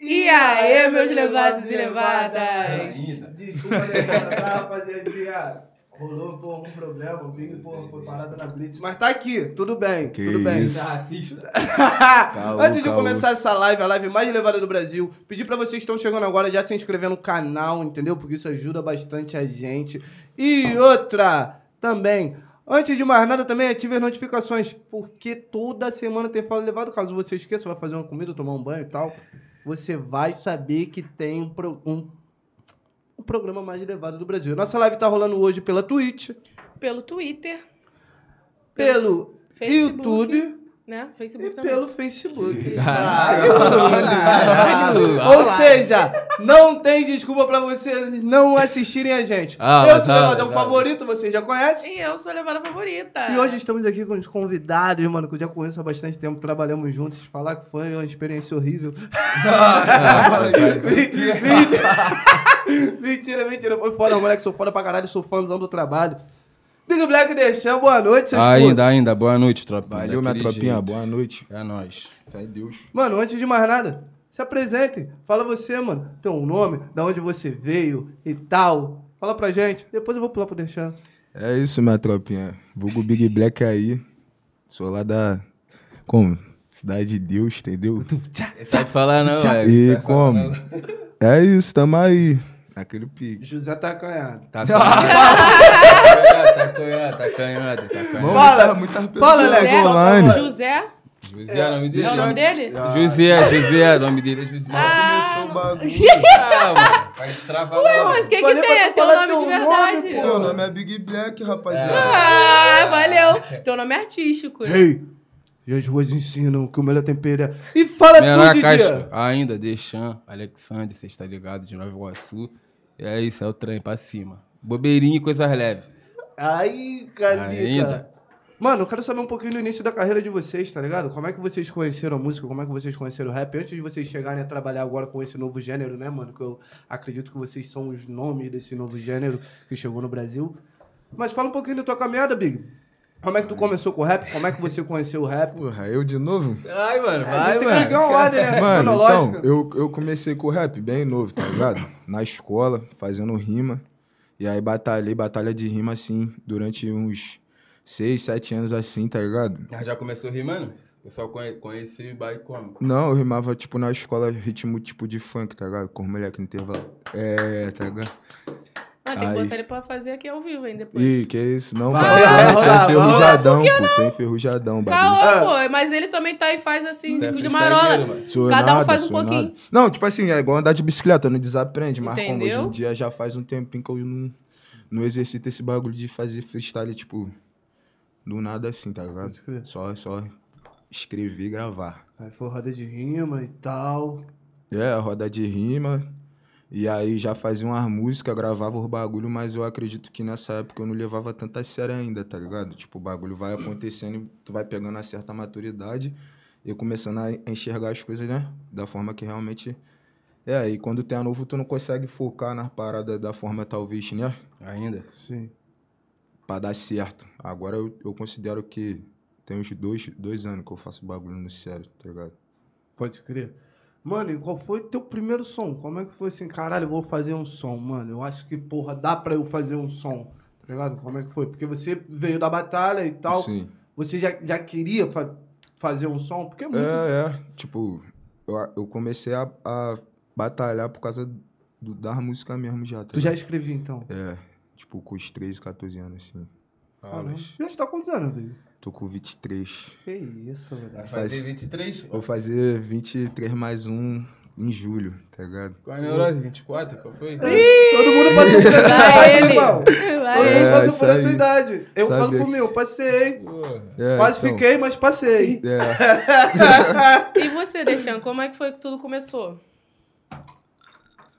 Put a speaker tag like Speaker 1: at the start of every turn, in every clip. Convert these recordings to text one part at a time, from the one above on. Speaker 1: E aí, meus levados e levadas?
Speaker 2: Ainda.
Speaker 3: Desculpa, Alexandre, tá, rapaziada? Rolou porra, um problema, o Big porra, foi parado na Blitz. Mas tá aqui, tudo bem,
Speaker 4: Que
Speaker 3: tudo bem.
Speaker 4: isso.
Speaker 2: Racista.
Speaker 4: Caô,
Speaker 3: Antes de
Speaker 4: caô.
Speaker 3: começar essa live, a live mais levada do Brasil, pedir pra vocês que estão chegando agora já se inscrever no canal, entendeu? Porque isso ajuda bastante a gente. E outra também. Antes de mais nada, também ative as notificações, porque toda semana tem Fala Levado. Caso você esqueça, vai fazer uma comida, tomar um banho e tal, você vai saber que tem um, pro- um- um programa mais levado do Brasil. Nossa live tá rolando hoje pela Twitch,
Speaker 1: Pelo Twitter,
Speaker 3: pelo
Speaker 1: Facebook,
Speaker 3: YouTube
Speaker 1: né? Facebook
Speaker 3: e
Speaker 1: também.
Speaker 3: pelo Facebook.
Speaker 4: Caralho.
Speaker 3: Caralho.
Speaker 4: Caralho.
Speaker 3: Ou seja, não tem desculpa pra vocês não assistirem a gente.
Speaker 4: Ah,
Speaker 3: eu
Speaker 4: mas
Speaker 3: sou o
Speaker 4: ah,
Speaker 3: Leonardo, é um
Speaker 4: ah.
Speaker 3: favorito, vocês já conhecem.
Speaker 1: E eu sou a levada favorita.
Speaker 3: E hoje estamos aqui com os convidados, mano, que eu já conheço há bastante tempo, trabalhamos juntos. Falar que foi uma experiência horrível. mentira, mentira, mentira. Foi foda, moleque, sou foda pra caralho, sou fãzão do trabalho. Big Black deixando, boa noite, seus
Speaker 4: Ainda,
Speaker 3: putos.
Speaker 4: ainda. Boa noite, tropinha.
Speaker 5: Valeu, minha
Speaker 4: Daquele
Speaker 5: tropinha.
Speaker 4: jeito.
Speaker 5: Boa noite.
Speaker 4: É nóis.
Speaker 5: Fé em Deus.
Speaker 3: Mano, antes de mais nada, se apresentem. Fala você, mano. Teu nome, da onde você veio e tal. Fala pra gente. Depois eu vou pular pro Deixan.
Speaker 5: É isso, minha tropinha. Vulgo Big Black aí. Sou lá da. Como? Cidade de Deus, entendeu?
Speaker 4: Sabe falar não, é
Speaker 5: E
Speaker 4: velho.
Speaker 5: como? É isso, tamo aí. Aquele pique.
Speaker 3: José tá acanhado.
Speaker 4: Tá canhado, tá canhado, tá canhado.
Speaker 3: Fala,
Speaker 5: muitas
Speaker 3: fala, né, Alex.
Speaker 1: José,
Speaker 5: online.
Speaker 1: José,
Speaker 4: José, o nome dele?
Speaker 1: é o nome dele?
Speaker 4: José, José, o nome dele é José.
Speaker 1: Ah,
Speaker 5: Começou o bagulho.
Speaker 4: Ah, mano, vai destravar
Speaker 1: Ué,
Speaker 4: logo.
Speaker 1: mas o que que
Speaker 3: Falei pra
Speaker 1: tem? É
Speaker 3: tu
Speaker 1: teu
Speaker 3: falar
Speaker 1: nome de
Speaker 3: teu nome,
Speaker 1: verdade.
Speaker 3: pô.
Speaker 5: Meu nome é Big Black,
Speaker 4: É.
Speaker 5: rapaziada.
Speaker 1: ah, valeu. Teu nome é artístico.
Speaker 3: Ei! E as ruas ensinam que o melhor tempero é... E fala
Speaker 4: Menor
Speaker 3: tudo,
Speaker 4: Castro,
Speaker 3: Didi.
Speaker 4: ainda, Deixan, Alexandre, vocês tá ligado, de Nova Iguaçu. É isso, é o trem pra cima. Bobeirinho e coisas leves.
Speaker 3: Ai, caneta.
Speaker 4: Ainda.
Speaker 3: Mano, eu quero saber um pouquinho do início da carreira de vocês, tá ligado? Como é que vocês conheceram a música? Como é que vocês conheceram o rap? Antes de vocês chegarem a trabalhar agora com esse novo gênero, né, mano? Que eu acredito que vocês são os nomes desse novo gênero que chegou no Brasil. Mas fala um pouquinho da tua caminhada, Big. Como é que tu começou com o rap? Como é que você conheceu o rap?
Speaker 5: Porra, eu de novo?
Speaker 4: Ai, mano,
Speaker 3: a gente tem que ligar uma ordem, né?
Speaker 5: Mano,
Speaker 3: Cronológica.
Speaker 5: então, eu, eu comecei com o rap bem novo, tá ligado? Na escola, fazendo rima. E aí batalhei, batalha de rima, assim, durante uns seis, sete anos assim, tá ligado?
Speaker 4: Ah, Já começou rimando? Eu só conhe- conheci o bairro como?
Speaker 5: Não, eu rimava, tipo, na escola, ritmo, tipo, de funk, tá ligado? Com os moleques no intervalo. É, tá ligado?
Speaker 1: Ah, tem que
Speaker 5: Ai.
Speaker 1: botar ele pra fazer aqui ao vivo, hein, depois.
Speaker 5: Ih, que isso? Não,
Speaker 3: Vai,
Speaker 5: mano,
Speaker 3: vai, vai, vai.
Speaker 5: tem enferrujadão, pô, tem enferrujadão, o bagulho.
Speaker 1: Calma, pô. Mas ele também tá e faz assim,
Speaker 4: Tu é
Speaker 1: de, de
Speaker 4: freestyleiro,
Speaker 1: marola.
Speaker 4: mano.
Speaker 5: Sou
Speaker 1: Cada um
Speaker 5: nada,
Speaker 1: faz um
Speaker 5: sou
Speaker 1: pouquinho.
Speaker 5: nada. Não, tipo assim, é igual andar de bicicleta, não desaprende, mas como hoje
Speaker 1: Entendeu?
Speaker 5: em dia já faz um tempinho que eu não, não exercito esse bagulho de fazer freestyle, tipo, do nada assim, tá ligado?
Speaker 3: crer.
Speaker 5: Só, só escrever e gravar.
Speaker 3: Aí foi roda de rima e tal.
Speaker 5: É, roda de rima. E aí já fazia umas músicas, gravava os bagulho, mas eu acredito que nessa época eu não levava tanto a sério ainda, tá ligado? Tipo, o bagulho vai acontecendo e tu vai pegando uma certa maturidade e começando a enxergar as coisas, né? Da forma que realmente. É, e quando tem a novo, tu não consegue focar nas paradas da forma, talvez, né?
Speaker 4: Ainda.
Speaker 3: Sim.
Speaker 5: Pra dar certo. Agora eu, eu considero que tem uns dois, dois anos que eu faço bagulho no sério, tá ligado?
Speaker 3: Pode crer. Mano, e qual foi teu primeiro som? Como é que foi assim, caralho, eu vou fazer um som, mano? Eu acho que, porra, dá pra eu fazer um som. Tá ligado? Como é que foi? Porque você veio da batalha e tal.
Speaker 5: Sim.
Speaker 3: Você já, já queria fa- fazer um som? Porque é muito.
Speaker 5: É, é. Tipo, eu, eu comecei a, a batalhar por causa do, da música mesmo já. tá
Speaker 3: Tu já
Speaker 5: ligado?
Speaker 3: escrevi então?
Speaker 5: É. Tipo, com os 13, 14 anos, assim.
Speaker 3: Caramba. Ah, Já está contando, velho.
Speaker 5: Tô com 23.
Speaker 3: Que isso, velho.
Speaker 4: Vai fazer 23?
Speaker 5: Vou fazer 23 mais um em julho, tá ligado?
Speaker 4: Qual é a neurose? 24? Qual foi?
Speaker 3: Todo mundo passou por essa
Speaker 1: Vai
Speaker 3: idade,
Speaker 1: ele.
Speaker 3: irmão. Todo
Speaker 1: Vai.
Speaker 5: É,
Speaker 3: mundo passou
Speaker 5: isso
Speaker 3: por essa
Speaker 5: aí.
Speaker 3: idade. Eu
Speaker 5: Sabe.
Speaker 3: falo comigo, eu passei.
Speaker 4: Porra.
Speaker 5: É,
Speaker 3: Quase
Speaker 5: então,
Speaker 3: fiquei, mas passei.
Speaker 5: É,
Speaker 1: E você, Deixan, como é que foi que tudo começou?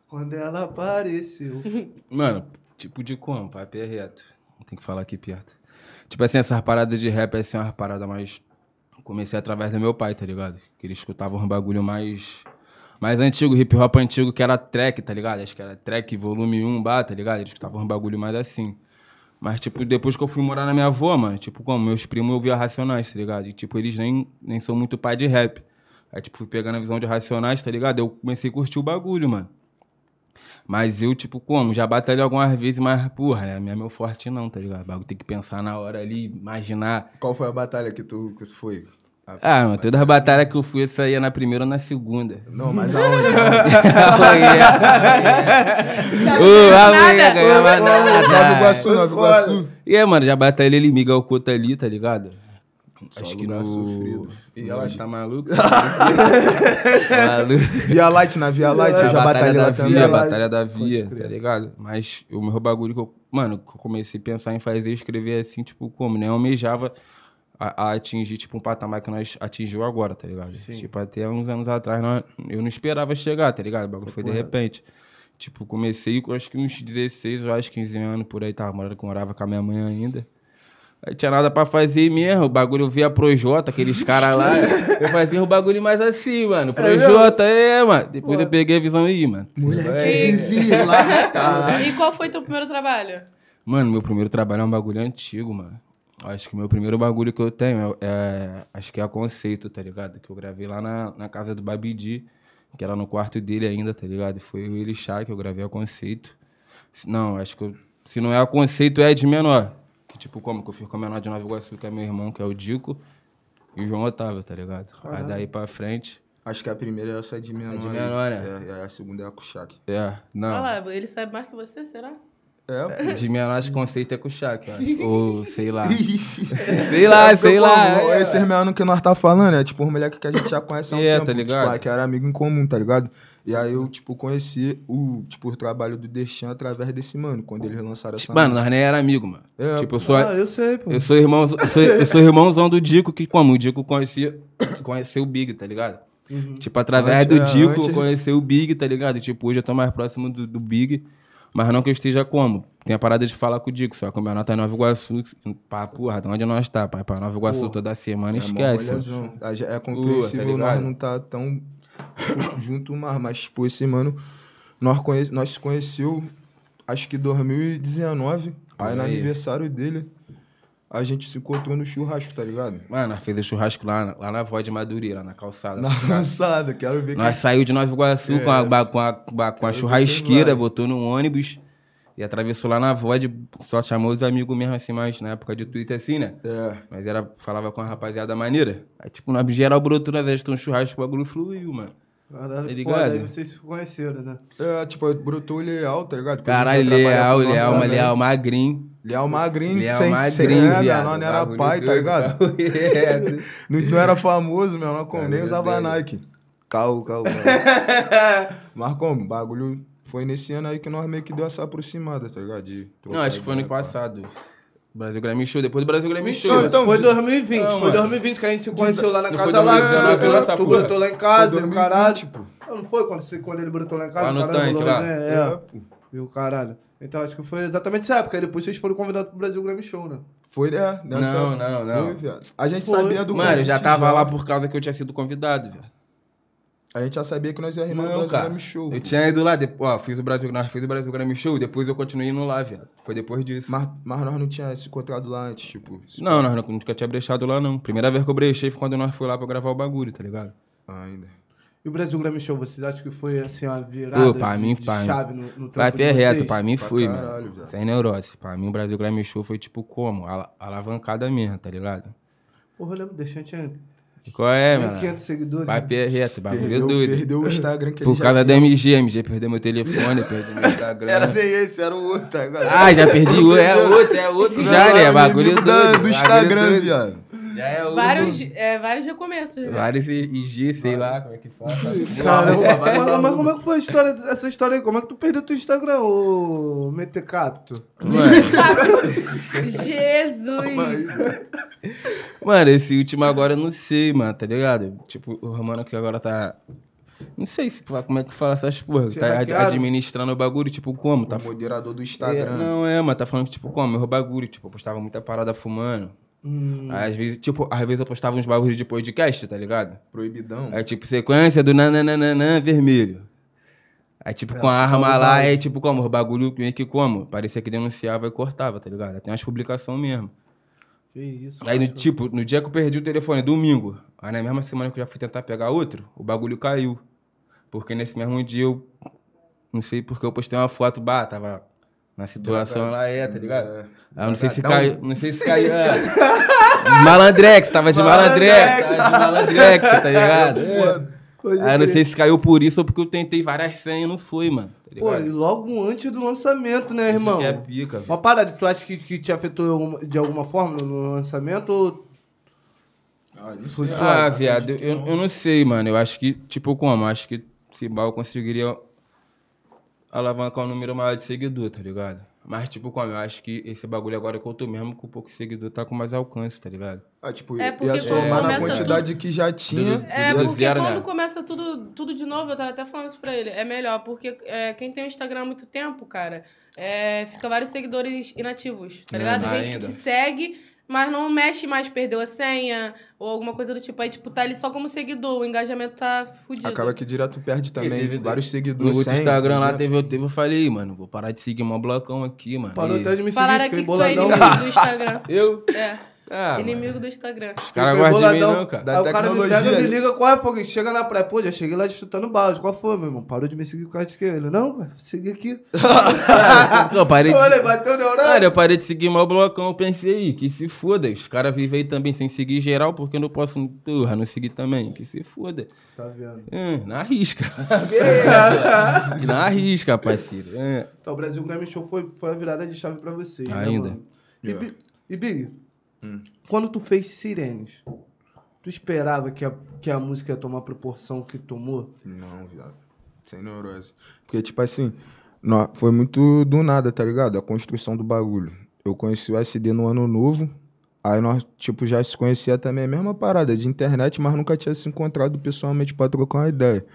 Speaker 3: Quando ela apareceu.
Speaker 4: Mano, tipo de como? Papo é reto. Tem que falar aqui perto. Tipo assim, essas paradas de rap, assim, é uma parada mais... Comecei através do meu pai, tá ligado? Que ele escutava um bagulho mais... Mais antigo, hip hop antigo, que era track, tá ligado? Acho que era track, volume 1, bar, tá ligado? Ele escutava um bagulho mais assim. Mas, tipo, depois que eu fui morar na minha avó, mano, tipo, como? Meus primos eu via Racionais, tá ligado? E, tipo, eles nem, nem são muito pai de rap. Aí, tipo, fui pegando a visão de racionais, tá ligado? Eu comecei a curtir o bagulho, mano. Mas eu, tipo, como? Já batalhei algumas vezes, mas, porra, né? não é meu forte não, tá ligado? O bagulho tem que pensar na hora ali, imaginar.
Speaker 5: Qual foi a batalha que tu, que tu foi? A-
Speaker 4: Ah, mano, todas as batalhas que eu fui, eu saía na primeira ou na segunda.
Speaker 5: Não, mas aonde?
Speaker 4: amanhã, amanhã. Ô, amanhã,
Speaker 1: nada.
Speaker 4: ganhava
Speaker 5: Nova
Speaker 4: nada.
Speaker 5: Iguaçu, Nova Iguaçu.
Speaker 4: E é, mano, já batalhei ele, Miguel Couto ali, tá ligado?
Speaker 5: Só
Speaker 4: Acho que
Speaker 5: lugar
Speaker 4: no...
Speaker 5: sofrido.
Speaker 4: E ela tá maluco? Tá maluco.
Speaker 5: Via Light, na Via Light, eu
Speaker 4: É, A
Speaker 5: já batalhei
Speaker 4: Batalha
Speaker 5: lá
Speaker 4: da Via,
Speaker 5: também.
Speaker 4: a Batalha da Via,
Speaker 3: crer.
Speaker 4: tá ligado? Mas o meu bagulho que eu, mano, que eu comecei a pensar em fazer, escrever assim, tipo, como, né? Eu almejava a, a atingir, tipo, um patamar que nós atingiu agora, tá ligado? Tipo, até uns anos atrás, nós- eu não esperava chegar, tá ligado? O bagulho foi de repente. Tipo, comecei com acho que uns 16, eu acho 15 anos por aí, tava morando, morava com a minha mãe ainda. Aí tinha nada pra fazer mesmo. O bagulho eu via Projota, aqueles caras lá. eu fazia o bagulho mais assim, mano. Projota, é, mano. Depois eu peguei a visão aí, mano.
Speaker 1: Que-
Speaker 5: É, Vila.
Speaker 1: E qual foi teu primeiro trabalho?
Speaker 4: Mano, meu primeiro trabalho é um bagulho antigo, mano. Acho que o meu primeiro bagulho que eu tenho é, é- Acho que é a conceito, tá ligado? Que eu gravei lá na, na casa do Babidi, que era no quarto dele ainda, tá ligado? Foi o Elixá que eu gravei a conceito. Se- Não, acho que eu- se não é a conceito, é de menor. Que tipo, como? Que eu fiz com a menor de Nova Iguaçu, que é meu irmão, que é o Dico, e o João Otávio, tá ligado? Aí daí pra frente.
Speaker 5: Acho que a primeira é essa de menor.
Speaker 4: de
Speaker 5: aí.
Speaker 4: menor, né?
Speaker 5: É, e a segunda é a Kushak.
Speaker 4: É, não.
Speaker 1: Olha lá, ele sabe mais que você, será?
Speaker 5: É,
Speaker 4: De menor, acho que conceito é com o Shaq, eu acho. Ou sei lá. Sei lá, sei lá.
Speaker 5: é, Esse Esses meanos que nós tá falando, é tipo os moleques que a gente já conhece há um
Speaker 4: É,
Speaker 5: tempo.
Speaker 4: tá ligado?
Speaker 5: Tipo, ah, que era amigo em comum, tá ligado? E aí eu, tipo, conheci o, tipo, o trabalho do Deschan através desse mano, quando eles lançaram essa
Speaker 4: Mano, nós nem era amigo, mano.
Speaker 5: Tipo, É,
Speaker 4: tipo, eu sou,
Speaker 3: Ah, eu sei, pô.
Speaker 4: eu sou irmão, eu sou, eu sou irmãozão do Dico, que como o Dico conhecia, conheceu o Big, tá ligado? Tipo, através
Speaker 5: Antes,
Speaker 4: do
Speaker 5: é,
Speaker 4: Dico,
Speaker 5: antes-
Speaker 4: eu conheci o Big, tá ligado? Tipo, hoje eu tô mais próximo do, do Big, mas não que eu esteja como. Tem a parada de falar com o Dico, só que o meu nota é Nova Iguaçu, pá, porra, de onde nós tá, pai? Pra Nova Iguaçu toda semana,
Speaker 5: É,
Speaker 4: esquece.
Speaker 5: mó molhazão. É compreensível,
Speaker 4: Boa, tá
Speaker 5: nós
Speaker 4: ligado?
Speaker 5: não tá tão tipo, junto mais, mas, tipo, esse mano, nós, conhe... nós se conheceu, acho que 2019, aí no
Speaker 4: Olha aí.
Speaker 5: aniversário dele, a gente se encontrou no churrasco, tá ligado?
Speaker 4: Mano, nós fez o churrasco lá, na- lá na voz de Madureira, na calçada.
Speaker 5: Na lançada, quero ver
Speaker 4: Nós saiu de Nova Iguaçu com,
Speaker 5: É.
Speaker 4: a, ba- com, a, ba- com a
Speaker 5: Eu
Speaker 4: churrasqueira,
Speaker 5: vi
Speaker 4: botou no ônibus e atravessou lá na VOD, só chamou os amigos mesmo assim, mas na época de Twitter assim, né?
Speaker 5: quem... É,
Speaker 4: Mas era, falava com a rapaziada maneira. Aí, tipo, na geral brotou na vez de um churrasco, o bagulho fluiu, mano.
Speaker 3: Caralho,
Speaker 4: Tá
Speaker 3: pô, daí
Speaker 4: ligado?
Speaker 3: vocês se conheceram, né?
Speaker 5: é, tipo, brotou o Leal, tá ligado? Que hoje em
Speaker 4: Caralho,
Speaker 5: dia trabalha
Speaker 4: leal,
Speaker 5: com nós né?
Speaker 4: leal, uma
Speaker 5: também.
Speaker 4: leal, magrinho.
Speaker 5: Leal magrinho,
Speaker 4: Leal
Speaker 5: sem
Speaker 4: magrinho,
Speaker 5: magrinho,
Speaker 4: viado.
Speaker 5: Nós não era
Speaker 4: bagulho
Speaker 5: pai, tá
Speaker 4: doido.
Speaker 5: ligado?
Speaker 4: É.
Speaker 5: Não, não era famoso, meu, não com nem
Speaker 4: Cara,
Speaker 5: usava
Speaker 4: meu Deus.
Speaker 5: Nike. Caô, caô, caô.
Speaker 3: É
Speaker 5: Mas como? O bagulho foi nesse ano aí que nós meio que deu essa aproximada, tá ligado? De trocar
Speaker 4: Não, acho que foi ano
Speaker 5: ideia, é, pá.
Speaker 4: passado. Brasil Grammy Show, depois do Brasil Grammy
Speaker 3: Então,
Speaker 4: Show.
Speaker 3: então, foi 2020,
Speaker 4: Não,
Speaker 3: foi
Speaker 4: mano.
Speaker 3: 2020 que a gente se conheceu lá na
Speaker 4: Não
Speaker 3: casa
Speaker 4: foi
Speaker 3: lá,
Speaker 4: 2019,
Speaker 3: tu-
Speaker 4: foi nessa
Speaker 3: tu
Speaker 4: porra.
Speaker 3: brotou lá em casa,
Speaker 4: é
Speaker 5: Foi
Speaker 3: e o caralho.
Speaker 4: tipo,
Speaker 5: 2020, pô.
Speaker 3: Não foi quando, você- quando ele brotou lá em casa?
Speaker 4: Lá
Speaker 3: o
Speaker 4: no
Speaker 3: caralho
Speaker 4: tanque,
Speaker 3: rolou,
Speaker 4: lá.
Speaker 3: né?
Speaker 5: É,
Speaker 3: É,
Speaker 5: pô.
Speaker 3: e o caralho. Então acho que foi exatamente essa época, aí depois vocês foram convidados pro Brasil Grammy Show, né?
Speaker 5: Foi, é. Nessa
Speaker 4: Não, não, não.
Speaker 5: Foi, viado. a gente
Speaker 3: Foi.
Speaker 5: sabia do
Speaker 4: Mano, eu já
Speaker 5: convite,
Speaker 4: tava lá por causa que eu tinha sido convidado, velho.
Speaker 5: A gente já sabia que nós ia rimar no
Speaker 4: Não,
Speaker 5: Brasil
Speaker 4: cara.
Speaker 5: Grammy Show.
Speaker 4: Eu tinha ido lá, depois, ó, fiz o Brasil, nós fiz o Brasil Grammy Show, depois eu continuei indo lá, viado. Foi depois disso.
Speaker 5: Mas, mas nós não tinha se encontrado lá antes, tipo. se-
Speaker 4: Não, nós não- nunca tinha brechado lá, não. Primeira vez que eu brechei foi quando nós fomos lá pra gravar o bagulho, tá ligado?
Speaker 5: Ah, ainda.
Speaker 3: E o Brasil Grammy Show, vocês acham que foi assim uma virada
Speaker 4: Pô, pra
Speaker 3: de,
Speaker 4: mim,
Speaker 3: de
Speaker 4: pra mim.
Speaker 3: chave no, no
Speaker 5: Então,
Speaker 4: Pra
Speaker 3: trampo
Speaker 4: ter
Speaker 3: de
Speaker 4: reto,
Speaker 3: vocês?
Speaker 4: pra mim
Speaker 5: Pra
Speaker 4: fui,
Speaker 5: caralho,
Speaker 4: mano.
Speaker 5: viado.
Speaker 4: Sem neurose. Pra mim o Brasil Grammy Show foi tipo como? Ala- alavancada mesmo, tá ligado?
Speaker 3: Porra, eu lembro, deixando tinha
Speaker 4: E Qual é, mano?
Speaker 3: 500 seguidores.
Speaker 4: Pra ter reto, bagulho é
Speaker 5: Perdeu,
Speaker 4: doido.
Speaker 5: perdeu o Instagram que ele
Speaker 4: Por
Speaker 5: já
Speaker 4: causa né?
Speaker 5: tinha.
Speaker 4: da MG, MG perdeu meu telefone, perdeu meu Instagram.
Speaker 5: Era nem esse, era o outro. tá ligado?
Speaker 4: Ah, já perdi o. É outro, é outro já,
Speaker 5: Era
Speaker 4: né?
Speaker 5: o
Speaker 4: Bagulho
Speaker 5: inimigo
Speaker 4: doido.
Speaker 5: da-
Speaker 4: bagulho
Speaker 5: do Instagram,
Speaker 4: doido.
Speaker 5: viado.
Speaker 4: Já é outro.
Speaker 1: Vários, é, vários recomeços. né?
Speaker 4: Vários I- IG, sei lá, como é que fala.
Speaker 3: Cara,
Speaker 5: Arroba,
Speaker 3: mas,
Speaker 5: vários
Speaker 3: mas
Speaker 5: arroba.
Speaker 3: como é que foi a história, essa história aí? Como é que tu perdeu teu Instagram, ô Metecapto?
Speaker 4: Mano,
Speaker 1: Jesus!
Speaker 4: mano, esse último agora eu não sei, mano, tá ligado? Tipo, o Romano que agora tá. Não sei se, como é que fala essas porras.
Speaker 3: Se
Speaker 4: Tá ad-
Speaker 3: hackearam?
Speaker 4: administrando o bagulho, tipo, como? Tá
Speaker 5: O moderador do Instagram.
Speaker 4: É, não, é, mano, tá falando que, tipo, como? Meu bagulho, tipo, eu postava muita parada fumando.
Speaker 3: Hum,
Speaker 4: Aí, às vezes, tipo, às vezes eu postava uns bagulhos de podcast, tá ligado?
Speaker 5: Proibidão.
Speaker 4: Aí, tipo, sequência do nananana vermelho. Aí, tipo, com a arma lá, aí, tipo, como? O bagulho meio que como? Parecia que denunciava e cortava, tá ligado? Tem umas publicações mesmo.
Speaker 3: Que isso.
Speaker 4: Aí, no,
Speaker 3: cachorro.
Speaker 4: tipo, no dia que eu perdi o telefone, domingo, aí na mesma semana que eu já fui tentar pegar outro, o bagulho caiu. Porque nesse mesmo dia eu. Não sei porque eu postei uma foto, bah, tava na situação lá, é, tá ligado?
Speaker 5: É.
Speaker 4: Aí eu não sei se
Speaker 5: Drogadão.
Speaker 4: caiu. Não sei se caiu. é. Malandrex, tava de malandrex, tava de malandrex, tá ligado? É.
Speaker 3: Coisa
Speaker 4: Aí eu não
Speaker 3: incrível.
Speaker 4: sei se caiu por isso ou porque eu tentei várias senhas e não fui, mano. Tá
Speaker 3: Pô,
Speaker 4: ligado?
Speaker 3: e logo antes do lançamento, né, irmão?
Speaker 4: Isso que é pica, velho.
Speaker 3: Uma parada, tu acha que, que te afetou de alguma- de alguma forma no lançamento? Ou...
Speaker 5: Ah, não
Speaker 3: Foi
Speaker 5: sei.
Speaker 3: só-
Speaker 4: Ah,
Speaker 5: cara,
Speaker 4: viado,
Speaker 5: acredito que
Speaker 3: um
Speaker 4: eu, eu não sei, mano. Eu acho que, tipo, como? Eu acho que se mal eu conseguiria alavancar um número maior de seguidor, tá ligado? Mas, tipo, como? Eu acho que esse bagulho agora que eu tô mesmo com pouco seguidor tá com mais alcance, tá ligado?
Speaker 5: Ah, tipo,
Speaker 1: É, porque
Speaker 5: ia
Speaker 1: quando
Speaker 5: somar na
Speaker 1: começa
Speaker 5: quantidade que já tinha.
Speaker 4: Tudo-
Speaker 1: É,
Speaker 4: Do
Speaker 1: porque
Speaker 4: zero,
Speaker 1: quando
Speaker 4: né?
Speaker 1: começa tudo, tudo de novo, eu tava até falando isso pra ele, é melhor, porque é, quem tem o Instagram há muito tempo, cara, é, fica vários seguidores inativos, tá
Speaker 4: É,
Speaker 1: ligado?
Speaker 4: ainda.
Speaker 1: Gente que te segue, mas não mexe mais, perdeu a senha, ou alguma coisa do tipo. Aí, tipo, tá ali só como seguidor, o engajamento tá fudido.
Speaker 5: Acaba que direto perde também.
Speaker 4: teve-
Speaker 5: vários
Speaker 4: No
Speaker 5: seguidores.
Speaker 4: outro
Speaker 5: 100,
Speaker 4: Instagram lá
Speaker 5: 200.
Speaker 4: teve, eu teve, eu falei, "Ih, mano, vou parar de seguir mó blocão aqui, mano.
Speaker 3: Parou
Speaker 4: E-
Speaker 3: até de me seguir,
Speaker 1: Falaram
Speaker 3: fiquei
Speaker 1: aqui que tu é
Speaker 3: boladão.
Speaker 1: inimigo do Instagram.
Speaker 4: Eu?
Speaker 1: É,
Speaker 4: Ah, mano,
Speaker 1: inimigo do Instagram.
Speaker 4: os caras
Speaker 3: Fiquei
Speaker 4: gostam de mim
Speaker 3: boladão.
Speaker 4: não, cara.
Speaker 5: Da
Speaker 3: Aí o cara me pega,
Speaker 5: tecnologia.
Speaker 3: me liga, qual é, Fogo? Chega na praia. Pô, já cheguei lá chutando balde. Qual foi, meu irmão? Parou de me seguir por causa de quê? Ele, não, pai, segui aqui.
Speaker 4: Eu parei de...
Speaker 3: Olha, bateu o neurônio.
Speaker 4: Cara, eu parei de seguir mal blocão, eu pensei aí, que se foda. Os caras vivem aí também sem seguir geral, porque eu não posso porra, não seguir também, que se foda.
Speaker 3: Tá vendo?
Speaker 4: Hum, na risca. na risca, parceiro. Hum.
Speaker 3: Então, o Brasil Grammy Show foi, foi a virada de chave pra vocês,
Speaker 4: Ainda.
Speaker 3: né, mano? E,
Speaker 5: Yeah.
Speaker 3: Bi- e Big,
Speaker 4: Hum.
Speaker 3: quando tu fez Sirenes, tu esperava que a, que a música ia tomar a proporção que tomou?
Speaker 5: Não, viado. Sem neurose. Porque, tipo assim, nó- foi muito do nada, tá ligado? A construção do bagulho. Eu conheci o SD no ano novo. Aí nós, tipo, já se conhecia também, mesma parada de internet, mas nunca tinha se encontrado pessoalmente pra trocar uma ideia.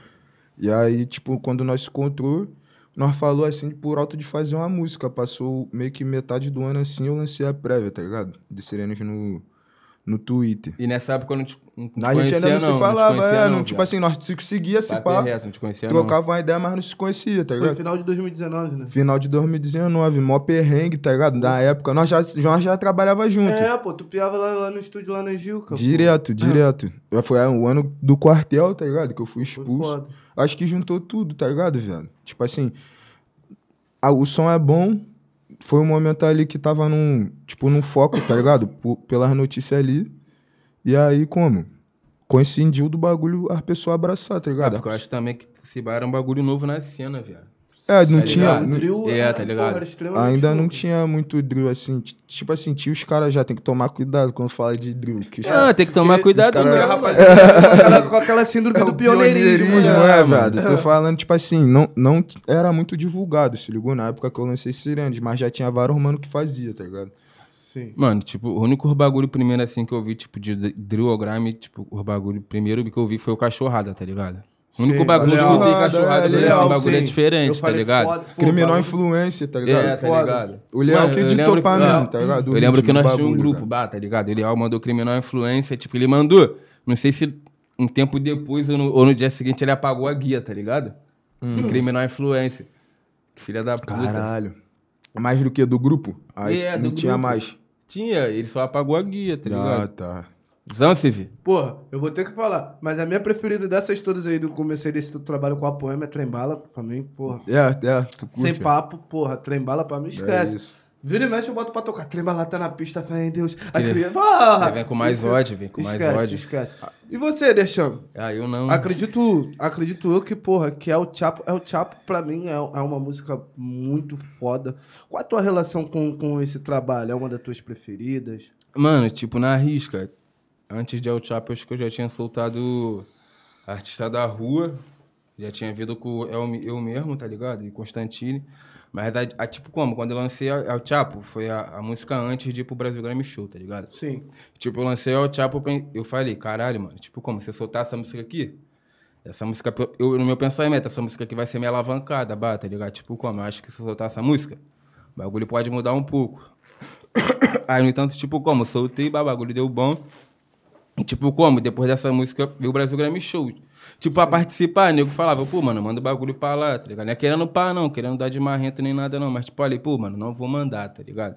Speaker 5: E aí, tipo, quando nós se encontrou, nós falou assim, por alto de fazer uma música. Passou meio que metade do ano assim, eu lancei a prévia, tá ligado? De Serenos no, no Twitter.
Speaker 4: E nessa época eu não te, não te
Speaker 5: A gente
Speaker 4: conhecia,
Speaker 5: ainda não, se
Speaker 4: te
Speaker 5: falava,
Speaker 4: conhecia,
Speaker 5: é,
Speaker 4: não,
Speaker 5: não, tipo
Speaker 4: viado.
Speaker 5: assim, nós se seguia, se
Speaker 4: Papo é
Speaker 5: pá.
Speaker 4: reto, não te conhecia, não.
Speaker 5: Trocava uma ideia, mas não se conhecia, tá
Speaker 3: Foi
Speaker 5: ligado?
Speaker 3: final de 2019, né?
Speaker 5: Final de 2019, mó perrengue, tá ligado? Na época, nós já, nós já trabalhava junto.
Speaker 3: É, pô, tu piava lá, lá no estúdio, lá na Gilca. pô. Ah.
Speaker 5: direto, direto. Já Foi é, o ano do quartel, tá ligado? Que eu fui
Speaker 3: Foi
Speaker 5: expulso.
Speaker 3: foda.
Speaker 5: Acho que juntou tudo, tá ligado, velho? Tipo assim, a- o som é bom. Foi um momento ali que tava num, tipo, num foco, tá ligado? Por- pelas notícias ali. E aí, como? Coincidiu do bagulho a pessoa abraçar, tá
Speaker 4: É,
Speaker 5: ligado?
Speaker 4: porque eu acho também que se bar era um bagulho novo na cena, viado.
Speaker 5: É, não
Speaker 4: Tá
Speaker 5: tinha.
Speaker 4: ligado?
Speaker 5: não-
Speaker 3: trio,
Speaker 4: É,
Speaker 3: era,
Speaker 4: tá ligado?
Speaker 3: era extremamente
Speaker 5: Ainda não
Speaker 3: louco.
Speaker 5: tinha muito drill assim. t- Tipo assim, tinha os caras já, tem que tomar cuidado quando fala de drill. Que os
Speaker 4: Ah,
Speaker 5: caras-
Speaker 4: tem que tomar
Speaker 5: os é
Speaker 4: cuidado, né?
Speaker 5: caras-
Speaker 3: Porque a rapaziada
Speaker 4: mano.
Speaker 3: com aquela- com aquela síndrome
Speaker 5: É o
Speaker 3: do pioneirismo. né?
Speaker 5: é, velho? Tô falando, tipo assim, não, não era muito divulgado, se ligou? Na época que eu lancei Sirenes, mas já tinha vários mano que fazia, tá ligado?
Speaker 3: Sim.
Speaker 4: Mano, tipo, o único bagulho primeiro assim que eu vi, tipo, de drill ou grime, tipo, o bagulho primeiro que eu vi foi o Cachorrada, tá ligado? O único
Speaker 3: Sim,
Speaker 4: bagulho que eu escutei
Speaker 5: Cachorrada,
Speaker 4: Cachorrada, eu falei,
Speaker 5: Leal,
Speaker 4: esse bagulho é
Speaker 3: sim. Eu
Speaker 4: diferente, tá
Speaker 3: falei,
Speaker 4: ligado?
Speaker 3: foda, pô,
Speaker 5: Criminal
Speaker 3: bagulho-
Speaker 5: influência, tá ligado?
Speaker 4: É, tá
Speaker 3: Foda.
Speaker 4: ligado?
Speaker 5: O Leal
Speaker 4: Mano,
Speaker 5: que
Speaker 4: eu
Speaker 5: editou
Speaker 4: lembro-
Speaker 5: pra
Speaker 4: Ah,
Speaker 5: mim, tá ligado? O
Speaker 4: Eu lembro
Speaker 5: ritmo
Speaker 4: que
Speaker 5: do
Speaker 4: nós tínhamos um
Speaker 5: bagulho,
Speaker 4: grupo,
Speaker 5: cara.
Speaker 4: bah, tá ligado? O Leal mandou Criminal Influência, tipo, ele mandou, não sei se um tempo depois ou no, ou no dia seguinte ele apagou a guia, tá ligado? Do Criminal Influência. Filha da puta.
Speaker 5: Hum. Caralho. Mais do que do grupo? Aí
Speaker 4: É, do
Speaker 5: não tinha
Speaker 4: grupo.
Speaker 5: mais.
Speaker 4: Tinha, ele só apagou a guia, tá
Speaker 5: Ah,
Speaker 4: ligado?
Speaker 5: tá.
Speaker 4: Zanziv.
Speaker 3: Porra, eu vou ter que falar. Mas a minha preferida dessas todas aí do comecei desse trabalho com a poema é Trembala, pra mim, porra.
Speaker 5: É, é, tu curte.
Speaker 3: Sem
Speaker 5: é.
Speaker 3: papo, porra, Trembala pra mim,
Speaker 5: É
Speaker 3: esquece.
Speaker 5: isso.
Speaker 3: Vira e mexe, eu boto pra tocar. Trembala tá na pista, fé em Deus. As
Speaker 4: Ele-
Speaker 3: crianças. Porra!
Speaker 5: Ah,
Speaker 4: Aí vem com mais ódio, vem com mais
Speaker 3: esquece,
Speaker 4: ódio.
Speaker 3: esquece. E você, Deixando?
Speaker 4: Ah, eu não.
Speaker 3: Acredito, acredito eu que, porra, que é o Chapo. É o Chapo, pra mim, é, é uma música muito foda. Qual a tua relação com, com esse trabalho? É uma das tuas preferidas?
Speaker 4: Mano, tipo, na risca. Antes de El Chapo, acho que eu já tinha soltado Artista da Rua. Já tinha vindo com o eu, eu mesmo, tá ligado? E Constantine. Mas, da- a, tipo, como? Quando eu lancei El El Chapo, foi a, a música antes de ir pro Brasil Grammy Show, tá ligado?
Speaker 3: Sim.
Speaker 4: Tipo, eu lancei o Chapo, eu pen- eu falei, caralho, mano, tipo, como, se eu soltar essa música aqui, essa música, eu, no meu pensamento, essa música aqui vai ser minha alavancada, bah, tá ligado? Tipo, como, eu acho que se eu soltar essa música, o bagulho pode mudar um pouco. Aí, no entanto, tipo, como, eu soltei, bah, o bagulho deu bom. E, tipo, como, depois dessa música, veio o Brasil Grammy Show. Tipo, pra participar, nego falava, pô, mano, manda o bagulho pra lá, tá ligado? Não é querendo pá, não, querendo dar de marrenta nem nada, não. Mas, tipo, ali, pô, mano, não vou mandar, tá ligado?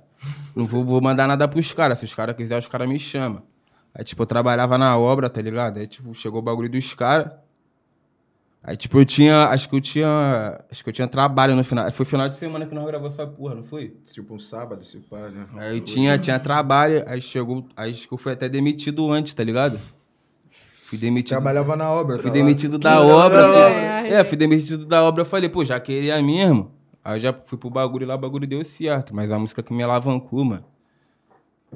Speaker 4: Não vou, vou mandar nada pros caras. Se os caras quiserem, os caras me chamam. Aí, tipo, eu trabalhava na obra, tá ligado? Aí, tipo, chegou o bagulho dos caras. Aí, tipo, eu tinha. Acho que eu tinha. Acho que eu tinha trabalho no final. Foi final de semana que nós gravamos essa porra, não foi?
Speaker 5: Tipo um sábado, se pá, né?
Speaker 4: Aí eu tinha, tinha trabalho, aí chegou. Aí acho que eu fui até demitido antes, tá ligado? Fui demitido.
Speaker 5: Trabalhava na obra,
Speaker 4: Fui
Speaker 5: tá
Speaker 4: demitido da obra, filho. É, fui demitido da obra. Eu falei, pô, já queria mesmo. Aí eu já fui pro bagulho lá, o bagulho deu certo. Mas a música que me alavancou, mano.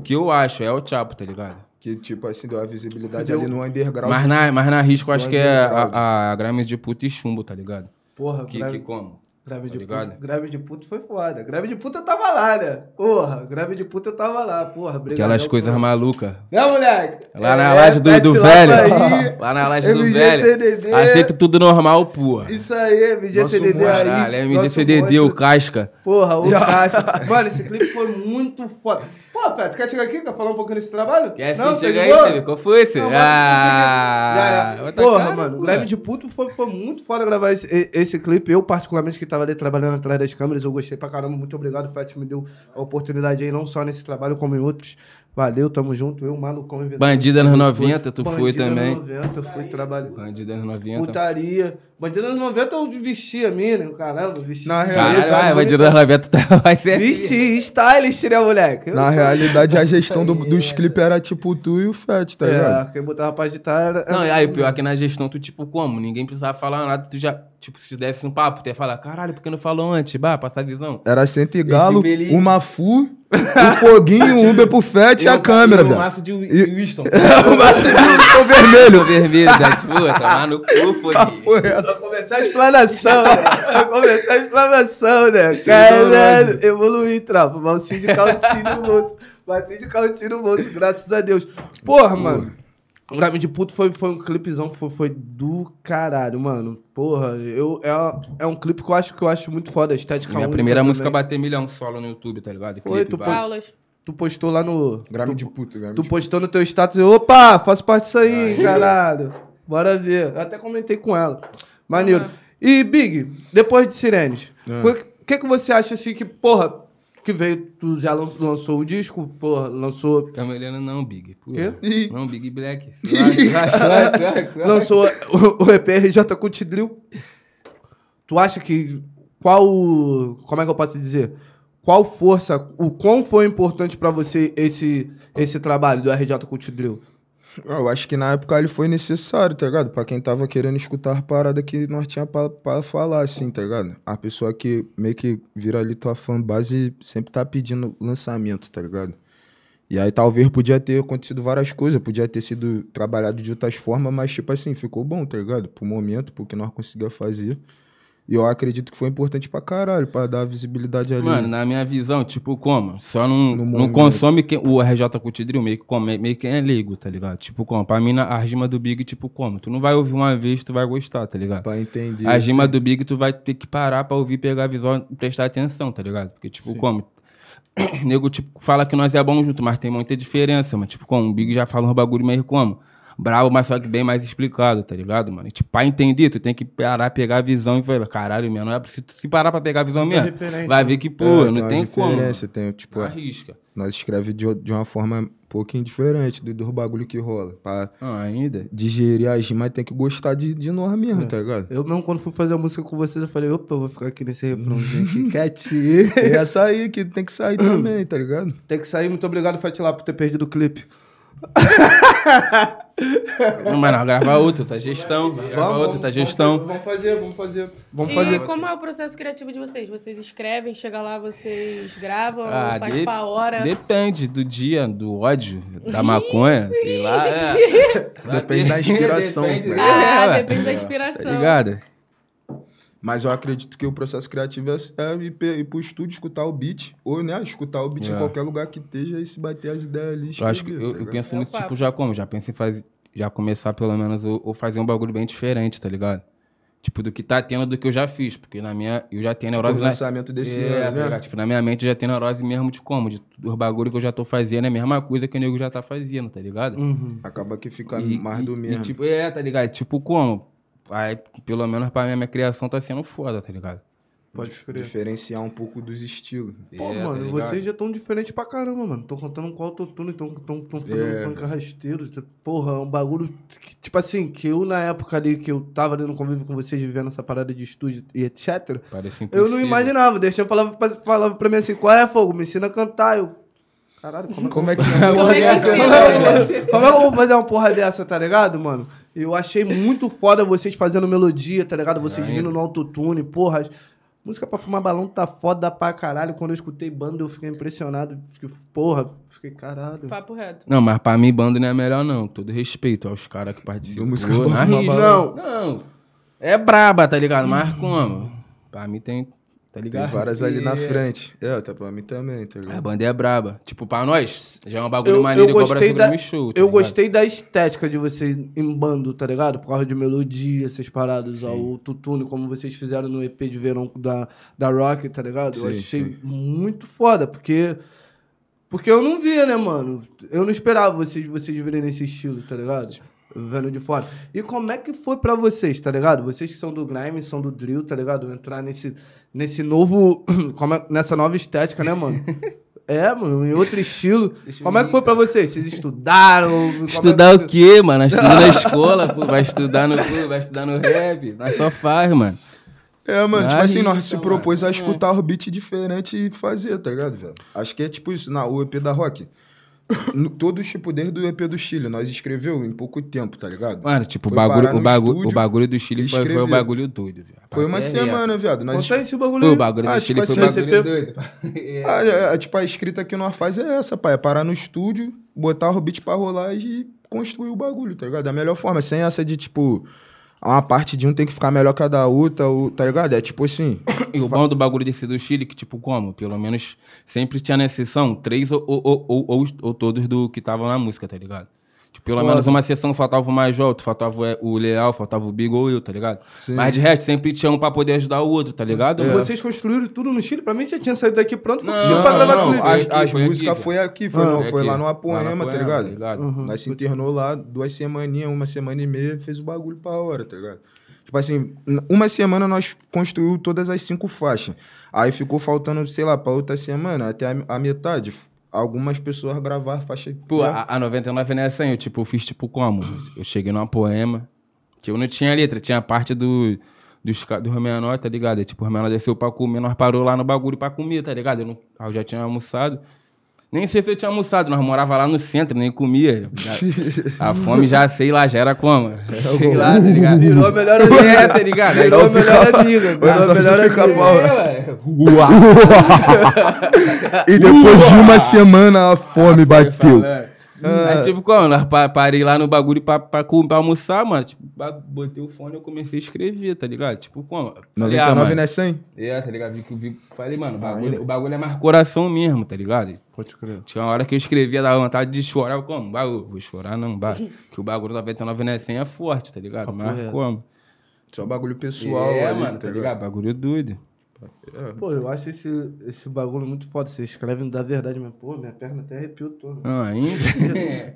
Speaker 4: Que eu acho, é o Chapo, tá ligado?
Speaker 5: lá. Que, tipo assim, deu a visibilidade ali no underground.
Speaker 4: Mas na, mas na risco, eu acho que é
Speaker 5: Underground.
Speaker 4: a, a Grime de Puta e Chumbo, tá ligado?
Speaker 3: Porra,
Speaker 4: Que,
Speaker 3: grave,
Speaker 4: que como?
Speaker 3: grave
Speaker 4: tá
Speaker 3: de puta.
Speaker 4: ligado?
Speaker 3: Grave de puta foi foda. Grave de puta eu tava lá, né? Porra, grave de puta eu tava lá, porra. brigadão,
Speaker 4: Aquelas coisas
Speaker 3: porra.
Speaker 4: malucas.
Speaker 3: Né, moleque?
Speaker 4: Lá
Speaker 3: É,
Speaker 4: na laje do,
Speaker 3: Pet
Speaker 4: do
Speaker 3: Lapa
Speaker 4: velho.
Speaker 3: aí.
Speaker 4: Lá na laje do
Speaker 3: MG
Speaker 4: velho.
Speaker 3: CDD.
Speaker 4: Aceito tudo normal, porra.
Speaker 3: Isso aí, MGCDD aí.
Speaker 4: Caralho,
Speaker 3: nosso
Speaker 4: MGCDD, o
Speaker 3: monstro.
Speaker 4: Casca.
Speaker 3: Porra, o Caixa. Mano, esse clipe foi muito foda. Pô, Fé, tu quer chegar aqui? Quer falar um pouquinho desse trabalho?
Speaker 4: Quer sim,
Speaker 3: Não, tá de
Speaker 4: é assim, chega aí,
Speaker 3: boa?
Speaker 4: você viu? Qual foi, você?
Speaker 3: Não, mano,
Speaker 4: Ah,
Speaker 3: já é.
Speaker 4: outra
Speaker 3: Porra,
Speaker 4: cara,
Speaker 3: mano, o
Speaker 4: pô.
Speaker 3: Grave de Puto foi, foi muito foda gravar esse, e- esse clipe. Eu, particularmente, que tava ali trabalhando atrás das câmeras, eu gostei pra caramba. Muito obrigado, Fat, me deu a oportunidade aí, não só nesse trabalho, como em outros. Valeu, tamo junto. Eu, malucão, inventando.
Speaker 4: Bandida nos
Speaker 3: Fui.
Speaker 4: 90, tu foi
Speaker 3: Bandida nos
Speaker 4: também.
Speaker 3: 90, eu fui trabalhar.
Speaker 4: Bandida nos 90.
Speaker 3: Putaria. Bandida nos 90 eu vestia a mina, caramba, vestia.
Speaker 5: Na
Speaker 4: Caralho, vai,
Speaker 5: realidade,
Speaker 4: Bandida nos 90 tá- vai ser assim.
Speaker 3: Vixe, stylist, né, moleque? Eu
Speaker 5: Na
Speaker 3: sou-
Speaker 5: realidade, a gestão do- dos clipes era tipo tu e o Fat, tá ligado?
Speaker 3: É, quem botava pra agitar era.
Speaker 4: Não, e aí, pior que na gestão, tu, tipo, como? Ninguém precisava falar nada, tu já, tipo, se desse um papo, tu ia falar, caralho, por que não falou antes? Bah, passar a visão.
Speaker 5: Era cento e galo,
Speaker 4: tipo, ele-
Speaker 5: uma fu, um foguinho, um Uber pro Fat e a câmera,
Speaker 4: e O
Speaker 5: velho.
Speaker 4: maço de Winston. tá,
Speaker 5: O maço de um vermelho.
Speaker 4: vermelho da tua, tomar tipo, no cu, foi.
Speaker 3: Tá
Speaker 5: Pô, é.
Speaker 3: Vai começar a explanação, né? Vai começar a explanação, né? Caralho, evoluí, trapa. Valcinho de cautinho no bolso. Valcinho de cautinho no bolso, graças a Deus. Porra, mano. O Grave de Puto foi, foi um clipezão que foi, foi do caralho, mano. Porra, eu, é, é um clipe que eu acho que eu acho muito foda, a estética
Speaker 4: Minha
Speaker 3: única
Speaker 4: primeira
Speaker 3: Tá também.
Speaker 4: música bater milhão solo no YouTube, tá ligado?
Speaker 3: Foi, tu
Speaker 4: pá.
Speaker 1: Aulas.
Speaker 3: Tu postou lá no.
Speaker 5: Grave de puto, grave
Speaker 3: Tu
Speaker 5: de
Speaker 3: postou no teu status e, opa, faço parte disso aí, caralho. Bora ver. Eu até comentei com ela. Maneiro.
Speaker 1: Aham.
Speaker 3: E, Big, depois de Sirenes,
Speaker 5: Ah.
Speaker 3: o que, que você acha assim que, porra, que veio, tu já lan- lançou o disco, porra, lançou.
Speaker 4: Cameliano não, é um Big. Pô.
Speaker 3: Quê?
Speaker 5: Ih.
Speaker 4: Não, é um Big Black. É,
Speaker 3: lançou o, o EPRJ com o Tidril. Tu acha que. Qual. o- Como é que eu posso dizer? Qual força, o quão foi importante pra você esse, esse trabalho do RJ com o Tidril?
Speaker 5: Ah, Eu acho que na época ele foi necessário, tá ligado? Pra quem tava querendo escutar parada que nós tinha pra, pra falar, assim, tá ligado? A pessoa que meio que vira ali tua fanbase sempre tá pedindo lançamento, tá ligado? E aí talvez podia ter acontecido várias coisas, podia ter sido trabalhado de outras formas, mas tipo assim, ficou bom, tá ligado? Pro momento, porque nós conseguimos fazer. E eu acredito que foi importante pra caralho, pra dar visibilidade ali.
Speaker 4: Mano, na minha visão, tipo, como? Só não,
Speaker 5: No
Speaker 4: não
Speaker 5: momento.
Speaker 4: consome quem, o RJ Cutidril, meio que, come, meio que é leigo, tá ligado? Tipo, como? Pra mim, na- a rima do Big, tipo, como? Tu não vai ouvir uma vez, tu vai gostar, tá ligado?
Speaker 5: pra entender.
Speaker 4: A rima do Big, tu vai ter que parar pra ouvir, pegar a visão e prestar atenção, tá ligado? Porque, tipo, como? Nego, tipo, fala que nós é bom junto, mas tem muita diferença, mano. Tipo, como? O Big já fala um bagulho meio como? Bravo, mas só que bem mais explicado, tá ligado, mano? E, tipo, pra entender, tu tem que parar, pegar a visão e falar, caralho, mesmo, não é pra- se, tu- se parar pra pegar a visão mesmo,
Speaker 3: referência, tá,
Speaker 4: vai ver que, pô,
Speaker 5: É,
Speaker 4: não
Speaker 5: uma
Speaker 4: tem como. mano.
Speaker 5: diferença, Tem, tipo,
Speaker 4: Não
Speaker 5: é-
Speaker 4: Arrisca.
Speaker 5: Nós escreve de, o- de uma forma um pouquinho diferente do, do bagulho que rola. Pra
Speaker 4: Ah, ainda?
Speaker 5: digerir as rimas tem que gostar de, de nós mesmo, tá ligado?
Speaker 3: Eu mesmo, quando fui fazer a música com vocês, eu falei, opa, eu vou ficar aqui nesse refrãozinho aqui, quietinho.
Speaker 5: É essa aí que tem que sair também, tá ligado?
Speaker 3: Tem que sair, muito obrigado, Fat Lá, por ter perdido o clipe.
Speaker 4: Não, mas não, gravar outro, tá gestão. Gravar outro, tá gestão.
Speaker 3: Vamos fazer, vamos fazer. Vamos
Speaker 1: E
Speaker 3: fazer.
Speaker 1: como é o processo criativo de vocês? Vocês escrevem, chega lá, vocês gravam,
Speaker 4: Ah,
Speaker 1: faz
Speaker 4: de-
Speaker 1: pra hora.
Speaker 4: Depende do dia, do ódio, da maconha, sei lá. é.
Speaker 5: Depende da inspiração,
Speaker 4: Depende,
Speaker 5: né?
Speaker 1: Ah,
Speaker 4: é,
Speaker 1: depende da
Speaker 4: Tá
Speaker 1: inspiração.
Speaker 4: ligado?
Speaker 5: Mas eu acredito que o processo criativo é, é ir, pe- ir pro estúdio, escutar o beat, ou né, escutar o beat
Speaker 4: É.
Speaker 5: em qualquer lugar que esteja e se bater as ideias ali.
Speaker 4: Eu acho que
Speaker 5: escrever,
Speaker 4: eu,
Speaker 5: tá
Speaker 4: eu
Speaker 5: ligado?
Speaker 4: penso
Speaker 1: É o
Speaker 4: muito, tipo,
Speaker 1: papo.
Speaker 4: já como? Já penso em fazer, já começar pelo menos ou, ou fazer um bagulho bem diferente, tá ligado? Tipo, do que tá tendo do que eu já fiz. Porque na minha. Eu já tenho neurose
Speaker 5: o
Speaker 4: na-
Speaker 5: lançamento desse
Speaker 4: É, tá
Speaker 5: Tipo, ano, né?
Speaker 4: ligado? Tipo, na minha mente eu já tenho neurose mesmo de como? De os bagulho que eu já tô fazendo é a mesma coisa que o nego já tá fazendo, tá ligado?
Speaker 3: Uhum.
Speaker 5: Acaba que fica
Speaker 4: E-
Speaker 5: mais
Speaker 4: e-
Speaker 5: do
Speaker 4: e,
Speaker 5: mesmo.
Speaker 4: tipo, é, tá ligado? Tipo, como? Aí, pelo menos pra mim, a minha criação tá sendo foda, tá ligado?
Speaker 3: Pode crer.
Speaker 5: Diferenciar um pouco dos estilos.
Speaker 3: Pô,
Speaker 4: É, tá
Speaker 3: mano,
Speaker 4: ligado?
Speaker 3: vocês já estão diferentes pra caramba, mano. Tô cantando com autotune, tão, tão, tão fazendo
Speaker 5: É.
Speaker 3: funk rasteiro. Porra, é um bagulho que, tipo assim, que eu na época ali que eu tava ali no convívio com vocês, vivendo essa parada de estúdio e etc.
Speaker 4: Parece
Speaker 3: Eu
Speaker 4: impossível.
Speaker 3: não imaginava. Deixa eu falava, pra- falava pra mim assim, qual é, Fogo? Me ensina a cantar. Eu, caralho, como é que
Speaker 5: Como é que
Speaker 1: Como é que
Speaker 3: como
Speaker 1: ensina?
Speaker 3: é que eu vou- como é que eu vou fazer uma porra dessa, tá ligado, mano? Eu achei muito foda vocês fazendo melodia, tá ligado? Vocês vindo no autotune, porra. as- Música pra fumar balão tá foda pra caralho. Quando eu escutei banda, eu fiquei impressionado. Fiquei, porra, fiquei caralho.
Speaker 1: Papo reto.
Speaker 4: Não, mas pra mim, banda não é melhor, não. Todo respeito aos caras que participam.
Speaker 5: Do é música
Speaker 4: Pô, na
Speaker 5: Bamba
Speaker 4: risca.
Speaker 3: Não.
Speaker 4: Não. É braba, tá ligado? Mas como? Pra mim tem. Tá ligado?
Speaker 5: Tem várias ali na
Speaker 4: É.
Speaker 5: frente. É, tá pra mim também, tá
Speaker 4: A
Speaker 5: ligado?
Speaker 4: banda é braba. Tipo, pra nós, já é um bagulho
Speaker 3: Eu, eu
Speaker 4: maneiro igual
Speaker 3: gostei,
Speaker 4: Brasil
Speaker 3: da,
Speaker 4: Grammy Show. tá
Speaker 3: eu
Speaker 4: ligado?
Speaker 3: gostei da estética de vocês em bando, tá ligado? Por causa de melodia, essas paradas, ó, o tutune, como vocês fizeram no EP de verão da, da Rock, tá ligado? eu
Speaker 5: Sim,
Speaker 3: achei
Speaker 5: sim.
Speaker 3: muito foda, porque. Porque eu não via, né, mano? Eu não esperava vocês, vocês virem nesse estilo, tá ligado? Vendo de fora. E como é que foi pra vocês, tá ligado? Vocês que são do grime, são do drill, tá ligado? Entrar nesse, nesse novo. como é- nessa nova estética, né, mano? É, mano, em outro estilo. Como é que foi pra vocês? Vocês estudaram? Como é que
Speaker 4: Estudar o
Speaker 3: vocês-
Speaker 4: quê, mano? Estudar na escola, pô. Vai estudar no clube, vai estudar no rap. Nós só faz, mano.
Speaker 5: É, mano,
Speaker 4: Na
Speaker 5: tipo assim, nós
Speaker 4: risca,
Speaker 5: se propôs a
Speaker 4: mano. É.
Speaker 5: escutar o beat diferente e fazer, tá ligado, velho? Acho que é tipo isso, na o EP da Rock. No, todo tipo, desde o EP do Chile, nós escreveu em pouco tempo, tá ligado?
Speaker 4: Mano, tipo, o
Speaker 5: Foi parar
Speaker 4: bagulho,
Speaker 5: no
Speaker 4: o, bagulho,
Speaker 5: estúdio
Speaker 4: o bagulho do Chile
Speaker 5: e
Speaker 4: foi, foi o
Speaker 5: escrever.
Speaker 4: bagulho doido, viado.
Speaker 5: Foi uma
Speaker 4: É,
Speaker 5: semana, viado. Nós
Speaker 3: Conta esse
Speaker 4: é.
Speaker 3: bagulho
Speaker 4: Foi
Speaker 3: aí.
Speaker 4: o bagulho
Speaker 5: Ah,
Speaker 4: do Chile
Speaker 5: tipo
Speaker 4: foi o
Speaker 5: assim,
Speaker 4: bagulho
Speaker 3: você
Speaker 4: doido. É.
Speaker 5: Ah, é, é, tipo, a escrita que nós faz é essa, pai. É parar no estúdio, botar o beat pra rolar e construir o bagulho, tá ligado? Da melhor forma, sem essa de, tipo, uma parte de um tem que ficar melhor que a da outra, ou- tá ligado? É tipo assim.
Speaker 4: E o bom do bagulho desse do Chile, que tipo, como? Pelo menos sempre tinha na sessão três ou, ou, ou, ou, ou- ou todos do que estavam na música, tá ligado? Tipo, pelo
Speaker 3: Foda.
Speaker 4: menos uma sessão faltava o Major, outro faltava é, o Leal, faltava o Big ou eu, tá ligado?
Speaker 5: Sim.
Speaker 4: Mas de resto, sempre tinha um pra poder ajudar o outro, tá ligado? mano?
Speaker 3: Vocês construíram tudo no Chile? Pra mim já tinha saído daqui pronto. Foi
Speaker 4: Não,
Speaker 3: não, pra gravar não,
Speaker 4: não, não,
Speaker 3: clipe.
Speaker 4: a-
Speaker 5: as
Speaker 4: aqui,
Speaker 5: as
Speaker 4: foi aqui,
Speaker 5: músicas
Speaker 4: viado.
Speaker 5: foi aqui, foi, no-
Speaker 4: É
Speaker 5: foi
Speaker 4: aqui.
Speaker 5: lá no
Speaker 4: Lá
Speaker 5: Apoema,
Speaker 4: no
Speaker 5: tá ligado?
Speaker 4: tá ligado?
Speaker 3: Uhum.
Speaker 5: Nós se internou lá duas semaninhas, uma semana e meia, fez o bagulho pra hora, tá ligado? Tipo assim, n- uma semana nós construiu todas as cinco faixas. Aí ficou faltando, sei lá, pra outra semana, até a, a metade. f- Algumas pessoas gravar faixa.
Speaker 4: Pô,
Speaker 5: né?
Speaker 4: a, a 99 não é assim, eu tipo, eu fiz tipo como? Eu cheguei numa poema, que eu não tinha letra, tinha a parte do, dos, ca- do Romeanó, tá ligado? E, tipo, o Romeanó desceu pra comer, nós parou lá no bagulho pra comer, tá ligado? Eu, não- eu já tinha almoçado. Nem sei se eu tinha almoçado, nós morava lá no centro, nem comia. A, a fome já, sei lá, já era como? Sei lá, tá ligado?
Speaker 3: Virou a melhor amiga.
Speaker 4: É, tá ligado? Aí
Speaker 3: Virou a
Speaker 4: eu-
Speaker 3: melhor amiga. Virou a melhor amiga.
Speaker 4: É, ué.
Speaker 5: E depois de uma semana a fome bateu.
Speaker 4: Falando. Aí, tipo, como? Nós pa- parei lá no bagulho pra, pra, cu- pra almoçar, mano. Tipo, ba- botei o fone e eu comecei a escrever, tá ligado? Tipo, como? Falei, ah,
Speaker 5: 99
Speaker 4: mano.
Speaker 5: não é 100?
Speaker 4: É, tá ligado? Vi, que- vi, falei, mano, o bagulho, o bagulho é mais coração mesmo, tá ligado?
Speaker 3: Pode crer.
Speaker 4: Tinha uma hora que eu escrevia, dava vontade de chorar. Eu, como? Bagulho, vou chorar não, bah. Que o bagulho 99 não é 100 é forte, tá ligado? Mas
Speaker 3: reto.
Speaker 4: como?
Speaker 5: Só bagulho pessoal
Speaker 4: é,
Speaker 5: ali,
Speaker 4: mano, tá ligado? Bagulho doido.
Speaker 3: Pô, eu acho esse, esse bagulho muito foda. Vocês escrevem da verdade mesmo. Pô, minha perna até arrepiou toda.
Speaker 4: Ah, ainda?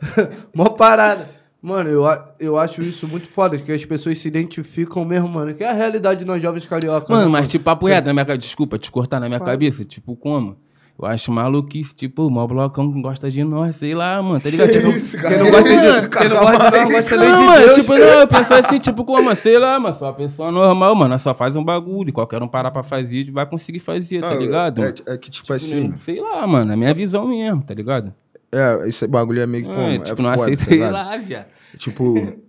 Speaker 3: Mó parada. Mano, eu, a- eu acho isso muito foda, que as pessoas se identificam mesmo, mano. Que é a realidade de nós jovens cariocas.
Speaker 4: Mano,
Speaker 3: né,
Speaker 4: mas tipo, papo reto na minha cabeça. Desculpa te cortar na minha cabeça. Tipo, como? Eu acho maluquice, tipo, o maior blocão que gosta de nós, sei lá, mano, tá ligado? Tipo,
Speaker 3: Quem não gosta de quem não gosta de não gosta nem
Speaker 4: não,
Speaker 3: de
Speaker 4: mano,
Speaker 3: Deus.
Speaker 4: tipo, não, eu penso assim, tipo, como, sei lá, mano, só uma pessoa normal, mano, nós só faz um bagulho, qualquer um parar pra fazer, vai conseguir fazer, tá
Speaker 5: Ah,
Speaker 4: ligado?
Speaker 5: É, é que, tipo, assim,
Speaker 4: Sei lá, mano, é minha visão mesmo, tá ligado?
Speaker 5: é, esse bagulho é meio que como?
Speaker 4: É,
Speaker 5: É,
Speaker 4: tipo, não
Speaker 5: foda,
Speaker 4: aceita,
Speaker 5: tá
Speaker 4: sei
Speaker 5: ligado?
Speaker 4: lá, viado.
Speaker 5: Tipo,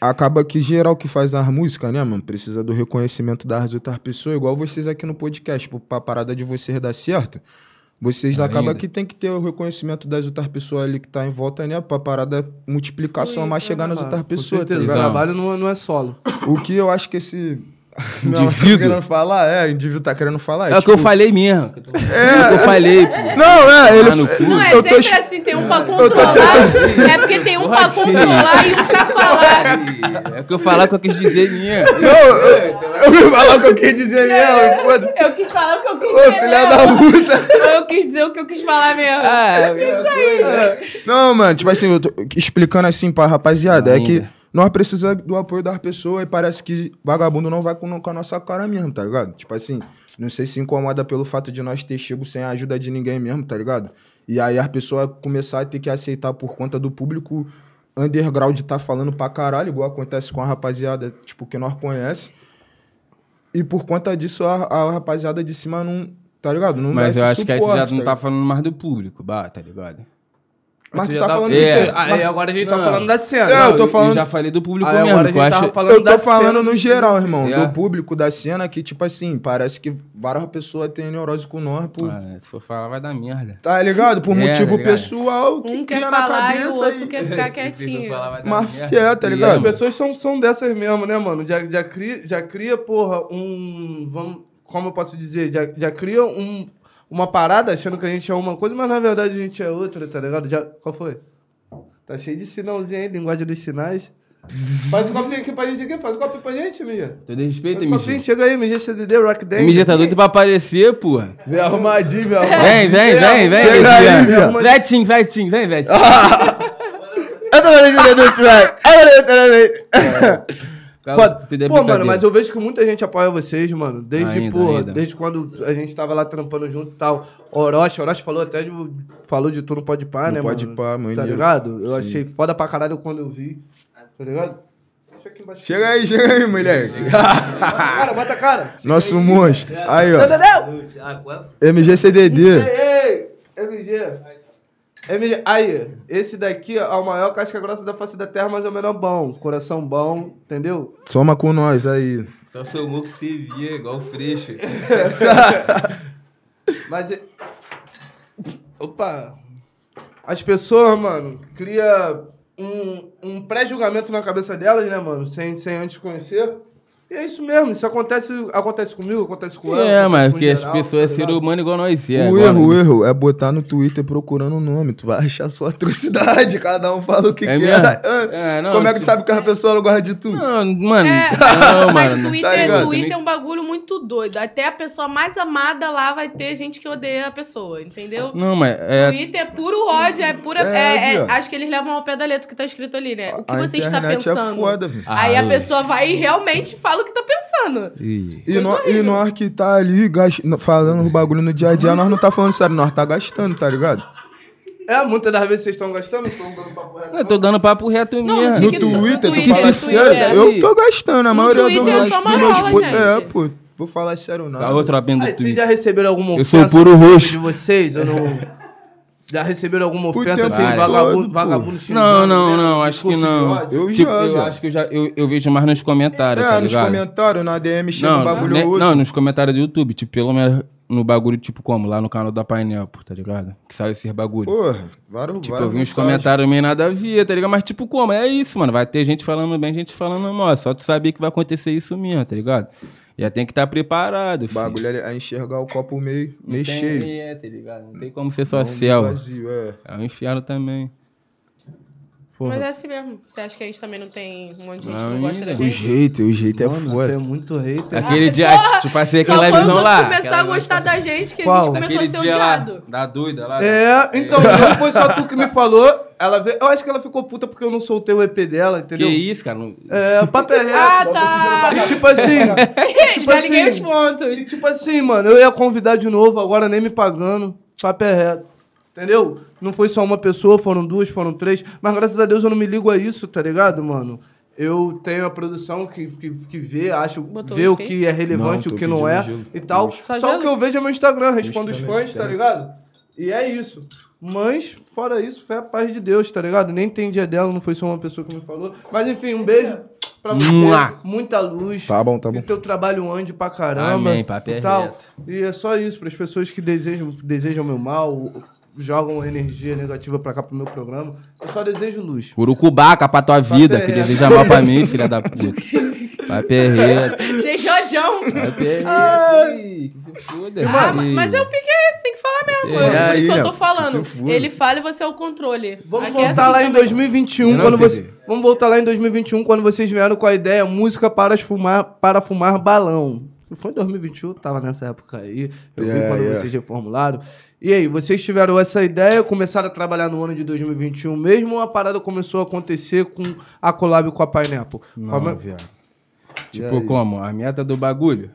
Speaker 5: acaba que geral que faz as músicas, né, mano? Precisa do reconhecimento das outras pessoas, igual vocês aqui no podcast. Tipo, pra parada de vocês dar certo, vocês
Speaker 4: Ainda.
Speaker 5: acabam que tem que ter o reconhecimento das outras pessoas ali que tá em volta, né? Pra parada multiplicar só mais chegar nas outras pessoas, tá
Speaker 3: O
Speaker 5: ligado? Ah,
Speaker 3: trabalho não, é- não é solo.
Speaker 5: O que eu acho que esse.
Speaker 4: Indivíduo.
Speaker 5: tá querendo falar, é, o indivíduo tá querendo falar.
Speaker 4: É, o que eu falei mesmo. É o que eu falei, pô.
Speaker 5: Não, é,
Speaker 4: Lá no cu.
Speaker 5: ele.
Speaker 4: Ah, Não,
Speaker 1: Não, é
Speaker 5: eu tô
Speaker 1: sempre
Speaker 5: es-
Speaker 1: assim, tem um pra controlar. É porque tem um pra controlar e um pra falar.
Speaker 4: É o que eu falar que eu quis dizer mesmo.
Speaker 5: Não, eu, eu vim falar o que eu quis dizer mesmo, foda
Speaker 1: Eu quis falar o que eu quis
Speaker 5: Ô,
Speaker 1: dizer.
Speaker 5: filha
Speaker 1: É mesmo.
Speaker 5: da puta!
Speaker 1: Eu quis dizer o que eu quis falar mesmo.
Speaker 4: Ah, é a mesma coisa.
Speaker 5: Não, mano, tipo assim, eu tô explicando assim pra rapaziada, é que
Speaker 4: Ainda.
Speaker 5: nós precisamos do apoio das pessoas e parece que vagabundo não vai com, com a nossa cara mesmo, tá ligado? Tipo assim, não sei se incomoda pelo fato de nós ter chego sem a ajuda de ninguém mesmo, tá ligado? E aí as pessoas começar a ter que aceitar por conta do público underground tá falando pra caralho, igual acontece com a rapaziada, tipo, que nós conhece. E por conta disso, a, a rapaziada de cima não, tá ligado? Não
Speaker 4: Mas
Speaker 5: dá
Speaker 4: eu
Speaker 5: esse
Speaker 4: acho que aí tu
Speaker 5: suporte,
Speaker 4: já não tá
Speaker 5: ligado?
Speaker 4: falando mais do público, bah, tá ligado?
Speaker 5: Mas
Speaker 3: Tu
Speaker 5: tu
Speaker 3: já
Speaker 5: tá
Speaker 3: tá-
Speaker 5: falando
Speaker 4: É,
Speaker 5: de quê?
Speaker 4: a-
Speaker 3: Aí agora a gente tá
Speaker 4: Não.
Speaker 3: falando da cena.
Speaker 5: É, eu tô
Speaker 4: e
Speaker 5: falando-
Speaker 4: já falei do público
Speaker 3: Aí agora
Speaker 4: mesmo,
Speaker 3: a
Speaker 4: que eu
Speaker 3: gente tava
Speaker 4: acho...
Speaker 3: falando
Speaker 5: Eu
Speaker 3: da
Speaker 5: tô falando
Speaker 3: cena.
Speaker 5: no geral, irmão.
Speaker 4: É.
Speaker 5: Do público da cena que, tipo assim, parece que várias pessoas têm neurose com nós, por,
Speaker 4: Ah, se for falar, vai dar merda.
Speaker 5: tá ligado? Por
Speaker 4: É, tá
Speaker 5: motivo
Speaker 4: ligado?
Speaker 5: pessoal que
Speaker 1: Um quer
Speaker 5: cria na
Speaker 1: falar e
Speaker 5: cabeça.
Speaker 1: o outro
Speaker 5: e-
Speaker 1: quer ficar
Speaker 4: Se
Speaker 1: quietinho.
Speaker 4: for falar, vai dar
Speaker 5: Máfia,
Speaker 4: merda.
Speaker 5: tá
Speaker 4: É. E
Speaker 5: ligado?
Speaker 3: As
Speaker 4: aí, mano?
Speaker 3: pessoas são, são dessas mesmo, né, mano? Já, já, cria, já cria, porra, um. Vamos, como eu posso dizer? Já, já cria um, uma parada achando que a gente é uma coisa, mas na verdade a gente é outra, tá ligado? Já, qual foi? Tá cheio de sinalzinho aí, linguagem dos sinais. Faz o copinho aqui pra gente aqui, faz o copinho pra gente, Mija.
Speaker 4: Todo respeito,
Speaker 3: Faz o copinho,
Speaker 4: MG.
Speaker 3: chega aí, MG CDD, Rock Dance.
Speaker 4: MG tá doido pra aparecer, porra.
Speaker 2: Vem arrumadinho, meu amor.
Speaker 4: Vem, vem, vem, vem.
Speaker 3: É. Chega aí,
Speaker 4: Vetinho.
Speaker 3: meu amor.
Speaker 4: Vetinho, Vetinho, vem, Vetinho.
Speaker 3: Eu tô falando de do track. Eu
Speaker 4: Calma, tu deu
Speaker 3: Pô, mano,
Speaker 4: é brincadeira.
Speaker 3: mas eu vejo que muita gente apoia vocês, mano. Desde,
Speaker 4: Ainda,
Speaker 3: porra,
Speaker 4: ainda.
Speaker 3: desde quando a gente tava lá trampando junto e tal. Orochi, Orochi falou até de, falou de tu no Pode Pá,
Speaker 5: No
Speaker 3: né,
Speaker 5: Pode
Speaker 3: mano?
Speaker 5: Pá, maneiro.
Speaker 3: Tá ligado? Eu
Speaker 5: Sim.
Speaker 3: achei foda pra caralho quando eu vi. Tá ligado? Deixa aqui embaixo.
Speaker 5: Chega aí, chega aí, mulher.
Speaker 3: Bota a cara, bota a cara.
Speaker 5: Nosso monstro. Aí,
Speaker 3: Não,
Speaker 5: ó.
Speaker 3: não, não.
Speaker 5: MGCDD.
Speaker 3: Ei, ei, MG. MG. Aí, esse daqui ó, é o maior casca grossa da face da terra, mas é o menor bom. Coração bom, entendeu?
Speaker 5: Soma com nós aí.
Speaker 2: Só somou que você via, igual o freixo.
Speaker 3: Mas. é- Opa! As pessoas, mano, cria um, um pré-julgamento na cabeça delas, né, mano? Sem, sem antes conhecer. E é isso mesmo, isso acontece, acontece comigo, acontece com ela.
Speaker 4: É,
Speaker 3: acontece
Speaker 4: mas
Speaker 3: com
Speaker 4: porque as
Speaker 3: geral,
Speaker 4: pessoas
Speaker 3: tá
Speaker 4: é ser
Speaker 3: ligado?
Speaker 4: humano igual nós é.
Speaker 5: o
Speaker 4: agora,
Speaker 5: erro, o
Speaker 4: né?
Speaker 5: erro é botar no Twitter procurando o nome. Tu vai achar sua atrocidade. Cada um fala o que
Speaker 4: É
Speaker 5: quer.
Speaker 4: mesmo?
Speaker 5: Ah,
Speaker 4: É, não,
Speaker 5: Como é que
Speaker 4: tipo-
Speaker 5: tu sabe que a pessoa não gosta de tu?
Speaker 4: Não, mano.
Speaker 1: É,
Speaker 4: não,
Speaker 1: mas
Speaker 4: mano.
Speaker 1: Twitter,
Speaker 5: tá ligado?
Speaker 1: Twitter é um bagulho muito doido. Até a pessoa mais amada lá vai ter gente que odeia a pessoa, entendeu?
Speaker 4: Não, mas é.
Speaker 1: Twitter é puro ódio, é pura.
Speaker 5: É,
Speaker 1: é- é-
Speaker 5: viu?
Speaker 1: acho que eles levam ao pé da letra o que tá escrito ali, né? O que
Speaker 5: A
Speaker 1: você está
Speaker 5: internet é
Speaker 1: pensando?
Speaker 5: foda, velho.
Speaker 1: Aí
Speaker 4: Ah,
Speaker 1: a pessoa vai e realmente fala o que tá pensando.
Speaker 4: Ih.
Speaker 5: E nó- e nós que tá ali gas- falando os bagulho no dia a dia, nós não tá falando sério, nós tá gastando, tá ligado?
Speaker 3: É, muitas das vezes vocês estão gastando, estão dando papo reto.
Speaker 4: Eu tô dando papo reto
Speaker 1: Não,
Speaker 4: mesmo.
Speaker 1: diga-
Speaker 5: No
Speaker 1: que tu-
Speaker 5: Twitter, tu
Speaker 1: Twitter,
Speaker 5: fala
Speaker 1: no
Speaker 5: sério?
Speaker 1: Twitter.
Speaker 5: Eu tô gastando,
Speaker 1: No
Speaker 5: a maioria
Speaker 1: Twitter eu
Speaker 5: dos
Speaker 1: sou
Speaker 5: meus
Speaker 1: marola,
Speaker 5: filhos.
Speaker 1: gente.
Speaker 5: É, pô, vou falar sério não.
Speaker 4: Tá outra bem do
Speaker 3: Aí, vocês
Speaker 4: Twitter.
Speaker 3: já receberam alguma
Speaker 4: Eu
Speaker 3: ofensa
Speaker 4: sou
Speaker 3: no
Speaker 4: puro roxo.
Speaker 3: vídeo de vocês ou não? Já receberam alguma
Speaker 5: Por
Speaker 3: ofensa
Speaker 5: tempo
Speaker 3: assim,
Speaker 4: todo,
Speaker 3: vagabundo,
Speaker 5: pô.
Speaker 3: vagabundo
Speaker 4: Não,
Speaker 3: xingando
Speaker 4: não,
Speaker 5: né?
Speaker 3: mesmo,
Speaker 5: Um
Speaker 4: não, acho que
Speaker 3: discurso de
Speaker 4: não.
Speaker 3: ódio?
Speaker 5: Eu
Speaker 4: Tipo,
Speaker 5: já,
Speaker 4: eu
Speaker 5: já.
Speaker 4: acho que eu já eu, eu vejo mais nos comentários,
Speaker 5: É,
Speaker 4: tá
Speaker 5: nos
Speaker 4: ligado?
Speaker 5: comentários, na DM chega
Speaker 4: Não,
Speaker 5: um bagulho
Speaker 4: ne-
Speaker 5: outro.
Speaker 4: não, né. nos comentários do YouTube, tipo, pelo menos no bagulho, tipo, como? Lá no canal da Painel, pô, tá ligado? Que saiu esses bagulho.
Speaker 5: Porra, vários,
Speaker 4: tipo,
Speaker 5: vários
Speaker 4: eu vi uns
Speaker 5: mensagens.
Speaker 4: comentários meio nada a ver, tá ligado? Mas, tipo, como? É isso, mano. Vai ter gente falando bem, gente falando mal. Só tu saber que vai acontecer isso mesmo, tá ligado? Já tem que estar preparado,
Speaker 5: O
Speaker 4: filho.
Speaker 5: bagulho é é enxergar o copo meio,
Speaker 4: Não
Speaker 5: meio
Speaker 4: tem-
Speaker 5: cheio.
Speaker 4: É, tá ligado? Não tem como ser só
Speaker 5: não
Speaker 4: céu.
Speaker 5: Vazio, é.
Speaker 4: É um inferno também. Porra.
Speaker 1: Mas é assim mesmo. Você acha que a gente também não tem um monte de gente que
Speaker 4: Não,
Speaker 1: não gosta da
Speaker 4: ainda.
Speaker 5: O
Speaker 1: gente?
Speaker 5: jeito, o jeito é
Speaker 3: Mano,
Speaker 5: foda.
Speaker 3: tem muito hater.
Speaker 4: Aquele
Speaker 1: Ah,
Speaker 4: dia,
Speaker 1: porra,
Speaker 4: tipo, passei
Speaker 1: Só
Speaker 4: aquela
Speaker 1: foi os
Speaker 4: visão
Speaker 1: outros
Speaker 4: lá.
Speaker 1: começar a gostar da gente que a
Speaker 3: Qual?
Speaker 1: gente começou a
Speaker 4: Naquele
Speaker 1: ser
Speaker 4: dia lá,
Speaker 1: odiado.
Speaker 4: da doida lá.
Speaker 3: É, então, não foi só tu que me falou. Ela veio, eu acho que ela ficou puta porque eu não soltei o EP dela,
Speaker 4: Que
Speaker 3: entendeu?
Speaker 4: isso, cara? Não-
Speaker 3: É, o papo é reto.
Speaker 1: Ah, tá.
Speaker 3: E tipo assim, tipo
Speaker 1: Já liguei os
Speaker 3: assim,
Speaker 1: pontos.
Speaker 3: e tipo assim, mano, eu ia convidar de novo, agora nem me pagando. Papo é reto. Entendeu? Não foi só uma pessoa, foram duas, foram três. Mas graças a Deus eu não me ligo a isso, tá ligado, mano? Eu tenho a produção que, que, que vê, acho,
Speaker 1: Botou
Speaker 3: vê o
Speaker 1: skate?
Speaker 3: que é relevante, o
Speaker 5: Não, tô
Speaker 3: que não
Speaker 5: pedindo
Speaker 3: é
Speaker 5: gelo.
Speaker 3: e tal.
Speaker 1: Só
Speaker 3: Só o
Speaker 1: gelo?
Speaker 3: que eu vejo é meu Instagram, respondo os
Speaker 5: Instagram,
Speaker 3: fãs, tá ligado? E é isso. Mas, fora isso, fé a paz de Deus, tá ligado? Nem entendi a dela, não foi só uma pessoa que me falou. Mas enfim, um beijo pra você.
Speaker 4: Mua.
Speaker 3: Muita luz.
Speaker 5: Tá bom, tá bom.
Speaker 3: Que teu trabalho ande pra caramba.
Speaker 4: Amém, papo é
Speaker 3: e tal.
Speaker 4: reto.
Speaker 3: E é só isso, para as pessoas que desejam, desejam meu mal, jogam energia negativa pra cá pro meu programa. Eu só desejo luz.
Speaker 4: Urucubaca pra tua vida, que
Speaker 3: reto.
Speaker 4: deseja mal pra mim, filha da puta. Vai perreto.
Speaker 1: Gente, odião.
Speaker 4: Vai perreto. Ih, Que se foda.
Speaker 1: Ah,
Speaker 4: filho.
Speaker 1: mas é o pique é esse, tem que falar mesmo.
Speaker 4: É,
Speaker 1: Eu- por
Speaker 4: aí,
Speaker 1: isso que eu
Speaker 4: né,
Speaker 1: tô
Speaker 4: se
Speaker 1: falando.
Speaker 4: for.
Speaker 1: Ele fala e você é o controle.
Speaker 3: Vamos
Speaker 1: Aqui é
Speaker 3: voltar
Speaker 1: assim
Speaker 3: lá em
Speaker 1: também.
Speaker 3: 2021,
Speaker 4: Não,
Speaker 3: quando
Speaker 4: Felipe.
Speaker 3: você... um Vamos voltar lá em 2021, quando vocês vieram com a ideia música para as fumar, para fumar balão. Foi em 2021, tava nessa época aí. Eu vi
Speaker 5: Yeah,
Speaker 3: quando
Speaker 5: yeah.
Speaker 3: vocês reformularam. E aí, vocês tiveram essa ideia, começaram a trabalhar no ano de 2021 mesmo ou a parada começou a acontecer com a collab com a Pineapple? Como é-
Speaker 4: Não, viado.
Speaker 5: E
Speaker 4: Tipo,
Speaker 5: aí?
Speaker 4: como? A meta do bagulho.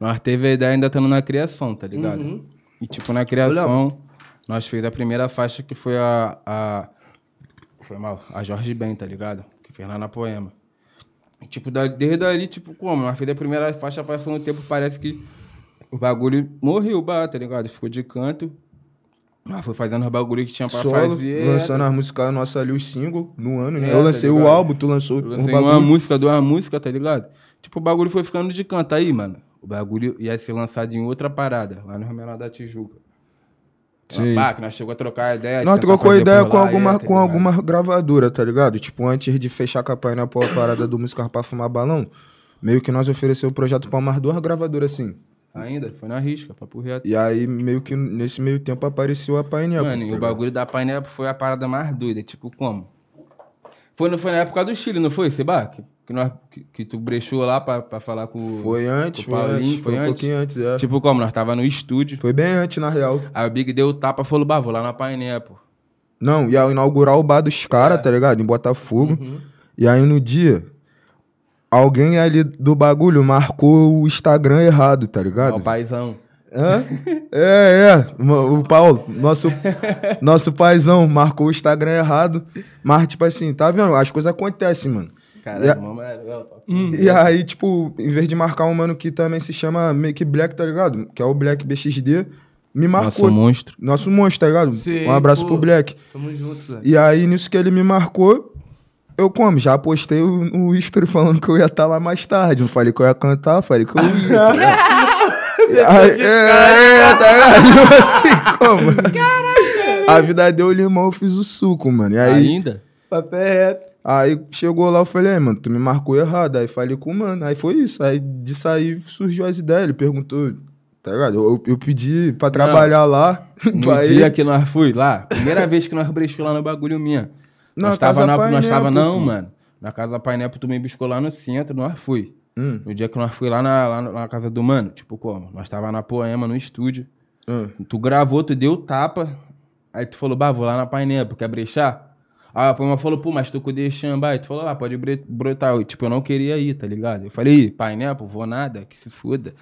Speaker 4: Nós teve a ideia ainda estando na criação, tá ligado?
Speaker 3: Uhum.
Speaker 4: E tipo, na criação, nós fez a primeira faixa que foi a. a- foi mal, a Jorge Ben, tá ligado? Que fez lá na poema. E, tipo, da- desde ali, tipo, como? Nós fez a primeira faixa passando o tempo, parece que o bagulho morreu, bah, tá ligado? Ficou de canto. Nós foi fazendo os bagulho que tinha pra
Speaker 5: Solo,
Speaker 4: fazer. tá
Speaker 5: lançando as músicas nossas ali, os single, no ano, né?
Speaker 4: É,
Speaker 5: eu
Speaker 4: tá
Speaker 5: lancei o
Speaker 4: ligado?
Speaker 5: álbum, tu lançou
Speaker 4: Eu
Speaker 5: o
Speaker 4: lancei
Speaker 5: Um
Speaker 4: um
Speaker 5: bagulho.
Speaker 4: Tipo assim, uma música, duas músicas, tá ligado? Tipo, o bagulho foi ficando de canto aí, mano. O bagulho ia ser lançado em outra parada, lá no Ramelão da Tijuca.
Speaker 5: Sim.
Speaker 4: Pá, que nós chegou a trocar ideia. de
Speaker 5: Nós
Speaker 4: tentar
Speaker 5: trocou
Speaker 4: fazer
Speaker 5: ideia
Speaker 4: por
Speaker 5: com,
Speaker 4: lá,
Speaker 5: alguma,
Speaker 4: é, tá
Speaker 5: com
Speaker 4: ligado?
Speaker 5: alguma gravadora, tá ligado? Tipo, antes de fechar com a Pineapple a parada do Música pra Fumar Balão, meio que nós ofereceu o projeto pra umas duas gravadoras, assim.
Speaker 4: Ainda, foi na risca, papo reto.
Speaker 5: E aí, meio que nesse meio tempo apareceu a Pineapple.
Speaker 4: mano, e
Speaker 5: tá
Speaker 4: o
Speaker 5: ligado?
Speaker 4: bagulho da painel foi a parada mais doida, tipo, como? Foi, no- foi na época do Chile, não foi, Seba? Que, que, nós, que, que tu brechou lá pra, pra falar com o-
Speaker 5: Foi antes,
Speaker 4: com
Speaker 5: foi
Speaker 4: o Paulinho,
Speaker 5: antes, foi um
Speaker 4: antes?
Speaker 5: pouquinho antes, é.
Speaker 4: Tipo, como? Nós tava no estúdio,
Speaker 5: Foi bem antes, na real.
Speaker 4: aí o Big deu o tapa e falou, bah, vou lá na painel, pô.
Speaker 5: Não, ia inaugurar o bar dos
Speaker 3: É.
Speaker 5: caras, tá ligado? Em Botafogo.
Speaker 3: Uhum.
Speaker 5: E aí no dia, alguém ali do bagulho marcou o Instagram errado, tá
Speaker 4: Ó,
Speaker 5: ligado?
Speaker 4: o paizão.
Speaker 5: Hã? É, é. O Paulo, nosso, nosso paizão, marcou o Instagram errado. Mas, tipo assim, tá vendo? As coisas acontecem, mano.
Speaker 4: Caralho, é,
Speaker 5: E a- Hum,
Speaker 4: mano.
Speaker 5: E
Speaker 3: Uhum.
Speaker 5: aí, tipo, em vez de marcar um mano que também se chama Make Black, tá ligado? Que é o Black BXD, me marcou.
Speaker 4: Nosso monstro.
Speaker 5: Nosso monstro, tá ligado?
Speaker 3: Sim,
Speaker 5: um abraço
Speaker 3: pô.
Speaker 5: pro Black.
Speaker 3: Tamo junto, velho.
Speaker 5: E aí, nisso que ele me marcou, eu como? Já postei o, o history falando que eu ia estar lá mais tarde. Não falei que eu ia cantar, falei que eu ia. tá ligado? E aí, é, é, tá ligado? Tipo assim, como? A vida deu limão, eu fiz o suco, mano. E aí,
Speaker 4: Ainda?
Speaker 3: Papel reto.
Speaker 5: aí chegou lá, eu falei, "Ei, mano, tu me marcou errado. Aí falei com o mano, aí foi isso. Aí disso aí surgiu as ideias, ele perguntou, tá ligado? Eu, eu pedi pra trabalhar lá.
Speaker 4: No
Speaker 5: pra ele.
Speaker 4: dia que nós fui lá, primeira vez que nós brechou lá no bagulho minha.
Speaker 5: Não,
Speaker 4: nós tava
Speaker 5: Casa
Speaker 4: na, nós
Speaker 5: Pineapple,
Speaker 4: tava não,
Speaker 5: pô.
Speaker 4: mano. Na casa da Pineapple tu me buscou lá no centro, nós fui.
Speaker 5: Hum,
Speaker 4: No dia que nós fui lá na, lá na casa do mano, tipo como? Nós tava na Poema, no estúdio.
Speaker 5: hum.
Speaker 4: Tu gravou, tu deu tapa. Aí tu falou, bah, vou lá na Pineapple, quer brechar? Aí a Poema falou, pô, mas tu com o Deixan, bah. E tu falou, lá, pode bre- brotar. Eu, tipo, eu não queria ir, tá ligado? Eu falei, "Ih, Pineapple, vou nada, que se foda.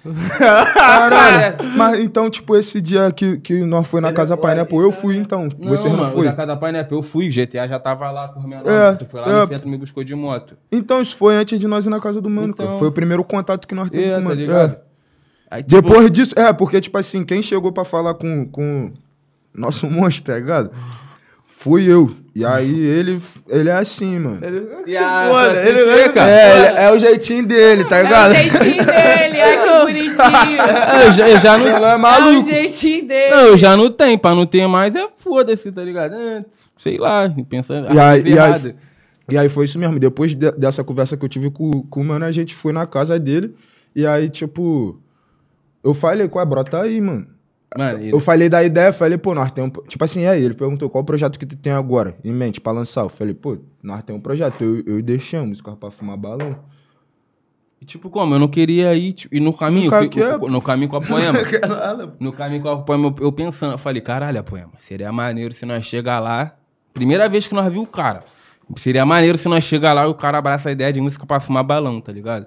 Speaker 4: Caralho!
Speaker 5: Mas então, tipo, esse dia que, que nós foi na Casa Pineapple, eu fui então.
Speaker 4: Não,
Speaker 5: Você não
Speaker 4: mano,
Speaker 5: foi.
Speaker 4: Da casa da Pineapple, eu fui, GTA já tava lá com o menor.
Speaker 5: É,
Speaker 4: tu foi lá
Speaker 5: é.
Speaker 4: no centro e me buscou de moto.
Speaker 5: Então isso foi antes de nós ir na casa do mano, cara.
Speaker 4: Então.
Speaker 5: Foi o primeiro contato que nós
Speaker 4: É,
Speaker 5: tivemos com o
Speaker 4: tá
Speaker 5: mano.
Speaker 4: ligado?
Speaker 5: É.
Speaker 4: Aí, tipo,
Speaker 5: Depois disso, é, porque, tipo assim, quem chegou pra falar com, com o nosso monstro, tá ligado? Fui eu. E aí ele, ele é assim, mano.
Speaker 4: E
Speaker 3: Se
Speaker 4: a-
Speaker 3: foda,
Speaker 4: assim,
Speaker 3: ele-
Speaker 4: né,
Speaker 3: ele-
Speaker 4: cara?
Speaker 5: É, ele- é o jeitinho dele, tá
Speaker 1: É
Speaker 5: ligado?
Speaker 1: o jeitinho dele, ai que bonitinho.
Speaker 5: né?
Speaker 4: Eu já, eu já não.
Speaker 5: Ela é
Speaker 1: É o
Speaker 5: maluco.
Speaker 1: jeitinho dele.
Speaker 4: Não, eu já não tenho. Pra não ter mais, é foda-se, tá ligado? É, sei lá, pensando.
Speaker 5: E aí, e,
Speaker 4: Tá errado.
Speaker 5: aí, e aí foi isso mesmo. Depois de- dessa conversa que eu tive com, com o mano, a gente foi na casa dele. E aí, tipo, eu falei, qual é, brota aí, mano.
Speaker 4: Mano, e-
Speaker 5: Eu falei da ideia, falei, pô, nós temos. Tipo assim, aí ele perguntou qual o projeto que tu tem agora em mente pra lançar. Eu falei, pô, nós temos um projeto, eu, eu deixei a música pra fumar balão.
Speaker 4: e tipo, como? Eu não queria ir. tipo, e no caminho,
Speaker 5: Nunca
Speaker 4: eu fui-
Speaker 5: quer, pô.
Speaker 4: no caminho com a poema.
Speaker 5: Caralho.
Speaker 4: No caminho com a poema, eu- eu pensando, eu falei, caralho, a poema, seria maneiro se nós chegar lá. Primeira vez que nós vimos o cara. Seria maneiro se nós chegar lá e o cara abraça a ideia de música pra fumar balão, tá ligado?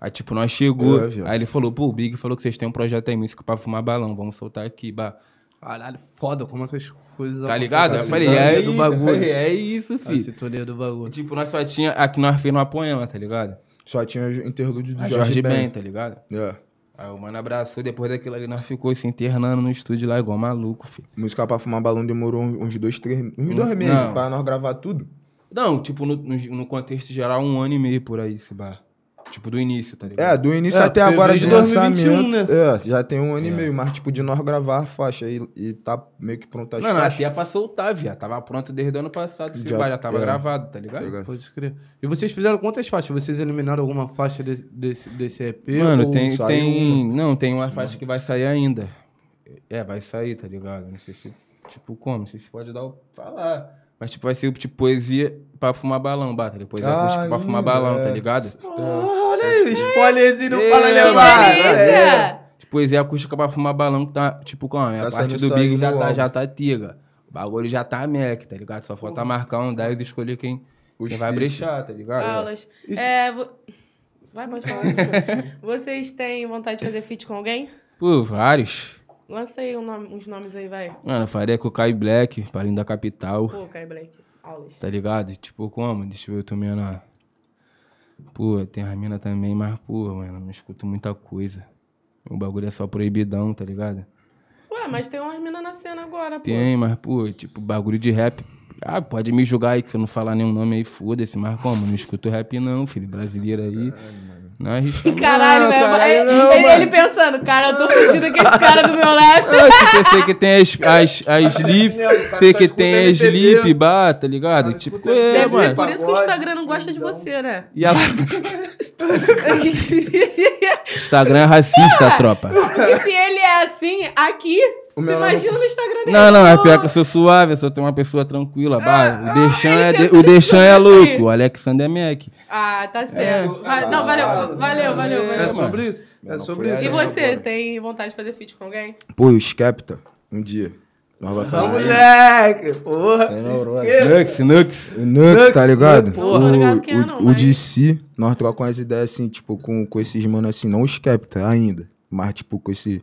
Speaker 4: Aí, tipo, nós chegou.
Speaker 5: É, viado.
Speaker 4: aí ele falou, pô, o Big falou que vocês têm um projeto aí, música pra fumar balão, vamos soltar aqui, bah.
Speaker 3: Caralho, foda como é que as coisas
Speaker 4: Tá ligado? Eu
Speaker 3: acontecem.
Speaker 4: falei,
Speaker 3: Sintonia
Speaker 4: é
Speaker 3: do
Speaker 4: isso, eu
Speaker 3: bagulho.
Speaker 4: falei, é isso,
Speaker 3: A
Speaker 4: filho.
Speaker 3: sintonia do bagulho.
Speaker 4: Tipo, nós só tinha. Aqui nós fez uma poema, tá ligado?
Speaker 5: Só tinha o interlúdio do
Speaker 4: A
Speaker 5: Ah, Jorge,
Speaker 4: Jorge Ben,
Speaker 5: Ben.
Speaker 4: tá ligado?
Speaker 5: É.
Speaker 4: Aí o mano abraçou, depois daquilo ali nós ficou se internando no estúdio lá igual maluco, filho.
Speaker 5: Música pra fumar balão demorou uns dois, três. Uns dois
Speaker 4: Não.
Speaker 5: meses pra nós gravar tudo.
Speaker 4: Não, tipo, no, no, no contexto geral, um ano e meio por aí, esse bar. Tipo, do início, tá ligado?
Speaker 5: É, do início
Speaker 3: É,
Speaker 5: até
Speaker 3: porque
Speaker 5: agora de
Speaker 3: veio de 2021,
Speaker 5: 2021, né? É, já tem um ano e meio, mas tipo, de nós gravar a faixa e, e tá meio que pronta as
Speaker 4: Não, não,
Speaker 5: faixas.
Speaker 4: até é pra soltar, viado. Tava pronto desde o ano passado, esse
Speaker 5: Já-
Speaker 4: bar já tava
Speaker 5: é.
Speaker 4: gravado, tá
Speaker 5: tá
Speaker 4: ligado?
Speaker 5: ligado?
Speaker 3: Pode crer. E vocês fizeram quantas faixas? Vocês eliminaram alguma faixa de- desse, desse EP?
Speaker 4: Mano,
Speaker 3: ou
Speaker 4: tem.
Speaker 5: saiu
Speaker 4: tem Não, tem uma faixa que vai sair ainda. É, vai sair, tá ligado? Não sei se. Tipo, como? Não sei se pode dar o. falar. Mas, tipo, vai ser tipo poesia pra fumar balão, bata. Poesia acústica pra fumar
Speaker 5: Ai,
Speaker 4: balão, tá
Speaker 5: é.
Speaker 4: ligado?
Speaker 3: Olha aí, spoilerzinho não
Speaker 4: É,
Speaker 3: fala
Speaker 4: é,
Speaker 3: levar.
Speaker 4: delícia.
Speaker 1: Delícia!
Speaker 4: Poesia acústica pra fumar balão que tá, tipo, como? A
Speaker 5: Tá
Speaker 4: parte
Speaker 5: saindo
Speaker 4: do
Speaker 5: sangue
Speaker 4: Big já
Speaker 5: no
Speaker 4: tá,
Speaker 5: álbum.
Speaker 4: já tá tiga. O bagulho já tá Mac, tá ligado? Só falta marcar um 10 e escolher quem,
Speaker 5: Os
Speaker 4: quem vai
Speaker 5: feat.
Speaker 4: brechar, tá ligado?
Speaker 1: Aulas.
Speaker 3: Isso-
Speaker 1: É, vo- Vai, pode falar. Vocês têm vontade de fazer feat com alguém?
Speaker 4: Pô, vários.
Speaker 1: Lança aí um nome- uns nomes aí, vai.
Speaker 4: Mano, eu faria com o Kai Black, Palinho da Capital,
Speaker 1: Pô, Kai Black. Aulas.
Speaker 4: tá ligado? Tipo, como? Deixa eu ver, eu tô meio na... Pô, tem a mina também, mas, pô, mano, eu não escuto muita coisa. O bagulho é só proibidão, tá ligado?
Speaker 1: Ué, mas tem umas minas na cena agora, pô.
Speaker 4: Tem, mas, pô, tipo, bagulho de rap. Ah, pode me julgar aí que se eu não falar nenhum nome aí, foda-se, mas como? Não escuto rap não, filho. Brasileiro aí. Não arrisca.
Speaker 1: Caralho,
Speaker 4: não,
Speaker 1: né?
Speaker 4: caralho,
Speaker 1: Ele-
Speaker 4: não,
Speaker 1: ele,
Speaker 4: mano.
Speaker 1: ele pensando, cara, eu tô fudido com esse cara do meu lado.
Speaker 4: Eu tipo, eu sei que tem as, as, as Sleep,
Speaker 1: tá
Speaker 3: Meu, cara,
Speaker 4: sei
Speaker 3: só
Speaker 4: que
Speaker 3: escuta
Speaker 4: tem as
Speaker 3: MPB.
Speaker 4: Sleep, bah, tá ligado?
Speaker 3: Cara,
Speaker 4: Tipo,
Speaker 3: escuta
Speaker 4: é,
Speaker 1: Deve
Speaker 3: MPB,
Speaker 1: ser
Speaker 4: mano.
Speaker 1: por isso que o
Speaker 3: Pagode,
Speaker 1: Instagram não gosta
Speaker 5: então.
Speaker 1: de você, né?
Speaker 4: E ela... Instagram é racista, tropa.
Speaker 1: Porque se ele é assim aqui, tu
Speaker 5: meu nome-
Speaker 1: imagina no Instagram dele.
Speaker 4: Não, não, é pior que eu sou suave, eu sou uma pessoa tranquila. bah, o Deixan
Speaker 1: Ah, ele
Speaker 4: é,
Speaker 1: tem essa
Speaker 4: de-
Speaker 1: assim.
Speaker 4: o Deixan é
Speaker 1: visão disso aí.
Speaker 4: louco, o Alexander é Mac.
Speaker 1: Ah, tá certo. Va- não, valeu, valeu, valeu,
Speaker 3: É,
Speaker 1: valeu.
Speaker 3: sobre isso? É
Speaker 5: Não,
Speaker 3: sobre
Speaker 5: foi
Speaker 3: isso.
Speaker 1: E
Speaker 5: essa.
Speaker 1: você, tem vontade de fazer feat com alguém?
Speaker 5: Pô, os Skepta, um dia. Nós vai
Speaker 3: Ah,
Speaker 5: fazer.
Speaker 3: moleque, porra.
Speaker 4: Nux, Nux.
Speaker 5: O Nux, tá ligado?
Speaker 1: Nux, né? porra. Não tô ligado quem é, não,
Speaker 5: o, o, o
Speaker 1: mas-
Speaker 5: DC, nós trocamos as ideias assim, tipo, com, com esses manos assim, não os Capta ainda, mas tipo, com esse.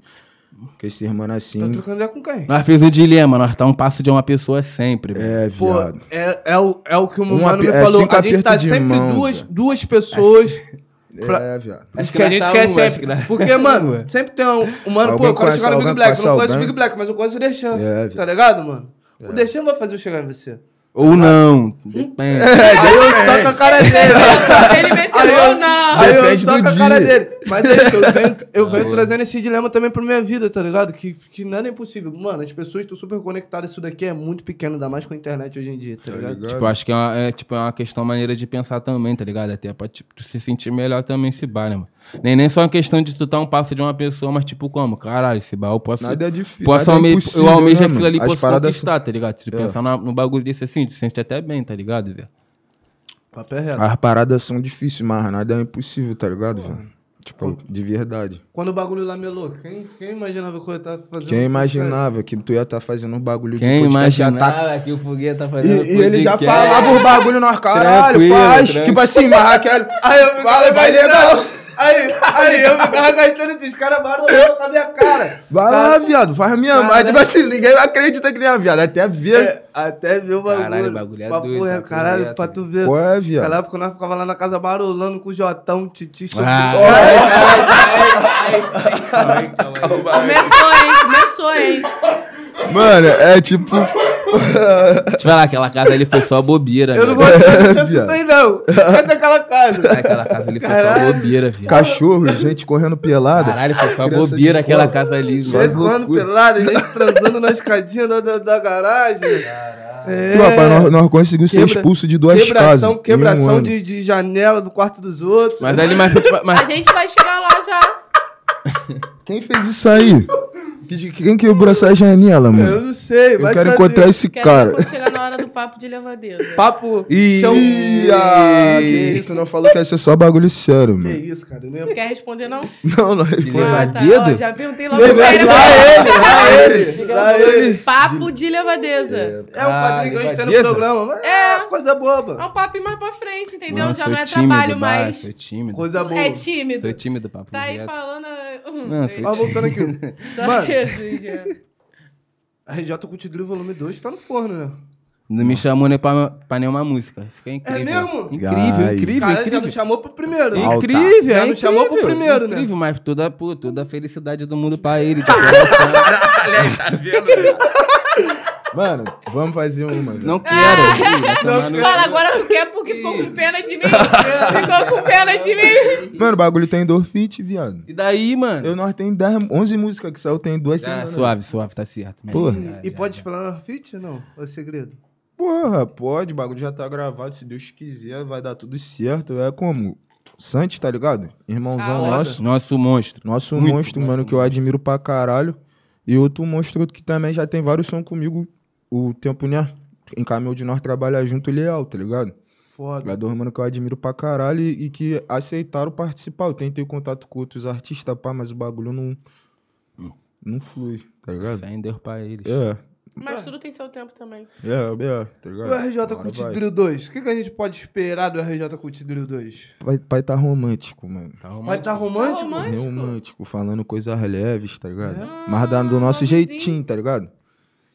Speaker 5: Com esses manos assim.
Speaker 3: Tá trocando já com quem?
Speaker 4: Nós fez o dilema, nós tá um passo de uma pessoa sempre. bro.
Speaker 5: É,
Speaker 3: Pô,
Speaker 5: viado.
Speaker 3: é, é, o, é o que o
Speaker 5: Um
Speaker 3: Mano me
Speaker 5: ape- é
Speaker 3: falou.
Speaker 5: cinco
Speaker 3: A gente tá
Speaker 5: apertos de
Speaker 3: sempre
Speaker 5: mão,
Speaker 3: duas,
Speaker 5: cara.
Speaker 3: duas pessoas. pra-
Speaker 5: É, viado.
Speaker 4: Acho
Speaker 3: que a gente
Speaker 4: nós
Speaker 3: quer
Speaker 4: um, acho
Speaker 3: sempre.
Speaker 4: que nós-
Speaker 3: Porque, mano, sempre tem um. um mano, pô, eu
Speaker 5: Alguém
Speaker 3: quero
Speaker 5: conhece
Speaker 3: chegar no Big Black. Eu não
Speaker 5: alguém, conhece
Speaker 3: conheço o
Speaker 5: alguém?
Speaker 3: Big Black, mas eu conheço o Deixan.
Speaker 5: É,
Speaker 3: tá ligado, mano? O Deixan vai fazer eu chegar em você.
Speaker 4: Ou não. Depende.
Speaker 5: É.
Speaker 3: Aí eu soco a cara dele.
Speaker 1: Ele meteu
Speaker 3: Aí
Speaker 1: ou
Speaker 3: eu,
Speaker 1: não?
Speaker 3: aí eu
Speaker 5: Depende
Speaker 3: soco
Speaker 5: do
Speaker 3: a cara
Speaker 5: dia.
Speaker 3: dele. Mas é isso, eu venho, eu venho trazendo esse dilema também pra minha vida, tá ligado? Que, que nada é impossível. Mano, as pessoas estão super conectadas. Isso daqui é muito pequeno, ainda mais com a internet hoje em dia, tá ligado?
Speaker 4: Tipo, acho que é uma, é, tipo, é uma questão maneira de pensar também, tá ligado? Até pra tipo, tu se sentir melhor também se bar, né, mano? Nem, nem só uma questão de tu tá um passo de uma pessoa, mas tipo, como? Caralho, se bar, eu posso.
Speaker 5: Nada é difícil.
Speaker 4: posso
Speaker 5: nada é
Speaker 4: alme-
Speaker 5: impossível,
Speaker 4: eu almejo
Speaker 5: né,
Speaker 4: aquilo
Speaker 5: mano?
Speaker 4: ali,
Speaker 5: As
Speaker 4: posso
Speaker 5: paradas-
Speaker 4: conquistar, tá ligado? Se tu
Speaker 5: É.
Speaker 4: pensar na- no bagulho desse assim, tu se sente até bem, tá ligado, velho?
Speaker 3: Papel é reto.
Speaker 5: As paradas são difíceis, mas nada é impossível, tá ligado, velho? Tipo, de verdade.
Speaker 3: Quando o bagulho lá melou, quem, quem imaginava que eu tava fazendo?
Speaker 5: Quem imaginava que tu ia estar fazendo um bagulho
Speaker 4: Quem
Speaker 5: de podcast já tá
Speaker 4: imaginava que o Fogueira tá
Speaker 5: E,
Speaker 4: fazendo
Speaker 5: e ele já
Speaker 4: podcast?
Speaker 5: falava os bagulho nós, caralho,
Speaker 4: Tranquilo,
Speaker 5: faz.
Speaker 4: tranquilo.
Speaker 5: Tipo assim, mas Raquel.
Speaker 3: Aí eu
Speaker 5: Fala, vai legal.
Speaker 3: Aí, aí eu ficava aguentando esses caras barulhando com a minha cara.
Speaker 5: Vai lá, viado, faz minha
Speaker 3: Cara.
Speaker 5: mãe. Tipo assim, ninguém acredita que nem a viado. Até ver.
Speaker 3: É, até ver o bagulho.
Speaker 4: Caralho, o bagulho é
Speaker 3: Papo
Speaker 4: doido,
Speaker 3: reto,
Speaker 4: papo
Speaker 3: Caralho,
Speaker 4: reto.
Speaker 3: pra tu ver.
Speaker 5: Qual é, viado?
Speaker 3: Aquela época nós ficava lá na casa barulhando com o Jotão, Titi,
Speaker 4: Ah,
Speaker 1: Começou, hein? Começou, hein?
Speaker 5: Mano, é tipo.
Speaker 4: Te falar, aquela casa ali foi só bobeira.
Speaker 3: Eu não
Speaker 4: velho.
Speaker 3: gosto desse assunto
Speaker 5: Viado.
Speaker 3: aí, não. É daquela casa.
Speaker 4: Aquela casa ali foi
Speaker 3: Caralho.
Speaker 4: só bobeira, viado.
Speaker 5: Cachorro, gente correndo pelada.
Speaker 4: Caralho, foi só
Speaker 5: Criança de
Speaker 4: bobeira aquela
Speaker 5: rua.
Speaker 4: casa ali,
Speaker 3: De vez em
Speaker 4: mano.
Speaker 3: quando pelado, a gente transando na escadinha da, da, da garagem. É.
Speaker 5: Tropa, nós, nós conseguimos ser
Speaker 3: Quebra-
Speaker 5: expulso de duas casas.
Speaker 3: quebração,
Speaker 5: em um
Speaker 3: Quebração
Speaker 5: ano.
Speaker 3: de, de janela do quarto dos outros.
Speaker 4: Mas ali, mas, tipo, mas-
Speaker 1: A gente vai chegar lá já.
Speaker 5: Quem fez isso aí? Que- Quem quebrou essa janela,
Speaker 3: Eu
Speaker 5: mano?
Speaker 3: não sei,
Speaker 5: Eu
Speaker 3: vai
Speaker 5: quero
Speaker 3: saber.
Speaker 5: encontrar esse
Speaker 1: Quero
Speaker 5: cara.
Speaker 1: ver quando chegar na hora do papo de levadeira.
Speaker 3: Papo
Speaker 5: Ih,
Speaker 3: chão.
Speaker 5: ah, que isso, não falou que ia ser só bagulho sério,
Speaker 3: Que
Speaker 5: mano.
Speaker 3: isso, cara. Não
Speaker 1: Quer responder, não?
Speaker 5: Não, não.
Speaker 1: Ah, tá.
Speaker 4: Levadeza?
Speaker 1: Ó, já perguntei logo sério.
Speaker 3: Lá ele, lá ele.
Speaker 1: Papo de levadeza.
Speaker 3: É um
Speaker 4: Ah,
Speaker 3: quadrinho que a gente tem no
Speaker 4: levadeza?
Speaker 3: programa. Mas é coisa boba.
Speaker 1: É um papo mais pra frente, entendeu?
Speaker 4: Mano,
Speaker 1: já
Speaker 4: sou
Speaker 1: não é
Speaker 4: tímido,
Speaker 1: trabalho
Speaker 4: vai,
Speaker 1: mais.
Speaker 4: Sou tímido.
Speaker 3: Coisa boa.
Speaker 1: É tímido.
Speaker 4: Sou tímido, papo.
Speaker 1: Tá aí
Speaker 4: reto.
Speaker 1: falando. ah, hum,
Speaker 4: Não,
Speaker 3: Ó, voltando aqui.
Speaker 1: Só
Speaker 3: Mano.
Speaker 1: Jesus, já.
Speaker 3: A RJ Cutidril Volume 2 tá no forno, né?
Speaker 4: Não me chamou nem pra, pra nenhuma música. Isso que é incrível.
Speaker 3: mesmo?
Speaker 4: Incrível,
Speaker 5: Ai.
Speaker 4: incrível,
Speaker 3: Cara, já
Speaker 4: incrível.
Speaker 3: não chamou pro primeiro. né?
Speaker 5: Alta.
Speaker 4: Incrível,
Speaker 3: Já
Speaker 4: é
Speaker 3: não chamou pro
Speaker 4: incrível,
Speaker 3: primeiro, né?
Speaker 4: Incrível, mas toda, pô, toda a felicidade do mundo pra ele. tipo, de coração.
Speaker 5: Mano, vamos fazer uma. velho.
Speaker 1: É.
Speaker 4: não quero. vai tomar no-
Speaker 1: Fala, agora tu quer porque ficou com pena de mim? Ficou com pena de mim?
Speaker 5: Mano, o bagulho tem Dorfit, viado.
Speaker 4: E daí, mano?
Speaker 5: Eu nós tem 10, 11 músicas que saiu, tem duas
Speaker 4: Ah,
Speaker 5: semanas.
Speaker 4: suave, suave, tá certo.
Speaker 5: Porra.
Speaker 4: Já,
Speaker 3: E
Speaker 4: já,
Speaker 3: pode
Speaker 4: já.
Speaker 3: explanar fit ou não? É segredo.
Speaker 5: Porra, pode, o bagulho já tá gravado, se Deus quiser, vai dar tudo certo. É como Santos, tá ligado? Irmãozão
Speaker 1: Ah,
Speaker 5: nosso.
Speaker 4: Nosso monstro.
Speaker 5: Nosso
Speaker 4: Muito,
Speaker 5: monstro,
Speaker 4: nosso
Speaker 5: mano, que eu admiro pra caralho. E outro monstro que também já tem vários sons comigo, o Tempo, né? encaminhou de nós trabalhar junto leal, tá ligado?
Speaker 3: Foda.
Speaker 5: Jogador, mano, que eu admiro pra caralho e, e que aceitaram participar. Eu tentei contato com outros artistas, pá, mas o bagulho não. Não flui, tá ligado?
Speaker 4: Fé em Deus pra eles.
Speaker 5: É,
Speaker 1: Mas tudo tem seu tempo também.
Speaker 5: é, é,
Speaker 3: E
Speaker 5: tá ligado?
Speaker 3: o RJ
Speaker 5: Agora
Speaker 3: com o
Speaker 5: vai.
Speaker 3: Tidril 2? O que, que a gente pode esperar do RJ com o Tidril 2?
Speaker 5: Vai, vai tá romântico, mano.
Speaker 4: Tá
Speaker 3: Vai
Speaker 4: arrumando.
Speaker 3: estar tá romântico?
Speaker 1: Tá
Speaker 5: um
Speaker 1: romântico.
Speaker 5: Romântico, falando coisas leves, tá ligado?
Speaker 1: É.
Speaker 5: Mas dando do nosso
Speaker 1: Ah,
Speaker 5: jeitinho, tá ligado?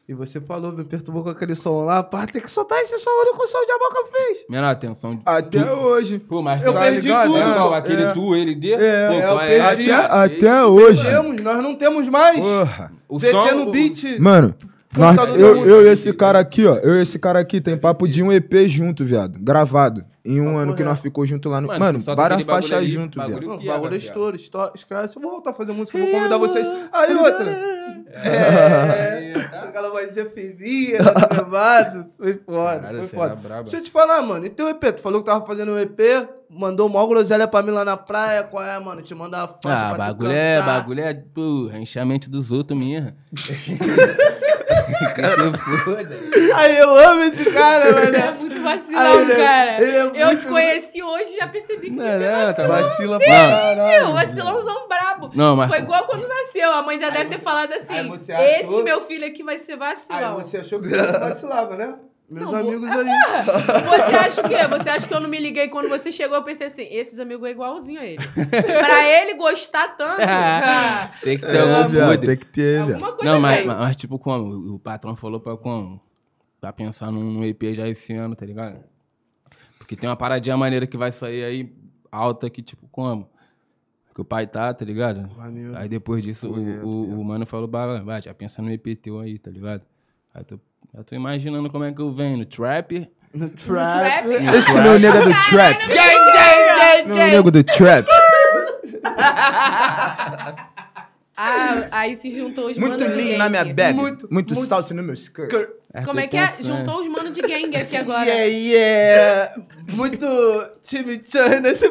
Speaker 3: E você falou, me perturbou com aquele som lá. Pá, tem que soltar esse som olha o que o som de boca fez.
Speaker 4: Menor atenção.
Speaker 3: Ah,
Speaker 4: de-
Speaker 5: Até hoje.
Speaker 4: Pô, mas
Speaker 3: Eu
Speaker 4: tá
Speaker 3: perdi
Speaker 4: ligado?
Speaker 3: tudo.
Speaker 4: É igual aquele
Speaker 5: É.
Speaker 4: tu, ele dê.
Speaker 5: É,
Speaker 4: Pô,
Speaker 3: é,
Speaker 4: qual
Speaker 3: eu perdi.
Speaker 5: Até,
Speaker 4: Até-
Speaker 5: até hoje.
Speaker 3: Temos, nós não temos mais.
Speaker 5: Porra.
Speaker 4: O
Speaker 3: DT
Speaker 4: som,
Speaker 3: no
Speaker 4: o-
Speaker 3: beat.
Speaker 5: Mano, nós,
Speaker 3: Computador
Speaker 5: eu,
Speaker 3: do-
Speaker 5: eu e esse cara aqui, ó. Eu e esse cara aqui tem papo de um EP junto, viado. Gravado. Em um
Speaker 3: Ah,
Speaker 5: ano que
Speaker 3: porra.
Speaker 5: nós ficou junto lá no.
Speaker 4: Mano,
Speaker 5: Mano,
Speaker 4: se solta
Speaker 5: várias
Speaker 4: aquele bagulho
Speaker 5: faixas
Speaker 4: ali,
Speaker 5: junto,
Speaker 4: bagulho
Speaker 5: viado.
Speaker 3: Não, o
Speaker 4: piada,
Speaker 3: bagulho é
Speaker 4: viado.
Speaker 3: estouro, esto- esquece. Eu Vou voltar a fazer música, eu vou convidar vocês. Aí outra. É.
Speaker 4: tá?
Speaker 3: Aquela vozinha feliz, levado. tá Foi foda,
Speaker 4: Caralho,
Speaker 3: foi
Speaker 4: você
Speaker 3: foda.
Speaker 4: era braba.
Speaker 3: Deixa eu te falar, mano. E teu EP? Tu falou que tava fazendo um EP, mandou mó groselha pra mim lá na praia. Qual é, mano? Te mandar faixa pra
Speaker 4: Ah,
Speaker 3: tu
Speaker 4: bagulho é,
Speaker 3: cantar.
Speaker 4: bagulho é, porra, enxamento dos outros mesmo. que foda.
Speaker 3: Aí eu amo esse cara,
Speaker 1: Ele é
Speaker 3: mano.
Speaker 1: muito
Speaker 3: Ah,
Speaker 1: vacilão,
Speaker 3: ele é-
Speaker 1: cara.
Speaker 3: ele é
Speaker 1: Eu
Speaker 3: muito-
Speaker 1: te conheci hoje e já percebi que você é
Speaker 4: Não, tá
Speaker 5: Vacila pra caralho.
Speaker 1: vacilão, vacilãozão brabo.
Speaker 4: Não, mas-
Speaker 1: Foi igual quando nasceu. A mãe já deve ter falado assim,
Speaker 3: aí você
Speaker 1: esse
Speaker 3: achou-
Speaker 1: meu filho aqui vai ser
Speaker 3: Aí
Speaker 1: vacilão.
Speaker 3: você achou que eu vacilava, né? Meus
Speaker 1: Não,
Speaker 3: amigos
Speaker 1: vou-
Speaker 3: ali.
Speaker 1: Ah, Você acha o quê? Você acha que eu não me liguei quando você chegou? Eu pensei assim, esses amigos é igualzinho a ele. pra ele gostar tanto, cara,
Speaker 4: Tem que ter
Speaker 5: É,
Speaker 4: algum
Speaker 5: viado,
Speaker 4: podre.
Speaker 5: tem que
Speaker 4: Tá
Speaker 5: ter, viado.
Speaker 1: alguma coisa
Speaker 4: Não, mas,
Speaker 1: tem.
Speaker 4: mas- mas tipo como? O- O patrão falou pra como? Pra pensar num, num EP já esse ano, tá ligado? Porque tem uma paradinha maneira que vai sair aí alta que, tipo, como? Que o pai tá, tá ligado?
Speaker 3: Maneiro.
Speaker 4: Aí depois disso o,
Speaker 5: Maneiro, tá
Speaker 4: o, o mano falou, "Bah, bah, já pensa no EP teu aí, tá ligado? Aí eu tô, eu tô imaginando como é que eu venho no trap.
Speaker 3: No
Speaker 1: Trap.
Speaker 3: trap.
Speaker 5: Esse meu nego é do
Speaker 4: Tá
Speaker 5: trap. Meu nego é do trap.
Speaker 1: Ah, aí se juntou os
Speaker 5: Muito
Speaker 1: manos de
Speaker 5: lean
Speaker 1: gang.
Speaker 3: né,
Speaker 5: na minha bag.
Speaker 3: Muito,
Speaker 5: Muito,
Speaker 3: muito.
Speaker 5: salsa no meu skirt.
Speaker 1: Como é que é? Juntou os manos de gang aqui agora.
Speaker 3: Yeah, yeah. Muito time Chan nesse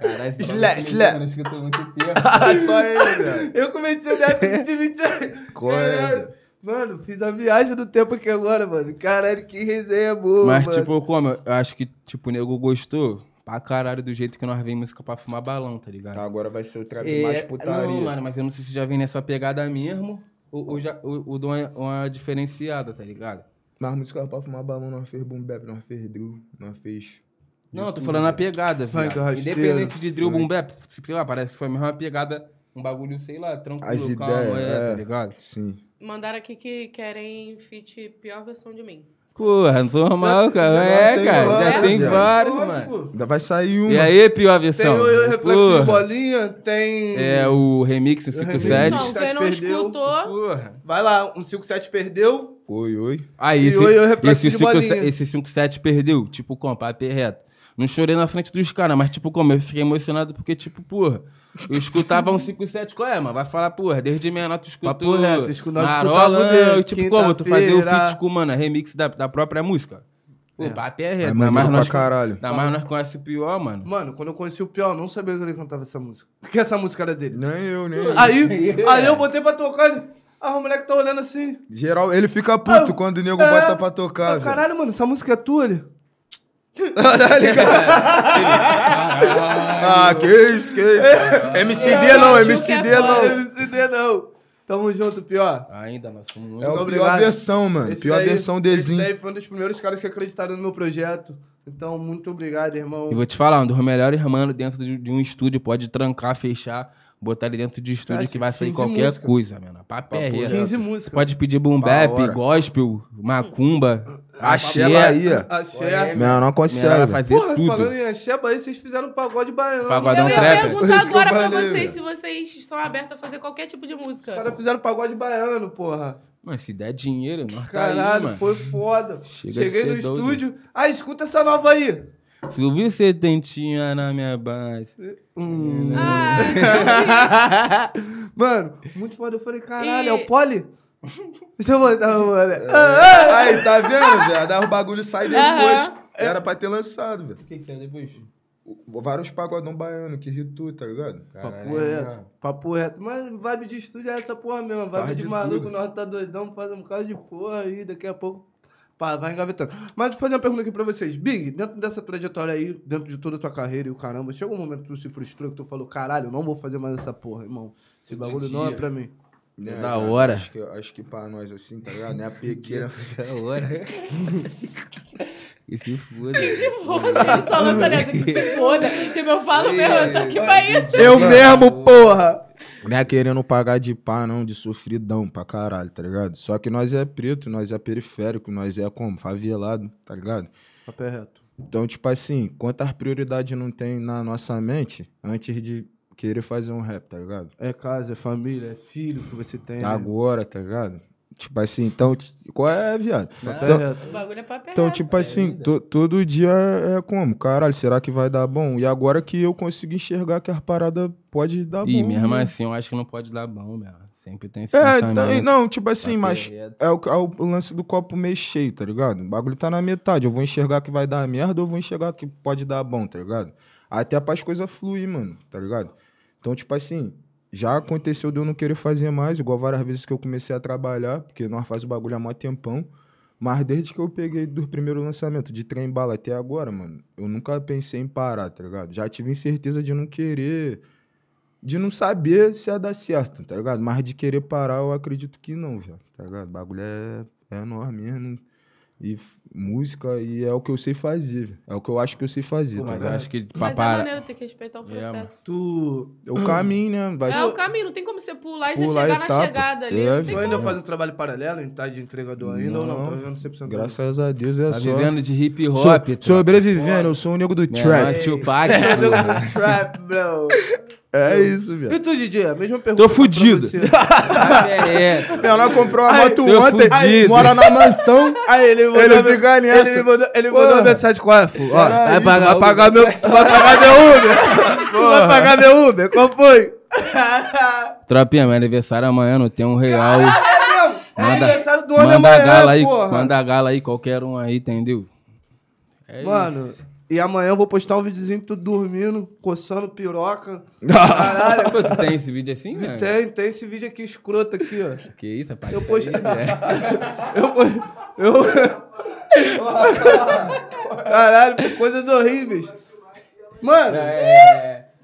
Speaker 4: Caralho,
Speaker 5: Slap, slap.
Speaker 4: Acho que eu tô muito tempo.
Speaker 5: Ah, Só ele, velho.
Speaker 3: Eu cometi dessa de time Chan.
Speaker 5: Qual é,
Speaker 3: Caralho.
Speaker 5: velho?
Speaker 3: Mano, fiz a viagem do tempo aqui agora, mano. Caralho, que resenha boa,
Speaker 4: Mas,
Speaker 3: mano.
Speaker 4: tipo, como? Eu acho que, tipo, o nego gostou pra caralho do jeito que nós vem música pra fumar balão, tá ligado?
Speaker 5: Agora vai ser o trap
Speaker 4: É,
Speaker 5: mais putaria.
Speaker 4: Não, mano, mas eu não sei se já vem nessa pegada mesmo ou, ou já ou, ou dou uma, uma diferenciada, tá ligado?
Speaker 5: Mas música pra fumar balão, nós fez boom bap, nós fez drill, nós fez...
Speaker 4: Não, eu tô falando a pegada,
Speaker 3: Funk
Speaker 4: viado.
Speaker 3: rasteiro.
Speaker 4: Independente de drill, boom bap, sei lá, parece que foi a mesma pegada, um bagulho, sei lá, tranquilo,
Speaker 5: As
Speaker 4: calmo,
Speaker 5: ideias,
Speaker 4: é,
Speaker 5: é.
Speaker 4: tá ligado?
Speaker 5: Sim.
Speaker 1: Mandaram aqui que querem fit pior versão de mim.
Speaker 4: Porra, não sou normal, cara.
Speaker 5: já
Speaker 4: É,
Speaker 5: tem
Speaker 4: cara, já
Speaker 5: vários,
Speaker 4: tem
Speaker 5: viado.
Speaker 4: vários,
Speaker 3: Lógico.
Speaker 4: mano.
Speaker 5: Ainda vai sair uma.
Speaker 4: E aí, pior
Speaker 3: Tem
Speaker 4: versão?
Speaker 3: o Eu Reflexo de
Speaker 4: Porra.
Speaker 3: Bolinha, tem...
Speaker 4: É o remix em
Speaker 3: remix.
Speaker 4: 57.
Speaker 1: Então, quem não
Speaker 3: perdeu.
Speaker 1: escutou,
Speaker 4: Porra.
Speaker 3: Vai lá, um 5-7 perdeu.
Speaker 5: Oi, oi.
Speaker 4: Aí,
Speaker 3: E
Speaker 4: esse,
Speaker 3: oi, oi, reflexo
Speaker 4: esse,
Speaker 3: de
Speaker 4: cinco,
Speaker 3: bolinha.
Speaker 4: se- esse 5-7 perdeu, tipo, como, papo reto. Não chorei na frente dos caras, mas, tipo, como, eu fiquei emocionado porque, tipo, porra, eu escutava um 5-7, qual é, mano? Vai falar, porra, desde menor tu escutou...
Speaker 3: Papo reto, escu- nós
Speaker 4: Marola,
Speaker 3: escutava o
Speaker 4: eu, tipo, como, tu fazia o
Speaker 3: Quinta-feira.
Speaker 4: feat com, mano, remix da, da própria música. Pô, papo é reto.
Speaker 5: É
Speaker 4: ainda mais
Speaker 5: maneiro pra
Speaker 4: nós,
Speaker 5: caralho.
Speaker 4: ainda mais nós conhecemos o pior, mano.
Speaker 3: Mano, quando eu conheci o Pior, eu não sabia que ele cantava essa música. Que essa música era dele.
Speaker 5: Nem eu, nem
Speaker 4: ah,
Speaker 5: eu.
Speaker 3: Aí, aí eu botei pra tocar ele. Ah, o moleque tá olhando assim.
Speaker 5: Geral, ele fica puto quando o nego
Speaker 3: É.
Speaker 5: bota pra
Speaker 3: Ah,
Speaker 5: tocar, velho.
Speaker 3: caralho, mano, essa música é tua, ele.
Speaker 5: Ah, que isso, que
Speaker 3: É.
Speaker 5: isso. MCD não,
Speaker 1: Eu acho que é
Speaker 5: MCD não.
Speaker 1: foda.
Speaker 3: MCD não. Tamo junto, Pior.
Speaker 4: Ainda, nós somos
Speaker 5: É
Speaker 4: muito...
Speaker 5: a
Speaker 3: obrigado.
Speaker 5: pior versão, mano.
Speaker 3: Esse
Speaker 5: pior
Speaker 3: daí-
Speaker 5: versão
Speaker 3: Esse
Speaker 5: desenho.
Speaker 3: daí foi um dos primeiros caras que acreditaram no meu projeto. Então, muito obrigado, irmão.
Speaker 4: E vou te falar, um dos melhores manos dentro de, de um estúdio, pode trancar, fechar, botar ele dentro de estúdio
Speaker 3: Cara,
Speaker 4: que vai sair
Speaker 3: 15
Speaker 4: qualquer
Speaker 3: músicas.
Speaker 4: coisa, mano. Papo é reto.
Speaker 3: 15
Speaker 4: Você
Speaker 3: músicas.
Speaker 4: pode pedir boom
Speaker 5: Da
Speaker 4: bap,
Speaker 5: hora.
Speaker 4: gospel, macumba,
Speaker 5: Axé Bahia.
Speaker 3: Axé.
Speaker 5: Não, não
Speaker 4: é Minha ela vai
Speaker 5: consegue.
Speaker 4: fazer
Speaker 3: Porra, falando
Speaker 4: tudo.
Speaker 3: em Axé, Bahia, vocês fizeram um pagode baiano.
Speaker 1: eu
Speaker 4: Pagodão
Speaker 1: ia
Speaker 4: trap.
Speaker 1: perguntar
Speaker 3: Isso que eu
Speaker 1: agora pra
Speaker 3: falei,
Speaker 1: vocês
Speaker 3: velho.
Speaker 1: se vocês são abertos a fazer qualquer tipo de música.
Speaker 3: Os caras fizeram pagode baiano, porra.
Speaker 4: Mano, se der dinheiro, nós tá aí,
Speaker 3: Caralho,
Speaker 4: mano.
Speaker 3: foi foda.
Speaker 4: Chega de
Speaker 3: Cheguei
Speaker 4: ser
Speaker 3: no
Speaker 4: doido.
Speaker 3: estúdio. Ah, escuta essa nova aí.
Speaker 4: Subiu setentinha na minha base.
Speaker 3: Hum.
Speaker 1: Ah,
Speaker 3: Mano, muito foda. Eu falei, caralho,
Speaker 1: E-
Speaker 3: é o Poli? Deixa eu botar, mano.
Speaker 5: É. Aí, tá vendo, velho? Aí o bagulho sai depois. Era pra ter lançado, velho.
Speaker 4: O que que é depois?
Speaker 5: O- Vários pagodão baiano que ritu, tá ligado?
Speaker 3: Papo reto, papo reto. Mas vibe de estúdio é essa porra mesmo. Vibe
Speaker 5: Faz
Speaker 3: de
Speaker 5: de
Speaker 3: maluco,
Speaker 5: tudo.
Speaker 3: nós tá doidão, faz um bocado de porra aí. Daqui a pouco pá, vai engavetando. Mas deixa eu fazer uma pergunta aqui pra vocês. Big, dentro dessa trajetória aí, dentro de toda a tua carreira e o caramba, chegou um momento que tu se frustrou, que tu falou, caralho, eu não vou fazer mais essa porra, irmão. Esse
Speaker 4: Todo
Speaker 3: bagulho não é
Speaker 4: dia.
Speaker 3: pra mim.
Speaker 5: Né,
Speaker 4: Da
Speaker 5: cara?
Speaker 4: hora.
Speaker 5: Acho que, acho que pra nós assim, tá ligado? Não é a pequena.
Speaker 4: Da hora. e se foda.
Speaker 1: Se foda, eu só lança nessa que se foda. Tipo, eu falo mesmo, eu tô aqui pra isso.
Speaker 3: Eu mesmo, porra!
Speaker 5: Não é querendo pagar de pá, não, de sofridão pra caralho, tá ligado? Só que nós é preto, nós é periférico, nós é como? Favelado, tá ligado?
Speaker 3: Papel é reto.
Speaker 5: Então, tipo assim, quantas prioridades não tem na nossa mente antes de querer fazer um rap, tá ligado?
Speaker 3: É casa, é família, é filho que você
Speaker 4: É.
Speaker 3: tem. né?
Speaker 5: Agora, tá ligado? Tipo assim, então, t- qual é, viado?
Speaker 3: Papel
Speaker 5: Então-
Speaker 3: reto.
Speaker 1: O bagulho é papel.
Speaker 5: Então, tipo assim, to- todo dia é como? Caralho, será que vai dar bom? E agora que eu consigo enxergar que as paradas pode
Speaker 3: Tá
Speaker 5: dar
Speaker 4: Ih,
Speaker 5: bom.
Speaker 4: mesmo
Speaker 5: né?
Speaker 4: assim, eu acho que não pode dar bom, meu. Sempre tem esse
Speaker 5: É,
Speaker 4: pensamento.
Speaker 5: não, não, tipo assim,
Speaker 4: Tá
Speaker 5: mas
Speaker 4: perreto.
Speaker 5: é o, é o lance do copo meio cheio, tá ligado? O bagulho tá na metade. Eu vou enxergar que vai dar merda ou vou enxergar que pode dar bom, tá ligado? Até pras coisas fluir, mano, tá ligado? Então, tipo assim, já aconteceu de eu não querer fazer mais, igual várias vezes que eu comecei a trabalhar, porque nós faz o bagulho há mó tempão. Mas desde que eu peguei do primeiro lançamento de trem bala até agora, mano, eu nunca pensei em parar, tá ligado? Já tive incerteza de não querer de não saber se ia dar certo, tá ligado? Mas de querer parar, eu acredito que não, velho, tá ligado? O bagulho é, é enorme mesmo. E f- música, e é o que eu sei fazer, velho. é o que eu acho que eu sei fazer,
Speaker 4: Pô,
Speaker 5: tá
Speaker 4: mas eu
Speaker 5: ligado?
Speaker 4: acho que pra
Speaker 1: Mas é
Speaker 4: parar.
Speaker 1: maneiro ter que respeitar o
Speaker 4: É, mano.
Speaker 1: processo.
Speaker 3: Tu,
Speaker 5: É o caminho, né? Vai
Speaker 1: É,
Speaker 5: ser-
Speaker 1: o caminho, não tem como você pular e já
Speaker 5: Pular
Speaker 1: chegar na
Speaker 5: etapa.
Speaker 1: chegada ali.
Speaker 5: É,
Speaker 1: não tem
Speaker 3: tu
Speaker 5: velho.
Speaker 1: como.
Speaker 3: ainda faz um trabalho paralelo, em tá de entregador ainda ou não?
Speaker 5: Não,
Speaker 3: Tá vivendo 100%
Speaker 5: Graças a Deus é
Speaker 4: Tá
Speaker 5: só.
Speaker 4: vivendo de hip hop. tá?
Speaker 5: So-
Speaker 4: tra-
Speaker 3: tá?
Speaker 5: sobrevivendo, eu sou o nego do
Speaker 4: Meu
Speaker 5: trap.
Speaker 4: irmão, Tupac, porra.
Speaker 3: um Trap, bro.
Speaker 5: É isso, velho.
Speaker 3: E tu, Didi? A mesma pergunta. pra
Speaker 4: fudido.
Speaker 3: você.
Speaker 4: Perreto.
Speaker 5: Meu, nós comprou uma
Speaker 3: Ai,
Speaker 5: moto
Speaker 4: é tô
Speaker 5: ontem,
Speaker 4: fudido.
Speaker 5: mora na mansão.
Speaker 3: Aí ele mandou,
Speaker 5: Ele
Speaker 3: me-
Speaker 5: fica nessa.
Speaker 3: ele me mandou, ele mandou
Speaker 5: Porra.
Speaker 3: uma mensagem com a Fo. Ó,
Speaker 5: Caralho,
Speaker 3: vai pagar,
Speaker 5: maluco.
Speaker 3: pagar meu, vai pagar meu Uber. Vai pagar meu Uber. Qual foi? É
Speaker 4: Tropinha, meu aniversário amanhã, não tem um real.
Speaker 3: É mesmo. É
Speaker 4: Manda-
Speaker 3: aniversário do homem
Speaker 4: Manda a gala
Speaker 3: amanhã,
Speaker 4: aí,
Speaker 3: porra.
Speaker 4: manda a gala aí, qualquer um aí, entendeu? É
Speaker 3: Mano, e amanhã eu vou postar um videozinho tu dormindo, coçando piroca. Caralho.
Speaker 4: Pô, tu tem esse vídeo assim, cara?
Speaker 3: Tem, tem esse vídeo aqui escroto aqui, ó.
Speaker 4: Que isso, rapaz?
Speaker 3: Eu
Speaker 4: isso
Speaker 3: postei.
Speaker 4: aí, é- velho.
Speaker 3: Eu. eu... Caralho, coisas horríveis. Mano,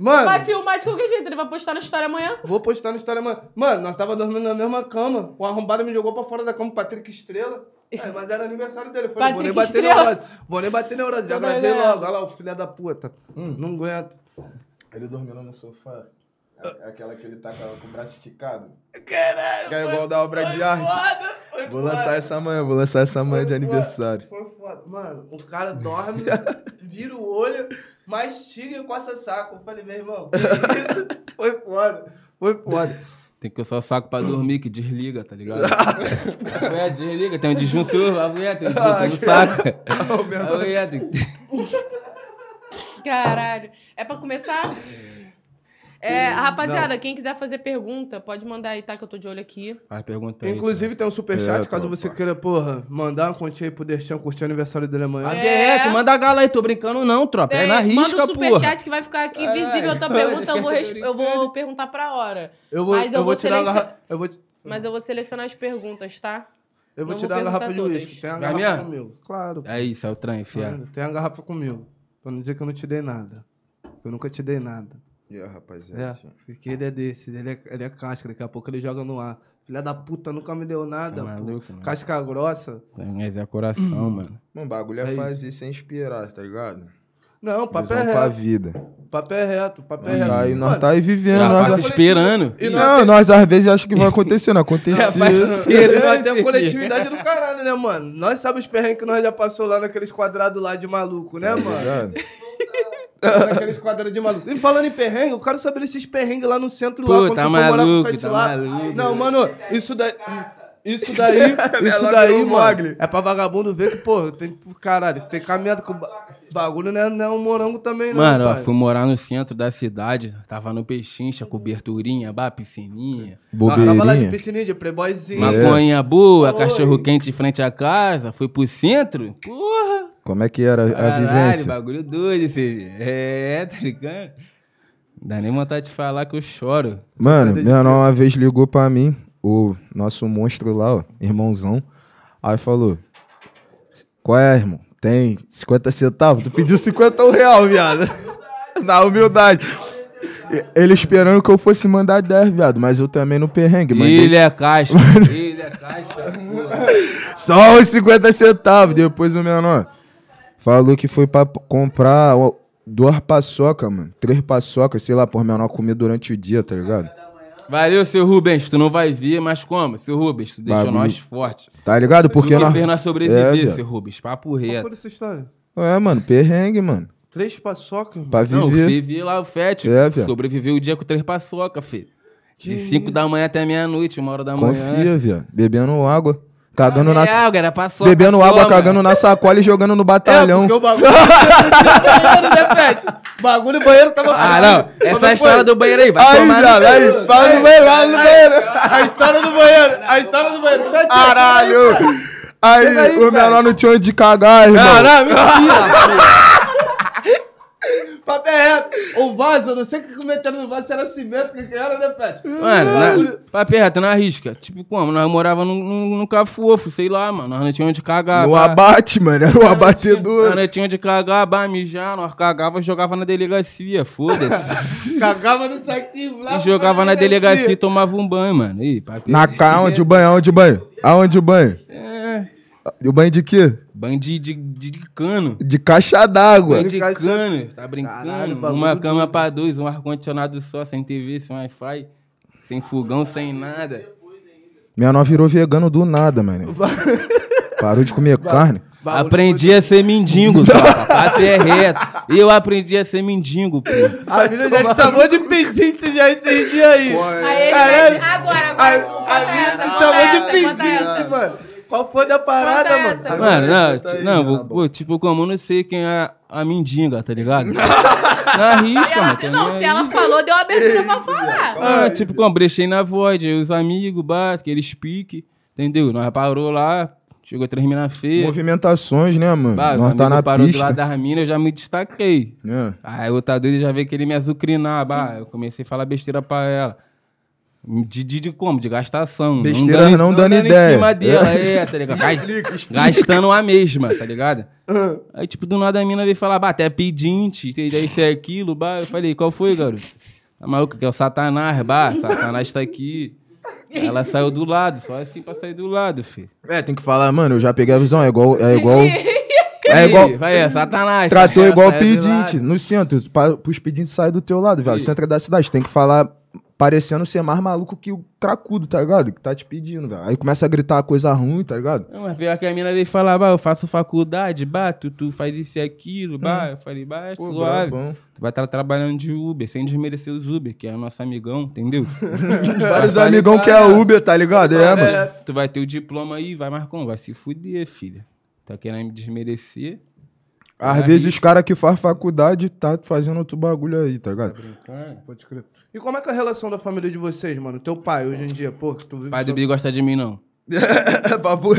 Speaker 1: Vai
Speaker 3: mano,
Speaker 1: filmar de qualquer jeito, ele vai postar na história amanhã.
Speaker 3: vou postar no Instagram. Mano, Mano, nós tava dormindo na mesma cama. O arrombado me jogou pra fora da cama, Patrick Estrela. É, mas era aniversário dele. Eu falei, vou nem
Speaker 1: Patrick
Speaker 3: bater
Speaker 1: Estrela.
Speaker 3: neurose. Vou nem bater neurose. Já
Speaker 1: Tô
Speaker 3: gravei
Speaker 1: ganhando.
Speaker 3: logo. Olha lá, o filho da puta. Não aguento.
Speaker 5: Ele dormindo no sofá. É Aquela que ele tá com o braço esticado. Caralho! Que é igual da obra de arte. Vou lançar essa amanhã, vou lançar essa amanhã de
Speaker 3: Foi foda,
Speaker 5: aniversário.
Speaker 3: Foi foda. Mano, o cara dorme, vira o olho, mastiga com essa saco. Eu falei, meu irmão, que isso? Foi foda. Foi foda.
Speaker 4: Tem que usar o saco pra dormir, que desliga, tá ligado? A mulher desliga, tem um disjuntor, a mulher tem um disjuntor no saco. A mulher tem...
Speaker 1: Caralho. É pra começar? É, rapaziada, quem quiser fazer pergunta, pode mandar aí, tá? Que eu tô de olho aqui.
Speaker 4: Faz pergunta aí.
Speaker 3: Inclusive, tem um superchat,
Speaker 5: É,
Speaker 3: caso
Speaker 5: tropa.
Speaker 3: você queira, porra, mandar um continho aí pro Derchão curtir o aniversário dele amanhã.
Speaker 4: tá? Perreto, manda a gala aí, tô brincando não, tropa. É, na risca,
Speaker 1: É. manda um
Speaker 4: porra.
Speaker 1: superchat que vai ficar aqui visível a tua pergunta. Eu vou, res- eu vou perguntar pra hora.
Speaker 3: Eu vou,
Speaker 1: Mas
Speaker 3: eu vou
Speaker 1: eu vou
Speaker 3: tirar a
Speaker 1: selecionar-
Speaker 3: garrafa. Eu vou,
Speaker 1: Mas eu vou selecionar as perguntas, tá?
Speaker 3: eu vou
Speaker 1: Não
Speaker 3: tirar a
Speaker 1: vou
Speaker 3: garrafa de
Speaker 1: perguntar
Speaker 3: uísque.
Speaker 1: todas.
Speaker 3: Tem a
Speaker 4: Vai
Speaker 3: garrafa
Speaker 4: mesmo?
Speaker 3: comigo. Claro.
Speaker 4: É isso, é o trem, fiado.
Speaker 3: Claro, Tem a garrafa comigo. Pra não dizer que eu não te dei nada. Eu nunca te dei nada.
Speaker 5: E aí,
Speaker 3: É,
Speaker 5: rapaziada.
Speaker 3: porque ele é desse, ele é, ele é casca, daqui a pouco ele joga no ar. Filha da puta, nunca me deu nada,
Speaker 4: Tá
Speaker 3: pô.
Speaker 4: maluco, mano.
Speaker 3: Casca grossa.
Speaker 4: Mas é coração, mano.
Speaker 5: Mano, o bagulho
Speaker 3: É
Speaker 5: é,
Speaker 3: isso.
Speaker 5: fazer sem esperar, tá ligado?
Speaker 3: Não, papel
Speaker 5: Visão
Speaker 3: é
Speaker 5: pra
Speaker 3: reto.
Speaker 5: vida.
Speaker 3: Papel é reto, papel é
Speaker 5: Nós
Speaker 3: reto.
Speaker 5: tá aí, nós
Speaker 3: Mano,
Speaker 5: tá aí vivendo.
Speaker 4: Já
Speaker 5: nós
Speaker 4: passa
Speaker 3: acho-
Speaker 4: esperando.
Speaker 3: E nós
Speaker 5: Não, nós às vezes acho que vai acontecer, não acontecia.
Speaker 3: Ele nós temos coletividade do caralho, né, mano? Nós sabemos os perrengues que nós já passou lá naqueles quadrados lá de maluco, né,
Speaker 5: Tá
Speaker 3: mano?
Speaker 5: ligado?
Speaker 3: naqueles quadrados de maluco. E falando em perrengue, eu quero saber desses perrengues lá no centro lá.
Speaker 4: Pô,
Speaker 3: quando
Speaker 4: tá
Speaker 3: tu for morar com
Speaker 4: maluco,
Speaker 3: gente
Speaker 4: tá
Speaker 3: lá.
Speaker 4: maluco.
Speaker 3: Não, mano, isso daí... Isso daí, isso
Speaker 5: Ela
Speaker 3: daí,
Speaker 5: virou um
Speaker 3: mano,
Speaker 5: Mogli.
Speaker 3: é pra vagabundo ver que, pô, tem, caralho, tem caminhado com... ba- Bagulho não é, não é um morango também, não,
Speaker 4: Mano, ó,
Speaker 3: pai.
Speaker 4: fui morar no centro da cidade, tava no Pechincha, coberturinha, bah, piscininha,
Speaker 3: Nós Tava lá de
Speaker 5: Bobeirinha.
Speaker 3: piscininha, de playboyzinho.
Speaker 4: maconha boa,
Speaker 3: Falou,
Speaker 4: cachorro quente de frente à casa, fui pro centro, porra,
Speaker 5: Como é que era a
Speaker 4: caralho,
Speaker 5: vivência?
Speaker 4: bagulho doido, esse é, tá ligado? Não dá nem vontade de falar que eu choro.
Speaker 3: tá
Speaker 5: Mano, meu irmão uma vez ligou pra mim, o nosso monstro lá, ó, irmãozão. Aí falou: Qual é, irmão? Tem 50 centavos? Tu pediu 51 real, viado. Na humildade. E- Ele esperando que eu fosse mandar 10, viado, mas eu também no perrengue. Mandei
Speaker 4: Ilha é caixa. Ilha é caixa. porra.
Speaker 5: só os 50 centavos. Depois o menor falou que foi pra p- comprar ó, duas paçoca, mano. Três paçoca, sei lá, por menor comer durante o dia, tá ligado?
Speaker 4: Valeu, seu Rubens. Tu não vai vir, mas como? Seu Rubens, tu deixou
Speaker 5: Bagulho.
Speaker 4: nós fortes.
Speaker 5: Tá ligado?
Speaker 4: Porque
Speaker 5: Porque
Speaker 4: tu que
Speaker 5: nós...
Speaker 4: fez nós sobreviver,
Speaker 5: É,
Speaker 4: seu
Speaker 5: viado.
Speaker 4: Rubens. Papo
Speaker 3: Qual foi
Speaker 4: reto.
Speaker 3: essa história?
Speaker 5: É, mano, perrengue, mano.
Speaker 3: Três paçoca, irmão.
Speaker 5: Pra
Speaker 4: Não,
Speaker 5: viver.
Speaker 4: você viu lá o Fete.
Speaker 5: É, viado.
Speaker 4: sobreviveu o dia com três paçoca, filho. De 5 da manhã até meia-noite, uma hora da manhã.
Speaker 5: Confia, viado. Bebendo água, cagando na...
Speaker 4: É, água, era paçoca.
Speaker 5: Bebendo
Speaker 4: só,
Speaker 5: água,
Speaker 4: mano.
Speaker 5: cagando na sacola e jogando no batalhão.
Speaker 3: É, porque o bagulho. banheiro, né, Pet? Bagulho, banheiro tava.
Speaker 4: Ah, não. Essa é a história do banheiro aí. Vai
Speaker 5: Aí,
Speaker 4: tomar no
Speaker 5: viado,
Speaker 4: cu.
Speaker 5: aí. Fala no banheiro, fala no banheiro.
Speaker 3: A história do banheiro. A história do banheiro. Pet,
Speaker 5: Caralho. Aí,
Speaker 3: aí,
Speaker 5: o menor não tinha onde cagar, irmão.
Speaker 4: Caralho, mentira.
Speaker 3: Papo é reto. O vaso, eu não sei o que que meteram no vaso, se era cimento, o que que era, né, Pet?
Speaker 4: Mano, na, papel reto, na risca. Tipo, como? Nós morava num, num, num cafofo, sei lá, mano. Nós não tínhamos onde cagar.
Speaker 5: No
Speaker 4: pá.
Speaker 5: abate, mano. Era o
Speaker 4: Nós
Speaker 5: abatedor.
Speaker 4: não tínhamos onde cagar, bah, mijar. Nós cagava e jogava na delegacia, foda-se.
Speaker 3: Cagava no saquinho lá.
Speaker 4: e jogava na delegacia e tomava um banho, mano. Ih, papel.
Speaker 5: Na cara, onde o banho? Onde o banho? Aonde o banho?
Speaker 4: É.
Speaker 5: O banho de quê?
Speaker 4: Banho de, de, de- de cano.
Speaker 5: De caixa d'água.
Speaker 4: Banho de
Speaker 3: Caixa-
Speaker 4: cano, tá
Speaker 3: Caralho,
Speaker 4: brincando?
Speaker 3: bagulho
Speaker 4: Uma cama pra dois, um ar-condicionado só, sem TV, sem Wi-Fi, sem fogão, sem nada.
Speaker 5: Minha nova virou vegano do nada, mano. Parou de comer carne.
Speaker 4: aprendi a ser mendigo, tropa. Papo é reto. Eu aprendi a ser mendigo, pô.
Speaker 5: Ah,
Speaker 3: A vida já te chamou de pedinte já esses dias aí.
Speaker 5: é.
Speaker 1: Aí ele
Speaker 3: Caralho.
Speaker 1: vai- Agora,
Speaker 3: A, a
Speaker 1: agora. conta
Speaker 3: vida
Speaker 1: essa,
Speaker 3: te
Speaker 1: conta
Speaker 3: chamou de
Speaker 1: essa, conta essa.
Speaker 3: pedinte, mano. Qual foi da parada,
Speaker 1: Conta
Speaker 3: mano?
Speaker 1: essa.
Speaker 4: Mano, não,
Speaker 5: tá
Speaker 4: ti-
Speaker 5: aí,
Speaker 4: não,
Speaker 5: tá
Speaker 4: vou-
Speaker 5: bom.
Speaker 4: pô, tipo, como eu não sei quem é a mendiga, tá ligado? Na
Speaker 1: Aí
Speaker 4: risca,
Speaker 1: ela-
Speaker 4: mano. tá
Speaker 1: não,
Speaker 4: nem
Speaker 1: se
Speaker 4: aí.
Speaker 1: ela falou, deu abertura pra falar.
Speaker 4: Ah, tipo, como brechei na voz, aí os amigos, batem, aqueles pique, entendeu? Nós parou lá, chegou três minas feias.
Speaker 5: Movimentações, né, mano?
Speaker 4: Bah, os
Speaker 5: Nós tá
Speaker 4: amigos
Speaker 5: na
Speaker 4: parou do lado
Speaker 5: pista.
Speaker 4: das minas, eu já me destaquei.
Speaker 5: né?
Speaker 4: Aí o tá doido já veio querer me azucrinar. Bah,
Speaker 5: Hum.
Speaker 4: eu comecei a falar besteira pra ela. De, de, de como? De gastação.
Speaker 5: Besteira
Speaker 4: dando em-
Speaker 5: não dando
Speaker 4: em
Speaker 5: ideia.
Speaker 4: cima dela, é, tá ligado? Gas- Gastando a mesma, tá ligado?
Speaker 5: Ah.
Speaker 4: Aí, tipo, do nada a mina veio falar, bah, até pedinte, tem daí isso é aquilo, bah. Eu falei, qual foi, garoto? Tá maluco, que é o Satanás, bah, Satanás tá aqui. Ela saiu do lado, só assim pra sair do lado, filho.
Speaker 5: É, tem que falar, mano, eu já peguei a visão. É igual. É igual. É
Speaker 4: Ih,
Speaker 5: igual.
Speaker 4: Vai, é, Satanás.
Speaker 5: Tratou
Speaker 4: ela
Speaker 5: igual
Speaker 4: saiu do
Speaker 5: pedinte.
Speaker 4: lado.
Speaker 5: No centro, pa- pros pedintes saem do teu lado, velho.
Speaker 4: Ih.
Speaker 5: Centro é da cidade. Tem que falar parecendo ser mais maluco que o cracudo, tá ligado? Que tá te pedindo, velho. Aí começa a gritar coisa ruim, tá ligado?
Speaker 4: Não, mas pior que a mina veio falar, bah, eu faço faculdade, bah, tu, tu faz isso e aquilo, bah. Eu falei, bah, é
Speaker 5: Hum. Pô,
Speaker 4: suave.
Speaker 5: brabão.
Speaker 4: Tu vai estar trabalhando de Uber, sem desmerecer os Uber, que é o nosso amigão, entendeu?
Speaker 5: Vários
Speaker 4: Vai
Speaker 5: amigão
Speaker 4: trabalhar.
Speaker 5: que é Uber, tá ligado? É, mano.
Speaker 4: Tu vai ter o diploma aí, vai, Marcão, vai se fuder, filha. Tá querendo me desmerecer?
Speaker 5: Às vezes os caras que faz faculdade tá fazendo outro bagulho aí, tá ligado?
Speaker 4: Brincando.
Speaker 3: Pode crer. E como é que é a relação da família de vocês, mano? Teu pai, hoje em dia, pô, que tu vive...
Speaker 4: Pai do
Speaker 3: só-
Speaker 4: Bi gosta de mim, não.
Speaker 5: É, babu.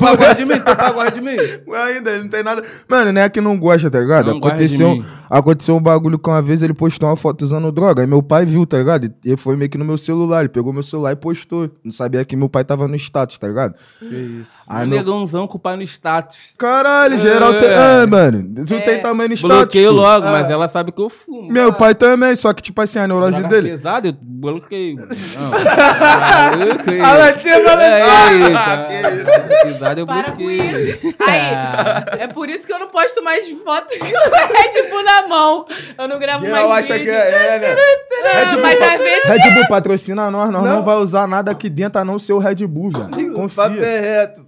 Speaker 3: Pai guarda de mim, teu pai guarda de mim.
Speaker 5: Ainda, ele não tem nada. Mano, não é que não gosta, tá ligado?
Speaker 4: Não gosta de
Speaker 5: aconteceu,
Speaker 4: mim.
Speaker 5: aconteceu um bagulho que uma vez ele postou uma foto usando droga. Aí meu pai viu, tá ligado? E ele foi meio que no meu celular. Ele pegou meu celular e postou. Não sabia que meu pai tava no status, tá ligado?
Speaker 3: Que isso.
Speaker 5: Aí
Speaker 4: um
Speaker 5: Ah, meu.
Speaker 4: negãozão com o pai no status.
Speaker 5: Caralho, geral
Speaker 4: É.
Speaker 5: tem. É, mano. Tu tem tamanho no status.
Speaker 4: Bloqueio
Speaker 5: pô.
Speaker 4: logo, mas ela sabe que eu fumo.
Speaker 5: Meu
Speaker 4: Ah,
Speaker 5: pai também, só que tipo assim, a neurose
Speaker 4: droga
Speaker 5: dele. Ah,
Speaker 4: pesada, eu bloqueio. Não. Bloqueio.
Speaker 3: A latinha vai
Speaker 4: Eita. Pesada, eu Tá.
Speaker 1: Para com
Speaker 4: bloqueio.
Speaker 1: isso. Aí, é por isso que eu não posto mais foto com a Red Bull na mão. Eu não gravo mais vídeo.
Speaker 5: é, né?
Speaker 1: Ah, mas às vezes...
Speaker 5: Red Bull patrocina nós, nós não, vai usar nada aqui dentro a não ser o Red Bull, velho.
Speaker 3: Papo
Speaker 5: Confia.
Speaker 3: é reto.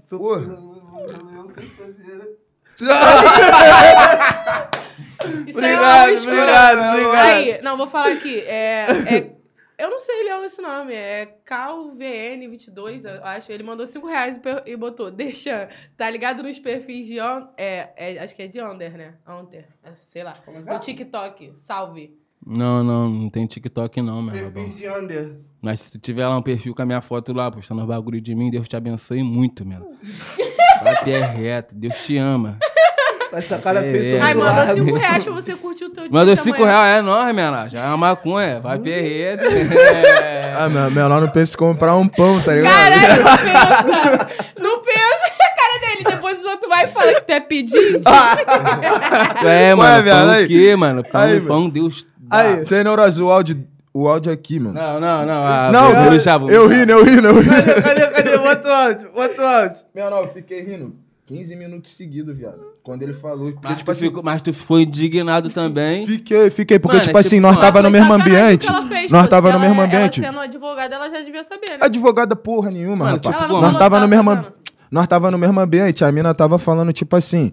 Speaker 1: Isso aí é uma
Speaker 3: Obrigado,
Speaker 1: obscura.
Speaker 3: obrigado, obrigado.
Speaker 1: Aí, não, vou falar aqui. É, é- eu não sei ler esse nome. É CalVN22, eu acho. Ele mandou 5 reais e per- e botou, deixa. Tá ligado nos perfis de... on- é, é, acho que é de Under, né? Under. é, Sei lá. No TikTok. Salve.
Speaker 4: Não, não, não tem TikTok não, meu irmão.
Speaker 3: Perfis de under.
Speaker 4: Mas se tu tiver lá um perfil com a minha foto lá, postando os bagulho de mim, Deus te abençoe muito, mano. Vai ter reto, Deus te ama.
Speaker 3: Essa cara
Speaker 4: É,
Speaker 3: fez
Speaker 4: é.
Speaker 1: Ai, assim, mandou
Speaker 3: suado.
Speaker 1: 5 reais pra você curtir o teu dia
Speaker 4: Mandou
Speaker 1: da
Speaker 4: 5
Speaker 1: manhã.
Speaker 4: reais, é nóis, menor. Já é uma maconha, vai ter
Speaker 1: Hum.
Speaker 4: reto. é,
Speaker 5: Ah, meu, meu lá não pensa em comprar um pão, tá ligado?
Speaker 1: Caralho, não pensa. Não pensa. A cara dele. Depois os outros outro vai e fala que tu é pedido.
Speaker 4: É,
Speaker 5: Ué,
Speaker 4: mano,
Speaker 5: viado,
Speaker 4: pão
Speaker 5: aí.
Speaker 4: o quê, mano? Pão,
Speaker 5: Aí,
Speaker 4: pão Deus dá.
Speaker 5: Aí, sem neurose, o áudio, o áudio aqui, mano.
Speaker 4: Não, não, não. ah,
Speaker 5: Não,
Speaker 4: vou
Speaker 5: eu-
Speaker 4: deixar, vou
Speaker 5: eu
Speaker 4: deixar.
Speaker 5: rindo, eu rindo, eu rindo.
Speaker 3: Cadê, cadê? Bota o áudio, bota o áudio.
Speaker 5: é, Meu não, eu fiquei rindo 15 minutos seguidos, viado. Quando ele falou. Porque,
Speaker 4: Mas,
Speaker 5: tipo
Speaker 4: tu
Speaker 5: assim,
Speaker 4: ficou, mas tu ficou indignado também.
Speaker 5: fiquei, fiquei, porque,
Speaker 4: Mano,
Speaker 5: tipo
Speaker 4: é
Speaker 5: assim,
Speaker 4: tipo,
Speaker 5: nós
Speaker 4: mano,
Speaker 5: tava no
Speaker 1: Foi
Speaker 5: mesmo
Speaker 1: sacanagem o
Speaker 5: ambiente.
Speaker 1: que ela fez,
Speaker 5: Nós
Speaker 1: pô.
Speaker 5: tava
Speaker 1: Se
Speaker 5: no
Speaker 1: ela
Speaker 5: mesmo
Speaker 1: é-
Speaker 5: ambiente.
Speaker 1: Ela sendo advogada, ela já devia saber, né?
Speaker 5: Advogada porra nenhuma,
Speaker 4: Mano,
Speaker 5: rapaz.
Speaker 4: tipo,
Speaker 1: Ela não
Speaker 4: como?
Speaker 5: nós
Speaker 1: falou
Speaker 5: tava
Speaker 1: que
Speaker 5: no
Speaker 1: tava
Speaker 5: mesmo am-
Speaker 1: fazendo.
Speaker 5: Nós tava no mesmo ambiente. A mina tava falando, tipo assim.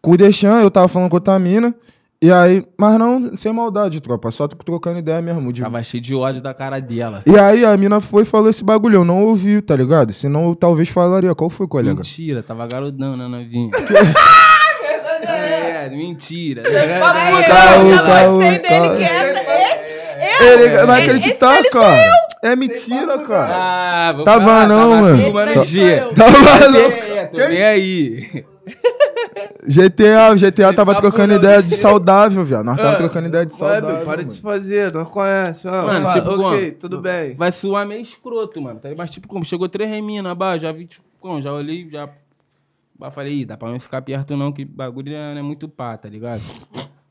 Speaker 5: Com o Deixan, eu tava falando com outra mina. E aí, mas não sem maldade, tropa. Só tro- trocando ideia mesmo. de-
Speaker 4: Tava cheio de ódio da cara dela.
Speaker 5: E aí a mina foi e falou esse bagulho. Eu não ouvi, tá ligado? Senão eu talvez falaria. Qual foi, colega?
Speaker 4: Mentira, tava garodando a novinha. é, mentira.
Speaker 1: Aí,
Speaker 5: É, Calma,
Speaker 1: eu já
Speaker 5: calma,
Speaker 1: gostei
Speaker 5: calma.
Speaker 1: dele, que essa... Esse,
Speaker 5: Ele não
Speaker 1: Esse-
Speaker 5: acreditar,
Speaker 1: esse
Speaker 5: cara. É mentira, cara.
Speaker 4: Ah, vou
Speaker 5: Tava
Speaker 4: falar,
Speaker 5: não, mano.
Speaker 1: esse
Speaker 4: filmando
Speaker 1: daí sou
Speaker 4: G.
Speaker 1: eu.
Speaker 5: Tá maluco?
Speaker 4: É, tô nem aí.
Speaker 5: GTA, GTA
Speaker 3: Ele
Speaker 5: tava
Speaker 3: tá
Speaker 5: trocando
Speaker 3: pulando
Speaker 5: ideia
Speaker 3: de
Speaker 5: de
Speaker 3: jeito.
Speaker 5: saudável, viado. Nós tava
Speaker 3: Ah,
Speaker 5: Tá trocando ideia de
Speaker 3: Sabe,
Speaker 5: saudável.
Speaker 3: para
Speaker 5: mano.
Speaker 3: de se fazer, nós conhece. ó.
Speaker 4: Mano,
Speaker 3: Fala,
Speaker 4: tipo,
Speaker 3: ok,
Speaker 4: como?
Speaker 3: tudo bem.
Speaker 4: Vai suar meio escroto, mano. tá ligado? Mas tipo, como chegou três reminhas na barra, já vi, tipo, como, já olhei, já... Bah, Falei, "Ih, dá pra não ficar perto não, que bagulho não é muito pá, tá ligado?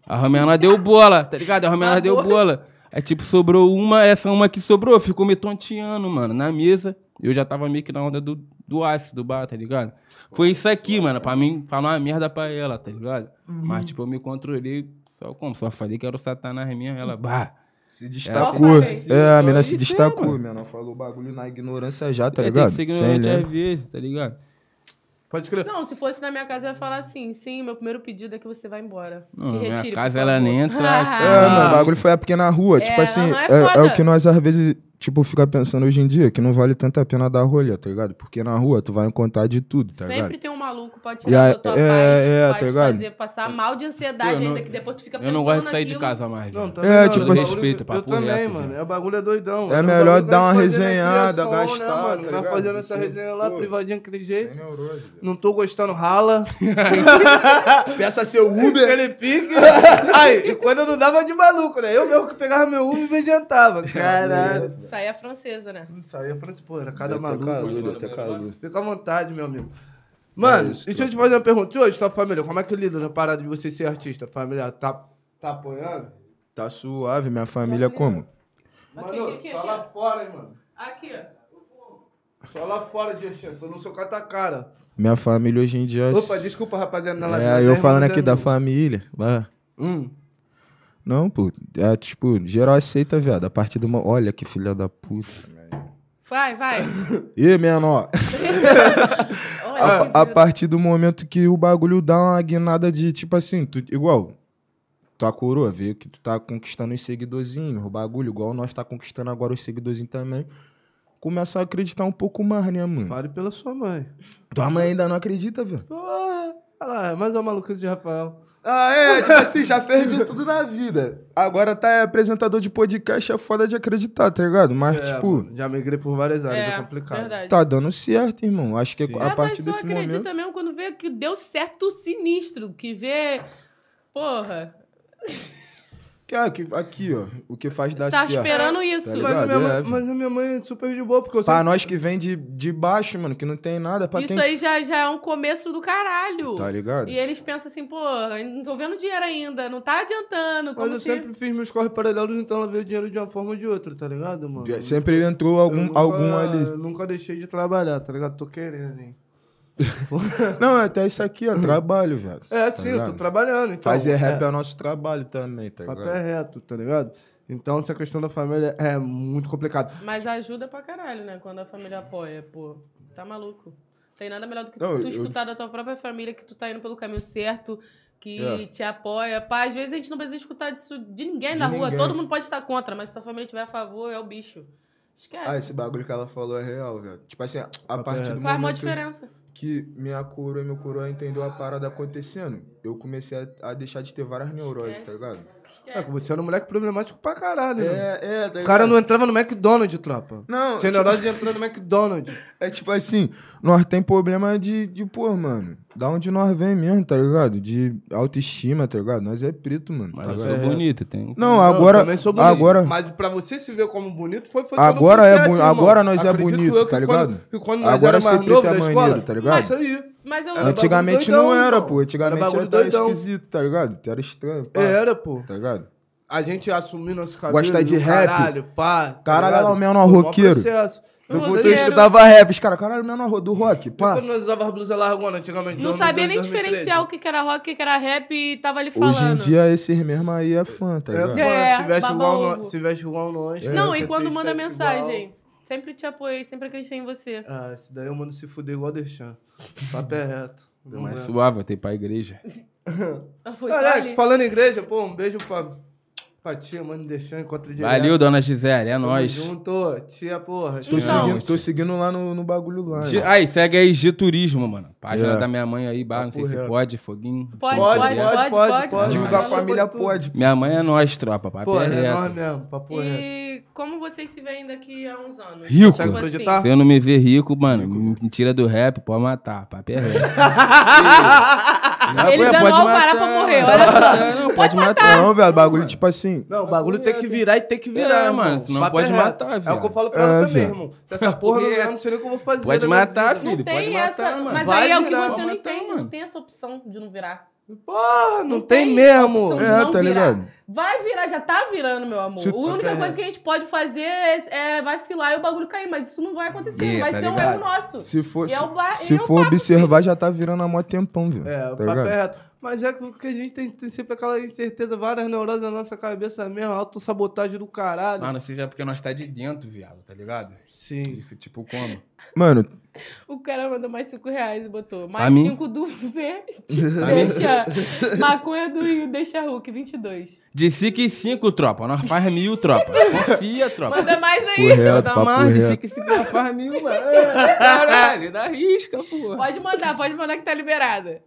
Speaker 4: A Romela deu bola, tá ligado? A Romela deu bola. Aí, tipo, sobrou uma, essa uma que sobrou, ficou me tonteando, mano, na mesa. Eu já tava meio que na onda do, do ácido, do bar, tá ligado? Foi isso aqui, mano, pra mim falar uma merda pra ela, tá ligado?
Speaker 3: Uhum.
Speaker 4: Mas, tipo, eu me controlei, só como? Só falei que era o satanás mesmo, ela, bah...
Speaker 5: Se
Speaker 1: Só
Speaker 5: destacou.
Speaker 1: falei.
Speaker 5: É, a mina
Speaker 4: Isso
Speaker 5: se
Speaker 4: é,
Speaker 5: destacou,
Speaker 4: mano.
Speaker 5: meu. Não falou o bagulho na ignorância já, tá
Speaker 4: Você
Speaker 5: ligado?
Speaker 4: Tem que ser
Speaker 5: Sem
Speaker 4: ignorante às
Speaker 5: ler.
Speaker 4: vezes, tá ligado?
Speaker 3: Pode escrever.
Speaker 1: Não, se fosse na minha casa, eu ia falar assim, sim, meu primeiro pedido é que você vá embora.
Speaker 4: Não,
Speaker 1: se
Speaker 4: minha
Speaker 1: retire, por
Speaker 4: casa, ela
Speaker 1: favor."
Speaker 4: nem entra, tá?
Speaker 5: É, mano, o bagulho foi a pequena rua. tipo
Speaker 1: não,
Speaker 5: assim,
Speaker 1: não é
Speaker 5: é, é
Speaker 1: foda.
Speaker 5: o que nós às vezes, tipo, fica pensando hoje em dia, que não vale tanto a pena dar rolha, tá ligado? Porque na rua tu vai encontrar de tudo, tá
Speaker 1: Sempre
Speaker 5: ligado?
Speaker 1: tem um maluco pra
Speaker 5: E
Speaker 1: tirar
Speaker 5: aí-
Speaker 1: da tua
Speaker 5: é,
Speaker 1: paz,
Speaker 5: é,
Speaker 1: pode
Speaker 5: tá ligado?
Speaker 1: fazer passar mal de ansiedade
Speaker 4: Pô, eu
Speaker 1: ainda,
Speaker 4: não-
Speaker 1: que depois tu fica
Speaker 4: Eu
Speaker 1: pensando
Speaker 4: não gosto de sair de
Speaker 1: naquilo. tá-
Speaker 4: casa mais. velho.
Speaker 3: também
Speaker 5: É, tipo
Speaker 3: o bagulho-
Speaker 4: respeito,
Speaker 3: tá Eu
Speaker 4: papo
Speaker 3: também,
Speaker 4: reto,
Speaker 3: mano.
Speaker 4: gente.
Speaker 3: É o bagulho é doidão.
Speaker 5: É
Speaker 3: o
Speaker 5: melhor
Speaker 3: bagulho que
Speaker 5: dar
Speaker 3: nós
Speaker 5: uma
Speaker 3: fazendo aqui é
Speaker 5: resenhada,
Speaker 3: som,
Speaker 5: gastar,
Speaker 3: né, mano?
Speaker 5: tá
Speaker 3: Nós
Speaker 5: ligado?
Speaker 3: fazendo essa
Speaker 5: Pô,
Speaker 3: resenha lá,
Speaker 5: pô.
Speaker 3: privadinha aquele jeito.
Speaker 5: Sem neurose, velho.
Speaker 3: Não tô gostando, rala.
Speaker 5: Peça seu Uber.
Speaker 3: Aquele pique. Aí, e quando eu não dava de maluco, né? Eu mesmo que pegava meu Uber e me adiantava. Caralho.
Speaker 1: Isso aí é francesa, né?
Speaker 3: Não saía falando, pô, era cada
Speaker 5: Até
Speaker 3: maluco.
Speaker 5: calor,
Speaker 3: tá
Speaker 5: até calor.
Speaker 3: Fica à vontade, meu amigo. Mano,
Speaker 5: É isso,
Speaker 3: deixa eu te
Speaker 5: tropa.
Speaker 3: fazer uma pergunta. E hoje, tua família, como é que lida na parada de você ser artista? Família, tá, tá apoiando?
Speaker 5: Tá suave, minha família
Speaker 1: Tá
Speaker 5: como?
Speaker 1: Aqui,
Speaker 3: Mano,
Speaker 1: aqui, aqui,
Speaker 3: só
Speaker 1: aqui.
Speaker 3: lá fora, hein, mano.
Speaker 1: Aqui, ó.
Speaker 3: Só lá fora, Justin. Tô no seu catacara.
Speaker 5: Minha família hoje em dia.
Speaker 3: Opa, desculpa, rapaziada, na né?
Speaker 5: É, eu falando aqui da família. Bah.
Speaker 3: Hum.
Speaker 5: Não, pô. É, tipo, geral aceita, viado. A partir do. mo- Olha que filha da puta.
Speaker 1: Vai, vai.
Speaker 5: Ih, menor.
Speaker 1: Olha, É, que
Speaker 5: A, a
Speaker 1: filho.
Speaker 5: partir do momento que o bagulho dá uma guinada de, tipo assim, tu, igual. Tua coroa, vê que tu tá conquistando os seguidorzinhos, o bagulho, igual nós tá conquistando agora os seguidorzinhos também. Começa a acreditar um pouco mais, né, mano?
Speaker 3: Fale pela sua mãe.
Speaker 5: Tua mãe ainda não acredita, velho.
Speaker 3: Porra. Olha lá, é mais uma maluquice de Rafael.
Speaker 5: Ah, é, tipo assim, já fez de tudo na vida. Agora tá é, apresentador de podcast, é foda de acreditar, tá ligado? Mas,
Speaker 3: É,
Speaker 5: tipo,
Speaker 3: mano, já migrei por várias áreas, é,
Speaker 1: É,
Speaker 3: complicado.
Speaker 1: verdade.
Speaker 5: tá dando certo, irmão. Acho que
Speaker 3: Sim.
Speaker 5: a
Speaker 1: é, mas
Speaker 5: partir
Speaker 1: só
Speaker 5: desse
Speaker 1: acredita
Speaker 5: momento.
Speaker 1: mesmo quando vê que deu certo sinistro, que vê... Porra,
Speaker 5: Que, ah, que- aqui, ó, o que faz dar
Speaker 1: tá
Speaker 5: certo.
Speaker 1: esperando isso.
Speaker 3: Mas, a
Speaker 5: ligado?
Speaker 3: minha mãe,
Speaker 5: É,
Speaker 3: mas a minha mãe é super de boa, porque eu
Speaker 5: Pra
Speaker 3: sempre...
Speaker 5: nós que vem de, de baixo, mano, que não tem nada, pra
Speaker 1: isso
Speaker 5: quem.
Speaker 1: aí já, já é um começo do caralho.
Speaker 5: Tá ligado?
Speaker 1: E eles pensam assim, pô, não tô vendo dinheiro ainda, não tá adiantando.
Speaker 3: Mas
Speaker 1: Como assim?
Speaker 3: eu
Speaker 1: se...
Speaker 3: sempre fiz meus corre paralelos, então ela veio dinheiro de uma forma ou de outra, tá ligado, mano?
Speaker 5: Sempre entrou
Speaker 3: Eu
Speaker 5: algum,
Speaker 3: nunca-
Speaker 5: algum ali.
Speaker 3: Nunca deixei de trabalhar, tá ligado? Tô querendo, hein?
Speaker 5: Não, é até isso aqui, ó, trabalho, velho.
Speaker 3: É,
Speaker 5: tá
Speaker 3: sim, eu
Speaker 5: ligado?
Speaker 3: tô trabalhando. Então,
Speaker 5: Fazer rap é,
Speaker 3: é,
Speaker 5: nosso trabalho também, tá ligado?
Speaker 3: papel é reto, tá ligado? Então, essa questão da família é muito complicada.
Speaker 1: Mas ajuda pra caralho, né? Quando a família apoia, pô. Tá maluco. Tem nada melhor do que
Speaker 5: Não,
Speaker 1: tu
Speaker 5: eu-
Speaker 1: escutar da tua própria família que tu tá indo pelo caminho certo, que
Speaker 5: É.
Speaker 1: te apoia. Pá, às vezes a gente não precisa escutar disso de ninguém
Speaker 5: De
Speaker 1: na rua.
Speaker 5: ninguém.
Speaker 1: Todo mundo pode estar contra, mas se tua família estiver a favor, é o bicho. Esquece.
Speaker 5: Ah, esse bagulho que ela falou é real, velho. Tipo assim, a a partir do
Speaker 1: Faz mó
Speaker 5: momento
Speaker 1: diferença.
Speaker 5: que minha coroa e meu coroa entendeu a parada acontecendo, eu comecei a, a deixar de ter várias neuroses, tá ligado?
Speaker 3: É,
Speaker 1: Esquece.
Speaker 3: que você era um moleque problemático pra caralho, né?
Speaker 5: É, é, tá ligado?
Speaker 3: O cara não entrava no McDonald's, tropa.
Speaker 5: Não,
Speaker 3: Sem
Speaker 5: tipo,
Speaker 3: neurose entrou no McDonald's.
Speaker 5: é tipo assim, nós tem problema de, de pô, mano. da onde nós vem mesmo, tá ligado? De autoestima, tá ligado? Nós é preto, mano. tá
Speaker 4: Mas eu
Speaker 5: ligado?
Speaker 4: sou
Speaker 3: É.
Speaker 4: bonito, tem. um
Speaker 5: Não,
Speaker 3: Eu
Speaker 5: agora.
Speaker 3: também sou bonito,
Speaker 5: agora.
Speaker 3: Mas pra você se ver como bonito, foi, foi
Speaker 5: Agora
Speaker 3: todo um
Speaker 5: é
Speaker 3: processo,
Speaker 5: boni-
Speaker 3: irmão.
Speaker 5: agora nós é
Speaker 3: Acredito
Speaker 5: bonito,
Speaker 3: eu que
Speaker 5: tá
Speaker 3: quando-
Speaker 5: ligado?
Speaker 3: que quando nós
Speaker 5: Agora
Speaker 3: era mais novo
Speaker 5: ser preto é
Speaker 3: da
Speaker 5: maneiro,
Speaker 3: escola,
Speaker 5: tá ligado?
Speaker 3: Isso aí.
Speaker 1: Mas eu.
Speaker 3: Era bagulho
Speaker 5: Antigamente
Speaker 3: doidão,
Speaker 5: não era,
Speaker 3: irmão.
Speaker 5: pô.
Speaker 3: Era
Speaker 5: Antigamente era,
Speaker 3: bagulho
Speaker 5: tava
Speaker 3: doidão. É.
Speaker 5: esquisito, tá ligado? Era estranho, pá,
Speaker 3: Era, pô.
Speaker 5: tá ligado?
Speaker 3: A gente assumir nosso cabelo.
Speaker 5: Gosta de
Speaker 3: e o
Speaker 5: rap.
Speaker 3: Caralho, pá. tá
Speaker 5: Caralho,
Speaker 3: ligado?
Speaker 5: olha lá o menor
Speaker 3: Foi mó
Speaker 5: roqueiro.
Speaker 3: processo.
Speaker 5: Eu
Speaker 1: Não,
Speaker 3: Isso
Speaker 5: vou
Speaker 1: roqueiro.
Speaker 5: ter
Speaker 3: aí.
Speaker 5: escutava rap, os caras, caralho, menor ro- do rock, pá.
Speaker 3: Quando nós usava blusa largona antigamente.
Speaker 1: Não sabia nem diferenciar o que que era rock, o que que era rap e tava ali falando.
Speaker 5: Hoje em dia, esses mesmo aí é fã, tá
Speaker 3: É,
Speaker 5: ligado?
Speaker 1: É,
Speaker 3: se, veste
Speaker 1: baba
Speaker 3: igual
Speaker 1: ovo.
Speaker 3: no, se veste igual
Speaker 5: é,
Speaker 3: nós.
Speaker 1: Não,
Speaker 3: cara,
Speaker 1: e quando
Speaker 3: se
Speaker 1: manda
Speaker 3: veste
Speaker 1: mensagem?
Speaker 3: igual.
Speaker 1: Sempre te apoiei, sempre acreditei em você.
Speaker 3: Ah, esse daí eu mando se fuder igual deixando. Papel é reto. Não
Speaker 1: é.
Speaker 4: Mais
Speaker 3: aguento.
Speaker 4: suave, tem pra igreja.
Speaker 1: Foi só
Speaker 3: Alex,
Speaker 1: ali.
Speaker 3: falando em igreja, pô, um beijo pra, pra tia, mano, deixando encontro direto.
Speaker 4: Valeu, dona Gisele, é
Speaker 3: Tamo
Speaker 4: nóis.
Speaker 3: junto, tia, porra.
Speaker 5: Tô,
Speaker 1: Então.
Speaker 5: seguindo, tô seguindo lá no, no bagulho lá.
Speaker 4: Gi-
Speaker 5: irmão.
Speaker 4: Aí, segue aí G Turismo, mano. Página
Speaker 5: É.
Speaker 4: da minha mãe aí, barra, não sei
Speaker 5: Papo
Speaker 4: se
Speaker 5: reto.
Speaker 4: pode, foguinho.
Speaker 1: Pode,
Speaker 4: se
Speaker 1: pode,
Speaker 4: puder.
Speaker 1: pode, pode,
Speaker 3: Ah,
Speaker 1: pode.
Speaker 5: Divulgar
Speaker 1: Fala
Speaker 5: a família pode.
Speaker 4: Minha mãe é nós, tropa, papo
Speaker 3: Pô,
Speaker 4: é
Speaker 3: é
Speaker 4: reto.
Speaker 3: nós mesmo, papo reto.
Speaker 1: E como vocês se veem daqui a uns anos?
Speaker 4: Rico.
Speaker 1: Tipo
Speaker 3: Consegue
Speaker 1: assim.
Speaker 3: projetar?
Speaker 4: Se eu não me ver rico, mano, me tira do rap, pode matar, papo é reto.
Speaker 1: Ele
Speaker 4: Pode
Speaker 1: dando
Speaker 4: matar.
Speaker 1: alvará pra morrer, olha só.
Speaker 4: É, Não, pode matar.
Speaker 5: Não, velho, bagulho tipo assim.
Speaker 3: Não, o bagulho tem que virar e tem que virar,
Speaker 4: É,
Speaker 3: irmão.
Speaker 4: mano, senão
Speaker 3: Papo
Speaker 4: pode
Speaker 3: reto.
Speaker 4: matar,
Speaker 3: É o que eu
Speaker 4: viado.
Speaker 3: falo pra ela
Speaker 5: É,
Speaker 3: também,
Speaker 5: viado.
Speaker 3: irmão. Se essa porra não
Speaker 4: Porque-
Speaker 3: virar, eu não sei nem o que eu vou fazer.
Speaker 4: Pode
Speaker 3: na minha
Speaker 4: matar,
Speaker 3: vida.
Speaker 4: filho.
Speaker 1: Não
Speaker 4: Pode
Speaker 1: tem
Speaker 4: matar,
Speaker 1: essa.
Speaker 4: mano.
Speaker 1: Mas
Speaker 3: Vai
Speaker 1: aí é o que
Speaker 3: virar,
Speaker 1: você
Speaker 4: vai
Speaker 1: não
Speaker 4: matar,
Speaker 1: entende. Não
Speaker 4: mano.
Speaker 1: tem essa opção de não virar.
Speaker 3: Porra, não,
Speaker 1: Não
Speaker 3: tem,
Speaker 1: tem
Speaker 3: mesmo.
Speaker 1: opção.
Speaker 5: É,
Speaker 1: não
Speaker 5: tá
Speaker 1: virar.
Speaker 5: ligado?
Speaker 1: Vai virar, já tá virando, meu amor.
Speaker 5: Se-
Speaker 1: A
Speaker 4: Tipo,
Speaker 1: única
Speaker 3: É.
Speaker 1: coisa que a gente pode fazer é, é vacilar e o bagulho cair, mas isso não vai acontecer.
Speaker 4: É,
Speaker 1: vai
Speaker 4: tá
Speaker 1: ser um
Speaker 4: ligado?
Speaker 1: erro nosso.
Speaker 5: Se for,
Speaker 1: E é o ba-
Speaker 5: se
Speaker 1: e é o
Speaker 5: for observar, já tá virando há mó tempão, velho.
Speaker 3: É, o
Speaker 5: tá
Speaker 3: papo é
Speaker 5: ligado?
Speaker 3: reto. Mas é porque a gente tem, tem sempre aquela incerteza, várias neuroses na nossa cabeça mesmo, autossabotagem do caralho.
Speaker 4: Mano, não sei se é porque nós tá de dentro, viado, tá ligado?
Speaker 3: Sim.
Speaker 4: Isso, tipo, como?
Speaker 5: Mano,
Speaker 1: O cara mandou mais 5 reais e botou.
Speaker 4: A
Speaker 1: Mais
Speaker 4: mim?
Speaker 1: 5 do verde. deixa. Maconha do Rio, deixa Hulk, 22.
Speaker 4: De 5 e 5, tropa. Nós faz mil, tropa. Confia, tropa.
Speaker 1: Manda mais aí.
Speaker 5: correto,
Speaker 4: Dá
Speaker 5: papo
Speaker 4: mais de
Speaker 5: reto.
Speaker 4: 5 e 5, nós faz mil, mano. É, Caralho, dá risca, porra.
Speaker 1: Pode mandar, pode mandar que tá liberada.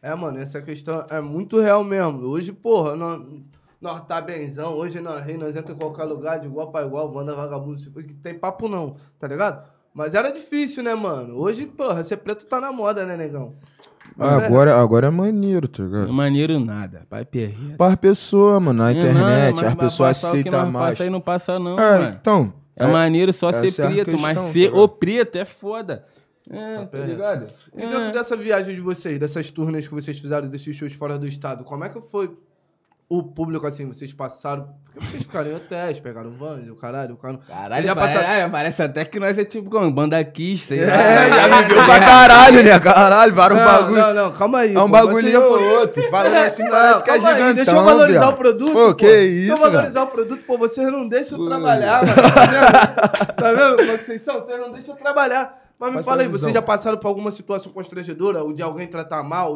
Speaker 3: É, mano, essa questão é muito real mesmo. Hoje, porra, nós, nós tá benzão, hoje nós ri, nós entra em qualquer lugar de igual pra igual, manda vagabundo, se- porque tem papo não, tá ligado? Mas era difícil, né, mano? Hoje, porra, ser preto tá na moda, né, negão?
Speaker 5: Ah, Agora, agora é maneiro, tá ligado?
Speaker 4: Não maneiro nada, pai perreto.
Speaker 5: Para pessoa, mano, na
Speaker 4: Não,
Speaker 5: internet,
Speaker 4: mas
Speaker 5: as pessoas
Speaker 4: passar o que
Speaker 5: aceitam
Speaker 4: nós
Speaker 5: mais.
Speaker 4: Passa aí não passa não,
Speaker 5: É,
Speaker 4: mano.
Speaker 5: então.
Speaker 4: É, maneiro só
Speaker 5: essa
Speaker 4: ser
Speaker 5: é a
Speaker 4: preto, mas
Speaker 5: questão,
Speaker 4: ser
Speaker 5: tá
Speaker 4: o
Speaker 5: ligado?
Speaker 4: preto é foda. É, tá
Speaker 3: perreto.
Speaker 4: ligado? É.
Speaker 3: E dentro dessa viagem de vocês, dessas turnês que vocês fizeram, desses shows fora do estado, como é que foi o público, assim, vocês passaram? Porque vocês ficaram em hotéis, pegaram van, o caralho, o cara...
Speaker 4: Caralho,
Speaker 3: Já
Speaker 4: parece,
Speaker 3: passa-
Speaker 4: é, parece até que nós é tipo como, banda Kiss, sei lá.
Speaker 5: É, já viveu pra caralho, né? Caralho, vários
Speaker 3: não,
Speaker 5: bagulho.
Speaker 3: não, não, calma aí.
Speaker 5: É um
Speaker 3: pô,
Speaker 5: bagulho
Speaker 3: você já
Speaker 5: ou
Speaker 3: foi-
Speaker 5: outro. Falando assim, parece que é
Speaker 3: calma aí,
Speaker 5: gigante.
Speaker 3: Deixa eu valorizar o produto.
Speaker 5: Pô, que
Speaker 3: Deixa eu
Speaker 5: isso,
Speaker 3: valorizar o produto, pô. Vocês não deixam eu trabalhar, mano. Tá vendo? Tá vendo como é que vocês são? Vocês não deixam eu trabalhar. Mas me
Speaker 5: Passa
Speaker 3: fala
Speaker 5: a
Speaker 3: aí,
Speaker 5: visão.
Speaker 3: vocês já passaram por alguma situação constrangedora? Ou de alguém tratar mal?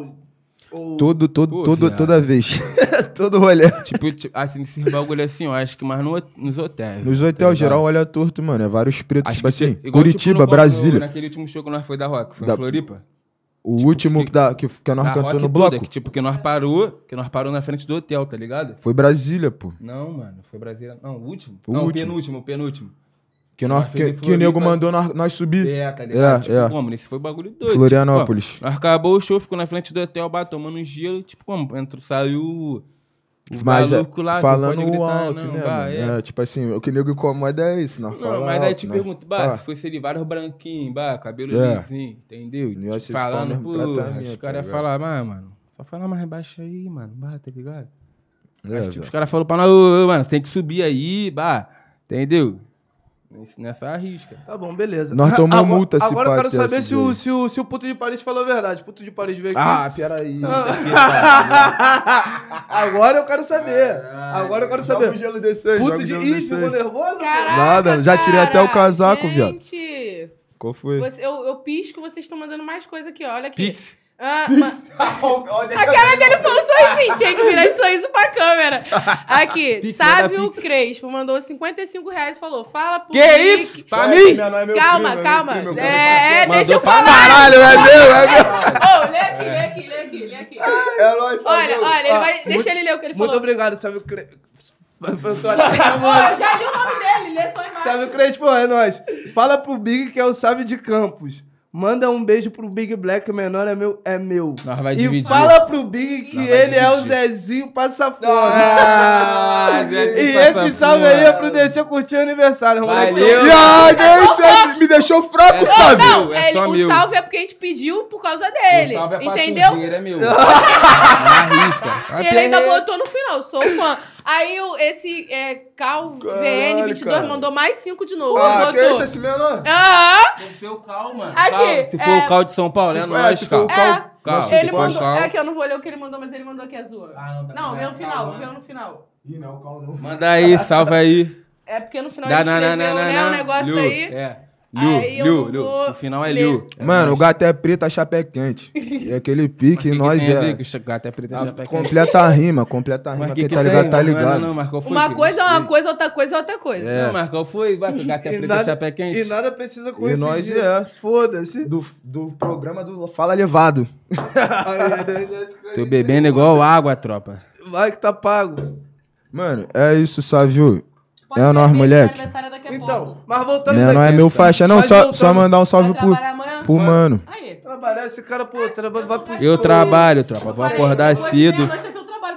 Speaker 3: Ou...
Speaker 5: Todo, todo,
Speaker 4: Pô,
Speaker 5: todo,
Speaker 4: viado.
Speaker 5: toda vez. todo rolê.
Speaker 4: Tipo, ti- assim, esses bagulho assim, eu acho que mais no, nos hotéis. Tá
Speaker 5: Nos hotel geral, olha torto, mano. É vários pretos.
Speaker 4: Acho
Speaker 5: Tipo
Speaker 4: que ti-
Speaker 5: assim,
Speaker 4: igual, tipo,
Speaker 5: Curitiba,
Speaker 4: no- né? no-
Speaker 5: Brasília.
Speaker 4: Naquele último show que nós foi da Rock, foi
Speaker 5: Da-
Speaker 4: em Floripa.
Speaker 5: O último que, da, que, que nós
Speaker 4: da
Speaker 5: cantamos
Speaker 4: Tipo, Ah, Rock
Speaker 5: no
Speaker 4: toda,
Speaker 5: bloco
Speaker 4: que, tipo, que nós parou, que nós parou na frente do hotel, tá ligado?
Speaker 5: foi Brasília, pô.
Speaker 4: Não, mano, foi Brasília. Não, o último.
Speaker 5: O
Speaker 4: não, o
Speaker 5: último.
Speaker 4: penúltimo, o penúltimo.
Speaker 5: Que, nós,
Speaker 4: Nós fez
Speaker 5: que,
Speaker 4: em
Speaker 5: que o
Speaker 4: Ah,
Speaker 5: nego
Speaker 4: Floripa.
Speaker 5: mandou nós, nós subir.
Speaker 4: É, tá ligado?
Speaker 5: É,
Speaker 4: tipo,
Speaker 5: é.
Speaker 4: como? Isso foi bagulho doido.
Speaker 5: Florianópolis.
Speaker 4: Tipo, como? nós acabou o show, ficou na frente do hotel, bah, tomando um gelo. Tipo, como? Entrou, saiu o- o
Speaker 5: Mas é,
Speaker 4: um maluco lá,
Speaker 5: falando
Speaker 4: você pode gritar,
Speaker 5: alto,
Speaker 4: não,
Speaker 5: né,
Speaker 4: bah,
Speaker 5: mano?
Speaker 4: é.
Speaker 5: É, tipo assim, o que nego incomoda é isso. Nós
Speaker 4: Não,
Speaker 5: fala
Speaker 4: mas daí
Speaker 5: alto,
Speaker 4: te
Speaker 5: né?
Speaker 4: pergunto, bah,
Speaker 5: Pá.
Speaker 4: se fosse ele vários branquinhos, bah, cabelo
Speaker 5: É.
Speaker 4: lisinho, entendeu?
Speaker 5: Não ia
Speaker 4: Tipo,
Speaker 5: ser esse
Speaker 4: falando,
Speaker 5: pau
Speaker 4: pô,
Speaker 5: mesmo
Speaker 4: os
Speaker 5: tratamento, tá
Speaker 4: caras
Speaker 5: ligado?
Speaker 4: falavam, ah, mano, só falar mais baixo aí, mano, bah, tá ligado?
Speaker 5: É,
Speaker 4: Aí, tipo, os
Speaker 5: velho.
Speaker 4: caras falaram pra nós, ô, ô, mano, você tem que subir aí, bah, entendeu? Nesse- Nessa risca.
Speaker 3: Tá bom, beleza.
Speaker 5: Nós tomamos
Speaker 3: Agora-
Speaker 5: multa se
Speaker 3: Agora eu
Speaker 5: pá, é assim
Speaker 3: quero
Speaker 5: até
Speaker 3: saber
Speaker 5: esse
Speaker 3: se o,
Speaker 5: dia.
Speaker 3: se, o, se o puto de Paris falou a verdade. Puto de Paris veio aqui.
Speaker 5: Ah, peraí.
Speaker 3: Agora eu quero saber. Agora eu quero saber.
Speaker 5: Ah. Joga o um gelo desse aí,
Speaker 3: Puto
Speaker 5: joga o
Speaker 3: de.
Speaker 5: gelo
Speaker 3: Ih,
Speaker 5: desse
Speaker 3: ficou
Speaker 5: aí.
Speaker 3: nervoso?
Speaker 1: Caraca,
Speaker 5: Nada, já tirei até o
Speaker 1: cara.
Speaker 5: casaco, viado.
Speaker 1: Gente,
Speaker 5: Qual foi?
Speaker 1: você- eu, eu pisco, vocês estão mandando mais coisa aqui, olha aqui.
Speaker 4: Pix.
Speaker 1: Ah, ma- A cara dele foi um sorrisinho, tinha que virar esse sorriso pra câmera. Aqui,
Speaker 4: Pix, manda
Speaker 1: Sávio
Speaker 4: Pix.
Speaker 1: Crespo mandou 55 reais e falou: fala pro
Speaker 4: Que
Speaker 1: Nick-
Speaker 4: isso? Pra mim? é
Speaker 1: Calma, calma. é, é,
Speaker 4: Mandou
Speaker 1: deixa eu
Speaker 4: pra né,
Speaker 1: falar.
Speaker 5: Caralho, é meu, é meu.
Speaker 1: Ô, lê aqui, lê aqui, lê aqui, lê aqui.
Speaker 5: É nóis,
Speaker 1: Olha, olha, ele
Speaker 3: Ah,
Speaker 1: vai.
Speaker 3: muito-
Speaker 1: Deixa ele ler o que ele
Speaker 3: Muito
Speaker 1: falou.
Speaker 3: obrigado, Sávio Crespo.
Speaker 1: Pô, eu já li o nome dele, lê só a imagem.
Speaker 3: Sávio Crespo, é nóis. Fala pro Big que é o Sávio de Campos. Manda um beijo pro Big Black, o menor é meu. É meu.
Speaker 4: Nós vai
Speaker 3: e
Speaker 4: dividir.
Speaker 3: fala pro Big que
Speaker 4: Nós vai
Speaker 3: ele é o
Speaker 4: dividir.
Speaker 3: Zezinho Passa Fome.
Speaker 4: Ah,
Speaker 3: e
Speaker 4: Zezinho
Speaker 3: esse
Speaker 4: Passa
Speaker 3: salve
Speaker 4: Fome.
Speaker 3: aí é pro Deixa eu curtir o aniversário. moleque.
Speaker 4: Valeu.
Speaker 5: E aí, deixa- me deixou fraco, sabe?
Speaker 4: Não,
Speaker 1: Não, ele- o salve é porque a gente pediu por causa dele. entendeu?
Speaker 4: Dinheiro é meu. Não arrisca.
Speaker 1: E ele ainda botou no final, sou fã. Aí o- esse é, Cal VN22
Speaker 3: cara.
Speaker 1: mandou mais cinco de novo.
Speaker 5: Ah, que
Speaker 1: botou.
Speaker 5: isso, esse menor?
Speaker 1: Aham!
Speaker 4: Tem que ser o Cal, mano.
Speaker 1: Aqui,
Speaker 4: Cal. Se for
Speaker 1: é.
Speaker 4: o Cal de São Paulo,
Speaker 5: Se
Speaker 4: é
Speaker 5: for- é,
Speaker 4: nóis,
Speaker 5: se
Speaker 4: Cal.
Speaker 5: for o
Speaker 1: É.
Speaker 4: Cal.
Speaker 5: Nossa,
Speaker 1: Ele
Speaker 5: se for
Speaker 1: mandou.
Speaker 5: Cal-
Speaker 1: É que eu não vou ler o que ele mandou, mas ele mandou aqui as duas.
Speaker 4: Ah, não, tá
Speaker 1: Não,
Speaker 4: bom.
Speaker 1: vê
Speaker 4: É,
Speaker 1: o final,
Speaker 4: Cal,
Speaker 1: vê
Speaker 4: né?
Speaker 1: no final.
Speaker 5: Ih, não, calma.
Speaker 4: Manda aí, salve aí.
Speaker 1: É porque no final
Speaker 4: Dá,
Speaker 1: ele
Speaker 4: na, na,
Speaker 1: escreveu,
Speaker 4: na, na,
Speaker 1: né, um
Speaker 4: na.
Speaker 1: negócio
Speaker 4: Liu,
Speaker 1: aí.
Speaker 4: É.
Speaker 1: Aí eu
Speaker 4: Liu,
Speaker 1: não
Speaker 4: Liu, Liu.
Speaker 1: vou
Speaker 4: O final é
Speaker 1: ler.
Speaker 4: Liu.
Speaker 5: Mano, o gato é preto, a chapa é quente. E aquele pique, nós é.
Speaker 4: O gato é preto,
Speaker 5: Ah,
Speaker 4: já pega.
Speaker 5: Completa a rima, completa a
Speaker 4: Mas
Speaker 5: rima,
Speaker 4: que
Speaker 5: quem
Speaker 4: que
Speaker 5: tá
Speaker 4: tem,
Speaker 5: ligado, tá
Speaker 4: mano?
Speaker 5: ligado.
Speaker 4: Não, não, mas qual foi
Speaker 1: Uma
Speaker 4: que-
Speaker 1: coisa é uma coisa, outra coisa é outra coisa.
Speaker 4: Não, mas qual foi? Vai, que o gato é
Speaker 3: E
Speaker 4: preto,
Speaker 3: nada-
Speaker 4: a chapa é quente.
Speaker 3: E nada precisa
Speaker 5: E
Speaker 3: coincidir.
Speaker 5: nós é.
Speaker 3: Foda-se.
Speaker 5: Do, do programa do Fala Levado.
Speaker 4: Tô bebendo igual água, tropa.
Speaker 3: Vai que tá pago.
Speaker 5: Mano, é isso, Sávio.
Speaker 1: Pode
Speaker 5: É
Speaker 1: ver,
Speaker 5: nós,
Speaker 1: ele
Speaker 5: moleque.
Speaker 1: tem aniversário daqui a pouco.
Speaker 3: Então, mas voltando
Speaker 5: Né, não é
Speaker 3: daqui.
Speaker 5: meu faixa, não.
Speaker 3: Mas
Speaker 5: Só, só
Speaker 3: voltando-
Speaker 5: mandar um salve
Speaker 1: Vai
Speaker 5: pro,
Speaker 1: trabalhar amanhã?
Speaker 5: pro mano.
Speaker 1: Aí.
Speaker 3: Trabalhar esse cara, pô, traba- vai pro
Speaker 4: Eu
Speaker 3: escuro.
Speaker 4: trabalho, tropa. Vou acordar
Speaker 1: é
Speaker 4: cedo.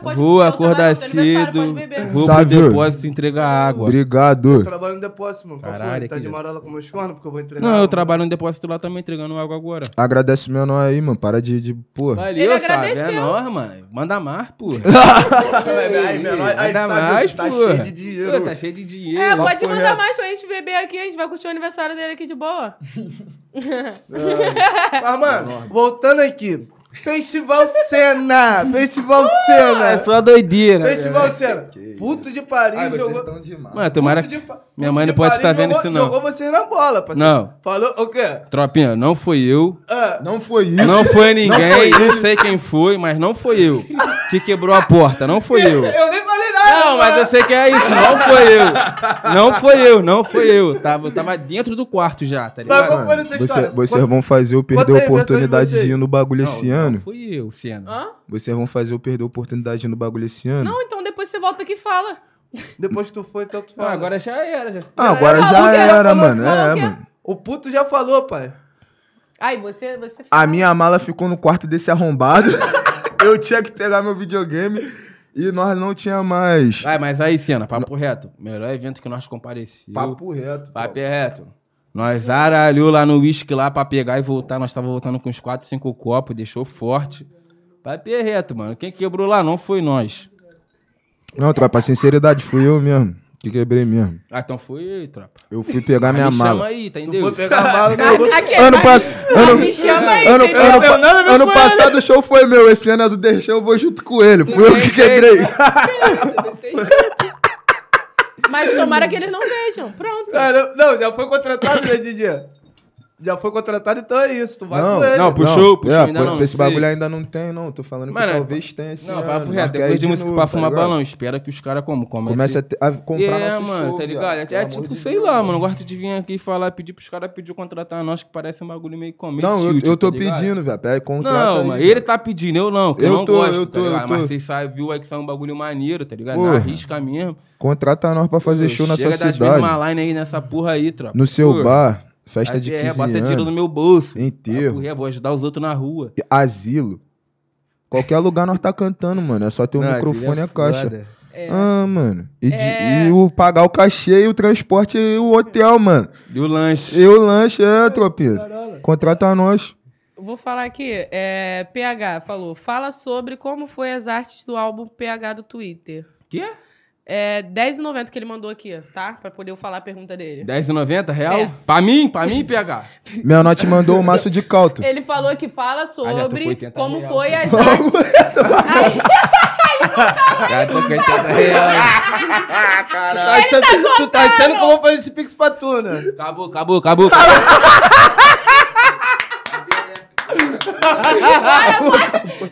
Speaker 4: Vou acordar cedo. Vou pro
Speaker 5: Sávio.
Speaker 4: depósito entregar água.
Speaker 3: Eu
Speaker 5: Obrigado.
Speaker 3: trabalho no depósito, mano. Qual
Speaker 4: Caralho,
Speaker 3: foi? Tá
Speaker 4: que
Speaker 3: de
Speaker 4: lindo.
Speaker 3: marola com meus cornos, porque eu vou um entregar.
Speaker 4: Não, eu trabalho no depósito lá também entregando água agora.
Speaker 5: Agradece o menor aí, mano. Para de, de pô.
Speaker 4: Valeu, sabe? É
Speaker 1: agradeceu.
Speaker 4: nóis, mano. Manda mais, pô.
Speaker 3: Aí, menor, aí,
Speaker 4: Manda
Speaker 3: sabe,
Speaker 4: mais, pô.
Speaker 3: tá cheio de dinheiro.
Speaker 4: Pô, Tá cheio de dinheiro.
Speaker 1: É, pode
Speaker 5: Papo
Speaker 1: mandar
Speaker 5: reto.
Speaker 1: mais pra gente beber aqui, a gente vai curtir o aniversário dele aqui de boa.
Speaker 3: Mas, mano, voltando aqui. Festival Sena! Festival Sena!
Speaker 4: É só doideira.
Speaker 3: Festival Sena! Puto de Paris
Speaker 5: Ai, vocês
Speaker 3: jogou.
Speaker 5: tão demais.
Speaker 4: Mano, tomara
Speaker 3: Puto
Speaker 4: que.
Speaker 3: de Pa-
Speaker 4: Minha
Speaker 3: Puto
Speaker 4: mãe
Speaker 3: de
Speaker 4: não pode
Speaker 3: Paris
Speaker 4: estar vendo
Speaker 3: jogou-
Speaker 4: isso, não.
Speaker 3: Jogou vocês na bola, parceiro.
Speaker 4: Não.
Speaker 3: Falou o quê?
Speaker 4: Tropinha, não foi eu.
Speaker 3: Ah,
Speaker 5: Não foi isso.
Speaker 4: Não foi ninguém, não sei quem foi, mas não foi eu que quebrou a porta, não foi eu.
Speaker 3: eu nem falei nada!
Speaker 4: Não, mas eu sei que é isso, não foi eu. Não foi eu, não foi eu. Tava, eu tava dentro do quarto já, tá
Speaker 3: Mas
Speaker 4: ligado?
Speaker 3: qual foi essa
Speaker 5: Você-
Speaker 3: história?
Speaker 5: vocês vão fazer eu
Speaker 3: quantas
Speaker 5: perder a
Speaker 3: invenções
Speaker 5: oportunidade
Speaker 3: vocês?
Speaker 5: de ir no bagulho
Speaker 4: Não,
Speaker 5: esse
Speaker 4: não
Speaker 5: ano.
Speaker 4: fui eu, Siena.
Speaker 1: Hã?
Speaker 5: Vocês vão fazer eu perder a oportunidade de ir no bagulho esse ano.
Speaker 1: Não, então depois você volta aqui e fala.
Speaker 3: Depois que tu foi, então tu
Speaker 4: Ah,
Speaker 3: fala.
Speaker 4: assim- agora já era, já.
Speaker 5: Ah, agora
Speaker 1: É, Falou
Speaker 5: já
Speaker 1: que era,
Speaker 5: era,
Speaker 1: falou-
Speaker 5: mano.
Speaker 1: falou
Speaker 5: É,
Speaker 1: que era.
Speaker 5: mano.
Speaker 3: O puto já falou, pai.
Speaker 1: Ai, você, você
Speaker 5: A
Speaker 1: fala.
Speaker 5: minha mala ficou no quarto desse arrombado. eu tinha que pegar meu videogame e nós não tinha mais.
Speaker 4: Vai, mas aí, Siena, papo reto. Melhor evento que nós compareceu.
Speaker 5: Papo reto. tá
Speaker 4: Papo reto. Nós aralhou lá no uísque lá pra pegar e voltar. Nós tava voltando com uns 4, 5 copos, deixou forte. Papo é reto, mano. Quem quebrou lá não foi nós.
Speaker 5: Não, tropa, sinceridade, fui eu mesmo. Que quebrei mesmo.
Speaker 4: Ah, então foi eu, tropa.
Speaker 5: Eu fui pegar minha
Speaker 4: me chama
Speaker 5: mala.
Speaker 4: aí, tá
Speaker 3: Tu foi
Speaker 4: entendeu?
Speaker 3: pegar a mala
Speaker 1: Ah,
Speaker 3: no outro.
Speaker 1: Aqui,
Speaker 5: Ano
Speaker 1: vai-
Speaker 5: passado.
Speaker 1: vai,
Speaker 5: Ano,
Speaker 1: me chama aí,
Speaker 5: ano,
Speaker 1: entendeu?
Speaker 5: ano,
Speaker 3: Eu nada a ver
Speaker 5: ano
Speaker 3: com
Speaker 5: passado o show foi meu. Esse ano é do Deixa, eu vou junto com ele. Fui eu que quebrei.
Speaker 1: Mas tomara que eles não vejam. Pronto.
Speaker 3: Ah, não, não, já foi contratado, né, Didi? Já foi contratado, então é isso. Tu vai com ele.
Speaker 4: não, pro show, pro show ainda
Speaker 5: é, pô,
Speaker 4: não, sei.
Speaker 5: Esse bagulho ainda não tem, não. Tô falando
Speaker 4: Mano,
Speaker 5: que talvez tenha esse
Speaker 4: Não,
Speaker 5: ano.
Speaker 4: papo
Speaker 5: mas
Speaker 4: reto.
Speaker 5: quer ir
Speaker 4: Depois de
Speaker 5: de
Speaker 4: música
Speaker 5: novo,
Speaker 4: pra
Speaker 5: tá
Speaker 4: fumar
Speaker 5: ligado?
Speaker 4: balão. Espera que os caras como? Comece...
Speaker 5: Começa a, te- a comprar
Speaker 4: É,
Speaker 5: nosso
Speaker 4: mano,
Speaker 5: show,
Speaker 4: tá
Speaker 5: viado,
Speaker 4: ligado? É,
Speaker 5: pelo amor
Speaker 4: tipo,
Speaker 5: de
Speaker 4: sei
Speaker 5: Deus.
Speaker 4: lá, mano. Eu gosto de vir aqui falar, pedir pros caras pedir contratar nós, que parece um bagulho meio tipo, comédia.
Speaker 5: Não, eu, eu tô pedindo, velho. Pega contrato
Speaker 4: tá Não,
Speaker 5: aí,
Speaker 4: mas
Speaker 5: velho.
Speaker 4: ele tá pedindo, eu não, que eu,
Speaker 5: Eu
Speaker 4: não
Speaker 5: tô,
Speaker 4: gosto,
Speaker 5: eu
Speaker 4: tá
Speaker 5: tô, eu
Speaker 4: ligado? Mas
Speaker 5: tô.
Speaker 4: vocês sabem, viu aí que sai um bagulho maneiro, tá ligado?
Speaker 5: Porra.
Speaker 4: Na risca mesmo.
Speaker 5: Contrata nós pra fazer show na sua
Speaker 4: Chega das
Speaker 5: cidade.
Speaker 4: uma line aí nessa porra aí, tropa.
Speaker 5: No seu
Speaker 4: Pô,
Speaker 5: bar, festa
Speaker 4: aí
Speaker 5: de
Speaker 4: é,
Speaker 5: 15
Speaker 4: bota tiro no
Speaker 5: anos,
Speaker 4: meu bolso.
Speaker 5: enterro,
Speaker 4: Papo reto, vou ajudar os outros na rua.
Speaker 5: asilo. Qualquer lugar nós tá cantando, mano. É só ter o
Speaker 4: Não,
Speaker 5: microfone e
Speaker 4: seria
Speaker 5: a caixa.
Speaker 4: foda.
Speaker 5: Ah, mano. E, de-
Speaker 1: É.
Speaker 5: e o pagar o cachê e o transporte e o hotel, mano.
Speaker 4: E o lanche.
Speaker 5: E o lanche, é, tropinha. Contrata nós.
Speaker 1: Eu Vou falar aqui, é, PH falou, fala sobre como foi as artes do álbum PH do Twitter.
Speaker 4: Quê?
Speaker 1: É 10,90 que ele mandou aqui, tá? Pra poder eu falar a pergunta dele.
Speaker 4: R$10,90 real?
Speaker 1: É.
Speaker 4: Pra mim? Pra mim, PH?
Speaker 5: Minha nota mandou o maço de caldo.
Speaker 1: Ele falou que fala
Speaker 4: Ah, já tô com
Speaker 1: sobre
Speaker 4: 80
Speaker 1: como
Speaker 4: real,
Speaker 1: foi
Speaker 4: tá?
Speaker 1: as artes.
Speaker 4: Já tô com 80 reais.
Speaker 3: tá achando, tu tá achando que eu vou fazer esse pix pra tu, né?
Speaker 4: Acabou, acabou, acabou.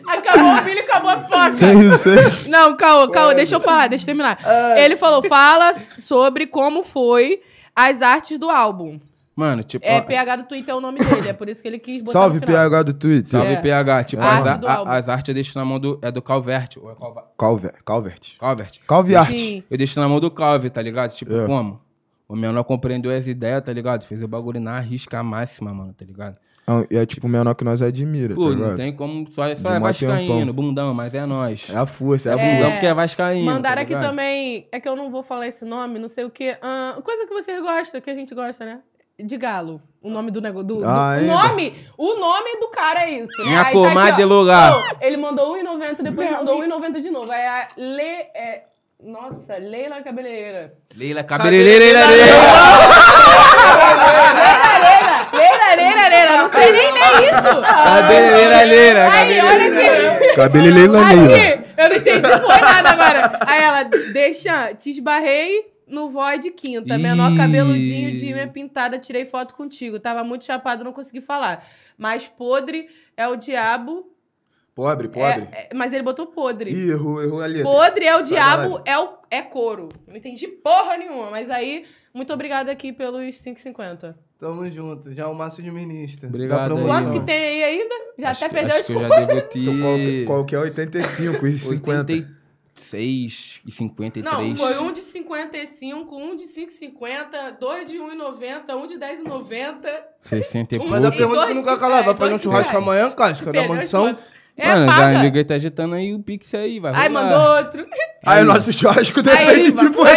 Speaker 1: Acabou o milho, acabou a foto.
Speaker 5: Sem riso, sem riso.
Speaker 1: Não, calma, calma, deixa eu falar, deixa eu terminar.
Speaker 4: Ah.
Speaker 1: Ele falou, fala sobre como foi as artes do álbum.
Speaker 4: Mano, tipo...
Speaker 1: É,
Speaker 4: ó,
Speaker 1: PH do Twitter é o nome dele, é por isso que ele quis botar
Speaker 5: Salve,
Speaker 1: no final.
Speaker 5: PH do Twitter.
Speaker 4: Salve,
Speaker 1: É.
Speaker 4: PH. Tipo,
Speaker 1: A
Speaker 4: as,
Speaker 1: arte do
Speaker 4: a-
Speaker 1: álbum.
Speaker 4: as artes eu deixo na mão do... É do Calvert. Ou é Calva-
Speaker 5: Calvert. Calvert.
Speaker 4: Calvert.
Speaker 5: Calviarte.
Speaker 1: Sim.
Speaker 4: Eu deixo na mão do Calvin, tá ligado? Tipo,
Speaker 5: É.
Speaker 4: como? O menor compreendeu as ideias, tá ligado? Fez o bagulho na risca máxima, mano, tá ligado?
Speaker 5: É, um- e é tipo o menor que nós admira,
Speaker 4: Pô,
Speaker 5: tá
Speaker 4: não
Speaker 5: ligado?
Speaker 4: tem como. Só, só
Speaker 5: Do
Speaker 4: é
Speaker 5: mó
Speaker 4: vascaíno,
Speaker 5: tempão.
Speaker 4: bundão, mas é nós.
Speaker 5: É a força, é a
Speaker 4: É
Speaker 5: força.
Speaker 4: bundão porque é vascaíno.
Speaker 1: Mandaram
Speaker 4: tá
Speaker 1: aqui
Speaker 4: ligado?
Speaker 1: também. É que eu não vou falar esse nome, não sei o quê. Ahn, coisa que vocês gostam, que a gente gosta, né? De galo. O nome do negócio. Do, do-
Speaker 5: Ah,
Speaker 1: o
Speaker 5: ainda.
Speaker 1: nome! O nome do cara é isso. Né?
Speaker 4: é. Minha
Speaker 1: Aí
Speaker 4: comadre
Speaker 1: aqui, ó.
Speaker 4: lugar.
Speaker 1: Pô, ele mandou 1,90, depois mandou 1,90 de novo. Aí a Le. É, nossa, Leila Cabeleireira.
Speaker 4: Leila, É cabeleireira. né?
Speaker 1: Leila, Leila, Leila, Leila, não sei nem ler isso.
Speaker 4: Cabeleireira, né,
Speaker 1: Aí, olha
Speaker 4: cabeleireira.
Speaker 1: aqui.
Speaker 5: Cabelo leilaneira.
Speaker 1: Aí, eu não entendi, foi nada agora. Aí ela, deixa, te esbarrei no void quinta. Menor
Speaker 4: Ih.
Speaker 1: cabeludinho de unha pintada, tirei foto contigo. Tava muito chapado, não consegui falar. Mas podre é o diabo.
Speaker 5: Pobre,
Speaker 1: é-
Speaker 5: pobre.
Speaker 1: é- mas ele botou podre.
Speaker 5: Ih, errou, errou a letra.
Speaker 1: Podre é o
Speaker 5: Sai
Speaker 1: diabo, é, o, é couro. Não entendi porra nenhuma. Mas aí, muito obrigada aqui pelos 5,50.
Speaker 3: Tamo junto, já é o Márcio de Ministro.
Speaker 4: Obrigado
Speaker 3: Da promoção.
Speaker 1: Quanto que tem aí ainda? Já
Speaker 4: Acho
Speaker 1: até
Speaker 4: que-
Speaker 1: perdeu
Speaker 4: acho
Speaker 1: as
Speaker 4: que eu
Speaker 1: contas.
Speaker 4: já devo
Speaker 5: Então, qual, que-
Speaker 4: ter.
Speaker 5: qual que é 85 e 50?
Speaker 4: 86 e 53.
Speaker 1: Não, foi um de 55, um de 5,50, dois de 1,90, um de 10,90.
Speaker 4: 60 e
Speaker 1: Um
Speaker 4: pouco.
Speaker 3: Mas a
Speaker 5: é
Speaker 1: Manda pra-
Speaker 3: pergunta que nunca calava, vai fazer um
Speaker 1: Dois
Speaker 3: churrasco
Speaker 1: reais.
Speaker 3: amanhã, Casca, na
Speaker 1: Perdeu as
Speaker 3: mansão?
Speaker 1: contas. É,
Speaker 4: Mano, já
Speaker 1: paga.
Speaker 4: liguei tá agitando aí o Pix aí, vai.
Speaker 1: Aí
Speaker 4: rolar.
Speaker 3: Ah.
Speaker 1: mandou outro.
Speaker 5: Aí o nosso churrasco depende
Speaker 1: Aí,
Speaker 5: de você.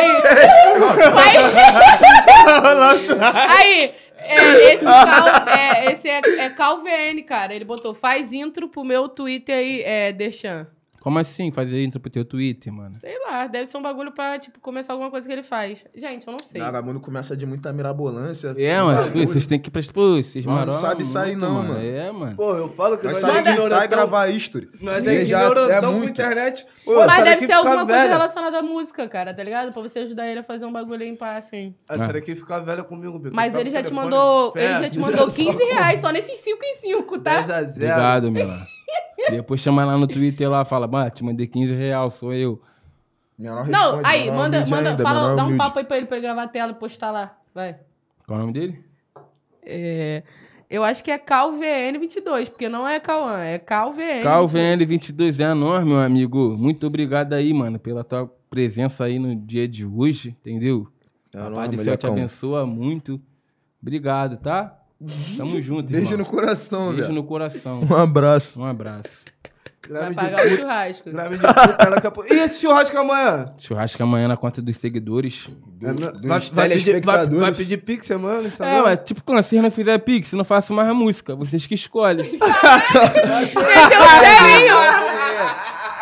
Speaker 1: Aí, é, esse, cal, é, esse é, é CalVN, cara. Ele botou, faz intro pro meu Twitter aí, é, Deixan.
Speaker 4: Como assim? Fazer intro pro teu Twitter, mano?
Speaker 1: Sei lá, deve ser um bagulho pra, tipo, começar alguma coisa que ele faz. Gente, eu não sei.
Speaker 5: Vagabundo começa de muita mirabolância.
Speaker 4: É, mano. pô, Vocês têm que prestar. Pô, vocês
Speaker 5: Nós não
Speaker 4: maromba
Speaker 5: sabe sair
Speaker 4: muito,
Speaker 5: não, mano.
Speaker 4: É, mano.
Speaker 3: Pô, eu falo que nós,
Speaker 5: Nós sabe
Speaker 3: é
Speaker 5: editar e
Speaker 3: ignorantão.
Speaker 5: gravar history.
Speaker 3: Nós
Speaker 5: E
Speaker 3: é
Speaker 5: tá já
Speaker 3: ignorantão com
Speaker 5: muito.
Speaker 3: internet. Pô, essa
Speaker 1: Mas
Speaker 3: daqui
Speaker 1: deve ser
Speaker 3: fica
Speaker 1: alguma coisa
Speaker 3: velha.
Speaker 1: relacionada à música, cara, tá ligado? Pra você ajudar ele a fazer um bagulho aí em pá, assim.
Speaker 3: Essa daqui fica velha comigo, Bico.
Speaker 1: Mas
Speaker 3: Tá
Speaker 1: ele
Speaker 3: com
Speaker 1: já te
Speaker 3: telefone
Speaker 1: mandou.
Speaker 3: fera.
Speaker 1: Ele já te mandou 15 reais só nesses 5 em 5, tá?
Speaker 3: 10 a 0.
Speaker 4: Obrigado, Milan. Depois chama lá no Twitter lá, fala, bah, te mandei 15 real, sou eu.
Speaker 5: Menor
Speaker 1: Não,
Speaker 5: responde,
Speaker 1: aí,
Speaker 5: menor
Speaker 1: manda,
Speaker 5: humilde
Speaker 1: manda,
Speaker 5: um ainda,
Speaker 1: fala,
Speaker 5: menor
Speaker 1: dá um
Speaker 5: humilde.
Speaker 1: papo aí pra ele pra ele gravar a tela e postar lá. Vai.
Speaker 4: Qual é o nome dele?
Speaker 1: É, eu acho que é CalVN22, porque não é Cauã, é CalVN.
Speaker 4: CalVN22 é a nós, meu amigo. Muito obrigado aí, mano, pela tua presença aí no dia de hoje, entendeu?
Speaker 5: É
Speaker 4: A
Speaker 5: enorme,
Speaker 4: paz do
Speaker 5: ele é
Speaker 4: céu te
Speaker 5: calmo.
Speaker 4: abençoa muito. Obrigado, tá? Tamo junto,
Speaker 5: Beijo no
Speaker 4: irmão.
Speaker 5: coração,
Speaker 4: Beijo
Speaker 5: velho.
Speaker 4: no coração.
Speaker 5: Um abraço.
Speaker 4: Um abraço.
Speaker 1: Vai
Speaker 4: é
Speaker 3: Grave de
Speaker 1: pagar o churrasco.
Speaker 3: grave de puta, ela capô. E esse churrasco amanhã?
Speaker 4: Churrasco é amanhã na conta dos seguidores.
Speaker 3: É,
Speaker 5: Dos-
Speaker 3: na- vai,
Speaker 5: dos
Speaker 3: vai pedir, vai,
Speaker 5: telespectadores.
Speaker 3: vai pedir pixel, mano?
Speaker 5: Tá
Speaker 3: Isso
Speaker 4: É,
Speaker 3: não?
Speaker 4: ué, tipo, quando vocês não fizer pix, eu não faço mais a música. Vocês que escolhem.
Speaker 1: Meteu serinho!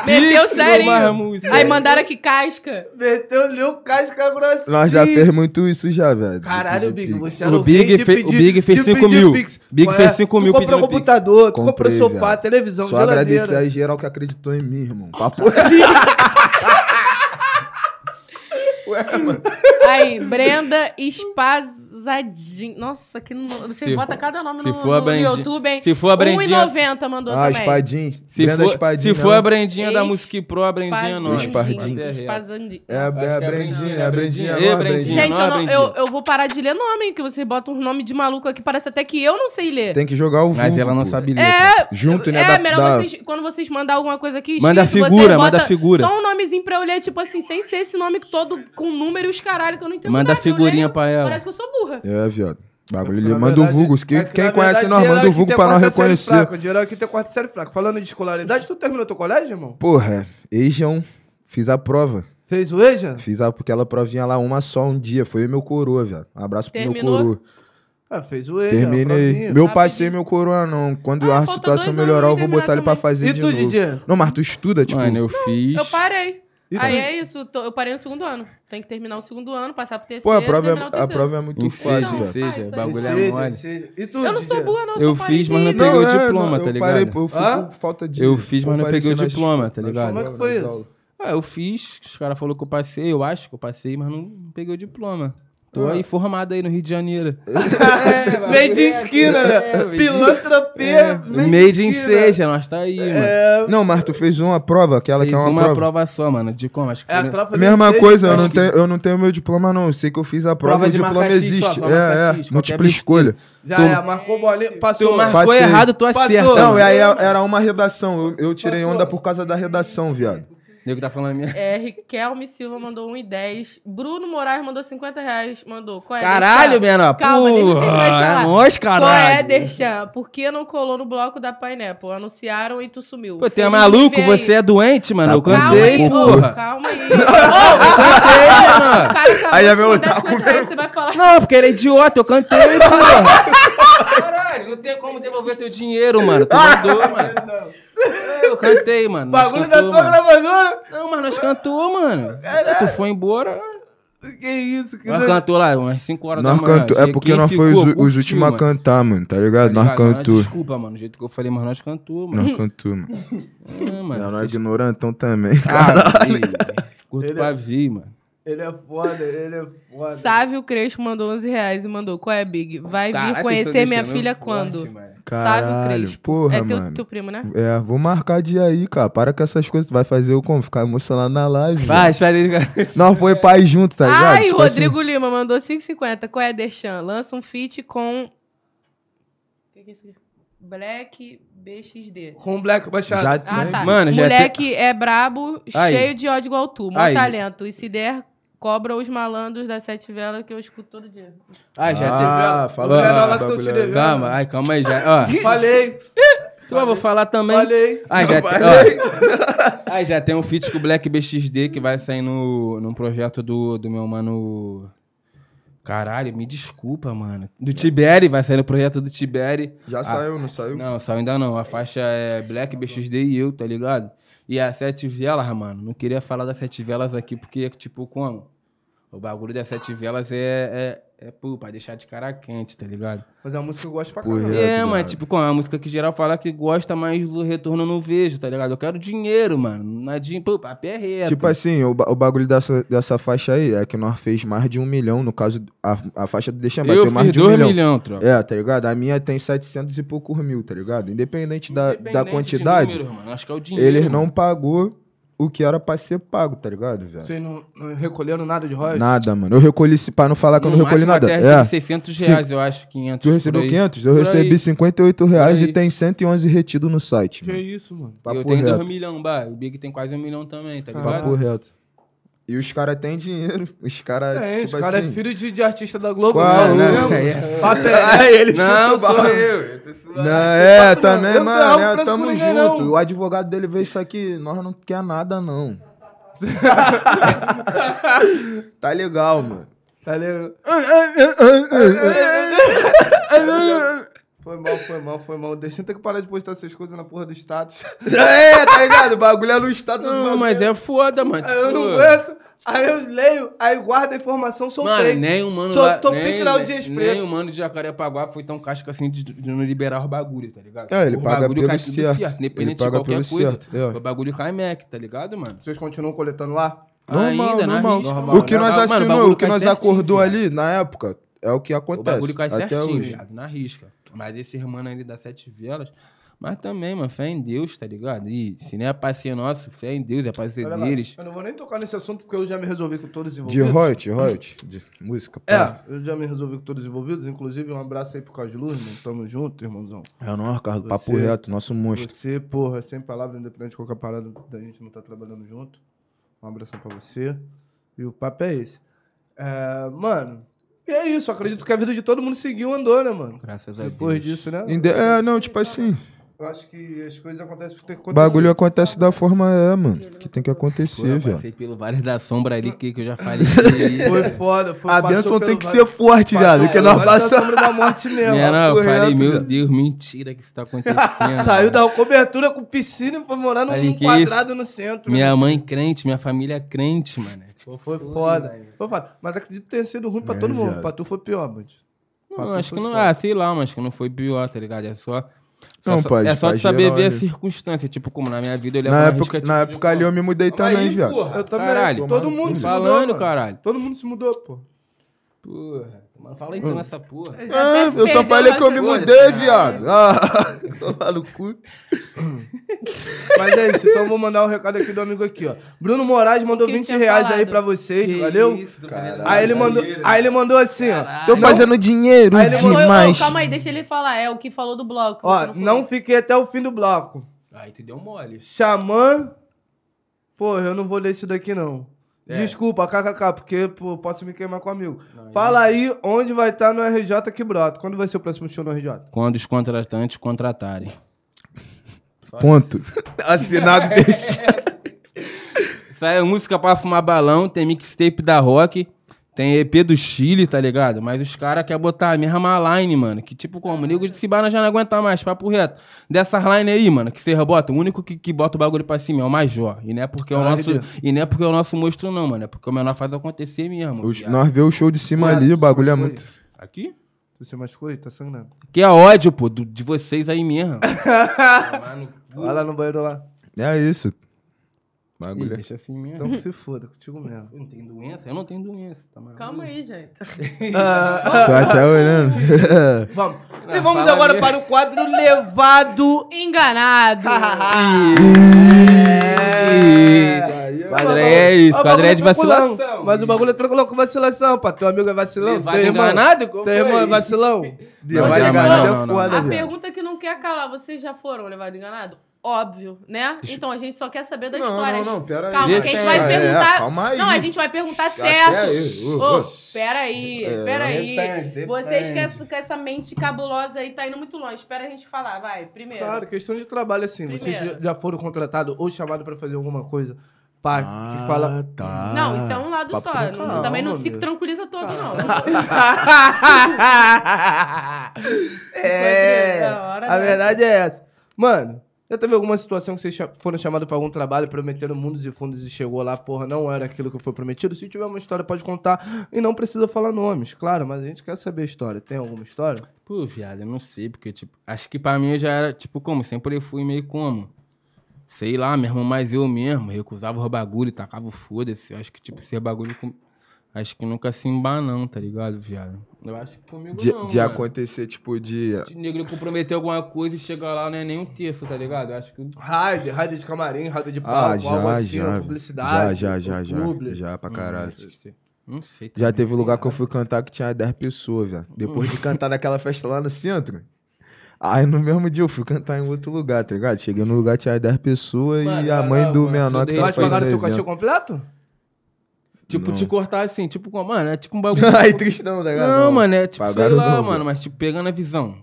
Speaker 1: Meteu
Speaker 4: Pix, não mais a
Speaker 1: serinho!
Speaker 4: música.
Speaker 1: Aí mandaram aqui casca.
Speaker 3: Meteu ali o casca grossinha.
Speaker 5: Nós já fez muito isso já, velho. de
Speaker 3: Caralho,
Speaker 5: pedir
Speaker 3: Big,
Speaker 5: pix.
Speaker 3: você é
Speaker 4: O
Speaker 3: era o
Speaker 4: Big
Speaker 3: rei de
Speaker 4: fe-
Speaker 3: pedir,
Speaker 4: o Big fez
Speaker 3: de
Speaker 4: cinco
Speaker 3: pedir
Speaker 4: mil.
Speaker 3: Pix.
Speaker 4: Big
Speaker 3: Qual
Speaker 4: fez
Speaker 3: é?
Speaker 4: cinco
Speaker 3: Tu
Speaker 4: mil
Speaker 3: comprou
Speaker 4: pedindo Pix.
Speaker 3: computador, tu comprou
Speaker 5: Comprei,
Speaker 3: sofá,
Speaker 5: velho.
Speaker 3: televisão,
Speaker 5: Só
Speaker 3: geladeira.
Speaker 5: agradecer aí geral que acreditou em mim, irmão. Papo
Speaker 1: Aí, Brenda Espazadinho. Nossa, que no... você
Speaker 4: Se-
Speaker 1: bota cada nome
Speaker 4: se
Speaker 1: no,
Speaker 4: for
Speaker 1: no
Speaker 4: a Brendinha-
Speaker 1: YouTube, hein?
Speaker 4: se for a Brendinha-
Speaker 1: 1,90 mandou
Speaker 5: Ah,
Speaker 1: também.
Speaker 5: espadinha.
Speaker 4: Se
Speaker 5: Brenda
Speaker 4: for,
Speaker 5: espadinha.
Speaker 4: se for a
Speaker 5: né?
Speaker 4: Brendinha da
Speaker 1: Ex-
Speaker 4: Música Pro, a Brendinha é nós.
Speaker 5: Espazadinho.
Speaker 1: Espazandinho. Espazandinho.
Speaker 5: É a,
Speaker 4: Acho que
Speaker 5: é a Brendinha, é a Brendinha.
Speaker 4: Ei,
Speaker 5: não, é
Speaker 4: Brendinha.
Speaker 5: a Brendinha.
Speaker 1: Gente, eu, não-
Speaker 4: aprendi.
Speaker 1: eu, eu vou parar de ler nome, hein, que vocês botam um nome de maluco aqui, parece até que eu não sei ler.
Speaker 5: Tem que jogar o vulgo.
Speaker 4: Mas ela não sabe ler.
Speaker 5: Junto, né?
Speaker 1: É,
Speaker 5: da-
Speaker 1: melhor
Speaker 5: da-
Speaker 1: vocês, quando vocês mandar alguma coisa aqui,
Speaker 4: Manda
Speaker 1: escrito,
Speaker 4: figura,
Speaker 1: vocês
Speaker 4: manda
Speaker 1: botam
Speaker 4: figura.
Speaker 1: Só um nomezinho pra eu ler, tipo assim, sem ser esse nome todo com número e os caralho, que eu não entendo
Speaker 4: Manda
Speaker 1: nada, eu
Speaker 4: figurinha
Speaker 1: leio,
Speaker 4: pra ela.
Speaker 1: Parece que eu sou burra.
Speaker 5: É, viado. Bagulho, ele
Speaker 3: Na
Speaker 5: manda o
Speaker 3: verdade-
Speaker 5: vulgo.
Speaker 3: é
Speaker 5: Quem,
Speaker 3: que,
Speaker 5: quem
Speaker 3: na
Speaker 5: conhece
Speaker 3: verdade,
Speaker 5: nós
Speaker 3: geral
Speaker 5: manda o
Speaker 3: aqui
Speaker 5: vulgo
Speaker 3: tem
Speaker 5: pra nós
Speaker 3: quarta série
Speaker 5: reconhecer.
Speaker 3: Fraca, geral aqui tem quarta série fraca. Falando de escolaridade, tu terminou teu colégio, irmão?
Speaker 5: Porra, Eijão, fiz a prova.
Speaker 3: Fez o EJA?
Speaker 5: Fiz a, aquela provinha lá, uma só, um dia. Foi eu e meu coroa, viado. Um abraço pro
Speaker 1: Terminou?
Speaker 5: meu coroa.
Speaker 3: Ah, fez o EJA.
Speaker 5: Terminei.
Speaker 3: provinha.
Speaker 5: Meu
Speaker 1: Rapidinho.
Speaker 5: pai sem meu coroa, não. Quando
Speaker 1: Ah,
Speaker 5: a
Speaker 1: falta
Speaker 5: situação
Speaker 1: dois anos
Speaker 5: melhorar,
Speaker 1: pra
Speaker 5: eu vou botar ele
Speaker 1: terminar
Speaker 5: pra
Speaker 1: também.
Speaker 5: fazer
Speaker 3: E
Speaker 5: de
Speaker 3: tu,
Speaker 5: novo.
Speaker 3: Didi?
Speaker 5: Não, mas tu estuda, tipo...
Speaker 4: Mano, eu fiz.
Speaker 1: Eu parei.
Speaker 3: Isso
Speaker 1: Aí
Speaker 3: aí.
Speaker 1: é isso, tô- eu parei no segundo ano. Tem que terminar o segundo ano, passar pro
Speaker 5: Pô,
Speaker 1: terceiro,
Speaker 5: a prova,
Speaker 1: terminar o
Speaker 5: é, a
Speaker 1: terceiro.
Speaker 5: prova é muito
Speaker 4: Enseja,
Speaker 5: fácil,
Speaker 1: Não,
Speaker 5: velho.
Speaker 1: faz,
Speaker 4: enseja. bagulho
Speaker 3: Enseja,
Speaker 4: é mole.
Speaker 3: enseja. E tu,
Speaker 1: Eu não sou
Speaker 3: Didi?
Speaker 1: burra, não, eu
Speaker 4: Eu
Speaker 1: só parei
Speaker 4: fiz,
Speaker 1: de-
Speaker 4: mas não peguei o diploma, tá
Speaker 5: é, Eu parei,
Speaker 4: ligado?
Speaker 5: pô, eu fui
Speaker 3: Hã?
Speaker 5: por falta de...
Speaker 4: Eu fiz, mas não peguei o
Speaker 5: comparecer nas-
Speaker 4: diploma, tá
Speaker 5: nas
Speaker 4: ligado?
Speaker 3: Como é que foi isso?
Speaker 4: Ah, eu fiz, os caras falaram que eu passei, eu acho que eu passei, mas não peguei o diploma. Tô
Speaker 5: Ah.
Speaker 4: aí formado aí no Rio de Janeiro.
Speaker 3: Meio de esquina,
Speaker 4: É,
Speaker 3: né?
Speaker 4: meio de-
Speaker 3: Pilantra P,
Speaker 4: É,
Speaker 3: meio
Speaker 4: made
Speaker 3: de
Speaker 4: in
Speaker 3: esquina.
Speaker 4: seja, nós tá aí, mano.
Speaker 5: Não, mas tu fez uma prova, aquela
Speaker 4: Fiz
Speaker 5: que é uma,
Speaker 4: uma
Speaker 5: prova.
Speaker 4: prova só, mano, de como? Acho que
Speaker 3: É
Speaker 4: foi-
Speaker 3: a tropa né? de
Speaker 5: A mesma
Speaker 3: seis,
Speaker 5: coisa, eu
Speaker 3: acho
Speaker 5: não,
Speaker 3: que-
Speaker 5: tenho, eu não tenho meu diploma, não. Eu sei que eu fiz a prova,
Speaker 4: Prova
Speaker 5: e o
Speaker 4: de
Speaker 5: diploma
Speaker 4: marca X,
Speaker 5: existe.
Speaker 4: só, marca
Speaker 5: é,
Speaker 4: X,
Speaker 5: é,
Speaker 4: qualquer
Speaker 5: múltipla
Speaker 4: besteira.
Speaker 5: escolha.
Speaker 3: Já
Speaker 4: Tu-
Speaker 3: é, marcou bolinha, passou.
Speaker 4: Tu marcou
Speaker 5: Passei.
Speaker 4: errado, tu
Speaker 3: Passou.
Speaker 4: acerta. é
Speaker 5: Não, é e aí
Speaker 4: mano.
Speaker 5: era uma redação. Eu, eu tirei onda por causa da redação, viado.
Speaker 4: Nego tá falando a minha.
Speaker 1: É, Riquelme Silva mandou 1,10. Bruno Moraes mandou 50 reais. Mandou. Qual é,
Speaker 4: Caralho,
Speaker 1: Deschamps?
Speaker 4: Mena.
Speaker 1: Calma, deixa eu
Speaker 4: porra,
Speaker 1: terminar de falar.
Speaker 4: É nóis,
Speaker 1: Qual é,
Speaker 4: caralho.
Speaker 1: Deixan? Por que não colou no bloco da Pineapple? Anunciaram e tu sumiu.
Speaker 4: Pô, tu é
Speaker 1: Felipe
Speaker 4: maluco?
Speaker 1: Vieira.
Speaker 4: Você é doente, mano.
Speaker 5: Tá
Speaker 4: Eu
Speaker 1: Calma
Speaker 4: cantei,
Speaker 1: aí, ô,
Speaker 4: porra.
Speaker 1: calma aí. O cara acabou
Speaker 5: Aí já
Speaker 1: de
Speaker 5: veio
Speaker 1: mandar
Speaker 5: o taco
Speaker 1: 50 reais, você vai falar.
Speaker 4: Não, porque ele é idiota, eu cantei, porra. Caralho, não tem como devolver teu dinheiro, mano. Tu mandou, mano. É, Eu cantei, mano. Nós
Speaker 3: Bagulho da
Speaker 4: cantou,
Speaker 3: tua
Speaker 4: mano.
Speaker 3: gravadora?
Speaker 4: Não, mas nós cantou, mano. Tu foi embora.
Speaker 3: Que isso, que
Speaker 4: Nós
Speaker 3: doido.
Speaker 4: cantou lá, umas 5 horas
Speaker 5: Nós
Speaker 4: da manhã.
Speaker 5: cantou. É porque
Speaker 4: Cheguei,
Speaker 5: nós foi os,
Speaker 4: ficou,
Speaker 5: os
Speaker 4: curtiu,
Speaker 5: últimos a
Speaker 4: mano.
Speaker 5: cantar, mano, tá ligado?
Speaker 4: Tá
Speaker 5: Nós
Speaker 4: ligado?
Speaker 5: cantou.
Speaker 4: Desculpa, mano, o jeito que eu falei, mas nós cantou, mano.
Speaker 5: Nós cantou, mano.
Speaker 4: Ah, mano.
Speaker 5: Nós
Speaker 4: vocês-
Speaker 5: ignorantão também.
Speaker 4: Caralho. Curto pra vir, mano.
Speaker 3: Ele é foda, ele é foda.
Speaker 1: Sávio Crespo mandou 11 reais e mandou. Qual é, Big? Vai
Speaker 4: Caraca,
Speaker 1: vir
Speaker 4: estão
Speaker 1: conhecer minha
Speaker 4: deixando
Speaker 1: filha
Speaker 4: forte,
Speaker 1: quando?
Speaker 4: mano.
Speaker 1: Sávio
Speaker 5: Caralho,
Speaker 1: Crespo.
Speaker 5: porra,
Speaker 1: é teu,
Speaker 5: mano.
Speaker 1: teu primo, né?
Speaker 5: É, vou marcar dia aí, cara. Para com essas coisas. Tu vai fazer o como? Ficar emocionado na live.
Speaker 4: Vai, espera aí.
Speaker 5: velho. Nós foi pai junto, tá ligado?
Speaker 1: Ai,
Speaker 5: Tipo
Speaker 1: Rodrigo Lima mandou 5,50. Qual é, Deixan? Lança um feat com. O que que é isso aqui? Black BXD.
Speaker 3: Com o Black Baixado.
Speaker 5: Já
Speaker 1: Ah, tá.
Speaker 4: Mano, já
Speaker 1: Moleque é brabo,
Speaker 4: Aí.
Speaker 1: cheio de ódio igual tu. Mó
Speaker 4: Aí.
Speaker 1: talento. E se der, cobra os malandros das sete velas que eu escuto todo dia.
Speaker 4: Ai, já te-
Speaker 5: Ah, fala
Speaker 4: Mulher
Speaker 5: esse
Speaker 4: da lá
Speaker 3: que eu te
Speaker 5: bagulho aí.
Speaker 3: devendo.
Speaker 4: Calma, ai, calma aí já. Ó,
Speaker 3: Falei,
Speaker 4: só vou falar também.
Speaker 3: falei.
Speaker 4: Ai, já, te-
Speaker 5: falei.
Speaker 4: ó. Ai, já tem um feat com o Black BXD que vai sair no, num projeto do, do meu mano. Caralho, me desculpa, mano. Do Tiberi, vai sair no projeto do Tiberi.
Speaker 5: Já
Speaker 4: Ah,
Speaker 5: saiu, não saiu?
Speaker 4: Não, só ainda não. A faixa é Black, BXD e eu, tá ligado? E a Sete Velas, mano, não queria falar das Sete Velas aqui, porque, tipo, como? O bagulho das Sete Velas é, é, é pô, pra deixar de cara quente, tá ligado?
Speaker 3: Mas é uma música que eu gosto pra
Speaker 5: Porra.
Speaker 3: caralho.
Speaker 5: Tá
Speaker 4: É,
Speaker 5: ligado?
Speaker 4: mas, tipo, como? É uma música que geral fala que gosta, mas o retorno eu não vejo, tá ligado? Eu quero dinheiro, mano. Não é dinheiro, pô, papel é reto.
Speaker 5: Tipo assim, o, ba- o bagulho dessa, dessa faixa aí é que nós fez mais de um milhão. No caso, a, a faixa do Deixa
Speaker 4: eu
Speaker 5: tem mais
Speaker 4: fiz
Speaker 5: de um
Speaker 4: 2
Speaker 5: milhão.
Speaker 4: milhão, troca.
Speaker 5: É, tá ligado? A minha tem 700 e poucos mil, tá ligado? Independente, da, da quantidade,
Speaker 4: mano. Acho que é o dinheiro.
Speaker 5: eles
Speaker 4: mano.
Speaker 5: não pagou o que era pra ser pago, tá ligado, velho?
Speaker 3: Vocês não, não recolheram nada de royalties?
Speaker 5: Nada, mano. Eu recolhi, se- pra não falar que eu
Speaker 4: No
Speaker 5: não recolhi
Speaker 4: máximo
Speaker 5: nada.
Speaker 4: até
Speaker 5: É.
Speaker 4: recebi 600 reais, eu acho, 500.
Speaker 5: Tu
Speaker 4: por
Speaker 5: recebeu
Speaker 4: aí.
Speaker 5: 500? Eu
Speaker 4: Por aí.
Speaker 5: recebi 58 reais
Speaker 4: Por aí.
Speaker 5: e tem 111 retido no site.
Speaker 3: Que
Speaker 5: Mano.
Speaker 3: isso, mano.
Speaker 5: Papo
Speaker 4: eu tenho 2
Speaker 5: reto.
Speaker 4: milhão, bah. O Big tem quase um milhão também, tá ligado?
Speaker 5: Papo reto. E os caras têm dinheiro. Os caras.
Speaker 3: É,
Speaker 5: tipo
Speaker 3: esse cara
Speaker 5: assim,
Speaker 3: é filho de, de artista da Globo.
Speaker 5: Qual?
Speaker 3: né?
Speaker 5: Não,
Speaker 3: Lembra?
Speaker 4: é, é.
Speaker 3: Papel-
Speaker 5: Aí ele
Speaker 4: Não,
Speaker 5: chuta o
Speaker 4: sou
Speaker 5: balde.
Speaker 4: eu. eu tô suave.
Speaker 5: Não, é,
Speaker 3: papo, mano.
Speaker 5: também,
Speaker 3: Eu não tenho
Speaker 5: mano.
Speaker 3: algo
Speaker 5: É,
Speaker 3: pra isso
Speaker 5: tamo
Speaker 3: com
Speaker 5: junto.
Speaker 3: ninguém, não.
Speaker 5: O advogado dele veio isso aqui. Nós não quer nada, não. tá legal, mano.
Speaker 3: Tá ligado? É, Foi mal, foi mal, foi mal. Deixa eu ter que parar de postar essas coisas na porra do status.
Speaker 5: é, tá ligado? O bagulho é no status do
Speaker 4: Não,
Speaker 5: bagulho.
Speaker 4: mas é foda, mano. tipo,
Speaker 3: Aí eu não
Speaker 4: Pô.
Speaker 3: aguento. Aí eu leio, aí guardo a informação, soltei.
Speaker 4: Mano, é nem o mano
Speaker 3: Sou
Speaker 4: lá,
Speaker 3: top
Speaker 4: nem,
Speaker 3: grau de
Speaker 4: nem
Speaker 3: espreito.
Speaker 4: o mano de Jacarepaguá foi tão casca assim de, de não liberar os bagulho, tá ligado?
Speaker 5: É, ele
Speaker 4: Os
Speaker 5: paga
Speaker 4: bagulho
Speaker 5: pelo
Speaker 4: cai tudo
Speaker 5: certo.
Speaker 4: Independente
Speaker 5: Ele paga
Speaker 4: de qualquer
Speaker 5: pelo
Speaker 4: coisa.
Speaker 5: certo, é.
Speaker 4: O bagulho cai Mac, tá ligado, mano?
Speaker 3: Vocês continuam coletando lá?
Speaker 5: Normal,
Speaker 4: Ainda, né? na
Speaker 5: normal.
Speaker 4: risca,
Speaker 5: O que
Speaker 4: mano.
Speaker 5: nós
Speaker 4: Mano,
Speaker 5: assinou,
Speaker 4: bagulho
Speaker 5: o que
Speaker 4: cai
Speaker 5: nós
Speaker 4: certinho,
Speaker 5: acordou
Speaker 4: mano.
Speaker 5: ali na época, é o que
Speaker 4: O
Speaker 5: acontece.
Speaker 4: bagulho cai
Speaker 5: até
Speaker 4: certinho,
Speaker 5: hoje.
Speaker 4: viado, na risca. Mas esse irmão ali das sete velas. Mas também, mano, fé em Deus, tá ligado? E se não é parceiro nosso, fé em Deus, é parceiro
Speaker 3: Olha lá,
Speaker 4: deles.
Speaker 3: Eu não vou nem tocar nesse assunto porque eu já me resolvi com todos os
Speaker 5: De
Speaker 3: envolvidos.
Speaker 5: royalty, royalty, de música. pá.
Speaker 3: É, eu já me resolvi com todos os envolvidos. Inclusive, um abraço aí pro Cajulu, irmão. Tamo junto, irmãozão.
Speaker 5: É, não, Carlos, papo
Speaker 3: Você-
Speaker 5: reto, nosso monstro.
Speaker 3: Você, porra, sem palavras, independente de qualquer parada da gente não tá trabalhando junto. Um abração pra você. E o papo é esse. É, mano, e é isso. eu Acredito que a vida de todo mundo seguiu andou, né, mano?
Speaker 4: Graças a
Speaker 3: Depois
Speaker 4: Deus.
Speaker 3: disso, né?
Speaker 5: Inde- É, não, tipo assim,
Speaker 3: Eu acho que as coisas acontecem porque tem que
Speaker 5: o
Speaker 3: acontecer.
Speaker 5: bagulho acontece da forma é, mano, que tem que
Speaker 4: Pô, eu
Speaker 5: acontecer, velho.
Speaker 4: passei pelo Vale da Sombra ali, que, que eu já falei. que-
Speaker 3: Foi foda, foi
Speaker 5: A
Speaker 3: passou
Speaker 5: bênção
Speaker 3: pelo
Speaker 5: tem que
Speaker 3: vale-
Speaker 5: ser forte, velho, porque nós
Speaker 3: Passou pelo
Speaker 5: passamos...
Speaker 3: sombra da morte mesmo.
Speaker 4: Não, não, eu
Speaker 5: papo
Speaker 4: falei,
Speaker 5: reto,
Speaker 4: meu
Speaker 5: velho.
Speaker 4: Deus, mentira que isso tá acontecendo.
Speaker 3: Saiu da cobertura com piscina e foi morar num,
Speaker 4: Olha
Speaker 3: num
Speaker 4: que
Speaker 3: quadrado no centro.
Speaker 4: Minha mãe crente, minha família crente, mano. É,
Speaker 3: Pô, foi foda. Foi foda. Mas acredito que tenha sido ruim pra
Speaker 5: É,
Speaker 3: todo mundo.
Speaker 5: viado.
Speaker 3: Pra tu foi pior, mano. Pra
Speaker 4: Não,
Speaker 3: tu
Speaker 4: acho
Speaker 3: foi
Speaker 4: que não.
Speaker 3: foda.
Speaker 4: Ah, sei lá, mas acho que não foi pior, tá ligado? É só. só-
Speaker 5: Não,
Speaker 4: só-
Speaker 5: pai,
Speaker 4: é só
Speaker 5: pai,
Speaker 4: tu saber
Speaker 5: geral,
Speaker 4: ver a
Speaker 5: né?
Speaker 4: circunstância. Tipo, como na minha vida eu levo
Speaker 5: Na
Speaker 4: uma
Speaker 5: época,
Speaker 4: risca,
Speaker 5: na
Speaker 4: tipo,
Speaker 5: época ali eu me mudei
Speaker 4: Calma
Speaker 5: também,
Speaker 4: aí,
Speaker 5: viado.
Speaker 4: porra,
Speaker 3: tá Eu também.
Speaker 4: Caralho.
Speaker 3: Todo mundo se mudou.
Speaker 4: Falando,
Speaker 3: mano.
Speaker 4: caralho.
Speaker 3: Todo mundo se mudou, pô.
Speaker 4: Porra. Mano, fala
Speaker 3: Hum.
Speaker 4: então essa porra.
Speaker 3: É
Speaker 5: Ah, eu só falei que eu me mudei, viado. Ah, tomar no cu.
Speaker 3: Mas é isso. Então eu vou mandar um recado aqui do amigo aqui, ó. Bruno Moraes mandou
Speaker 1: Quem
Speaker 3: 20
Speaker 1: tinha
Speaker 3: reais aí
Speaker 1: falado?
Speaker 3: pra vocês,
Speaker 4: Que
Speaker 3: valeu?
Speaker 4: isso, tô fazendo
Speaker 3: Aí ele,
Speaker 4: nada.
Speaker 3: mandou, aí ele mandou assim, ó.
Speaker 5: Tô fazendo dinheiro
Speaker 3: Aí ele mandou-
Speaker 5: demais.
Speaker 1: calma aí, deixa ele falar. É o que falou do bloco.
Speaker 3: Ó,
Speaker 1: você
Speaker 3: não fiquei até o fim do bloco.
Speaker 4: Aí tu deu mole.
Speaker 3: Xamã Porra, eu não vou ler isso daqui, não.
Speaker 4: É.
Speaker 3: Desculpa, kkk, porque pô, posso me queimar com um amigo. Fala aí onde vai estar no RJ que brota. Quando vai ser o próximo show no RJ?
Speaker 4: Quando os contratantes contratarem.
Speaker 5: Ponto. Assinado desse.
Speaker 4: Saiu é música pra fumar balão, tem mixtape da Rock, tem EP do Chile, tá ligado? Mas os caras querem botar a mesma line, mano. Que tipo como? Nego de Cibana já não aguenta mais, papo reto. Dessas line aí, mano, que vocês botam, o único que, que bota o bagulho pra cima é o Major. E não é porque é o
Speaker 3: Ah,
Speaker 4: nosso.
Speaker 3: entendi.
Speaker 4: E não é porque é o nosso monstro, não, mano. É porque o menor faz acontecer mesmo.
Speaker 5: Os-
Speaker 4: viado.
Speaker 5: Nós vê o show de cima
Speaker 3: Ué,
Speaker 5: ali, o
Speaker 3: você
Speaker 5: bagulho é
Speaker 3: machucou
Speaker 5: muito.
Speaker 4: Aqui?
Speaker 3: Tu se machucou e tá sangrando.
Speaker 4: Que é ódio, pô, do- de vocês aí mesmo. Tomar no cu.
Speaker 3: Vai lá no banheiro lá.
Speaker 5: É isso.
Speaker 4: Ih,
Speaker 5: Bagulho é.
Speaker 4: Deixa assim mesmo.
Speaker 3: Então que se foda, contigo mesmo.
Speaker 4: Eu não tenho doença? Eu não tenho doença. Tá maluco?
Speaker 1: Calma aí, gente.
Speaker 5: Tô até olhando.
Speaker 3: Vamos.
Speaker 4: Não,
Speaker 3: e vamos
Speaker 4: fala
Speaker 3: agora
Speaker 4: mesmo.
Speaker 3: para o quadro levado.
Speaker 1: Enganado.
Speaker 4: Ih, Quadro é isso,
Speaker 3: Ó, o
Speaker 4: quadro é
Speaker 3: bagulho
Speaker 4: de
Speaker 3: tranquilão.
Speaker 4: vacilação.
Speaker 3: Mas o bagulho é tranquilo com vacilação, pá. Teu amigo é vacilão.
Speaker 4: Levado
Speaker 3: teu irmão,
Speaker 4: enganado? Qual
Speaker 3: Teu
Speaker 4: foi?
Speaker 3: irmão é vacilão.
Speaker 5: Não,
Speaker 3: Levado
Speaker 4: não, é
Speaker 3: enganado
Speaker 5: é
Speaker 4: não, não, não.
Speaker 1: A
Speaker 3: viado.
Speaker 1: pergunta que não quer calar, vocês já foram levados enganados? Óbvio, né? Então a gente só quer saber das
Speaker 5: Não,
Speaker 1: histórias.
Speaker 5: não, não, pera aí.
Speaker 1: Calma, que a gente
Speaker 4: Deixa
Speaker 1: vai
Speaker 5: aí.
Speaker 1: perguntar.
Speaker 5: É, calma aí.
Speaker 1: Não, a gente vai perguntar
Speaker 5: Até
Speaker 1: certo.
Speaker 5: aí, ô,
Speaker 1: Ô,
Speaker 5: ô.
Speaker 1: pera aí, pera aí.
Speaker 4: Depende, depende.
Speaker 1: Vocês que essa, que essa mente cabulosa aí tá indo muito longe. Espera a gente falar, vai, primeiro.
Speaker 3: Claro, questão de trabalho assim. Vocês
Speaker 1: Primeiro.
Speaker 3: já- já foram contratados ou chamados pra fazer alguma coisa? Pá,
Speaker 4: Ah,
Speaker 3: que fala.
Speaker 5: tá.
Speaker 1: Não, isso é um lado só.
Speaker 5: papo
Speaker 1: Não- também não
Speaker 3: calmo,
Speaker 1: se
Speaker 3: meu.
Speaker 1: tranquiliza todo, não.
Speaker 3: é.
Speaker 1: Da hora
Speaker 3: a
Speaker 1: dessa.
Speaker 3: verdade é essa. Mano, já teve alguma situação que vocês cha- foram chamados pra algum trabalho, prometeram mundos e fundos e chegou lá, porra, não era aquilo que foi prometido? Se tiver uma história, pode contar. E não precisa falar nomes, claro, mas a gente quer saber a história. Tem alguma história?
Speaker 4: Pô, viado, eu não sei, porque, tipo, acho que pra mim eu já era, tipo, como? Sempre fui meio como? Sei lá, meu irmão, mas eu mesmo, recusava os bagulho, tacava o foda-se. Eu Acho que, tipo, ser bagulho com. Acho que nunca se embar, não, tá ligado, viado? Eu acho que comigo
Speaker 5: De,
Speaker 4: não.
Speaker 5: de
Speaker 3: é.
Speaker 4: mano.
Speaker 5: acontecer, tipo, de.
Speaker 4: De negro comprometer alguma coisa e chegar lá não é nem um terço, tá ligado? Eu acho que.
Speaker 3: Rádio, rádio de camarim, rádio de
Speaker 5: Ah,
Speaker 3: palco, algo
Speaker 5: já,
Speaker 3: assim, uma
Speaker 5: já. Já,
Speaker 3: publicidade.
Speaker 5: já, já,
Speaker 3: um
Speaker 5: já.
Speaker 3: publi.
Speaker 5: Já pra Ah, caralho.
Speaker 4: Não sei. Não sei
Speaker 5: Já
Speaker 4: também,
Speaker 5: teve um
Speaker 4: sei
Speaker 3: é
Speaker 5: lugar
Speaker 4: lá.
Speaker 5: que eu fui cantar que tinha 10 pessoas, velho. Depois de
Speaker 3: Hum.
Speaker 5: cantar naquela festa lá no centro. Aí no mesmo dia eu fui cantar em outro lugar, tá ligado? Cheguei no lugar, tinha 10 pessoas e
Speaker 4: Mano,
Speaker 5: a
Speaker 4: tá
Speaker 5: mãe
Speaker 4: lá,
Speaker 5: do
Speaker 4: mano, tudo
Speaker 5: menor que
Speaker 4: isso.
Speaker 3: Mas
Speaker 5: tava
Speaker 4: Pode
Speaker 5: fazendo
Speaker 3: pagaram o teu cachê é
Speaker 5: evento.
Speaker 3: completo?
Speaker 4: Tipo,
Speaker 5: Não.
Speaker 4: te cortar assim, tipo, como- mano, é tipo um bagulho.
Speaker 5: Aí triste não, tá ligado?
Speaker 4: Não, mano, é tipo, sei
Speaker 5: Pagaram
Speaker 4: lá,
Speaker 5: dobro.
Speaker 4: mano, mas tipo, pegando a visão.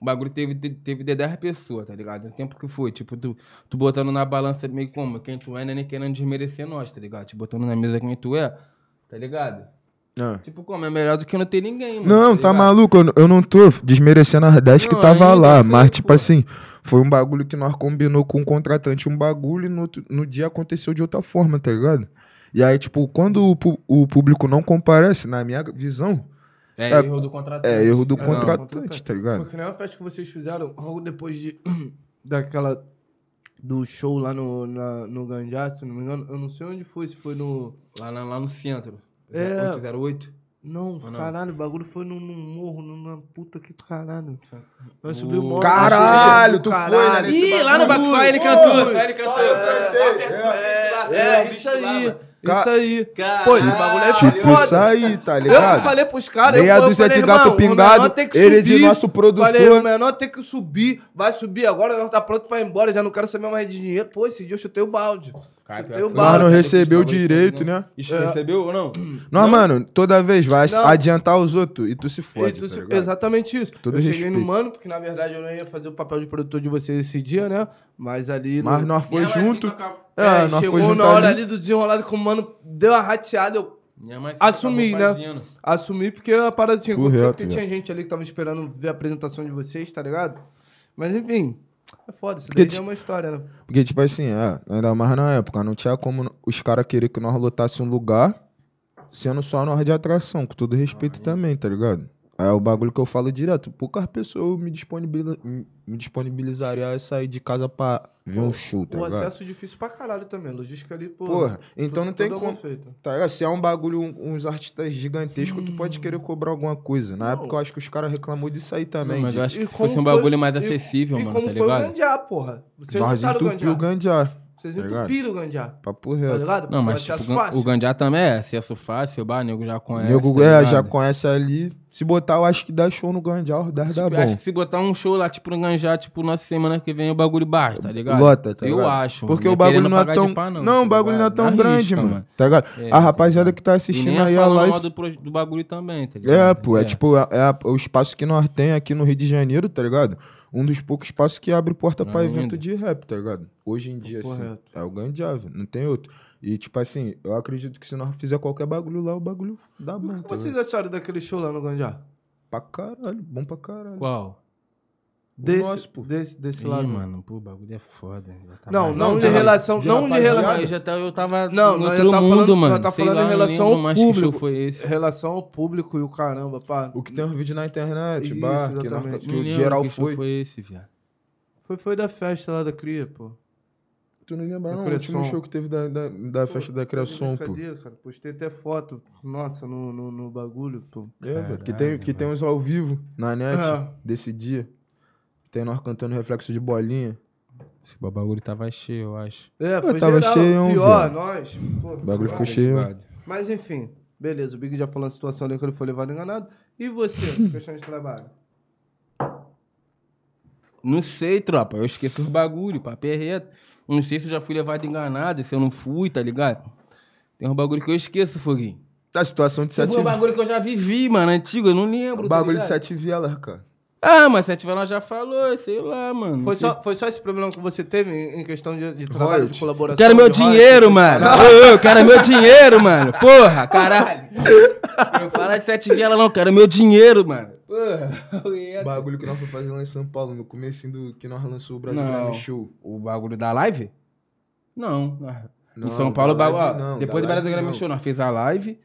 Speaker 4: O bagulho teve, te- teve de 10 pessoas, tá ligado? O tempo que foi, tipo, tu, tu botando na balança meio como, quem tu é, né, nem querendo desmerecer nós, tá ligado? Te botando na mesa quem tu é, tá ligado?
Speaker 5: Ah.
Speaker 4: Tipo, como, é melhor do que não ter ninguém, mano.
Speaker 5: Não, tá
Speaker 4: ligado?
Speaker 5: maluco, eu, n- eu não tô desmerecendo as 10 que
Speaker 4: Não,
Speaker 5: tava
Speaker 4: ainda
Speaker 5: lá,
Speaker 4: sei,
Speaker 5: mas tipo
Speaker 4: pô.
Speaker 5: assim, foi um bagulho que nós combinou com o contratante um bagulho e no, outro- no dia aconteceu de outra forma, tá ligado? E aí, tipo, quando o, pu- o público não comparece, na minha visão,
Speaker 4: É,
Speaker 5: É,
Speaker 4: erro do contratante.
Speaker 5: é erro do
Speaker 4: Não,
Speaker 5: contratante, tá ligado?
Speaker 3: Porque não é uma festa que vocês fizeram logo depois de, daquela. do show lá no, na, no Ganjá, se não me engano. Eu não sei onde foi, se foi no.
Speaker 4: Lá, na- lá no centro.
Speaker 3: É.
Speaker 4: 08.
Speaker 3: Não,
Speaker 4: Ou não?
Speaker 3: caralho, o bagulho foi num, num morro, numa puta que caralho. Nós subimos o morro.
Speaker 5: Caralho,
Speaker 3: nós
Speaker 5: tu foi,
Speaker 3: subimos pro
Speaker 5: né,
Speaker 3: caralho.
Speaker 5: nesse Ih,
Speaker 4: Ih, lá no bagulho, só ele cantou, só ele cantou.
Speaker 3: É, isso aí. Isso aí. Pô, esse bagulho é
Speaker 5: Tipo,
Speaker 3: foda.
Speaker 5: isso aí, tá ligado?
Speaker 3: Eu falei pros caras, eu,
Speaker 5: Meia
Speaker 3: eu
Speaker 5: dúzia
Speaker 3: falei,
Speaker 5: de gato
Speaker 3: irmão, o menor
Speaker 5: pingado,
Speaker 3: tem que
Speaker 5: ele é
Speaker 3: subir.
Speaker 5: de nosso produtor.
Speaker 3: Falei, o menor tem que subir, vai subir agora, nós tá pronto pra ir embora, já não quero saber mais de dinheiro. Pô, esse dia eu chutei o balde. chutei o
Speaker 5: Nós
Speaker 3: balde.
Speaker 5: não recebeu direito, né?
Speaker 4: Ixi, Recebeu ou não?
Speaker 5: Nós, mano, toda vez vai
Speaker 3: Não.
Speaker 5: adiantar os outros e tu se
Speaker 3: E
Speaker 5: fode,
Speaker 3: tu
Speaker 5: tá
Speaker 3: se-
Speaker 5: ligado?
Speaker 3: exatamente isso.
Speaker 5: Todo
Speaker 3: eu cheguei
Speaker 5: respeito.
Speaker 3: no mano, porque na verdade eu não ia fazer o papel de produtor de vocês esse dia, né? Mas ali. no-
Speaker 5: Mas nós foi
Speaker 3: assim,
Speaker 4: Minha mãe
Speaker 5: junto.
Speaker 4: fica com a-
Speaker 5: É,
Speaker 3: É,
Speaker 5: nós foi
Speaker 3: chegou
Speaker 5: junto
Speaker 3: na hora
Speaker 5: ali.
Speaker 3: ali do desenrolado que o mano deu a rateada, eu
Speaker 4: Minha mãe fica com a
Speaker 3: Assumi, né?
Speaker 4: roupazina.
Speaker 3: Assumi porque a parada tinha acontecido,
Speaker 5: Correto,
Speaker 3: porque tinha gente ali que tava esperando ver a apresentação de vocês, tá ligado? Mas enfim, é foda, isso
Speaker 5: Porque
Speaker 3: daí
Speaker 5: ti-
Speaker 3: é uma história, né?
Speaker 5: Porque, tipo assim, é, ainda mais na época, não tinha como os caras querer que nós lotássemos um lugar sendo só nós de atração, com todo respeito também, tá ligado? É o bagulho que eu falo direto. Poucas pessoas me, disponibiliza, me disponibilizaria a sair de casa pra ver um show, tá
Speaker 3: o
Speaker 5: ligado?
Speaker 3: acesso é difícil pra caralho também, logística ali, pô. né?
Speaker 5: Porra, então
Speaker 3: tu-
Speaker 5: não tem
Speaker 3: toda
Speaker 5: como.
Speaker 3: malfeita.
Speaker 5: Tá ligado? Se é um bagulho, um- uns artistas gigantescos, tu pode querer cobrar alguma coisa. Na
Speaker 3: Hum. Não.
Speaker 5: época eu acho que os caras reclamou disso aí também.
Speaker 4: Não, mas
Speaker 5: de-
Speaker 4: eu acho que
Speaker 3: E
Speaker 4: se fosse um
Speaker 3: como foi-
Speaker 4: bagulho mais
Speaker 3: e-
Speaker 4: acessível,
Speaker 3: E
Speaker 4: mano,
Speaker 3: como
Speaker 4: tá
Speaker 3: foi o
Speaker 4: ligado?
Speaker 3: Gandiá, porra. Vocês
Speaker 5: Nós
Speaker 3: juntaram o
Speaker 5: entupiu
Speaker 3: tá Gandiá.
Speaker 5: o Gandiá.
Speaker 3: Vocês
Speaker 5: tá ligado?
Speaker 3: entupiram o Gandiá,
Speaker 5: Papo
Speaker 3: tá
Speaker 5: reto.
Speaker 3: ligado?
Speaker 4: Não,
Speaker 3: O
Speaker 4: mas
Speaker 3: acesso
Speaker 4: tipo, o Gan-
Speaker 3: fácil.
Speaker 4: o Gandiá também é acesso fácil, o bar, nego já
Speaker 5: O
Speaker 4: conhece.
Speaker 5: nego
Speaker 4: tá
Speaker 5: é,
Speaker 4: ligado?
Speaker 5: já conhece ali, Se botar, eu acho que dá show no Ganjal, dá, dá
Speaker 4: Tipo, eu acho
Speaker 5: bom.
Speaker 4: que se botar um show lá, tipo, no Ganjá, tipo, na semana que vem o bagulho baixa, tá ligado?
Speaker 5: Lota, tá
Speaker 4: Eu
Speaker 5: ligado?
Speaker 4: acho.
Speaker 5: Porque
Speaker 4: é
Speaker 5: o bagulho
Speaker 4: querendo
Speaker 5: não é
Speaker 4: pagar de
Speaker 5: tão.
Speaker 4: pá,
Speaker 5: não,
Speaker 4: tá
Speaker 5: o bagulho não é
Speaker 4: ligado?
Speaker 5: tão
Speaker 4: Na
Speaker 5: grande,
Speaker 4: risca,
Speaker 5: mano. Tá ligado?
Speaker 4: É, tá
Speaker 5: a rapaziada que tá
Speaker 4: E nem
Speaker 5: assistindo
Speaker 4: é
Speaker 5: aí a
Speaker 4: falando mal
Speaker 5: live.
Speaker 4: do, pro- do bagulho também, tá ligado?
Speaker 5: É, pô, é, tipo, é, é o espaço que nós tem aqui no Rio de Janeiro, tá ligado? Um dos poucos espaços que abre porta pra
Speaker 4: Ainda.
Speaker 5: evento de rap, tá ligado? Hoje em dia, assim,
Speaker 3: Correto.
Speaker 5: é o Gandia, velho, não tem outro. E, tipo assim, eu acredito que se nós fizer qualquer bagulho lá, o bagulho dá bom,
Speaker 3: O que
Speaker 5: tá ligado?
Speaker 3: vocês acharam daquele show lá no Ganjá?
Speaker 5: Pra caralho, bom pra caralho.
Speaker 4: Qual?
Speaker 3: Desse,
Speaker 5: nosso, pô.
Speaker 3: desse, desse
Speaker 4: Ih,
Speaker 3: lado.
Speaker 4: mano, pô, o bagulho é foda. já tá
Speaker 3: Não,
Speaker 4: mais-
Speaker 3: não, de
Speaker 4: já-
Speaker 3: relação,
Speaker 5: de
Speaker 3: não de
Speaker 5: rapaziada.
Speaker 3: relação.
Speaker 4: Eu já tava, eu tava
Speaker 3: Não,
Speaker 4: no
Speaker 3: não, eu
Speaker 4: outro
Speaker 3: tava
Speaker 4: mundo,
Speaker 3: falando-
Speaker 4: mano.
Speaker 3: eu tava
Speaker 4: Sei
Speaker 3: falando
Speaker 4: lá,
Speaker 3: em
Speaker 4: não
Speaker 3: relação
Speaker 4: lembro
Speaker 3: ao
Speaker 4: mais que show
Speaker 3: público.
Speaker 4: foi esse.
Speaker 3: Relação ao público e o caramba, pá.
Speaker 5: O que tem um vídeo na internet,
Speaker 3: Isso,
Speaker 5: bah, que,
Speaker 3: exatamente.
Speaker 5: nós- que
Speaker 4: Não
Speaker 5: o
Speaker 4: lembro
Speaker 5: geral
Speaker 4: que show
Speaker 5: foi.
Speaker 4: foi esse, viado.
Speaker 3: Foi, foi da festa lá da Cria, pô.
Speaker 5: Tu não lembra,
Speaker 3: Da
Speaker 5: não? O último
Speaker 3: Criação.
Speaker 5: show que teve da, da, da festa da criação, É pô.
Speaker 3: Brincadeira, cara. Postei até foto, nossa, no, no, no bagulho, pô.
Speaker 5: É, velho. Que tem,
Speaker 4: Caralho,
Speaker 5: que tem uns ao vivo na net
Speaker 4: Ah.
Speaker 3: É.
Speaker 5: desse dia. Tem nós cantando reflexo de bolinha.
Speaker 4: Esse bagulho tava cheio, eu acho.
Speaker 3: É, foi
Speaker 5: tava
Speaker 3: geral.
Speaker 5: cheio,
Speaker 3: Pior,
Speaker 5: viado.
Speaker 3: nós. Pô,
Speaker 5: O bagulho ficou
Speaker 3: claro.
Speaker 5: cheio.
Speaker 4: Tá
Speaker 3: Mas enfim, beleza. O Big já falou a situação dele que ele foi levado enganado. E você, essa questão de trabalho?
Speaker 4: Não sei, tropa. Eu esqueço os bagulho, papo é reto. Não sei se eu já fui levado enganado, se eu não fui, tá ligado? Tem um bagulho que eu esqueço, Foguinho.
Speaker 5: A situação de
Speaker 4: Tem
Speaker 5: sete
Speaker 4: um bagulho que eu já vivi, mano, antigo, eu não lembro.
Speaker 5: O
Speaker 4: tá
Speaker 5: bagulho de
Speaker 4: ligado?
Speaker 5: sete vielas, cara.
Speaker 4: Ah, mas Sete Velas já falou, sei lá, mano.
Speaker 3: Foi
Speaker 4: Não sei.
Speaker 3: só, foi só esse problema que você teve em em questão de, de trabalho, de
Speaker 5: Royalty.
Speaker 3: colaboração?
Speaker 4: Eu quero meu
Speaker 3: de royalty,
Speaker 4: dinheiro,
Speaker 3: essas
Speaker 4: mano.
Speaker 3: paradas?
Speaker 4: Eu, eu quero meu dinheiro, mano. Porra, caralho. Não fala de Sete Velas, não. Quero meu dinheiro, mano. Porra. eu
Speaker 5: O
Speaker 4: ia-
Speaker 5: bagulho que nós foi fazer lá em São Paulo, no começo do que nós lançou o Brasil
Speaker 4: Não.
Speaker 5: Grammy Show.
Speaker 4: O bagulho da live? Não. ah,
Speaker 5: Não,
Speaker 4: em São Paulo, o
Speaker 5: da
Speaker 4: bagulho. ó,
Speaker 5: live não,
Speaker 4: depois
Speaker 5: da
Speaker 4: do Brasil
Speaker 5: live
Speaker 4: Grammy
Speaker 5: não.
Speaker 4: Show, nós fez a live.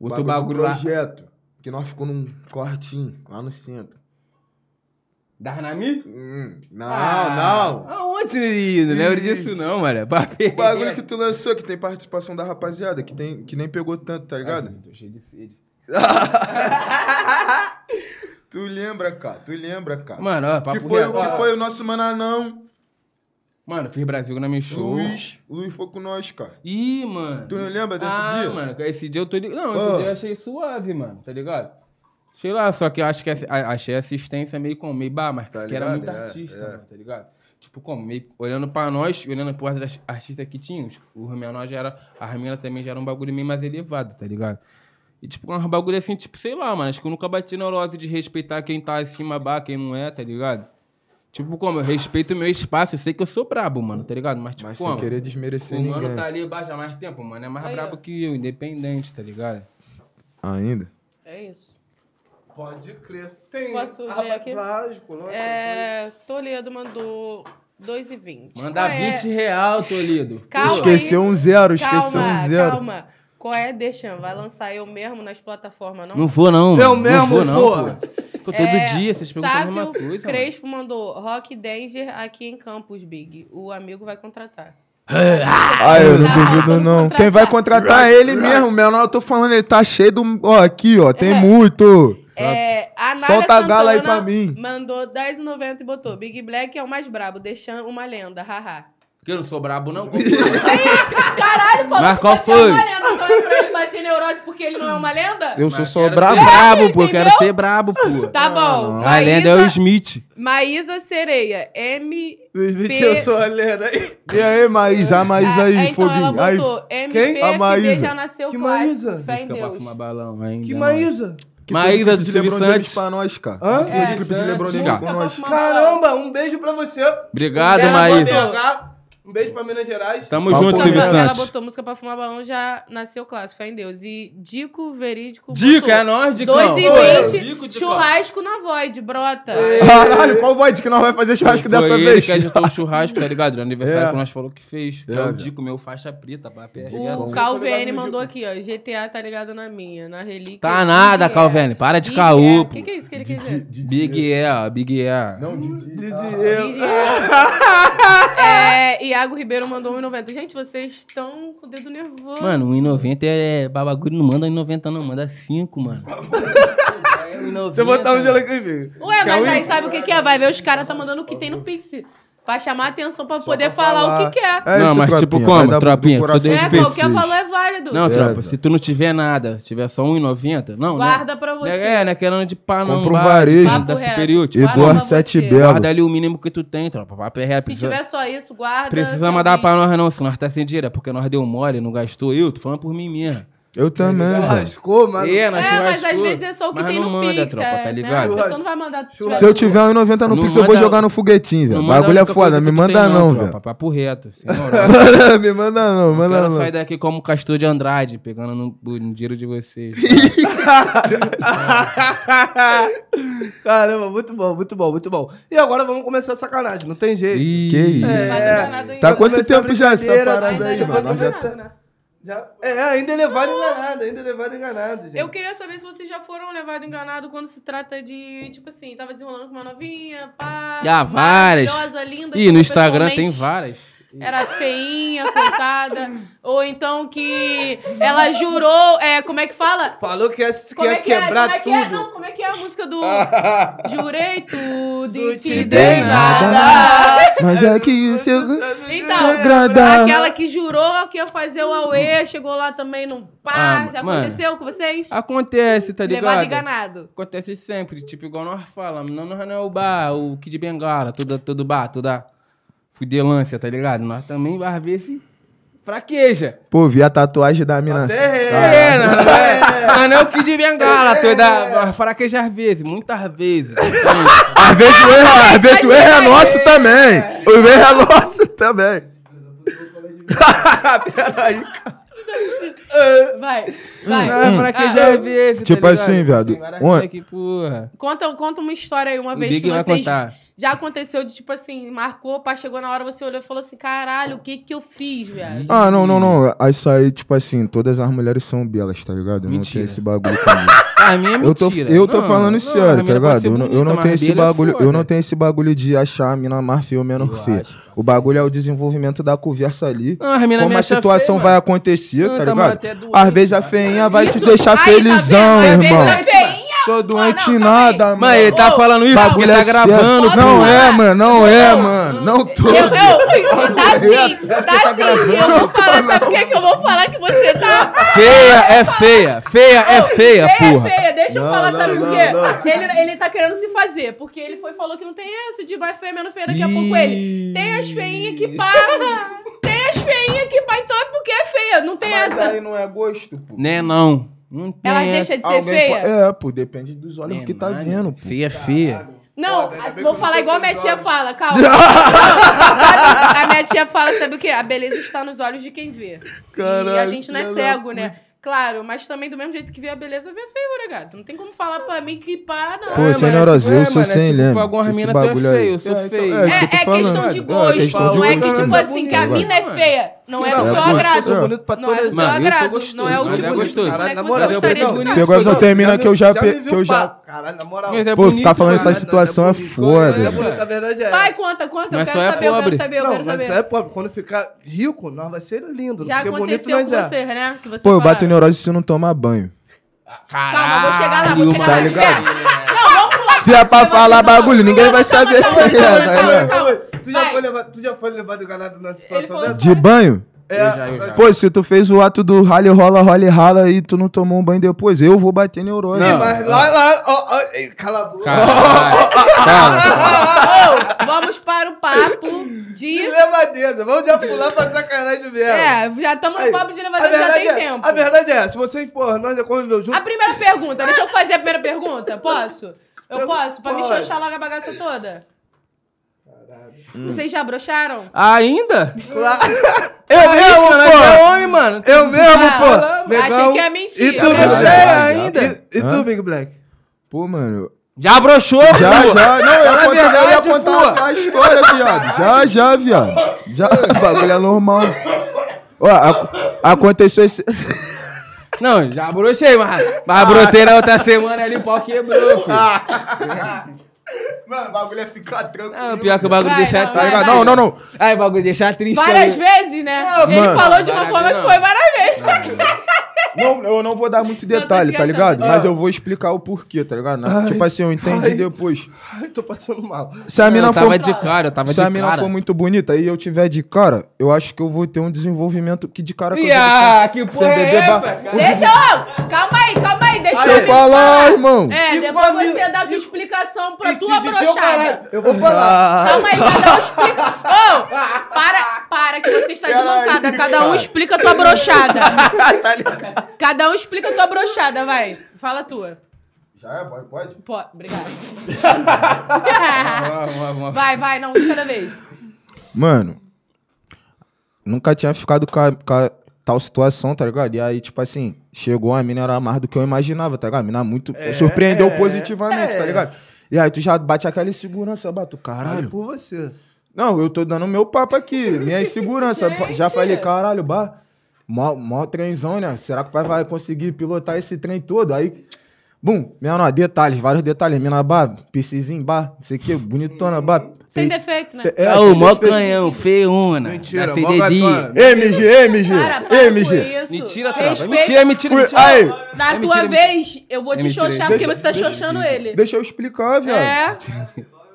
Speaker 4: Outro
Speaker 5: Bagulho
Speaker 4: bagulho,
Speaker 5: do
Speaker 4: lá.
Speaker 5: projeto. Que nós ficou num quartinho, lá no centro.
Speaker 4: Da Hanami?
Speaker 5: Hum, não,
Speaker 4: Ah,
Speaker 5: não.
Speaker 4: Aonde? Não lembro disso, não, mano. É Papel.
Speaker 5: O bagulho que tá tu lançou, que tem participação da rapaziada, que, tem, que nem pegou tanto, tá ligado?
Speaker 4: Ah, Tô cheio de sede.
Speaker 5: Tu lembra, cara, tu lembra, cara.
Speaker 4: Mano, ó, papo Ah.
Speaker 5: que, foi,
Speaker 4: reto,
Speaker 5: o- que
Speaker 4: ó.
Speaker 5: foi o nosso mananão,
Speaker 4: Mano, fiz Brasil Grammy
Speaker 5: o
Speaker 4: Show.
Speaker 5: Luiz. O Luiz foi com nós, cara.
Speaker 4: Ih, mano.
Speaker 5: Tu não lembra desse
Speaker 4: ah,
Speaker 5: dia?
Speaker 4: mano, esse dia eu tô ligado. Não,
Speaker 5: Ah.
Speaker 4: esse dia eu achei suave, mano, tá ligado? Sei lá, só que eu acho que assi- a- achei a assistência meio como, meio bah, mas que
Speaker 5: Tá
Speaker 4: isso aqui era muito
Speaker 5: ligado? É,
Speaker 4: artista,
Speaker 5: é.
Speaker 4: mano, tá ligado? Tipo, como, meio olhando pra nós, olhando pro das artistas que tínhamos. O menor já era, a Ramina também já era um bagulho meio mais elevado, tá ligado? E tipo, uns bagulho assim, tipo, sei lá, mano, acho que eu nunca bati na neurose de respeitar quem tá acima, bah, quem não é, tá ligado? Tipo, como, eu respeito o meu espaço, eu sei que eu sou brabo, mano, tá ligado? Mas tipo,
Speaker 5: Mas
Speaker 4: como?
Speaker 5: sem querer desmerecer
Speaker 4: o
Speaker 5: ninguém.
Speaker 4: mano tá ali embaixo há mais tempo, mano. É mais
Speaker 1: Aí,
Speaker 4: brabo
Speaker 1: ó.
Speaker 4: que eu, independente, tá ligado?
Speaker 5: Ainda?
Speaker 1: É isso.
Speaker 3: Pode crer. Tem.
Speaker 1: Posso
Speaker 3: Ah,
Speaker 1: ver aqui?
Speaker 3: Lógico, lógico.
Speaker 1: É, Toledo mandou 2,20.
Speaker 4: Manda
Speaker 1: Qual é?
Speaker 4: 20 real, Tolido.
Speaker 1: Calma
Speaker 5: esqueceu
Speaker 1: aí.
Speaker 5: um zero, esqueceu
Speaker 1: Calma,
Speaker 5: um zero.
Speaker 1: calma. Qual é, Deixan? Vai lançar eu mesmo nas plataformas, não?
Speaker 4: Não vou não, mano.
Speaker 3: Eu mesmo
Speaker 4: não vou não,
Speaker 3: vou.
Speaker 4: pô. Pô, todo
Speaker 1: É,
Speaker 4: dia vocês perguntam a mesma
Speaker 1: Sávio
Speaker 4: coisa, mano.
Speaker 1: Crespo mandou Rock Danger aqui em Campos, Big. O amigo vai contratar.
Speaker 5: Ah, eu não
Speaker 1: Tá,
Speaker 5: duvido
Speaker 1: vamos
Speaker 5: não.
Speaker 1: contratar.
Speaker 5: Quem vai contratar é ele mesmo, meu. Não, eu tô falando, ele tá cheio do... Ó, aqui, ó, tem muito.
Speaker 1: É, a Nália
Speaker 5: Solta a gala aí
Speaker 1: Santana
Speaker 5: pra mim.
Speaker 1: Mandou 10,90 e botou. Big Black é o mais brabo, deixando uma lenda, haha.
Speaker 4: Porque eu não sou brabo, não.
Speaker 1: Caralho, falou
Speaker 4: Mas
Speaker 1: que
Speaker 4: qual
Speaker 1: você
Speaker 4: foi?
Speaker 1: é uma lenda. Então é pra ele bater neurose porque ele não é uma lenda?
Speaker 5: Eu sou só
Speaker 4: brabo.
Speaker 5: brabo.
Speaker 4: brabo, pô. Eu quero
Speaker 1: entendeu?
Speaker 4: ser brabo, pô.
Speaker 1: Tá bom.
Speaker 4: A lenda é o Smith.
Speaker 1: Maísa Sereia, M...
Speaker 3: Luiz Vitinho, eu
Speaker 1: P-
Speaker 3: sou a lenda aí.
Speaker 5: E aí, Maís? A Maís
Speaker 1: Ah,
Speaker 5: aí,
Speaker 1: é, então
Speaker 5: foguinho.
Speaker 1: ela
Speaker 5: Aí,
Speaker 1: botou
Speaker 5: Quem? A
Speaker 1: MPFB
Speaker 5: Maísa.
Speaker 1: já nasceu
Speaker 3: Que
Speaker 1: clássico.
Speaker 3: Maísa?
Speaker 1: Fé em
Speaker 4: Música pra
Speaker 1: Deus.
Speaker 4: fumar balão ainda.
Speaker 3: Que
Speaker 4: é nóis.
Speaker 3: Maísa?
Speaker 5: que
Speaker 4: Maísa
Speaker 5: fez o clipe
Speaker 4: do
Speaker 5: de
Speaker 4: Silvio
Speaker 5: LeBron James
Speaker 4: Santos.
Speaker 5: pra nós, cara.
Speaker 3: Hã?
Speaker 5: Ela fez
Speaker 4: É,
Speaker 5: o clipe de
Speaker 4: Santos,
Speaker 5: LeBron James
Speaker 4: cara.
Speaker 5: com nós.
Speaker 3: Caramba, um beijo pra você.
Speaker 4: Obrigado,
Speaker 3: Ela botou
Speaker 4: Maísa.
Speaker 3: BH, Um beijo pra Minas Gerais.
Speaker 4: Tamo
Speaker 5: Papo
Speaker 4: junto,
Speaker 5: reto.
Speaker 4: Silvio
Speaker 1: ela, ela
Speaker 4: Santos.
Speaker 1: botou música pra fumar balão, já nasceu clássico, fé em Deus. E Dico Verídico
Speaker 4: Dica,
Speaker 1: botou.
Speaker 4: é nóis, Dicão.
Speaker 3: Ô,
Speaker 1: 2
Speaker 4: Dico,
Speaker 1: e 20,
Speaker 4: Dicão.
Speaker 1: churrasco na Void, brota.
Speaker 4: É,
Speaker 5: Caralho, qual void que nós vai fazer churrasco
Speaker 4: Foi
Speaker 5: dessa
Speaker 4: ele
Speaker 5: vez?
Speaker 4: que agitou o churrasco, tá ligado? No aniversário
Speaker 5: É.
Speaker 4: que nós falou que fez. É,
Speaker 5: É,
Speaker 4: o
Speaker 5: já.
Speaker 4: Dico, meu faixa preta, pá, pé.
Speaker 1: O Calvene mandou aqui, ó. GTA tá ligado na minha, na relíquia.
Speaker 4: Tá nada, Calvene. Para de caô,
Speaker 1: O
Speaker 4: pô.
Speaker 1: que, que é isso que ele quer dizer?
Speaker 4: Big E, ó, Big é. E.
Speaker 5: Não, Didi.
Speaker 3: Didier.
Speaker 1: É, Iago Ribeiro mandou 1,90. Gente, vocês estão com o dedo nervoso.
Speaker 4: Mano, 1,90 é babagulho, não manda 1,90 não, manda 5, mano.
Speaker 3: Deixa eu botar um gelo aqui, amigo.
Speaker 1: Ué, mas aí sabe o que, que é? Vai ver os caras tá mandando o que tem no Pix. Pra chamar atenção, pra
Speaker 5: Só
Speaker 1: poder
Speaker 5: pra
Speaker 1: falar,
Speaker 5: falar.
Speaker 1: o que quer.
Speaker 5: É
Speaker 4: Não,
Speaker 5: isso,
Speaker 4: mas tipo
Speaker 5: tropinha,
Speaker 4: como,
Speaker 5: vai dar do
Speaker 4: tropinha, com
Speaker 5: coração
Speaker 4: todo
Speaker 1: É,
Speaker 5: pra
Speaker 4: respeito.
Speaker 1: qualquer valor é válido.
Speaker 4: Não,
Speaker 5: É,
Speaker 4: tropa,
Speaker 5: velho.
Speaker 4: se tu não tiver nada, se tiver só 1,90, não, né?
Speaker 1: Guarda pra você.
Speaker 4: É, né? Querendo de pá, não.
Speaker 5: Compra um
Speaker 4: bate, tipo,
Speaker 5: varejo.
Speaker 4: Da
Speaker 1: Papo reto.
Speaker 4: superior, tipo,
Speaker 1: Guarda
Speaker 5: Eduardo
Speaker 1: pra
Speaker 5: Sete
Speaker 1: você.
Speaker 5: Belo.
Speaker 4: guarda ali o mínimo que tu tem, tropa. Papo é rap.
Speaker 1: Se
Speaker 4: precisa-
Speaker 1: tiver só isso, guarda. um
Speaker 4: Precisa mandar pra nós não, se nós tá sem dinheiro, é porque nós deu mole, não gastou. Eu tô falando por mim mesmo.
Speaker 5: Eu também, mano.
Speaker 3: Lascou, mano.
Speaker 4: É,
Speaker 1: nós.
Speaker 4: nós
Speaker 1: É, mas às
Speaker 4: churrascou,
Speaker 1: vezes é só o que
Speaker 4: mas
Speaker 1: tem
Speaker 4: não
Speaker 1: no
Speaker 4: manda,
Speaker 1: Pix.
Speaker 4: tropa,
Speaker 1: é,
Speaker 4: tá
Speaker 1: né?
Speaker 4: ligado?
Speaker 1: A pessoa não vai mandar.
Speaker 5: Se eu tiver 1,90 no
Speaker 4: Não
Speaker 5: Pix, eu vou
Speaker 4: manda-
Speaker 5: jogar no foguetinho, velho.
Speaker 4: Não manda
Speaker 5: Bagulho é
Speaker 4: única
Speaker 5: foda,
Speaker 4: coisa
Speaker 5: me
Speaker 4: que tu
Speaker 5: manda
Speaker 4: tem,
Speaker 5: não,
Speaker 4: tropa,
Speaker 5: velho.
Speaker 4: Papo reto, sem moral.
Speaker 5: Me manda não,
Speaker 4: Eu
Speaker 5: manda
Speaker 4: quero
Speaker 5: não.
Speaker 4: sair daqui como Castor de Andrade, pegando no, no dinheiro de vocês.
Speaker 3: Caramba, muito bom, muito bom, muito bom. E agora vamos começar a sacanagem, não tem jeito.
Speaker 5: Que isso? Tá
Speaker 1: Tá
Speaker 5: quanto
Speaker 3: Começar
Speaker 5: tempo já essa
Speaker 3: brincadeira,
Speaker 5: parada
Speaker 3: ainda
Speaker 5: aí,
Speaker 3: já
Speaker 5: mano?
Speaker 3: botou
Speaker 4: tá.
Speaker 5: Nós já tá-
Speaker 3: nada, né? Já- É, ainda é levado enganado, ainda é levado enganado, gente.
Speaker 1: Eu queria saber se vocês já foram levados enganados quando se trata de, tipo assim, tava desenrolando com uma novinha, pá.
Speaker 4: Ah, várias.
Speaker 1: maravilhosa, linda.
Speaker 4: Ih,
Speaker 1: que
Speaker 4: no Instagram tem
Speaker 1: pessoalmente
Speaker 4: várias.
Speaker 1: Era feinha, coitada. Ou então que ela jurou, é, como é que fala?
Speaker 3: Falou que ia, que
Speaker 1: Como
Speaker 3: ia
Speaker 1: é que é?
Speaker 3: quebrar
Speaker 1: Como é que
Speaker 3: tudo.
Speaker 1: é? Não, como é que é a música do Jurei tudo e
Speaker 3: Não
Speaker 1: te dei nada.
Speaker 5: nada. Mas é que o seu.
Speaker 1: Então,
Speaker 5: Só agradar.
Speaker 1: aquela que jurou que ia fazer o Aue, chegou lá também num pá.
Speaker 4: Ah,
Speaker 1: já
Speaker 4: mano.
Speaker 1: aconteceu com vocês?
Speaker 4: Acontece, tá
Speaker 1: Levado
Speaker 4: ligado?
Speaker 1: enganado.
Speaker 4: Acontece sempre, tipo, igual nós falamos, não, nós não é o bar, o Kid Bengala, todo, todo bar, toda fudelância, tá ligado? Nós também vai ver se fraqueja.
Speaker 5: Pô, vi a tatuagem da mina.
Speaker 4: É, não, é. Mas não é o Kid Bengala, toda fraqueja às vezes, muitas vezes.
Speaker 5: Às vezes o erro, às vezes o erro é nosso também. O erro é nosso também. Tá.
Speaker 1: Vai, vai.
Speaker 3: é
Speaker 1: Ah,
Speaker 4: Não, é fraqueja às vezes,
Speaker 5: Tipo
Speaker 4: tá ligado?
Speaker 5: assim, viado,
Speaker 4: Tem várias
Speaker 5: um-
Speaker 4: coisas que, porra.
Speaker 1: Conta, conta uma história aí, uma
Speaker 4: O
Speaker 1: vez
Speaker 4: Big
Speaker 1: que
Speaker 4: vai
Speaker 1: vocês...
Speaker 4: contar.
Speaker 1: Já aconteceu de, tipo assim, marcou, pá, chegou na hora, você olhou e falou assim, caralho, o que que eu fiz, velho?
Speaker 5: Ah, não, não, não. Aí saí, tipo assim, todas as mulheres são belas, tá ligado? Eu não
Speaker 4: Mentira.
Speaker 5: tenho esse bagulho comigo.
Speaker 4: A minha é
Speaker 5: Eu tô,
Speaker 4: mentira.
Speaker 5: eu tô
Speaker 4: Não,
Speaker 5: falando
Speaker 4: não, a
Speaker 5: sério,
Speaker 4: mina
Speaker 5: tá
Speaker 4: pode
Speaker 5: ligado?
Speaker 4: ser
Speaker 5: Eu, não- eu
Speaker 4: bonita,
Speaker 5: não
Speaker 4: mas
Speaker 5: tenho esse
Speaker 4: dele é
Speaker 5: bagulho, eu
Speaker 4: foda.
Speaker 5: não tenho esse bagulho de achar a mina mais feia ou menos
Speaker 4: Eu
Speaker 5: feia.
Speaker 4: acho.
Speaker 5: O bagulho é o desenvolvimento da conversa ali.
Speaker 4: Ah, a mina me
Speaker 5: Como a
Speaker 4: acha
Speaker 5: situação
Speaker 4: feia,
Speaker 5: vai
Speaker 4: mano.
Speaker 5: acontecer,
Speaker 4: Não,
Speaker 5: tá
Speaker 4: tá
Speaker 5: ligado?
Speaker 4: até doente,
Speaker 5: Às vezes a
Speaker 4: cara.
Speaker 5: feinha vai te
Speaker 1: Isso-
Speaker 5: deixar
Speaker 1: Aí, tá vendo? Tá
Speaker 5: felizão,
Speaker 1: Às vezes
Speaker 5: irmão.
Speaker 1: a feinha-
Speaker 5: Sou doente
Speaker 1: Ah,
Speaker 5: em
Speaker 1: não,
Speaker 5: nada,
Speaker 4: Mas ele tá
Speaker 1: Ô,
Speaker 4: falando isso porque
Speaker 5: Bagulho
Speaker 4: tá
Speaker 5: é sério.
Speaker 4: gravando.
Speaker 1: Pode
Speaker 5: Não
Speaker 1: falar.
Speaker 5: é, mano, não é,
Speaker 1: Ô,
Speaker 5: mano. Não tô.
Speaker 1: Eu, eu, tá sim, tá sim. Eu vou falar, sabe o que que eu vou falar que você tá?
Speaker 4: Feia é feia. Feia é
Speaker 1: Ô,
Speaker 4: feia, porra.
Speaker 1: é feia, deixa eu
Speaker 3: Não,
Speaker 1: falar,
Speaker 3: não,
Speaker 1: sabe
Speaker 3: não,
Speaker 1: por quê?
Speaker 3: não.
Speaker 1: Ele, ele tá querendo se fazer, porque ele foi falou que não tem essa de vai feia, menos feia, daqui a pouco ele. Tem as feinhas que pá, tem as feinhas que pá, então é porque é feia, não tem essa.
Speaker 5: não é gosto, pô.
Speaker 4: Né, não. Não tem.
Speaker 1: Ela
Speaker 4: essa.
Speaker 1: deixa de ser feia?
Speaker 5: É, pô, depende dos olhos
Speaker 4: Né,
Speaker 5: que tá
Speaker 4: mano?
Speaker 5: vendo, pô.
Speaker 4: Feia é feia.
Speaker 1: Não,
Speaker 3: Ainda
Speaker 1: as-
Speaker 3: bem
Speaker 1: vou
Speaker 3: que eu
Speaker 1: falar
Speaker 3: não tô
Speaker 1: igual a minha
Speaker 3: com
Speaker 1: tia
Speaker 3: os
Speaker 1: fala, calma. Não, sabe, a minha tia fala, sabe o quê? A beleza está nos olhos de quem vê. e a
Speaker 3: Caralho,
Speaker 1: gente não é
Speaker 3: filha da
Speaker 1: cego, né? Claro, mas também do mesmo jeito que vê a beleza, vê feio, né, gato? Não tem como falar pra mim que pá, não.
Speaker 5: Pô,
Speaker 4: É,
Speaker 5: sem
Speaker 4: mano, é
Speaker 5: neurose,
Speaker 4: tipo- é,
Speaker 5: eu sou
Speaker 4: mano, é
Speaker 5: sem
Speaker 4: tipo,
Speaker 5: lembro.
Speaker 4: pra alguma
Speaker 5: Esse
Speaker 4: mina tu é
Speaker 5: bagulho aí.
Speaker 4: feio, eu sou
Speaker 5: É, então,
Speaker 4: feio.
Speaker 5: é isso que
Speaker 1: É,
Speaker 5: eu tô
Speaker 1: é
Speaker 5: falando.
Speaker 1: questão de
Speaker 5: É,
Speaker 1: gosto,
Speaker 5: questão de
Speaker 1: não é que,
Speaker 5: gosto.
Speaker 1: tipo
Speaker 3: né?
Speaker 1: assim, que a
Speaker 5: Vai.
Speaker 1: mina é feia. Não é do
Speaker 5: Não,
Speaker 1: seu
Speaker 5: eu gosto,
Speaker 1: agrado.
Speaker 5: eu sou
Speaker 3: bonito pra
Speaker 1: não é do
Speaker 3: todas
Speaker 1: seu
Speaker 4: as- Mano, eu sou
Speaker 1: agrado.
Speaker 4: gostoso,
Speaker 1: Não é o
Speaker 4: eu
Speaker 1: tipo
Speaker 4: sou
Speaker 1: de
Speaker 4: gostoso.
Speaker 1: cara que
Speaker 4: é
Speaker 3: Caralho, na
Speaker 1: você
Speaker 3: moral,
Speaker 1: gostaria de
Speaker 4: eu
Speaker 1: ficar.
Speaker 4: sou
Speaker 5: Pegou essa
Speaker 3: Não,
Speaker 5: tem mina
Speaker 3: me-
Speaker 5: que eu já.
Speaker 3: já
Speaker 5: pe-
Speaker 3: me viu
Speaker 5: que eu
Speaker 3: pá.
Speaker 5: já...
Speaker 3: Caralho, na moral.
Speaker 4: Mas é
Speaker 5: Pô,
Speaker 4: bonito,
Speaker 5: ficar falando
Speaker 4: mano.
Speaker 5: essa situação é
Speaker 3: Mas é
Speaker 5: foda.
Speaker 3: bonito, a verdade é essa.
Speaker 1: Vai, conta, conta.
Speaker 4: Mas
Speaker 1: eu
Speaker 4: só é
Speaker 1: quero saber, eu
Speaker 4: pobre.
Speaker 1: quero saber, eu
Speaker 3: não,
Speaker 1: quero
Speaker 3: mas isso aí,
Speaker 1: saber.
Speaker 3: pô, quando ficar rico, nós vai ser lindo.
Speaker 1: Já
Speaker 3: porque bonito
Speaker 1: aconteceu com
Speaker 3: nós é.
Speaker 1: você, né? Que você
Speaker 5: Pô, eu
Speaker 1: fala.
Speaker 5: bato em neurose se não tomar banho.
Speaker 1: Calma, eu vou chegar lá, vou
Speaker 4: Caralho,
Speaker 1: chegar
Speaker 5: tá
Speaker 1: lá.
Speaker 5: ligado?
Speaker 1: Espera. Não, vamos pular.
Speaker 5: Se é pra
Speaker 1: Calma,
Speaker 5: falar
Speaker 1: calma,
Speaker 5: bagulho, ninguém
Speaker 1: calma,
Speaker 5: vai
Speaker 1: calma,
Speaker 5: saber.
Speaker 1: calma, calma,
Speaker 5: tá
Speaker 1: calma,
Speaker 5: ligado?
Speaker 1: calma.
Speaker 3: Tu já,
Speaker 1: Vai.
Speaker 3: foi levado, tu já foi levado enganado na
Speaker 1: Ele
Speaker 3: situação
Speaker 1: falou
Speaker 3: dessa? É,
Speaker 5: De banho?
Speaker 4: Eu já, eu já.
Speaker 5: Pô, se tu fez o ato do rally rola, rally rala e tu não tomou um banho depois, eu vou bater neurose.
Speaker 3: Ih,
Speaker 5: Não.
Speaker 3: mas lá, lá, ó, ó, ei, cala a boca.
Speaker 4: Caralho. Calma.
Speaker 1: É, Ô, vamos para o papo de.
Speaker 3: Que levadeza, vamos já pular pra sacanagem mesmo.
Speaker 1: É, já estamos no
Speaker 3: Aí,
Speaker 1: papo de
Speaker 3: a
Speaker 1: levadeza, já
Speaker 3: verdade
Speaker 1: tem
Speaker 3: é,
Speaker 1: tempo.
Speaker 3: A verdade é, se vocês, porra, nós já convivemos
Speaker 1: A
Speaker 3: junto.
Speaker 1: primeira pergunta, deixa eu fazer a primeira pergunta. Posso? Eu
Speaker 3: Eu-
Speaker 1: posso? Pra me
Speaker 3: pode.
Speaker 1: xoxar logo a bagaça toda. Vocês já
Speaker 3: Hum.
Speaker 1: broxaram?
Speaker 4: Ainda?
Speaker 3: Claro.
Speaker 5: Eu
Speaker 4: Isso,
Speaker 5: mesmo,
Speaker 4: mano,
Speaker 5: pô!
Speaker 4: é homem, mano.
Speaker 3: Eu mesmo,
Speaker 1: Ah,
Speaker 3: pô! Negão,
Speaker 1: achei que ia mentir.
Speaker 3: E
Speaker 1: Eu
Speaker 3: tu, Big
Speaker 4: brochei
Speaker 3: Black?
Speaker 4: ainda.
Speaker 3: E, e tu, Big Black?
Speaker 5: Pô, mano.
Speaker 4: Já broxou,
Speaker 5: Já,
Speaker 4: pô.
Speaker 5: já. Não, eu,
Speaker 4: Fala a
Speaker 5: contar, eu ia
Speaker 4: verdade,
Speaker 5: contar
Speaker 4: pô.
Speaker 5: a história, viado. Já, já, viado. Já, o bagulho é normal. Ó, ac- aconteceu esse.
Speaker 4: Não,
Speaker 5: Ah.
Speaker 4: já brochei, mas, mas a broteira outra semana ali, o pau quebrou, filho.
Speaker 5: Mano, o bagulho é ficar tranquilo.
Speaker 4: Ah, pior que o bagulho
Speaker 1: Vai,
Speaker 4: deixar
Speaker 1: não,
Speaker 5: Tá
Speaker 1: vai,
Speaker 5: ligado?
Speaker 1: vai.
Speaker 5: Não, não, não.
Speaker 4: Ai, o bagulho deixar triste.
Speaker 1: Várias
Speaker 4: também.
Speaker 1: vezes, né?
Speaker 3: Ah,
Speaker 1: Ele
Speaker 5: mano.
Speaker 1: falou de uma
Speaker 4: Várias
Speaker 1: forma
Speaker 4: vezes,
Speaker 1: que
Speaker 4: não.
Speaker 1: foi várias vezes.
Speaker 5: Não, eu não vou dar muito
Speaker 1: tô
Speaker 5: detalhe,
Speaker 1: te
Speaker 5: tá
Speaker 1: achando.
Speaker 5: ligado?
Speaker 1: Ah.
Speaker 5: Mas eu vou explicar o porquê, tá ligado? Na- tipo assim, eu entendi
Speaker 3: Ai.
Speaker 5: depois.
Speaker 3: Ai, tô passando mal.
Speaker 5: Se a mina
Speaker 4: eu tava
Speaker 5: for,
Speaker 4: de cara, eu tava
Speaker 5: se a
Speaker 4: de
Speaker 5: mina
Speaker 4: cara.
Speaker 5: for muito bonita e eu tiver de cara, eu acho que eu vou ter um desenvolvimento que de cara que eu vou
Speaker 4: Ia, que porra
Speaker 5: sem
Speaker 4: é
Speaker 5: beber
Speaker 4: essa,
Speaker 5: ba-
Speaker 4: cara?
Speaker 1: Deixa eu. Calma aí, calma aí. Deixa
Speaker 5: deixar
Speaker 1: eu
Speaker 5: falar, irmão.
Speaker 1: É,
Speaker 3: E
Speaker 1: depois
Speaker 3: família-
Speaker 1: você dá a tua
Speaker 3: e-
Speaker 1: explicação pra
Speaker 3: E
Speaker 1: tua
Speaker 3: se xixi, eu
Speaker 1: brochada.
Speaker 3: caralho, Eu vou falar.
Speaker 1: Calma aí, cada um explica. Ô, para, para, que você está deslocada. Cada um explica a tua brochada. Cada um explica a tua brochada, vai. Fala a tua.
Speaker 5: Já é, pode, pode.
Speaker 1: Pô, obrigada.
Speaker 4: Vamos, vamos, vamos.
Speaker 1: Vai, vai, não, de cada vez.
Speaker 5: Mano, nunca tinha ficado com a- com a tal situação, tá ligado? E aí, tipo assim, chegou a mina, era mais do que eu imaginava, tá ligado? A mina muito surpreendeu
Speaker 3: é,
Speaker 5: positivamente, tá ligado? E aí tu já bate aquela insegurança, bato,
Speaker 3: Ai,
Speaker 5: caralho.
Speaker 3: por você.
Speaker 5: Não, eu tô dando meu papo aqui, minha insegurança.
Speaker 1: Gente.
Speaker 5: Já falei, caralho, bah, mó, mó trenzão, né? Será que o pai vai conseguir pilotar esse trem todo? Aí, bum, menor, detalhes, vários detalhes. Mina, bah, PCzinho, bah, não sei o que, bonitona, bah.
Speaker 1: Sem
Speaker 5: pe-
Speaker 1: defeito, né?
Speaker 5: é,
Speaker 4: É
Speaker 5: sem
Speaker 4: o mó
Speaker 5: defeito.
Speaker 4: canhão, feuna.
Speaker 3: Mentira,
Speaker 4: da
Speaker 3: mó
Speaker 4: CDD.
Speaker 3: gatona.
Speaker 5: MG, MG,
Speaker 1: Para, para com
Speaker 5: MG.
Speaker 1: isso.
Speaker 4: Mentira, tropa. é
Speaker 1: Respeita-
Speaker 4: Mentira, mentira,
Speaker 5: Fui-
Speaker 4: mentira.
Speaker 5: aí,
Speaker 1: Na
Speaker 4: É
Speaker 1: tua
Speaker 4: mentira, é
Speaker 1: vez, eu vou te
Speaker 4: mentira,
Speaker 1: xoxar
Speaker 4: é
Speaker 1: porque
Speaker 5: mentira.
Speaker 1: você tá
Speaker 5: Deixa-
Speaker 1: xoxando ele.
Speaker 5: deixa eu explicar, velho.
Speaker 1: É.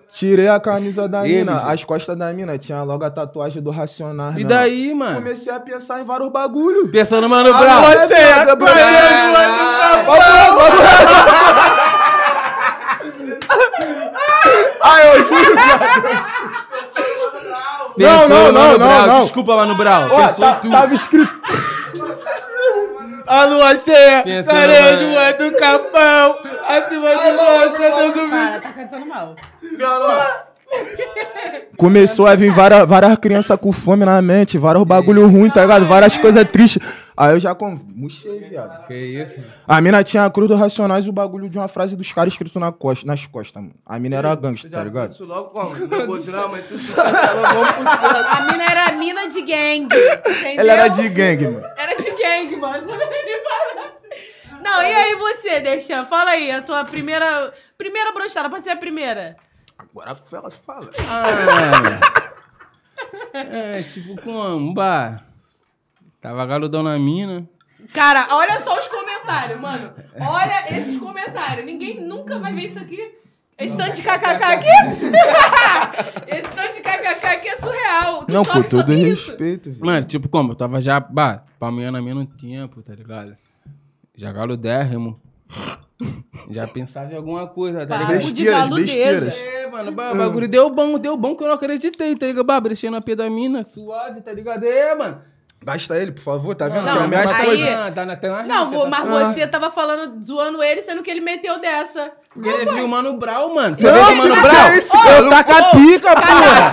Speaker 5: Tirei a camisa da
Speaker 4: Ei,
Speaker 5: mina,
Speaker 4: MG.
Speaker 5: as costas da mina, tinha logo a tatuagem do Racionar.
Speaker 4: E
Speaker 5: né?
Speaker 4: daí, mano?
Speaker 5: Comecei a pensar em vários bagulho.
Speaker 4: Pensando, mano,
Speaker 5: Ah,
Speaker 4: Brown.
Speaker 5: Gostei, é Ai, eu juro,
Speaker 4: Pensou,
Speaker 5: não, não,
Speaker 4: Mano
Speaker 5: não,
Speaker 4: Brown.
Speaker 5: não.
Speaker 4: Desculpa, Mano Brown.
Speaker 5: Ó,
Speaker 4: Pensou
Speaker 5: tá-
Speaker 4: em tudo.
Speaker 5: tava escrito.
Speaker 3: A lua cheia,
Speaker 4: Pensando,
Speaker 3: tarejo
Speaker 4: né?
Speaker 3: é do capão, acima de você, do
Speaker 1: Cara, tá cantando mal.
Speaker 5: Começou a vir várias, várias crianças com fome na mente, vários bagulho ruim, tá ligado? Várias coisas tristes. Aí eu já com... Murchei, viado.
Speaker 4: Que isso?
Speaker 5: A mina tinha a cruz do Racionais e o bagulho de uma frase dos caras escrito na costa, nas costas, mano. A mina era gangsta, tá ligado?
Speaker 3: Isso logo como? Jogou drama e tudo. tá Vamos pro céu.
Speaker 1: A mina era a mina de gang. Entendeu?
Speaker 5: Ela era de gangue, mano.
Speaker 1: Era de gang, mano. Não, e aí você, Deixan? Fala aí, a tua primeira. Primeira brochada, pode ser a primeira.
Speaker 5: Agora ela fala.
Speaker 4: É, tipo, como? Bah. Tava galudão na mina.
Speaker 1: Cara, olha só os comentários, mano. Olha esses comentários. Ninguém nunca vai ver isso aqui. Esse tanto de kkk aqui. Esse tanto de kkk aqui é surreal. Tu
Speaker 5: Não,
Speaker 1: sobe
Speaker 5: com
Speaker 1: só
Speaker 5: todo
Speaker 1: tem isso.
Speaker 5: respeito, viado.
Speaker 4: Mano, tipo, como? Eu tava já, bah, palmeando a mina um tempo, tá ligado? Já galo dérrimo. Já pensava em alguma coisa, tá
Speaker 1: Papo
Speaker 4: ligado?
Speaker 1: de
Speaker 5: Besteiras,
Speaker 1: galudeza.
Speaker 5: besteiras.
Speaker 4: É, mano, bah,
Speaker 1: Ah.
Speaker 4: o bagulho deu bom, deu bom que eu não acreditei, tá ligado? Bah, brechei na pé da mina, suave, tá ligado? É, mano.
Speaker 5: Gasta ele, por favor, tá vendo?
Speaker 1: Não,
Speaker 5: Tem a mesma
Speaker 1: aí-
Speaker 5: coisa.
Speaker 4: Ah, tá na tela.
Speaker 1: Não, vou, mas
Speaker 4: mas...
Speaker 1: você tava falando, zoando ele, sendo que ele meteu dessa.
Speaker 4: Porque ele viu o Mano Brau, mano. Você
Speaker 5: Não,
Speaker 4: viu o Mano
Speaker 5: que
Speaker 4: Brau?
Speaker 5: é isso, cara?
Speaker 4: Eu tá com a pica, porra.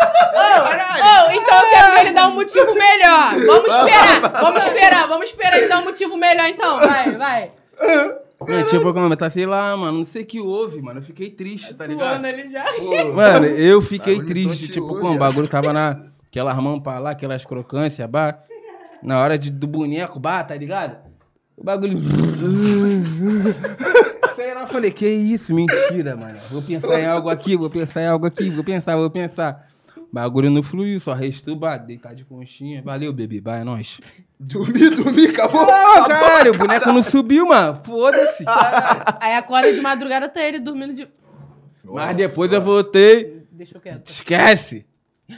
Speaker 1: Oh, então eu quero que ele dá um motivo melhor. Vamos esperar, vamos esperar, vamos esperar ele dar um motivo melhor então. Vai, vai.
Speaker 4: Não, tipo, como, tá, sei lá, mano, não sei o que houve, mano. Eu fiquei
Speaker 1: É
Speaker 4: triste, tá ligado?
Speaker 1: Suando ele já.
Speaker 4: Mano, eu fiquei
Speaker 5: Bagulho
Speaker 4: triste,
Speaker 5: tonteou,
Speaker 4: tipo, como o
Speaker 5: viado.
Speaker 4: bagulho tava na aquelas mãos pra lá, aquelas crocâncias, bah. Na hora de, do boneco, bah, tá ligado? O bagulho. Sei lá, eu falei, que isso, mentira, mano. Vou pensar em algo aqui, vou pensar em algo aqui, vou pensar, vou pensar. Bagulho não fluiu, só restou, bah, deitar de conchinha. Valeu, bebê, bah, é nóis.
Speaker 5: Dormi, dormi, acabou.
Speaker 4: Pô, caralho, o boneco não subiu, mano. Foda-se, caralho.
Speaker 1: Aí acorda de madrugada até ele dormindo de.
Speaker 4: Mas depois eu voltei.
Speaker 1: Deixa eu quieto.
Speaker 4: Esquece!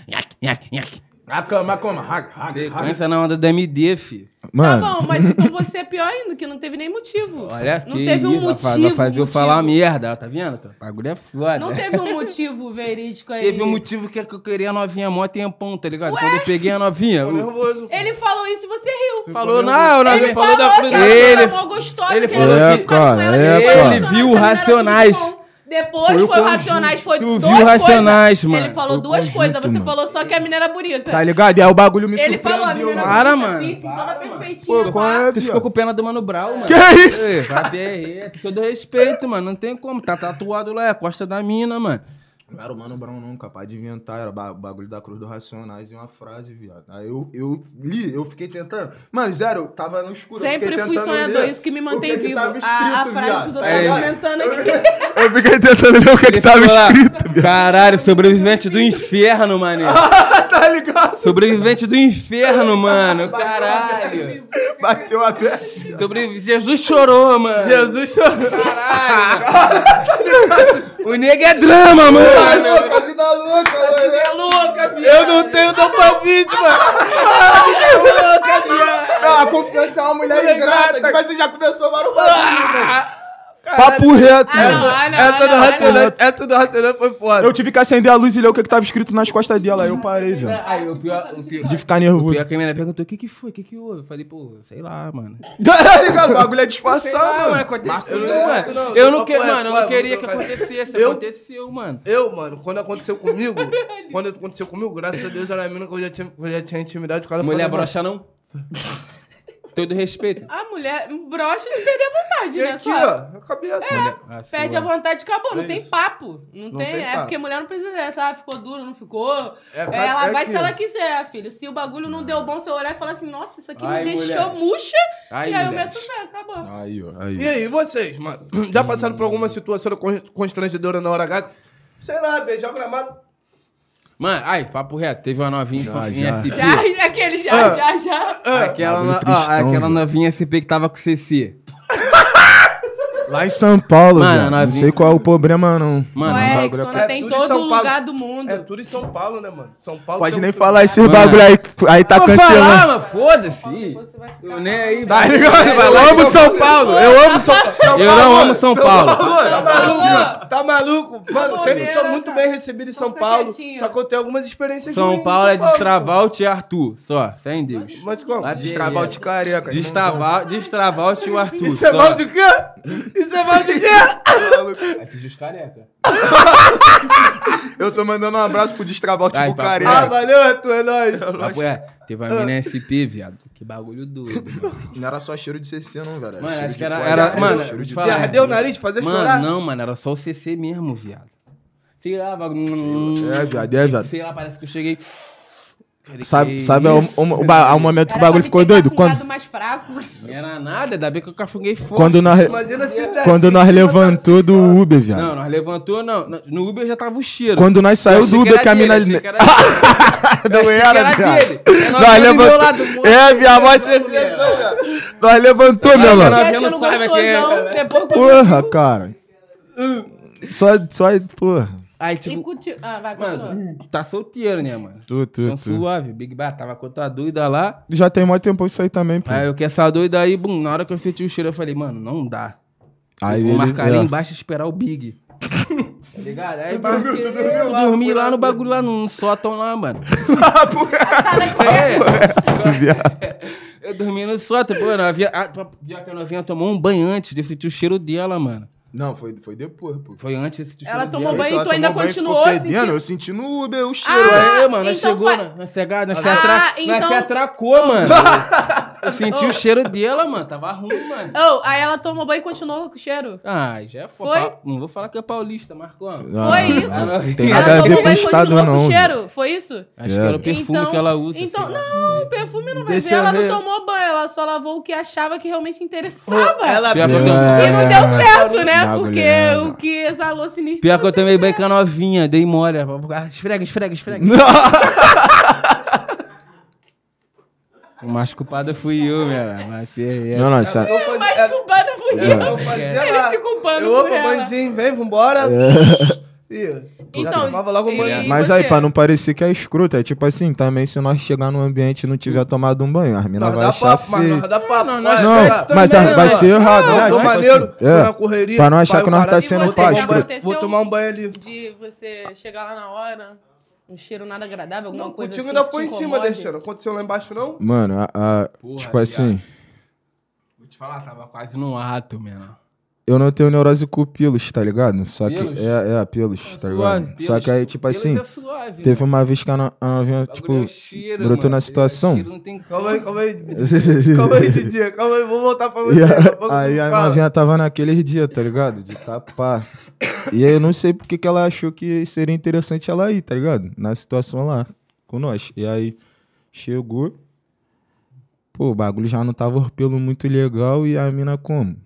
Speaker 4: Nhaque, nhaque, nhaque.
Speaker 5: A cama, a cama. ah, Haga, haga, haga.
Speaker 4: Sequência na onda do MD, fi.
Speaker 5: Mano,
Speaker 1: Tá bom, mas então você é pior ainda, que não teve nem motivo.
Speaker 4: Olha
Speaker 1: não
Speaker 4: que
Speaker 1: teve um
Speaker 4: isso, vai
Speaker 1: motivo.
Speaker 4: fa- vai fazer eu
Speaker 1: motivo.
Speaker 4: falar merda, tá vendo? O bagulho é foda.
Speaker 1: Não teve um motivo verídico aí.
Speaker 4: Teve um motivo que é que eu queria a novinha mó tempão, tá ligado? Quando eu peguei a novinha,
Speaker 3: Tô
Speaker 4: o-
Speaker 3: nervoso.
Speaker 1: Ele falou isso e você riu.
Speaker 4: falou, não, não,
Speaker 1: Ele falou, que ela
Speaker 4: Ele,
Speaker 1: era mó gostosa,
Speaker 4: ele
Speaker 1: que
Speaker 4: falou
Speaker 1: era
Speaker 5: que-
Speaker 1: muito fã com ela, que ele era
Speaker 5: É, cara, é,
Speaker 1: apaixonado,
Speaker 4: cara. Ele viu
Speaker 1: que ela era
Speaker 4: Racionais.
Speaker 1: muito bom. Depois
Speaker 5: Foi
Speaker 1: foi,
Speaker 5: o conjunto.
Speaker 1: Racionais, foi
Speaker 5: Tu
Speaker 1: duas
Speaker 5: viu
Speaker 4: Racionais,
Speaker 1: coisas.
Speaker 4: mano.
Speaker 1: Ele falou
Speaker 5: Foi o
Speaker 1: duas
Speaker 5: conjunto,
Speaker 1: coisas, você
Speaker 5: mano.
Speaker 1: falou só que a menina era bonita.
Speaker 5: tá ligado? E aí o bagulho me
Speaker 1: ele falou, a
Speaker 5: surpreendeu,
Speaker 1: menina
Speaker 5: mano.
Speaker 1: era
Speaker 4: Para,
Speaker 1: bonita,
Speaker 4: mano.
Speaker 1: piercing, toda perfeitinha,
Speaker 5: Pô, qual
Speaker 1: pá.
Speaker 5: é,
Speaker 4: Tu ficou
Speaker 5: viado?
Speaker 4: com pena do Mano Brau, mano.
Speaker 5: Que isso?
Speaker 4: É, vai perder. Todo respeito, mano. Não tem como. Tá tatuado lá, é a costa da mina, mano.
Speaker 5: Não era o Mano Brown, não, capaz de inventar. Era ba- bagulho da Cruz do Racionais e uma frase, viado. Aí eu, eu li, eu fiquei tentando. Mano, zero, eu tava no escuro. eu
Speaker 1: Sempre
Speaker 5: fiquei
Speaker 1: fui
Speaker 5: tá tentando
Speaker 1: sonhador,
Speaker 5: ler
Speaker 1: isso que me
Speaker 5: o
Speaker 1: mantém
Speaker 5: que
Speaker 1: vivo. Ah, a,
Speaker 5: tava
Speaker 1: a
Speaker 5: escrito,
Speaker 1: frase que os
Speaker 5: viado. Tá É
Speaker 1: outros
Speaker 5: Aí-
Speaker 1: estão comentando aqui.
Speaker 6: Eu fiquei tentando ver o que, que tava escrito.
Speaker 4: Caralho, sobrevivente do inferno, mano.
Speaker 5: tá ligado?
Speaker 4: Sobrevivente do inferno, mano. Caralho.
Speaker 5: Bateu a veste, viado.
Speaker 4: Sobrevi- Jesus chorou, mano.
Speaker 3: Jesus chorou.
Speaker 4: Caralho. o nego é drama, mano.
Speaker 5: Louca, vida louca, mano.
Speaker 4: é louca, viado.
Speaker 3: Eu não tenho dopamine, mano.
Speaker 5: Não, a confiança é uma mulher
Speaker 3: Mulher
Speaker 5: ingrata.
Speaker 4: tá-
Speaker 3: ingrata.
Speaker 5: que Mas você já começou vários bagulho, velho.
Speaker 4: Ah!
Speaker 6: Papo reto.
Speaker 1: Ah, não, ah, não,
Speaker 6: é
Speaker 1: ah,
Speaker 6: todo
Speaker 1: não, ah, não.
Speaker 6: racional.
Speaker 3: É tudo racional, foi fora.
Speaker 5: né? Eu tive que acender a luz e ler o que, que tava escrito nas costas dela. Aí eu parei, velho.
Speaker 4: Aí, o pior, o pior,
Speaker 5: De ficar
Speaker 4: o pior
Speaker 5: nervoso.
Speaker 4: que a menina perguntou, o que que foi, o que que houve? Eu falei, pô, sei lá, mano.
Speaker 5: Tá ligado? O bagulho é
Speaker 4: Sei lá,
Speaker 5: disfarçar, mano.
Speaker 4: aconteceu,
Speaker 3: Marcos,
Speaker 4: mano.
Speaker 3: isso não, Tá
Speaker 4: eu Assim não
Speaker 3: papo
Speaker 4: que,
Speaker 3: reto,
Speaker 4: mano, eu
Speaker 3: vai,
Speaker 4: não queria que
Speaker 3: vamos trocar.
Speaker 4: acontecesse,
Speaker 3: Eu-
Speaker 4: aconteceu, mano.
Speaker 3: Eu, mano, quando aconteceu comigo, quando aconteceu comigo, graças a Deus era a mina que eu já tinha, que eu já tinha intimidade com ela.
Speaker 4: Mulher
Speaker 3: falei,
Speaker 4: broxa não. Todo respeito.
Speaker 1: A mulher brocha e perde a vontade,
Speaker 3: mano,
Speaker 1: né?
Speaker 3: Aqui,
Speaker 1: Só.
Speaker 3: ó, assim, a cabeça.
Speaker 4: Ah, sim,
Speaker 1: Perde a
Speaker 4: mano.
Speaker 1: vontade, acabou. Não
Speaker 3: É
Speaker 1: tem
Speaker 3: isso.
Speaker 1: papo. Não,
Speaker 3: Não
Speaker 1: tem.
Speaker 3: tem
Speaker 1: é
Speaker 3: papo.
Speaker 1: porque mulher não precisa dessa. Ah, ficou duro, não ficou.
Speaker 3: É,
Speaker 1: É, ela
Speaker 3: é
Speaker 1: vai
Speaker 3: aqui,
Speaker 1: se
Speaker 3: ó.
Speaker 1: ela quiser, filho. Se o bagulho não deu bom, você olhar e falar assim, nossa, isso aqui
Speaker 4: Ai,
Speaker 1: me deixou
Speaker 4: mulher.
Speaker 1: murcha.
Speaker 4: Aí,
Speaker 1: e aí eu
Speaker 4: mulher.
Speaker 1: meto o pé, acabou.
Speaker 5: Aí, ó.
Speaker 3: E
Speaker 5: Aí.
Speaker 3: aí, vocês, mano? Já passaram por alguma situação con- constrangedora na hora H? Sei lá, beijar o gramado.
Speaker 4: Mano, ai, papo reto, teve uma novinha em
Speaker 5: Já,
Speaker 4: Fan- em
Speaker 5: já.
Speaker 4: SP.
Speaker 1: Já, aquele já, já, já.
Speaker 4: Aquela, no- ó,
Speaker 5: Bagulho tristão,
Speaker 4: aquela
Speaker 5: velho.
Speaker 4: novinha SP que tava com CC.
Speaker 5: Lá em São Paulo,
Speaker 4: Mano,
Speaker 5: velho. Não
Speaker 4: novinho.
Speaker 5: sei qual é o problema, não.
Speaker 4: Mano,
Speaker 1: Ué,
Speaker 5: bagulho
Speaker 1: Rexona
Speaker 3: é-
Speaker 1: tem
Speaker 3: é
Speaker 1: em
Speaker 3: tudo em
Speaker 1: todo
Speaker 3: São Paulo.
Speaker 1: lugar do mundo.
Speaker 3: É tudo em São Paulo, né, mano? São Paulo.
Speaker 5: Pode
Speaker 3: tem
Speaker 5: nem
Speaker 3: um-
Speaker 5: falar esse
Speaker 4: Mano.
Speaker 5: bagulho aí, que- aí tá
Speaker 4: Vou falar,
Speaker 5: cancelando.
Speaker 4: mano, foda-se.
Speaker 1: Você vai ficar tá
Speaker 4: Eu nem aí,
Speaker 5: Tá
Speaker 4: mano.
Speaker 5: ligado? Vai
Speaker 6: Eu
Speaker 5: lá em
Speaker 6: amo São Paulo. Eu amo
Speaker 5: São
Speaker 6: São
Speaker 4: Eu
Speaker 5: Paulo,
Speaker 4: não
Speaker 5: mano.
Speaker 4: amo São Paulo.
Speaker 3: Tá maluco? Tá maluco? Mano,
Speaker 1: Tá
Speaker 3: sempre sou
Speaker 1: bobeira,
Speaker 3: muito
Speaker 1: cara.
Speaker 3: bem recebido em São
Speaker 1: ficar
Speaker 3: Paulo.
Speaker 1: quietinho.
Speaker 3: Só que eu tenho algumas experiências ruins
Speaker 4: São
Speaker 3: em
Speaker 4: Paulo é
Speaker 3: São
Speaker 4: destravar o tio Arthur, só, fé em Deus.
Speaker 3: Mas como?
Speaker 4: Lá de-
Speaker 5: Destravar o de careca.
Speaker 4: Destravar, destravar o tio Arthur.
Speaker 3: Isso é
Speaker 4: só.
Speaker 3: mal de quê? Isso é mal de quê?
Speaker 4: Atinge os careca.
Speaker 5: Eu tô mandando um abraço pro Destravar o
Speaker 4: Ai,
Speaker 5: tipo
Speaker 4: papai.
Speaker 5: careca.
Speaker 3: Ah, valeu, Arthur, é nóis.
Speaker 4: Papo é, teve uma mina SP, viado. Que bagulho doido, mano.
Speaker 5: Não era só cheiro de CC, não, velho.
Speaker 4: Mano,
Speaker 5: cheiro
Speaker 4: acho
Speaker 5: de
Speaker 4: que era-
Speaker 5: qualidade,
Speaker 4: era- mano,
Speaker 5: cheiro de
Speaker 4: fala-
Speaker 3: Já ardeu o nariz pra fazer chorar?
Speaker 4: Mano, não, mano, era só o CC mesmo, viado. Sei lá, bagulho.
Speaker 5: É, viado, é, viado.
Speaker 4: Sei lá, parece que eu cheguei. Falei,
Speaker 5: Sabe,
Speaker 4: que
Speaker 5: sabe ao,
Speaker 4: isso?
Speaker 5: ao- ao momento que o
Speaker 1: Era pra
Speaker 5: bagulho
Speaker 1: me assim, tá
Speaker 5: ficou
Speaker 1: ter
Speaker 5: doido?
Speaker 1: cafungado
Speaker 5: Quando,
Speaker 1: mais fraco.
Speaker 4: Não era nada, ainda bem que eu cafunguei forte.
Speaker 5: quando nós,
Speaker 3: Imagina
Speaker 1: É.
Speaker 3: se desce
Speaker 5: quando nós
Speaker 3: em cima da
Speaker 5: levantou do Uber, viado.
Speaker 4: Não, nós levantou, não. No Uber já tava o cheiro.
Speaker 5: Quando nós saiu do Uber, que a mina.
Speaker 4: Achei que era dele.
Speaker 5: Não
Speaker 4: achei que
Speaker 5: era,
Speaker 4: era
Speaker 5: viado.
Speaker 4: dele. É, nós
Speaker 5: Nós
Speaker 4: olhando do meu lado,
Speaker 5: levantou.
Speaker 4: mano.
Speaker 5: É, assim, viado, mas CC. Nós levantou, meu
Speaker 4: Agora
Speaker 5: mano.
Speaker 4: nós- não sabe quem é, né?
Speaker 1: depois que-
Speaker 5: Porra, cara. Só, só, porra.
Speaker 4: Aí,
Speaker 1: E
Speaker 4: tipo,
Speaker 1: curti... Ah, vai, continua.
Speaker 4: mano, tá solteiro, né, mano?
Speaker 5: Tu, tu,
Speaker 4: Então
Speaker 5: tu.
Speaker 4: suave, Big Bar, tava com a doida lá.
Speaker 5: Já tem mó tempo isso aí também, pô.
Speaker 4: Aí eu que essa doida aí, bum, na hora que eu senti o cheiro, eu falei, mano, não dá.
Speaker 5: Aí
Speaker 4: Vou
Speaker 5: ele-
Speaker 4: marcar
Speaker 5: é.
Speaker 4: ali embaixo e esperar o Big. tá ligado? Aí marquei, é, eu dormi lá no bagulho lá no sótão lá, mano.
Speaker 1: Ah,
Speaker 4: É. Eu dormi no sótão, pô, a novinha, a, pior que a novinha tomou um banho antes de sentir o cheiro dela, mano.
Speaker 5: Não, foi, foi depois, pô.
Speaker 4: Foi antes de sentir o cheiro
Speaker 1: Ela tomou
Speaker 4: dela.
Speaker 1: banho e
Speaker 5: Ela
Speaker 1: tu ainda
Speaker 5: tomou banho, ficou
Speaker 1: continuou
Speaker 5: fedendo,
Speaker 1: sentindo.
Speaker 5: Eu senti no Uber o cheiro.
Speaker 1: Ah,
Speaker 4: É, mano, nós
Speaker 1: então
Speaker 4: chegou,
Speaker 1: fa-
Speaker 4: nós- nós, cega- nós, se
Speaker 1: Ah,
Speaker 4: atra- nós
Speaker 1: então-
Speaker 4: se atracou, mano. Eu senti o cheiro dela, mano, tava ruim, mano.
Speaker 1: Oh, aí ela tomou banho e continuou com o cheiro.
Speaker 4: Ai, Ah, já foi.
Speaker 1: Foi?
Speaker 4: pa- Não vou falar que é paulista, Marcão.
Speaker 1: Foi isso.
Speaker 4: Ah, não.
Speaker 5: Tem
Speaker 1: ela
Speaker 5: nada a
Speaker 1: tomou
Speaker 5: ver com o
Speaker 1: banho e
Speaker 5: estado, né,
Speaker 1: continuou com
Speaker 5: não.
Speaker 1: o cheiro? Foi isso?
Speaker 4: Acho que era o
Speaker 5: É.
Speaker 4: perfume que ela usa.
Speaker 1: Então,
Speaker 4: sei lá.
Speaker 1: não, perfume não vai
Speaker 3: Deixa
Speaker 1: ver. Ela
Speaker 3: eu ver.
Speaker 1: não tomou banho, ela só lavou o que achava que realmente interessava.
Speaker 3: Ela
Speaker 4: Pior que eu
Speaker 5: É.
Speaker 4: tô-
Speaker 1: E não deu certo, né?
Speaker 5: Bagulho,
Speaker 1: Porque
Speaker 5: né?
Speaker 1: o que exalou sinistro.
Speaker 4: Pior que eu tomei bem com a novinha, dei mole. Ah, Esfrega, esfrega, esfrega. O mais culpado fui eu, velho. Mas perrei.
Speaker 5: Não, é- não, essa...
Speaker 3: Eu fazia-
Speaker 4: É.
Speaker 1: Mas culpado fui
Speaker 5: É.
Speaker 1: eu.
Speaker 3: eu fazia
Speaker 1: Ele
Speaker 3: lá.
Speaker 1: se culpando
Speaker 3: Eu,
Speaker 1: por
Speaker 3: opa,
Speaker 1: ela.
Speaker 3: mãezinho, vem, vambora. Ih,
Speaker 1: Então,
Speaker 3: Tomava logo
Speaker 1: e
Speaker 3: banho.
Speaker 5: É. Mas
Speaker 1: você?
Speaker 5: aí, pra não parecer que é escroto, é tipo assim, também se nós chegar no ambiente e não tiver tomado um banho, as minas
Speaker 3: nós
Speaker 5: vai
Speaker 3: dá
Speaker 5: achar
Speaker 3: papo, mas
Speaker 5: feio.
Speaker 3: nós dá papo.
Speaker 4: Não,
Speaker 3: nós
Speaker 1: tá
Speaker 4: nós-
Speaker 5: Não,
Speaker 3: dá-
Speaker 5: mas
Speaker 4: também,
Speaker 5: vai
Speaker 4: né?
Speaker 5: ser errado,
Speaker 3: Não,
Speaker 5: né?
Speaker 3: tô
Speaker 5: Tipo assim,
Speaker 3: maneiro, tô
Speaker 5: é.
Speaker 3: na correria.
Speaker 5: Pra não achar
Speaker 3: vai
Speaker 5: que nós
Speaker 3: o
Speaker 5: tá
Speaker 3: caralho.
Speaker 5: sendo
Speaker 3: E você,
Speaker 5: pá,
Speaker 3: vou-
Speaker 1: escroto.
Speaker 3: Vou tomar um banho ali.
Speaker 1: De você chegar lá na hora, um cheiro nada agradável, alguma
Speaker 3: Não,
Speaker 1: coisa
Speaker 3: contigo
Speaker 1: assim.
Speaker 3: ainda
Speaker 1: que
Speaker 3: foi
Speaker 1: te
Speaker 3: em cima,
Speaker 1: incomode.
Speaker 3: Deixando. Aconteceu lá embaixo, não?
Speaker 5: Mano, a, a-
Speaker 4: Porra,
Speaker 5: tipo assim,
Speaker 4: Vou te falar, tava quase no ato, mano.
Speaker 5: Eu não tenho neurose com pelos, tá ligado? Só que.
Speaker 4: Pelos?
Speaker 5: É, é, pelos, tá ligado?
Speaker 4: Suave,
Speaker 5: Só
Speaker 4: pelos-
Speaker 5: que aí, tipo
Speaker 4: pelos
Speaker 5: assim,
Speaker 4: é suave,
Speaker 5: teve
Speaker 4: mano.
Speaker 5: uma vez que a no- a novinha,
Speaker 4: Bagulho
Speaker 5: tipo,
Speaker 4: é um cheiro,
Speaker 5: brotou
Speaker 4: mano.
Speaker 5: na situação.
Speaker 4: Cheiro é não tem
Speaker 3: Calma aí, calma aí. Calma aí,
Speaker 5: E
Speaker 3: Didi. Calma aí, vou voltar pra Tá você.
Speaker 5: a-
Speaker 3: daqui a pouco
Speaker 5: aí
Speaker 3: tu
Speaker 5: a
Speaker 3: fala.
Speaker 5: novinha tava naqueles dias, tá ligado? De tapar. E eu não sei porque que ela achou que seria interessante ela ir, tá ligado? Na situação lá, com nós. E aí chegou. Pô, o bagulho já não tava pelo muito legal e a mina como?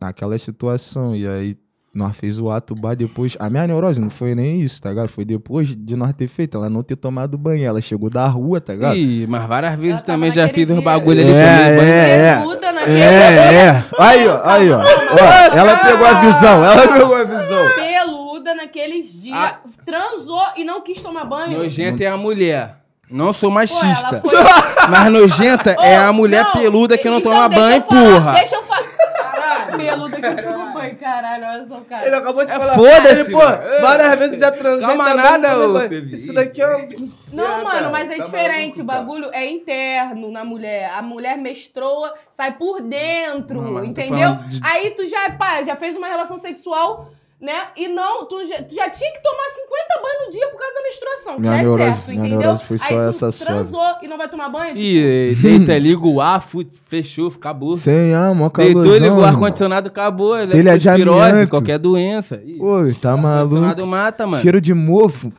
Speaker 5: Naquela situação. E aí nós fez o ato bar depois. A minha neurose não foi nem isso, tá ligado? Foi depois de nós ter feito. Ela não ter tomado banho. Ela chegou da rua, tá ligado?
Speaker 4: Ih, mas várias vezes
Speaker 1: Ela tava
Speaker 4: também já
Speaker 1: naquele
Speaker 4: fiz os
Speaker 1: dia.
Speaker 4: bagulho ali
Speaker 5: É,
Speaker 4: também.
Speaker 5: é, é.
Speaker 1: Peluda naquele
Speaker 5: É, é. Aí, ó, aí, ó. Ó, Ela pegou a visão, ela pegou
Speaker 3: é
Speaker 5: a visão.
Speaker 1: Peluda naqueles dias.
Speaker 4: Ah.
Speaker 1: Transou e não quis tomar banho.
Speaker 4: Nojenta é a mulher. Não sou
Speaker 1: Pô, ela
Speaker 4: machista.
Speaker 1: foi-
Speaker 4: Mas nojenta é a
Speaker 1: Ô,
Speaker 4: mulher
Speaker 1: não,
Speaker 4: peluda que não
Speaker 1: então
Speaker 4: toma
Speaker 1: deixa eu
Speaker 4: banho,
Speaker 1: falar,
Speaker 4: porra.
Speaker 1: Deixa eu falar. Caralho. Peluda que não toma banho, caralho. Olha só,
Speaker 3: Ele
Speaker 1: cara.
Speaker 3: acabou de
Speaker 4: É,
Speaker 3: falar.
Speaker 4: foda-se,
Speaker 3: Ele, pô,
Speaker 4: mano. É.
Speaker 3: várias vezes já transei. tá
Speaker 4: Calma
Speaker 3: também,
Speaker 4: nada,
Speaker 3: também,
Speaker 4: ô,
Speaker 3: mas
Speaker 4: Felipe. Tá
Speaker 3: Isso daqui é um...
Speaker 1: Não,
Speaker 3: Ah,
Speaker 1: mano,
Speaker 3: cara,
Speaker 1: mas é
Speaker 3: tá
Speaker 1: diferente.
Speaker 3: maluco,
Speaker 1: o
Speaker 3: cara.
Speaker 1: bagulho é interno na mulher. A mulher menstrua, sai por dentro,
Speaker 4: Não, mas eu tô
Speaker 1: entendeu?
Speaker 4: falando de-
Speaker 1: Aí tu já, pá, já fez uma relação sexual, né? E não, tu já, tu já tinha que tomar 50 banhos no dia por causa da menstruação.
Speaker 5: Minha
Speaker 1: que é
Speaker 5: neurose-
Speaker 1: certo,
Speaker 5: minha
Speaker 1: entendeu?
Speaker 5: neurose foi só
Speaker 1: Aí tu
Speaker 5: essa suave.
Speaker 1: transou e não vai tomar banho? Tipo,
Speaker 4: Ih, deita, liga o ar, fu- fechou, acabou.
Speaker 5: Sem ar, mó calorzão.
Speaker 4: Deitou, ligou o
Speaker 5: irmão.
Speaker 4: ar-condicionado, acabou.
Speaker 5: Ele é de
Speaker 4: Leptospirose,
Speaker 5: amianto.
Speaker 4: qualquer doença. Ih,
Speaker 5: Oi, tá
Speaker 4: ar-condicionado é
Speaker 5: maluco.
Speaker 4: mata, mano.
Speaker 5: Cheiro de mofo.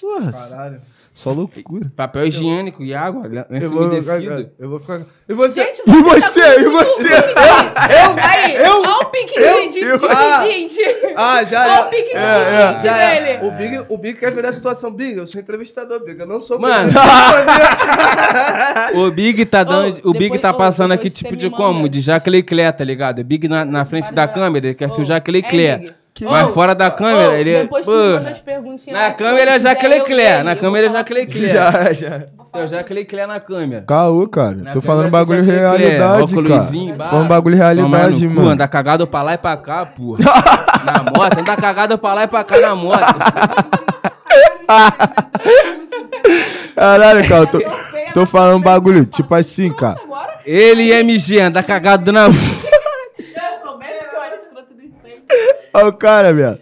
Speaker 5: Porra,
Speaker 3: Caralho.
Speaker 5: só loucura.
Speaker 4: Papel higiênico e água, lenço
Speaker 3: Eu vou,
Speaker 4: umedecido.
Speaker 3: eu vou ficar... E você?
Speaker 1: Gente, você
Speaker 5: você?
Speaker 1: tá com
Speaker 5: E
Speaker 1: um pique de
Speaker 5: você?
Speaker 1: Didi. Aí,
Speaker 3: eu-
Speaker 1: olha o pique
Speaker 3: eu-
Speaker 1: de, de,
Speaker 3: eu-
Speaker 1: de,
Speaker 3: Ah.
Speaker 1: de, de-
Speaker 3: Ah, já
Speaker 1: Olha o
Speaker 3: é.
Speaker 1: pique de
Speaker 3: É, é,
Speaker 1: Didi
Speaker 3: já é.
Speaker 1: dele.
Speaker 3: O Big, o Big quer virar a situação. Big, eu sou entrevistador, Big. Eu não sou...
Speaker 4: Mano. O Big tá dando.
Speaker 1: Ô,
Speaker 4: o Big
Speaker 1: depois-
Speaker 4: tá
Speaker 1: ô,
Speaker 4: passando
Speaker 1: depois
Speaker 4: aqui
Speaker 1: você
Speaker 4: tipo
Speaker 1: me
Speaker 4: de
Speaker 1: manda.
Speaker 4: como? De Jacqueline Clé, tá ligado? O Big na, na frente da câmera, ele quer ser
Speaker 1: Ô,
Speaker 4: o Jacqueline
Speaker 1: é,
Speaker 4: Clé.
Speaker 1: Big.
Speaker 4: Mas
Speaker 1: Ô,
Speaker 4: fora da câmera,
Speaker 1: Ô,
Speaker 4: ele. é-
Speaker 1: Depois tu
Speaker 4: Pô,
Speaker 1: manda as perguntinhas. lá,
Speaker 4: na
Speaker 1: que
Speaker 4: câmera é
Speaker 1: quando
Speaker 4: Jacqueline
Speaker 1: eu
Speaker 4: Clé.
Speaker 1: quiser,
Speaker 4: Na
Speaker 1: eu
Speaker 4: câmera é
Speaker 1: vou falar
Speaker 4: Jacqueline
Speaker 1: com
Speaker 4: Clé.
Speaker 5: Já, já.
Speaker 4: É o Jacqueline Clé na câmera.
Speaker 5: Caô, cara.
Speaker 4: Na
Speaker 5: Tô falando
Speaker 4: câmera
Speaker 5: bagulho
Speaker 4: do
Speaker 3: né?
Speaker 4: Jacqueline Clé,
Speaker 5: realidade,
Speaker 4: óculosinho
Speaker 5: cara. Tô
Speaker 4: embaixo.
Speaker 5: falando bagulho
Speaker 4: Tomar no
Speaker 5: realidade,
Speaker 4: cu,
Speaker 5: mano.
Speaker 4: Andar cagado pra lá e pra cá, porra. na moto, andar cagado pra lá e pra cá na moto.
Speaker 5: Caralho, cara. Tô, tô falando bagulho, tipo assim, cara.
Speaker 1: Agora,
Speaker 4: Ele e MG, andar cagado na moto.
Speaker 1: se eu soubesse que eu era escrota do sempre.
Speaker 5: Olha o cara, velho.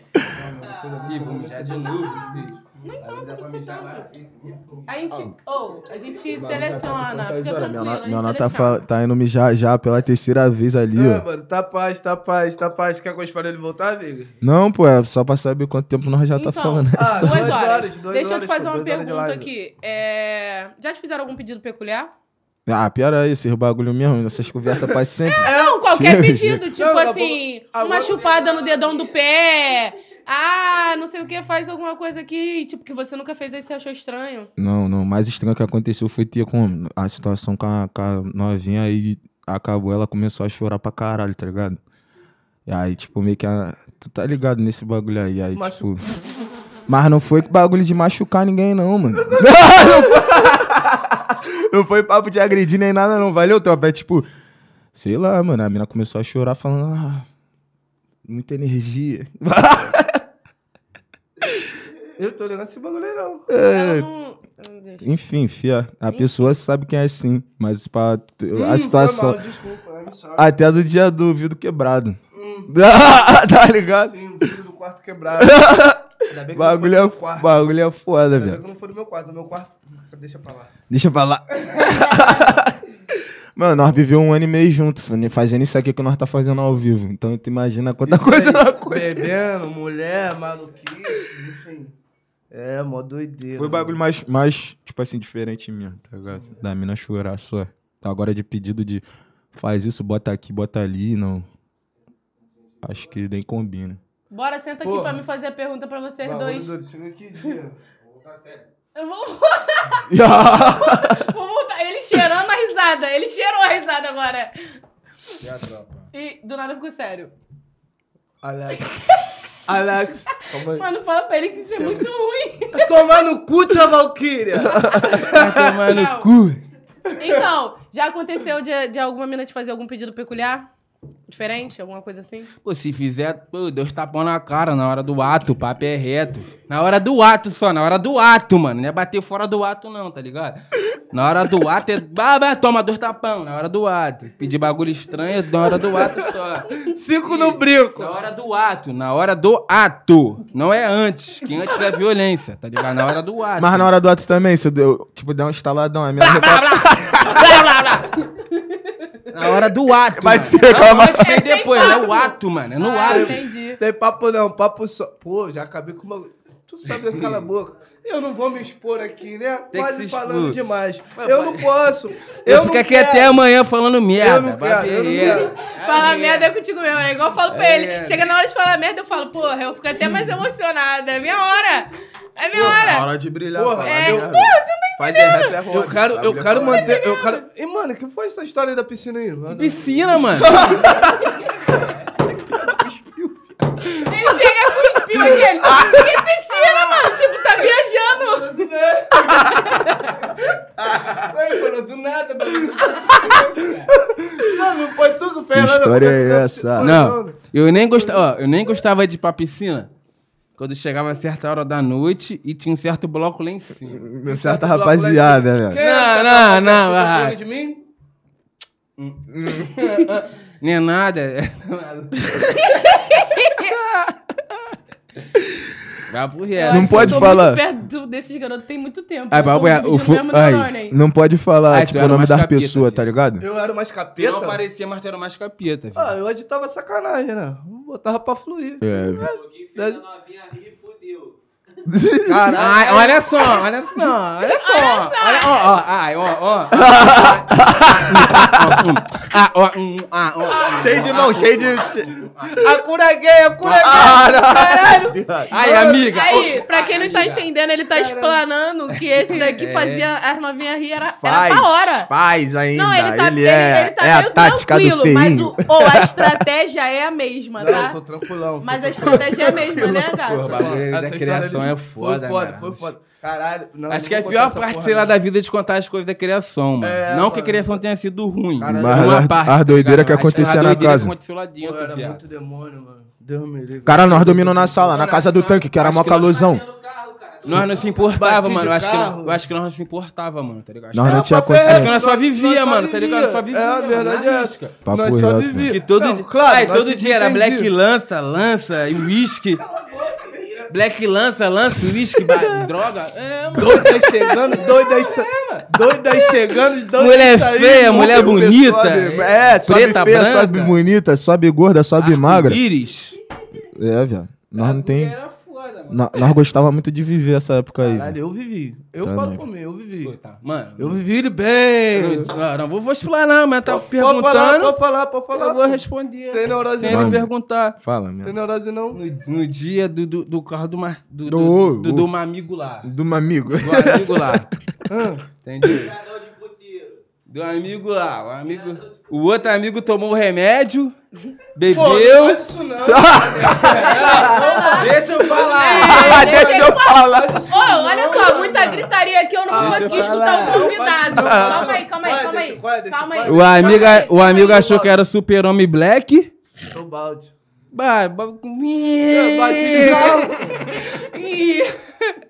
Speaker 4: Ih, vou mijar de novo.
Speaker 1: Não importa, não se tanto. A gente, ou, a gente
Speaker 3: tá
Speaker 1: seleciona, fica
Speaker 5: Minha
Speaker 1: tranquilo. a
Speaker 5: nona,
Speaker 1: gente
Speaker 5: minha nona tá,
Speaker 1: seleciona.
Speaker 5: fa- tá indo mijar já pela terceira vez ali, ó.
Speaker 3: É, mano, tá paz, tá paz, tá paz. Quer que eu espere ele voltar, Big?
Speaker 5: Não, pô, é só pra saber quanto tempo nós já
Speaker 1: Então,
Speaker 5: tá falando
Speaker 3: ah,
Speaker 5: essa.
Speaker 1: Duas
Speaker 3: Duas
Speaker 1: horas.
Speaker 3: horas, duas
Speaker 1: Deixa eu
Speaker 3: horas,
Speaker 1: te fazer
Speaker 3: pô,
Speaker 1: uma
Speaker 3: duas horas de
Speaker 1: pergunta
Speaker 3: live.
Speaker 1: aqui. É, Já te fizeram algum pedido peculiar?
Speaker 5: Ah, pior aí, esses bagulho mesmo, essas conversas pra sempre.
Speaker 1: Ah, Não, qualquer
Speaker 5: Chega.
Speaker 1: pedido, tipo
Speaker 3: Não, acabou-
Speaker 1: assim,
Speaker 3: Ah,
Speaker 1: uma
Speaker 3: agora-
Speaker 1: chupada no dedão do pé. Ah, não sei o que, faz alguma coisa aqui, tipo, que você nunca fez aí você achou estranho.
Speaker 5: Não, não, o mais estranho que aconteceu foi ter com a situação com a, com a novinha aí acabou, ela começou a chorar pra caralho, tá ligado? E aí, tipo, meio que a. Tu tá ligado nesse bagulho aí, aí,
Speaker 3: Machu-
Speaker 5: tipo. Mas não foi bagulho de machucar ninguém, não, mano. Não, foi... não foi papo de agredir nem nada, não. Valeu, top. É tipo, sei lá, mano. A mina começou a chorar falando, ah, muita energia.
Speaker 3: Eu tô ligado esse bagulho aí, não.
Speaker 5: É
Speaker 1: Ela não. não deixa.
Speaker 5: Enfim, fia, a pessoa sabe quem é sim, mas pra, a
Speaker 3: Hum,
Speaker 5: situação.
Speaker 3: Foi mal, desculpa, I'm sorry.
Speaker 5: Até do dia do vidro quebrado.
Speaker 3: Hum.
Speaker 5: tá ligado?
Speaker 3: Sim, o vidro do quarto quebrado. Ainda bem que não foi
Speaker 5: Bagulho
Speaker 3: do meu
Speaker 5: é,
Speaker 3: quarto.
Speaker 5: bagulho é foda,
Speaker 3: Ainda bem
Speaker 5: velho.
Speaker 3: que não foi do meu quarto, do meu quarto. Deixa pra lá.
Speaker 5: Deixa pra lá. Mano, nós vivemos um ano e meio junto, fone, fazendo isso aqui que nós tá fazendo ao vivo. Então tu imagina quanta
Speaker 3: Isso
Speaker 5: coisa
Speaker 3: aí,
Speaker 5: nós co-
Speaker 3: Bebendo, mulher, maluquice, enfim. É, mó doideira.
Speaker 5: Foi o bagulho mais, mais, tipo assim, diferente mesmo, tá ligado? Da mina chorar só. Então, Agora é de pedido de faz isso, bota aqui, bota ali, não. Acho que nem combina.
Speaker 1: Bora, senta aqui
Speaker 3: Porra.
Speaker 1: pra me fazer a pergunta pra vocês dois.
Speaker 3: Chega aqui, dia.
Speaker 1: Eu vou, vou voltar. Ele cheirando a risada. Ele cheirou a risada agora. E do nada ficou sério.
Speaker 3: Alex. Alex. Calma aí.
Speaker 1: Mano, fala pra ele que isso é muito ruim.
Speaker 3: Tomar no Tá cu, tia Valkyria.
Speaker 4: Vai tomar no
Speaker 1: Não.
Speaker 4: cu.
Speaker 1: Então, já aconteceu de, de alguma mina te fazer algum pedido peculiar? Diferente? Alguma coisa assim?
Speaker 4: Pô, se fizer, pô, Deus tapão na cara na hora do ato, o papo é reto. Na hora do ato só, na hora do ato, mano. Não é bater fora do ato, não, tá ligado? Na hora do ato, é... bah, bah, toma dois tapão. Na hora do ato. Pedir bagulho estranho, na hora do ato só.
Speaker 3: Cinco no brinco.
Speaker 4: Na hora do ato, na hora do ato. Não é antes, que antes é violência, tá ligado? Na hora do ato.
Speaker 5: Mas na hora do ato também, se eu, deu- tipo, der um estaladão, é mesmo.
Speaker 4: Na hora do ato.
Speaker 6: Mas
Speaker 4: mano.
Speaker 6: se
Speaker 4: Não,
Speaker 6: reclamar-
Speaker 4: antes
Speaker 1: É
Speaker 4: é
Speaker 1: sem
Speaker 4: depois, é
Speaker 1: papo.
Speaker 4: o ato, mano. É no
Speaker 1: Ah,
Speaker 4: ato.
Speaker 1: entendi.
Speaker 3: Tem papo não, papo só. Pô, já acabei com uma. Tu sabe, cala a boca. Eu não vou me expor aqui, né?
Speaker 4: Tem que
Speaker 3: Quase
Speaker 4: se
Speaker 3: falando
Speaker 4: expor.
Speaker 3: demais.
Speaker 4: Mas
Speaker 3: eu
Speaker 4: vai-
Speaker 3: não posso.
Speaker 4: Eu,
Speaker 3: Eu
Speaker 4: fico
Speaker 3: não
Speaker 4: aqui até
Speaker 3: quero.
Speaker 4: amanhã falando merda.
Speaker 3: Eu não quero, eu não quero.
Speaker 1: Falar merda é contigo mesmo, né? Igual eu falo pra ele. Chega na hora de falar merda, eu falo, porra, eu fico até mais emocionada. É minha hora. É minha
Speaker 5: Na
Speaker 1: hora.
Speaker 5: hora de brilhar,
Speaker 3: Porra,
Speaker 5: falar
Speaker 1: É,
Speaker 5: merda.
Speaker 1: pô, você não
Speaker 5: Faz é rap, é rock.
Speaker 3: Eu quero,
Speaker 5: A
Speaker 3: eu
Speaker 5: mulher
Speaker 3: quero
Speaker 5: fala,
Speaker 3: manter. Eu quero. E, mano, que foi essa história da piscina aí?
Speaker 4: Piscina, mano.
Speaker 1: Ele chega com o espinho aqui. ele, Que piscina, mano. Tipo, tá viajando.
Speaker 4: do nada,
Speaker 3: Mano, Ah, não foi tu que
Speaker 5: Que
Speaker 3: fez lá
Speaker 5: história é essa?
Speaker 4: Não, eu nem, gosta... ó, eu nem gostava de ir pra piscina. Quando chegava a certa hora da noite e tinha um certo bloco lá em cima.
Speaker 5: Não certa rapaziada, né?
Speaker 3: tá
Speaker 4: Não, não, não, vai.
Speaker 3: de mim?
Speaker 4: Nem é nada. Vai pro
Speaker 1: É,
Speaker 4: reto.
Speaker 5: Não pode falar.
Speaker 1: Muito perto do- desses garotos tem muito tempo.
Speaker 4: Ai,
Speaker 1: Eu tô
Speaker 4: babu, é, o
Speaker 1: dividindo
Speaker 4: fu-
Speaker 1: mesmo
Speaker 4: ai,
Speaker 1: neurônio aí.
Speaker 5: Não pode falar,
Speaker 4: Ah, tu
Speaker 5: tipo,
Speaker 4: era
Speaker 5: o nome
Speaker 4: mais
Speaker 5: da
Speaker 4: capeta,
Speaker 5: pessoa,
Speaker 4: assim.
Speaker 5: tá ligado?
Speaker 3: Eu era mais
Speaker 4: Eu
Speaker 3: capeta?
Speaker 4: não parecia, mas tu era mais capeta, filho.
Speaker 3: Ah, eu agitava sacanagem, né? Botava pra fluir. Né?
Speaker 5: É,
Speaker 4: Ai, olha só, olha só, olha só. Olha, ó, ó, ai, ó, ó. Ah, ó, hum, ah, ó.
Speaker 5: Cheio de mão, cheio de.
Speaker 3: A cura gay, a cura
Speaker 4: Ah,
Speaker 3: gay! Caralho!
Speaker 4: Ai, amiga.
Speaker 1: Aí, pra quem não tá entendendo, ele tá explanando que esse daqui fazia as novinhas rir era, era
Speaker 5: Faz.
Speaker 1: pra hora.
Speaker 5: Faz ainda.
Speaker 1: Não, ele tá, ele,
Speaker 5: é,
Speaker 1: ele tá
Speaker 5: é
Speaker 1: meio
Speaker 5: a tática do
Speaker 1: tranquilo,
Speaker 5: feinho.
Speaker 1: mas o, ou a estratégia é a mesma,
Speaker 3: Não,
Speaker 1: tá?
Speaker 3: eu tô tranquilão.
Speaker 1: Mas a estratégia é a mesma, né,
Speaker 4: Porra,
Speaker 1: gato?
Speaker 4: bagulho
Speaker 3: Essa
Speaker 4: da
Speaker 3: história
Speaker 4: criação
Speaker 3: dele
Speaker 4: é foda,
Speaker 3: Foi foda,
Speaker 4: né?
Speaker 3: foi foda. Caralho. não,
Speaker 4: Acho
Speaker 3: não
Speaker 4: que é a
Speaker 3: vou
Speaker 4: pior
Speaker 3: contar essa
Speaker 4: parte,
Speaker 3: porra,
Speaker 4: sei lá,
Speaker 5: né?
Speaker 3: não.
Speaker 4: da vida é de contar as coisas da criação, mano.
Speaker 3: É,
Speaker 4: não que
Speaker 3: mano.
Speaker 4: a criação tenha sido ruim.
Speaker 3: Caralho,
Speaker 4: mas
Speaker 5: Mas
Speaker 4: uma
Speaker 5: as-
Speaker 4: parte,
Speaker 5: as
Speaker 4: tá
Speaker 5: doideira
Speaker 4: ligado?
Speaker 5: que
Speaker 4: Mas
Speaker 5: acontecia
Speaker 4: as
Speaker 5: na
Speaker 4: doideira
Speaker 5: casa.
Speaker 4: que aconteceu lá
Speaker 3: Pô,
Speaker 4: dentro,
Speaker 3: era
Speaker 4: viado.
Speaker 3: muito demônio, mano. Deus me livre.
Speaker 5: Cara, nós dormimos na sala, na casa do tanque, que era mó calosão.
Speaker 4: Nós não se
Speaker 3: Bati
Speaker 4: importava,
Speaker 3: de
Speaker 4: mano. Eu acho, que,
Speaker 3: carro.
Speaker 4: eu acho que nós não se importava, mano, tá ligado? Acho
Speaker 5: Nós
Speaker 4: que
Speaker 5: não
Speaker 4: era-
Speaker 5: tinha
Speaker 4: Acho que
Speaker 5: consciência.
Speaker 4: nós só vivia,
Speaker 3: é só
Speaker 4: mano, tá ligado? Só
Speaker 3: vivia.
Speaker 4: vivia.
Speaker 3: É, a
Speaker 4: mano,
Speaker 3: verdade
Speaker 4: nada.
Speaker 3: é essa.
Speaker 5: Papo
Speaker 3: nós só
Speaker 5: reto,
Speaker 3: vivia.
Speaker 4: Que todo
Speaker 3: Não,
Speaker 4: dia,
Speaker 3: claro,
Speaker 4: Ai,
Speaker 3: nós
Speaker 4: todo
Speaker 3: se
Speaker 4: dia era Black
Speaker 3: entendia.
Speaker 4: Lança, Lança e Whisky. Black Lança, Lança, Whisky, ba- droga. É, mano.
Speaker 3: Doidas chegando, doidas, sa- doidas chegando, doidas
Speaker 4: Mulher
Speaker 3: saindo.
Speaker 4: feia, mulher bonita.
Speaker 5: Sobe- é, sobe
Speaker 4: preta,
Speaker 5: feia,
Speaker 4: branca.
Speaker 5: sobe bonita, sobe gorda, sobe magra.
Speaker 4: Íris.
Speaker 5: É, viado.
Speaker 3: Ah,
Speaker 5: Nós não tem.
Speaker 4: Era foda, mano.
Speaker 5: nó- Nós gostava muito de viver essa época aí.
Speaker 3: É, Caralho,
Speaker 5: velho.
Speaker 3: eu vivi. Eu
Speaker 5: Tá
Speaker 3: falo
Speaker 5: doido.
Speaker 3: por mim, eu
Speaker 4: Pô,
Speaker 3: vivi.
Speaker 4: tá, Mano,
Speaker 3: Eu vivi ele bem.
Speaker 4: eu "Ah, não, não vou, vou explanar, mas tá
Speaker 3: Pode falar,
Speaker 4: perguntando.
Speaker 3: pode falar, pode falar.
Speaker 4: eu vou responder.
Speaker 3: Tem neurose
Speaker 4: Sem
Speaker 3: não.
Speaker 4: ele
Speaker 5: Mano.
Speaker 4: perguntar.
Speaker 5: Fala,
Speaker 3: Tem
Speaker 5: meu.
Speaker 3: neurose não.
Speaker 4: No, no dia do, do, do carro do, Mar, do, do,
Speaker 5: Do-
Speaker 4: do, do, amigo lá.
Speaker 5: Do meu um amigo.
Speaker 4: Do amigo lá. Entendeu? Do amigo lá. O, amigo, o outro amigo tomou o remédio, bebeu.
Speaker 3: não faz isso não.
Speaker 4: É, Deixa eu falar.
Speaker 1: É, deixa ele-
Speaker 5: eu falar.
Speaker 3: é assim.
Speaker 1: Ô, olha só, muita gritaria aqui, eu não vou
Speaker 4: Deixa eu
Speaker 1: conseguir escutar
Speaker 4: falar.
Speaker 1: o convidado.
Speaker 3: Não, não,
Speaker 1: Calma aí,
Speaker 3: não.
Speaker 1: calma
Speaker 3: Vai,
Speaker 1: aí, calma
Speaker 3: deixa,
Speaker 1: aí.
Speaker 3: vai, deixa, é?
Speaker 1: Calma
Speaker 3: vai.
Speaker 1: aí.
Speaker 4: O amigo,
Speaker 1: calma aí,
Speaker 4: o
Speaker 1: calma
Speaker 4: amigo
Speaker 1: aí.
Speaker 4: achou que era super-homem black.
Speaker 3: Tô é balde.
Speaker 4: Bah, bah,
Speaker 3: Eu Bati É, de carro.
Speaker 4: Ih.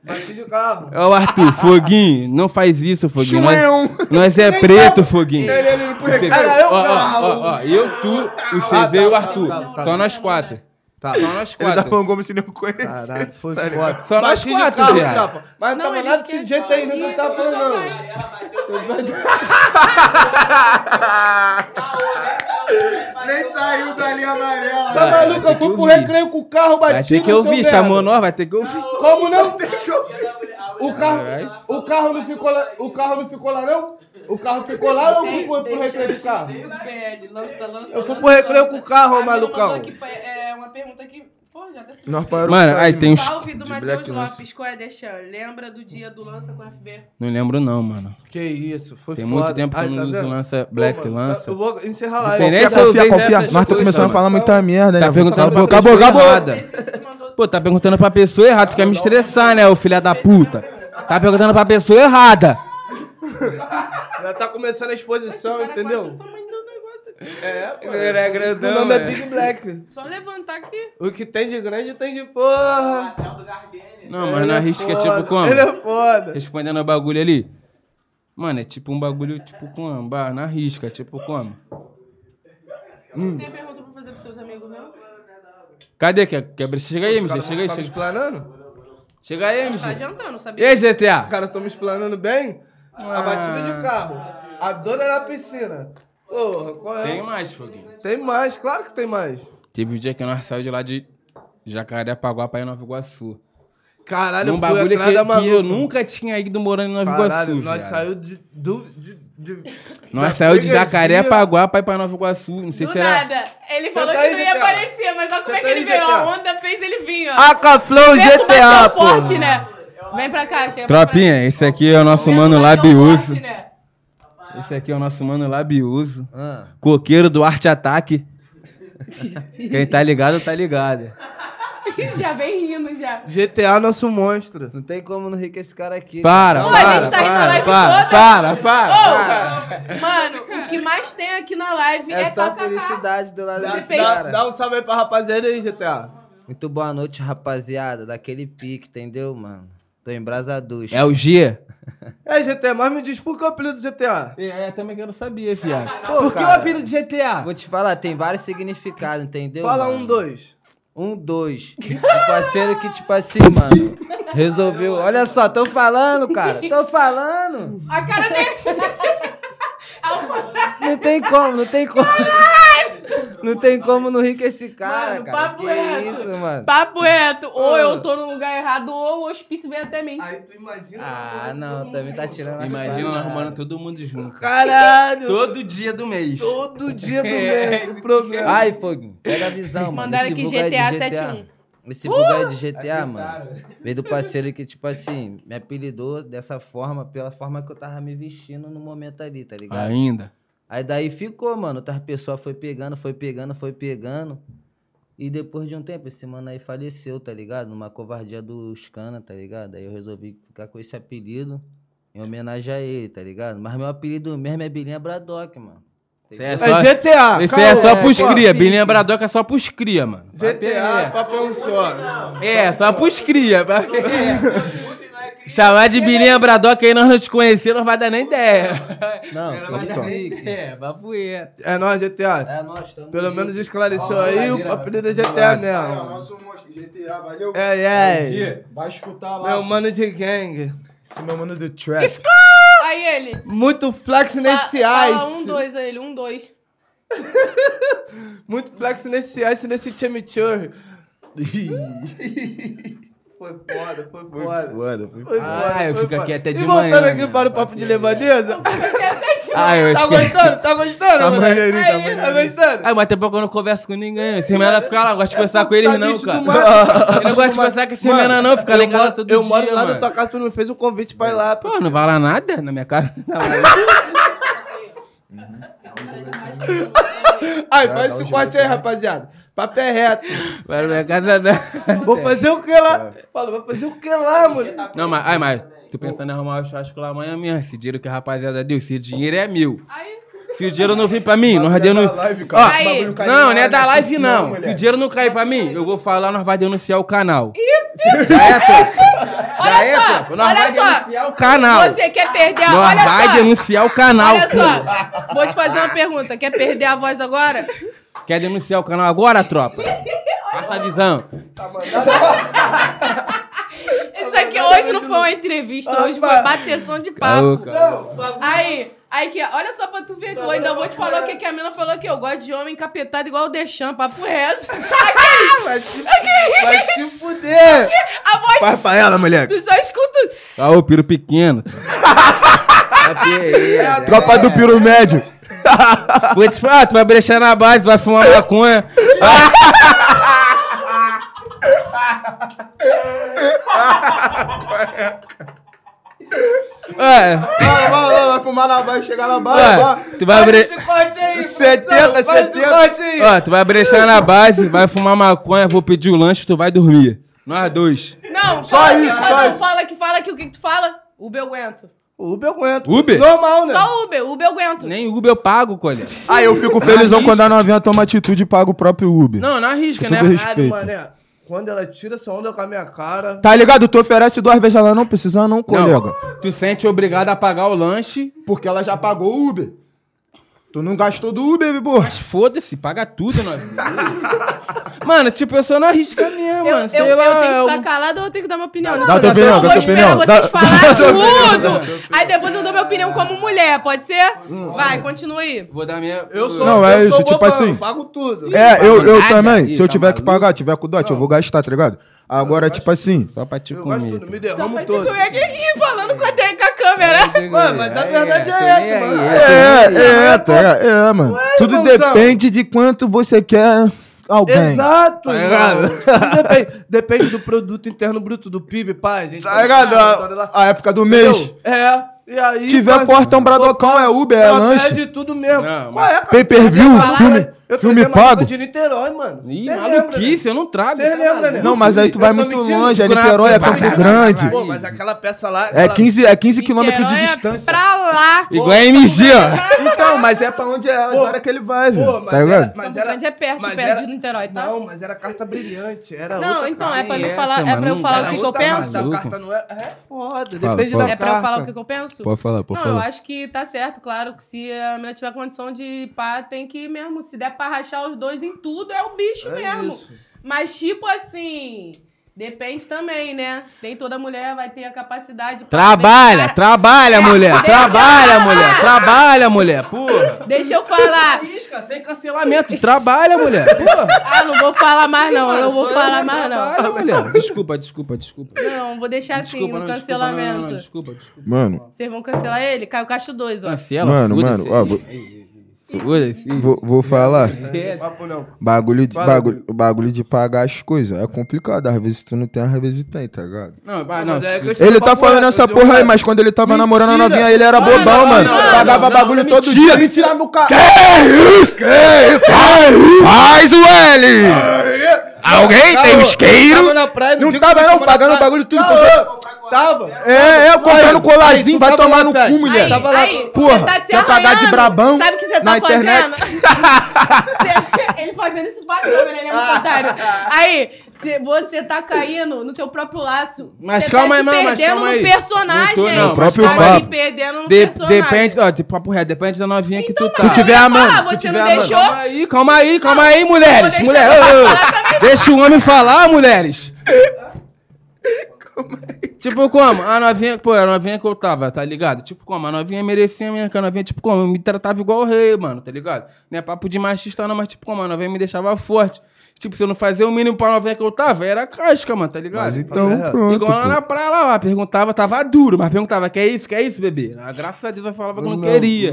Speaker 3: Bati de carro.
Speaker 4: Ó, É o Arthur, Foguinho, não faz isso, Foguinho.
Speaker 5: um.
Speaker 4: Nós, nós é preto, Foguinho.
Speaker 3: Ele, ele, ele, por
Speaker 4: Você
Speaker 3: aqui. é um
Speaker 4: vê-
Speaker 3: Cara, eu
Speaker 4: ó, ó,
Speaker 3: carro.
Speaker 4: ó, ó, eu, tu, o CV e o Arthur. Só nós quatro. Só nós
Speaker 5: Ele tá
Speaker 4: quatro.
Speaker 5: falando como se não conhecesse.
Speaker 3: Caraca, foi foda.
Speaker 4: Só nós
Speaker 3: Bati de
Speaker 4: quatro,
Speaker 3: carro,
Speaker 4: viado.
Speaker 3: chapa. Mas não
Speaker 1: Não,
Speaker 3: tava
Speaker 1: ele
Speaker 3: nada desse
Speaker 1: esquece
Speaker 3: jeito ainda,
Speaker 1: aqui,
Speaker 3: não
Speaker 4: tá
Speaker 3: tava
Speaker 1: isso
Speaker 3: falando não.
Speaker 1: vai.
Speaker 5: Nem saiu da linha amarela.
Speaker 3: Tá maluco? Eu
Speaker 4: Vai ter que
Speaker 3: fui pro
Speaker 4: ouvir.
Speaker 3: recreio com o carro batido.
Speaker 4: Vai ter um que
Speaker 3: seu
Speaker 4: ouvir,
Speaker 3: merda.
Speaker 4: chamou nós, vai ter que ouvir.
Speaker 3: Como não? Tem que ouvir. O carro, o carro não ficou lá, o carro não ficou lá não? O carro ficou lá ou eu fui pro, pro recreio com o carro? Eu fui pro recreio com o carro, malucão.
Speaker 1: É uma pergunta aqui. Pô, já tá se-
Speaker 5: Nós paramos.
Speaker 4: Mano, aí tem uns.
Speaker 1: Salve do
Speaker 5: de
Speaker 1: Matheus
Speaker 5: Black Lança.
Speaker 1: Lopes, qual é, Deixan? Lembra do dia do lança com o FB?
Speaker 4: Não lembro, não, mano.
Speaker 3: Que isso, foi
Speaker 4: Tem
Speaker 3: foda.
Speaker 4: muito tempo que
Speaker 3: Ai,
Speaker 4: eu não
Speaker 3: tá
Speaker 4: uso
Speaker 3: vendo?
Speaker 4: lança Black
Speaker 3: Pô, mano,
Speaker 4: Lança.
Speaker 3: Eu vou encerrar lá.
Speaker 4: Não sei
Speaker 3: eu
Speaker 4: nem
Speaker 3: vou
Speaker 4: se
Speaker 3: ficar-
Speaker 4: eu-
Speaker 5: Confia,
Speaker 4: usei
Speaker 5: confia.
Speaker 4: dessas
Speaker 5: Nós tá
Speaker 4: coisas,
Speaker 5: começando a
Speaker 4: mano.
Speaker 5: falar muita merda, né?
Speaker 4: Tá perguntando pra
Speaker 5: Acabou,
Speaker 4: pessoa
Speaker 5: acabou.
Speaker 4: errada.
Speaker 1: Esse que mandou
Speaker 4: Pô, tá perguntando pra pessoa errada. Tu quer me estressar, né, ô filha da puta? Tá perguntando pra pessoa errada.
Speaker 3: Já tá começando a exposição, entendeu?
Speaker 1: o tamanho do negócio aqui.
Speaker 3: É, pô.
Speaker 4: Ele é
Speaker 3: Por isso que
Speaker 4: grandão,
Speaker 3: O nome é
Speaker 4: é.
Speaker 3: Big Black.
Speaker 1: Só levantar aqui.
Speaker 3: O que tem de grande tem de porra.
Speaker 4: Não, mas
Speaker 3: Ele
Speaker 4: na
Speaker 3: é
Speaker 4: risca é
Speaker 3: foda.
Speaker 4: tipo como?
Speaker 3: Ele é foda.
Speaker 4: Respondendo o bagulho ali. Mano, é tipo um bagulho, tipo, como? Bah, na risca, tipo, como?
Speaker 3: Hum.
Speaker 1: Não tem pergunta pra fazer pros seus amigos, não? Tá
Speaker 4: Cadê? Que, quebra? Chega aí, MC. Chega aí,
Speaker 3: Tá me
Speaker 4: chega,
Speaker 3: explanando?
Speaker 4: chega aí,
Speaker 1: Tá
Speaker 4: MC.
Speaker 1: adiantando, sabia?
Speaker 4: E aí,
Speaker 3: Os
Speaker 4: GTA?
Speaker 3: caras estão me explanando bem? A
Speaker 4: Ah.
Speaker 3: batida de carro. A dona na piscina. Porra, qual é?
Speaker 4: Tem mais, Foguinho.
Speaker 3: Tem mais, claro que tem mais.
Speaker 4: Teve um dia que nós saímos de lá de Jacarepaguá pra ir em Nova Iguaçu.
Speaker 3: Caralho,
Speaker 4: Num
Speaker 3: eu fui
Speaker 4: Um bagulho
Speaker 3: atrás da
Speaker 4: que,
Speaker 3: maluca.
Speaker 4: que eu nunca tinha ido morando em Nova
Speaker 3: Caralho,
Speaker 4: Iguaçu,
Speaker 3: nós
Speaker 4: viado.
Speaker 3: saiu de... Do, de, de-
Speaker 4: Nós
Speaker 3: da
Speaker 4: saiu de
Speaker 3: freguesia.
Speaker 4: Jacarepaguá pra ir pra Nova Iguaçu. Não sei
Speaker 1: Do
Speaker 4: se era...
Speaker 1: nada. Ele
Speaker 3: Você
Speaker 1: falou
Speaker 3: tá
Speaker 1: que
Speaker 3: aí,
Speaker 1: não ia
Speaker 3: GTA?
Speaker 1: aparecer, mas olha como
Speaker 3: Você
Speaker 1: é que
Speaker 3: tá
Speaker 1: ele
Speaker 3: aí, Ah,
Speaker 1: veio.
Speaker 3: GTA?
Speaker 1: A onda fez ele vir, ó.
Speaker 6: Acaflow
Speaker 1: Vento
Speaker 6: GTA,
Speaker 1: bateu
Speaker 6: pô.
Speaker 1: é forte, né? Vem pra cá, chega pra
Speaker 4: Tropinha, esse aqui é o nosso
Speaker 1: frente.
Speaker 4: mano
Speaker 1: Vento bateu
Speaker 4: Labiuso.
Speaker 1: forte, né?
Speaker 4: Esse aqui é o nosso mano Labiuso.
Speaker 3: Ah.
Speaker 4: Coqueiro do Arte Ataque. Quem tá ligado, tá ligado.
Speaker 1: Já vem rindo, já.
Speaker 3: GTA, nosso monstro.
Speaker 6: Não tem como não rir com esse cara aqui.
Speaker 4: Para,
Speaker 1: Pô,
Speaker 4: para,
Speaker 1: a gente tá rindo na
Speaker 4: para,
Speaker 1: live
Speaker 4: para,
Speaker 1: toda.
Speaker 4: para, para.
Speaker 1: Ô, mano, o que mais tem aqui na live é,
Speaker 6: É só
Speaker 1: kkk.
Speaker 6: felicidade do lado
Speaker 1: Você
Speaker 6: desse
Speaker 1: fez-
Speaker 6: cara.
Speaker 3: Dá um salve aí pra rapaziada aí, GTA.
Speaker 6: Muito boa noite, rapaziada. Daquele pique, entendeu, mano? Tô embrasaducho.
Speaker 4: É o G?
Speaker 3: É, GTA, mas me diz por que o apelido do GTA?
Speaker 4: É, eu também quero saber, viado.
Speaker 6: Pô,
Speaker 4: Por que o
Speaker 6: cara.
Speaker 4: apelido de GTA?
Speaker 6: Vou te falar, tem vários significados, entendeu?
Speaker 3: Fala
Speaker 6: mano?
Speaker 3: um, dois.
Speaker 6: Um, dois. Um parceiro que, tipo assim, mano, resolveu. Olha só, tô falando, cara. Tô falando.
Speaker 1: A cara dele. É o
Speaker 6: Não tem como, não tem como. Não tem como não rir com esse cara,
Speaker 1: Mano,
Speaker 6: cara.
Speaker 1: papo
Speaker 6: que
Speaker 1: reto.
Speaker 6: isso, mano.
Speaker 1: Papo reto. Ou eu tô no lugar errado, ou o hospício vem até mim.
Speaker 3: Aí tu imagina...
Speaker 6: Ah, não, também tá tirando a
Speaker 4: Imagina nós arrumando todo mundo junto.
Speaker 3: Caralho!
Speaker 4: Todo dia do mês.
Speaker 3: Todo dia do mês, o problema.
Speaker 6: Ai, Foguinho, pega a visão, mano.
Speaker 1: Mandaram
Speaker 6: Esse
Speaker 1: aqui
Speaker 6: vulgo é de
Speaker 1: GTA
Speaker 6: Esse bug é de GTA, mano. Veio do parceiro que, tipo assim, me apelidou dessa forma, pela forma que eu tava me vestindo no momento ali, tá ligado?
Speaker 4: Ainda.
Speaker 6: Aí daí ficou, mano. Outras pessoas foi pegando, foi pegando, foi pegando. E depois de um tempo, esse mano aí faleceu, tá ligado? Numa covardia dos cana, tá ligado? Aí eu resolvi ficar com esse apelido em homenagem a ele, tá ligado? Mas meu apelido mesmo é Bilinha Bradock, mano.
Speaker 4: Isso aí é
Speaker 3: É
Speaker 4: só,
Speaker 3: GTA,
Speaker 4: isso aí é
Speaker 3: calma.
Speaker 4: só pros cria. Bilinha Bradoca é só pros cria, mano.
Speaker 3: GTA, papel um só.
Speaker 4: É, só pros cria. Chamar de Bilinha Bradoca aí nós não te conhecer, não vai dar nem ideia.
Speaker 6: Não,
Speaker 4: Vai
Speaker 6: tô
Speaker 4: dar nem ideia, papoeta.
Speaker 3: É nóis, GTA.
Speaker 6: É, nós estamos.
Speaker 3: Pelo menos esclareceu aí o apelido é GTA mesmo.
Speaker 5: nosso monstro, GTA, valeu.
Speaker 3: É, é.
Speaker 5: Vai escutar lá.
Speaker 3: Meu mano de gang.
Speaker 5: Esse meu mano é do trap.
Speaker 1: Aí ele.
Speaker 3: Muito flex nesse
Speaker 1: Fala fala um,
Speaker 3: ice.
Speaker 1: dois, aí ele, um, dois.
Speaker 3: Muito flex nesse ice, nesse chimichurri. Foi foda, foi foda. Foi
Speaker 4: Ah, eu
Speaker 3: foi
Speaker 4: fico
Speaker 3: foda.
Speaker 4: aqui até de
Speaker 3: E voltando
Speaker 4: manhã, Tá
Speaker 3: aqui
Speaker 4: né?
Speaker 3: para o papo de levadeza.
Speaker 1: Porque até de-
Speaker 4: Ai, Ah, eu
Speaker 3: Tá gostando? Tá gostando? moleque?
Speaker 1: Aí,
Speaker 3: Tá gostando?
Speaker 4: Ai, mas tem pouco eu não converso com ninguém. Esses meninos ficam lá, não gosto de conversar com
Speaker 3: Tá
Speaker 4: eles não,
Speaker 3: bicho
Speaker 4: cara.
Speaker 3: do mato.
Speaker 4: Eu não gosto de conversar com esses meninos não, fica
Speaker 3: eu
Speaker 4: lá em casa
Speaker 3: moro-
Speaker 4: todo
Speaker 3: Eu
Speaker 4: dia,
Speaker 3: moro lá
Speaker 4: mano.
Speaker 3: na tua casa, tu não fez um convite pra ir lá.
Speaker 4: Pô, não vai lá nada na minha casa. Não, Ah.
Speaker 3: Ai, faz esse corte aí, rapaziada. Papo é reto.
Speaker 4: vai na minha casa não. é.
Speaker 3: Vou fazer o que lá? Fala, vou fazer o que lá, mano?
Speaker 4: Não, mas, ai, mas, tô pensando em arrumar o churrasco lá amanhã mesmo. Esse dinheiro que a rapaziada deu, esse dinheiro é meu.
Speaker 1: aí.
Speaker 4: Se o dinheiro não vir pra mim, nós denunciamos.
Speaker 1: Aí.
Speaker 4: Não, não é da live não. Se o dinheiro não cair pra mim, eu vou falar, nós vai denunciar o canal. Já é, tropa. Já é,
Speaker 1: Olha só,
Speaker 4: tropa. Nós vai
Speaker 1: olha
Speaker 4: denunciar o
Speaker 1: só.
Speaker 4: canal.
Speaker 1: Você quer perder a...
Speaker 4: Nós
Speaker 1: Olha
Speaker 4: vai
Speaker 1: só.
Speaker 4: denunciar o canal,
Speaker 1: Olha
Speaker 4: pô.
Speaker 1: só. Vou te fazer uma pergunta. Quer perder a voz agora?
Speaker 4: Quer denunciar o canal agora, tropa? Passa a visão. Tá
Speaker 1: Isso aqui hoje não foi uma entrevista. Hoje foi bateção de papo. Aí, aí que, olha só pra tu ver que eu ainda vou te falar o que, que a mina falou aqui. Eu gosto de homem encapetado igual o Deschamps, papo reto.
Speaker 3: Vai se, vai se fuder.
Speaker 1: A voz
Speaker 5: Vai pra ela, moleque.
Speaker 1: tu só escuta.
Speaker 4: Olha o Tá piro pequeno. Tá
Speaker 5: Tropa do Piro Médio.
Speaker 4: Vou te falar, ah, tu vai brechar na base, vai fumar maconha. É,
Speaker 3: Vai, vai, vai, vai fumar lá, vai chegar lá, vai, vai.
Speaker 4: é, tu vai bre...
Speaker 3: corte aí,
Speaker 5: 70,
Speaker 3: faz esse
Speaker 5: 70.
Speaker 3: corte aí.
Speaker 4: Ó, tu vai brechar na base, vai fumar maconha, vou pedir o lanche, tu vai dormir. Nós dois.
Speaker 1: Não, fala
Speaker 3: isso,
Speaker 1: que,
Speaker 3: só
Speaker 1: não,
Speaker 3: isso.
Speaker 1: fala que fala que o que, que tu fala? Uber eu aguento.
Speaker 3: O Uber eu aguento.
Speaker 4: Uber?
Speaker 3: Normal, né?
Speaker 1: Só Uber, Uber eu aguento.
Speaker 4: Nem Uber eu pago, colher.
Speaker 5: Aí eu fico felizão quando a novinha toma atitude e paga o próprio Uber.
Speaker 4: Não, não arrisca, né?
Speaker 5: Tudo respeito.
Speaker 3: mané. Quando ela tira essa onda com a minha cara.
Speaker 5: Tá ligado? Tu oferece duas vezes, ela não precisa não, colega.
Speaker 4: Tu sente obrigado a pagar o lanche,
Speaker 5: Porque ela já pagou o Uber. Tu não gastou do Uber, pô.
Speaker 4: mas foda-se, paga tudo, nós. mano, tipo, eu só não arrisca mesmo,
Speaker 1: Eu,
Speaker 4: mano. Sei
Speaker 1: eu- eu
Speaker 4: lá. é um-
Speaker 1: tenho
Speaker 4: eu-
Speaker 1: que ficar calada ou eu tenho que dar minha opinião?
Speaker 5: dá
Speaker 1: Não,
Speaker 5: tua opinião,
Speaker 1: eu
Speaker 5: dá
Speaker 1: vou
Speaker 5: tua
Speaker 1: esperar
Speaker 5: opinião, dá-
Speaker 1: vocês falar tudo. Aí depois eu dou minha opinião como mulher, pode ser?
Speaker 5: Hum.
Speaker 1: Vai, continua aí.
Speaker 4: Vou dar minha.
Speaker 3: Eu sou.
Speaker 5: Não,
Speaker 3: eu
Speaker 5: é
Speaker 3: sou
Speaker 5: isso, tipo
Speaker 3: bobão,
Speaker 5: assim.
Speaker 3: eu Pago tudo.
Speaker 5: É, eu, eu
Speaker 4: nada,
Speaker 5: também.
Speaker 4: Tá ih,
Speaker 5: Se eu
Speaker 4: tá
Speaker 5: tiver que
Speaker 4: maluco.
Speaker 5: pagar, tiver com dote, eu vou gastar, tá ligado? Agora, tipo assim.
Speaker 4: Só pra te
Speaker 3: Eu gosto
Speaker 4: comer. tá?
Speaker 3: tudo, me
Speaker 1: Só pra
Speaker 3: derramo
Speaker 1: te
Speaker 3: todo.
Speaker 1: comer aqui, falando com a, com a câmera.
Speaker 3: Mano, mas a verdade é essa, mano.
Speaker 5: É, é, é, tá, é, mano. Tudo
Speaker 3: irmãozão.
Speaker 5: depende de quanto você quer alguém.
Speaker 3: Exato,
Speaker 5: Tá
Speaker 3: irmão. Tudo Depende, depende do produto interno bruto do PIB, pai. Gente,
Speaker 5: Tá ligado?
Speaker 3: Ah, Entendeu?
Speaker 5: A, a época do mês.
Speaker 3: É, e aí.
Speaker 5: Tiver
Speaker 3: faz-
Speaker 5: fortão, bradocão, é Uber, é
Speaker 3: ela
Speaker 5: lanche.
Speaker 3: pede tudo mesmo.
Speaker 4: Não,
Speaker 3: Qual é, cara?
Speaker 5: Pay per view,
Speaker 3: Eu
Speaker 5: filme,
Speaker 3: eu
Speaker 5: filme
Speaker 3: trazia uma
Speaker 5: pago.
Speaker 3: amiga de Niterói, mano. né?
Speaker 4: Ih,
Speaker 3: Cê
Speaker 4: maluquice, eu não trago.
Speaker 3: Cê
Speaker 4: tá
Speaker 3: lembra,
Speaker 4: maluco?
Speaker 3: né?
Speaker 5: Não, mas aí tu vai
Speaker 3: Eu tô
Speaker 5: muito
Speaker 3: mentindo.
Speaker 5: longe, é
Speaker 4: Crato,
Speaker 5: Niterói, é
Speaker 4: vai, vai,
Speaker 5: Campo
Speaker 4: vai,
Speaker 5: Grande.
Speaker 4: vai,
Speaker 3: Pô, mas aquela peça lá.
Speaker 5: É
Speaker 3: aquela-
Speaker 5: 15, é 15 quilômetros de
Speaker 1: Niterói é
Speaker 5: distância.
Speaker 1: Pra lá.
Speaker 4: Igual a MG, ó.
Speaker 5: Então, mas é pra onde é, as
Speaker 3: Pô,
Speaker 5: horas que ele vai,
Speaker 3: Pô,
Speaker 5: velho.
Speaker 3: mas
Speaker 5: Tá
Speaker 3: era-
Speaker 5: ligado?
Speaker 3: mas
Speaker 1: Campo
Speaker 3: era-
Speaker 1: Grande é perto,
Speaker 3: mas
Speaker 1: perto
Speaker 3: era-
Speaker 1: de Niterói, tá?
Speaker 3: Não, mas era carta brilhante. Era
Speaker 1: Não,
Speaker 3: outra
Speaker 1: então,
Speaker 3: carta.
Speaker 1: é pra
Speaker 4: Essa,
Speaker 1: eu falar, é
Speaker 4: mano,
Speaker 1: pra eu
Speaker 4: não
Speaker 1: falar
Speaker 4: dá.
Speaker 1: o que, que eu
Speaker 3: Outra
Speaker 1: penso?
Speaker 3: raça, A
Speaker 4: Maluco.
Speaker 3: carta não é. É foda.
Speaker 4: Fala,
Speaker 3: Depende
Speaker 4: fala.
Speaker 3: da
Speaker 1: É pra eu falar o
Speaker 3: carta.
Speaker 1: que, que eu penso?
Speaker 4: Pode falar, pode
Speaker 1: não, eu acho que tá certo, claro, que se a menina tiver condição de pá, tem que mesmo. Se der pra rachar os dois em tudo, é o bicho mesmo. Mas, tipo assim, depende também, né? Nem toda mulher vai ter a capacidade. pra-
Speaker 4: Trabalha,
Speaker 1: Cara,
Speaker 4: trabalha, mulher.
Speaker 1: deixa
Speaker 4: trabalha,
Speaker 1: eu falar.
Speaker 4: mulher. Trabalha, mulher. Porra.
Speaker 1: Deixa eu falar.
Speaker 4: Isca, sem cancelamento. Trabalha, mulher. Porra.
Speaker 1: Ah, não vou falar mais, não. Eu não vou falar mais, não.
Speaker 4: Trabalha, mulher. Desculpa, desculpa, desculpa.
Speaker 1: Não, vou deixar assim, no
Speaker 4: não,
Speaker 1: cancelamento.
Speaker 4: não, não, não, desculpa, desculpa.
Speaker 5: Mano,
Speaker 1: Vocês vão cancelar ele? Caio Castro 2, ó.
Speaker 4: Cancela,
Speaker 5: Mano,
Speaker 4: foda-se.
Speaker 1: é
Speaker 5: mano, ó, vou-
Speaker 4: Foda-se.
Speaker 5: vou, vou falar.
Speaker 4: É,
Speaker 3: Papo não.
Speaker 5: Bagulho de,
Speaker 3: Fala,
Speaker 5: bagulho, bagulho de pagar as coisas é complicado. Às vezes tu não tem, às vezes tem, tá ligado?
Speaker 4: Não, vai,
Speaker 3: Mas é
Speaker 4: Ah, não.
Speaker 3: que eu
Speaker 5: Ele
Speaker 3: chego
Speaker 5: tá
Speaker 3: papo
Speaker 5: falando
Speaker 3: reto,
Speaker 5: essa
Speaker 3: eu digo,
Speaker 5: porra aí,
Speaker 3: cara,
Speaker 5: mas quando ele tava namorando a
Speaker 3: Mentira.
Speaker 5: novinha, ele era
Speaker 1: Mano,
Speaker 5: bobão, mano.
Speaker 1: não, não,
Speaker 5: Pagava
Speaker 4: não,
Speaker 5: bagulho
Speaker 4: não,
Speaker 5: todo
Speaker 4: mentira.
Speaker 5: dia.
Speaker 3: Tirar meu carro.
Speaker 5: Faz o L! Alguém tem
Speaker 3: Tava
Speaker 5: isqueiro?
Speaker 3: na praia,
Speaker 5: Não
Speaker 3: digo
Speaker 5: tava
Speaker 3: que
Speaker 5: não,
Speaker 3: semana
Speaker 5: pagando
Speaker 3: passada.
Speaker 5: bagulho tudo.
Speaker 3: Tava. Tava.
Speaker 5: É, é, comprando colazinho, vai tomar no cu,
Speaker 1: Aí,
Speaker 5: mulher.
Speaker 3: Tava lá,
Speaker 1: aí,
Speaker 5: porra,
Speaker 1: você tá se
Speaker 5: quer pagar de
Speaker 1: arranhando.
Speaker 5: brabão
Speaker 1: Sabe o que você tá
Speaker 5: na internet?
Speaker 1: fazendo? Você- ele fazendo isso pra câmera, ele é muito otário. Aí, se você tá caindo no seu próprio laço.
Speaker 4: Mas
Speaker 1: você
Speaker 4: calma
Speaker 1: tá
Speaker 4: aí,
Speaker 1: se
Speaker 4: não, mas
Speaker 1: perdendo
Speaker 4: calma
Speaker 1: no
Speaker 4: aí.
Speaker 1: personagem.
Speaker 4: Não tô, não,
Speaker 5: No próprio
Speaker 1: tá se
Speaker 5: papo.
Speaker 1: perdendo no
Speaker 4: De-
Speaker 1: personagem. Então,
Speaker 4: depende, ó, tipo, papo reto, depende da novinha que
Speaker 3: Então
Speaker 4: tu tá.
Speaker 1: mas
Speaker 5: Tu tiver
Speaker 1: eu ia
Speaker 5: amando,
Speaker 1: falar,
Speaker 5: tu
Speaker 1: Você
Speaker 5: tiver
Speaker 1: não
Speaker 5: amando.
Speaker 1: deixou?
Speaker 4: Calma aí, calma aí, calma aí,
Speaker 1: vou
Speaker 4: mulheres.
Speaker 1: deixar
Speaker 4: Mulher,
Speaker 1: ela
Speaker 4: ô, ô,
Speaker 1: falar também,
Speaker 4: deixa o homem falar, mulheres. Tipo, como? A novinha, pô, a novinha que eu tava, tá ligado? Tipo, como? A novinha merecia minha cara. A novinha, tipo, como? Me tratava igual o rei, mano, tá ligado? Não é papo de machista, não, mas, tipo, como? A novinha me deixava forte. Tipo, se eu não fazia o mínimo pra novinha que eu tava, era casca, mano, tá ligado?
Speaker 5: Mas então, pronto.
Speaker 4: Igual lá na
Speaker 5: pô.
Speaker 4: praia lá, lá, perguntava, tava duro, mas perguntava, quer isso, quer isso, bebê? Ah, graças a Deus eu falava que eu não, queria.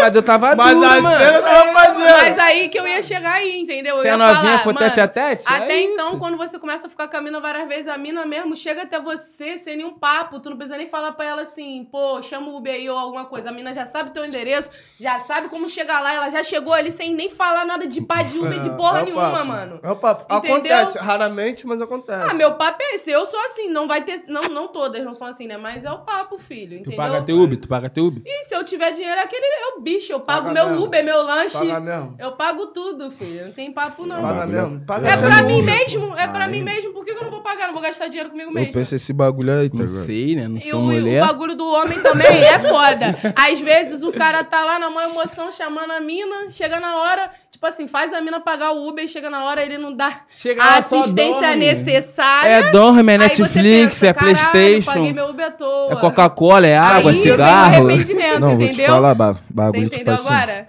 Speaker 4: mas eu
Speaker 5: Tá
Speaker 4: tava
Speaker 3: Mas
Speaker 4: duro,
Speaker 3: a
Speaker 4: mano.
Speaker 3: cena tava
Speaker 5: é.
Speaker 1: Mas
Speaker 3: fazendo.
Speaker 1: aí que eu ia chegar aí, entendeu? Eu
Speaker 4: Se
Speaker 1: ia
Speaker 4: a é novinha
Speaker 1: falar,
Speaker 4: for
Speaker 1: mano,
Speaker 4: tete a tete, é
Speaker 1: Até então,
Speaker 4: isso.
Speaker 1: quando você começa a ficar com a mina várias vezes, a mina mesmo chega até você sem nenhum papo. Tu não precisa nem falar pra ela assim, pô, chama o Uber aí ou alguma coisa. A mina já sabe teu endereço, já sabe como chegar lá. Ela já chegou ali sem nem falar nada de pá de Uber, de porra
Speaker 3: É o
Speaker 1: nenhuma,
Speaker 3: papo.
Speaker 1: mano.
Speaker 3: É o papo.
Speaker 1: Entendeu?
Speaker 3: Acontece, raramente, mas acontece.
Speaker 1: Ah, meu papo é esse. Eu sou assim, não vai ter... Não, não todas não são assim, né? Mas é o papo, filho,
Speaker 4: Tu
Speaker 1: entendeu?
Speaker 4: paga teu Uber, tu paga teu Uber.
Speaker 1: E se eu tiver dinheiro, é aquele é o bicho. Eu pago
Speaker 3: Paga
Speaker 1: meu
Speaker 3: mesmo.
Speaker 1: Uber, meu lanche.
Speaker 3: Paga mesmo.
Speaker 1: Eu pago tudo, filho. Não tem papo, não.
Speaker 3: Paga
Speaker 5: bagulho é-
Speaker 3: mesmo. Paga
Speaker 1: É
Speaker 3: mesmo.
Speaker 1: pra
Speaker 5: Caramba.
Speaker 1: mim mesmo, é pra mim
Speaker 5: Caramba.
Speaker 1: mesmo. Por que que eu não vou pagar? Não vou gastar dinheiro comigo
Speaker 5: Eu
Speaker 1: mesmo.
Speaker 5: penso esse bagulho aí, tá
Speaker 4: Não
Speaker 5: ligado?
Speaker 4: sei, né? Não
Speaker 1: E
Speaker 4: sou
Speaker 1: o, e o
Speaker 4: mulher.
Speaker 1: bagulho do homem também é foda. Às vezes o cara tá lá na maior emoção chamando a mina, chega na hora, tipo assim, faz a mina pagar o Uber e chega na hora, ele não dá
Speaker 4: Chega
Speaker 1: a
Speaker 4: lá, só
Speaker 1: assistência
Speaker 4: dorme.
Speaker 1: necessária.
Speaker 4: É dorme, é
Speaker 1: Aí você
Speaker 4: Netflix,
Speaker 1: pensa,
Speaker 4: é
Speaker 1: "Caralho, Paguei
Speaker 4: Playstation,
Speaker 1: meu Uber à toa.
Speaker 4: é Coca-Cola, é água,
Speaker 1: Aí vem o
Speaker 4: cigarro.
Speaker 1: arrependimento,
Speaker 5: Não, vou
Speaker 1: entendeu?
Speaker 5: te falar, ba-
Speaker 1: Você
Speaker 5: bagulho tipo
Speaker 1: entendeu
Speaker 5: assim.
Speaker 1: agora?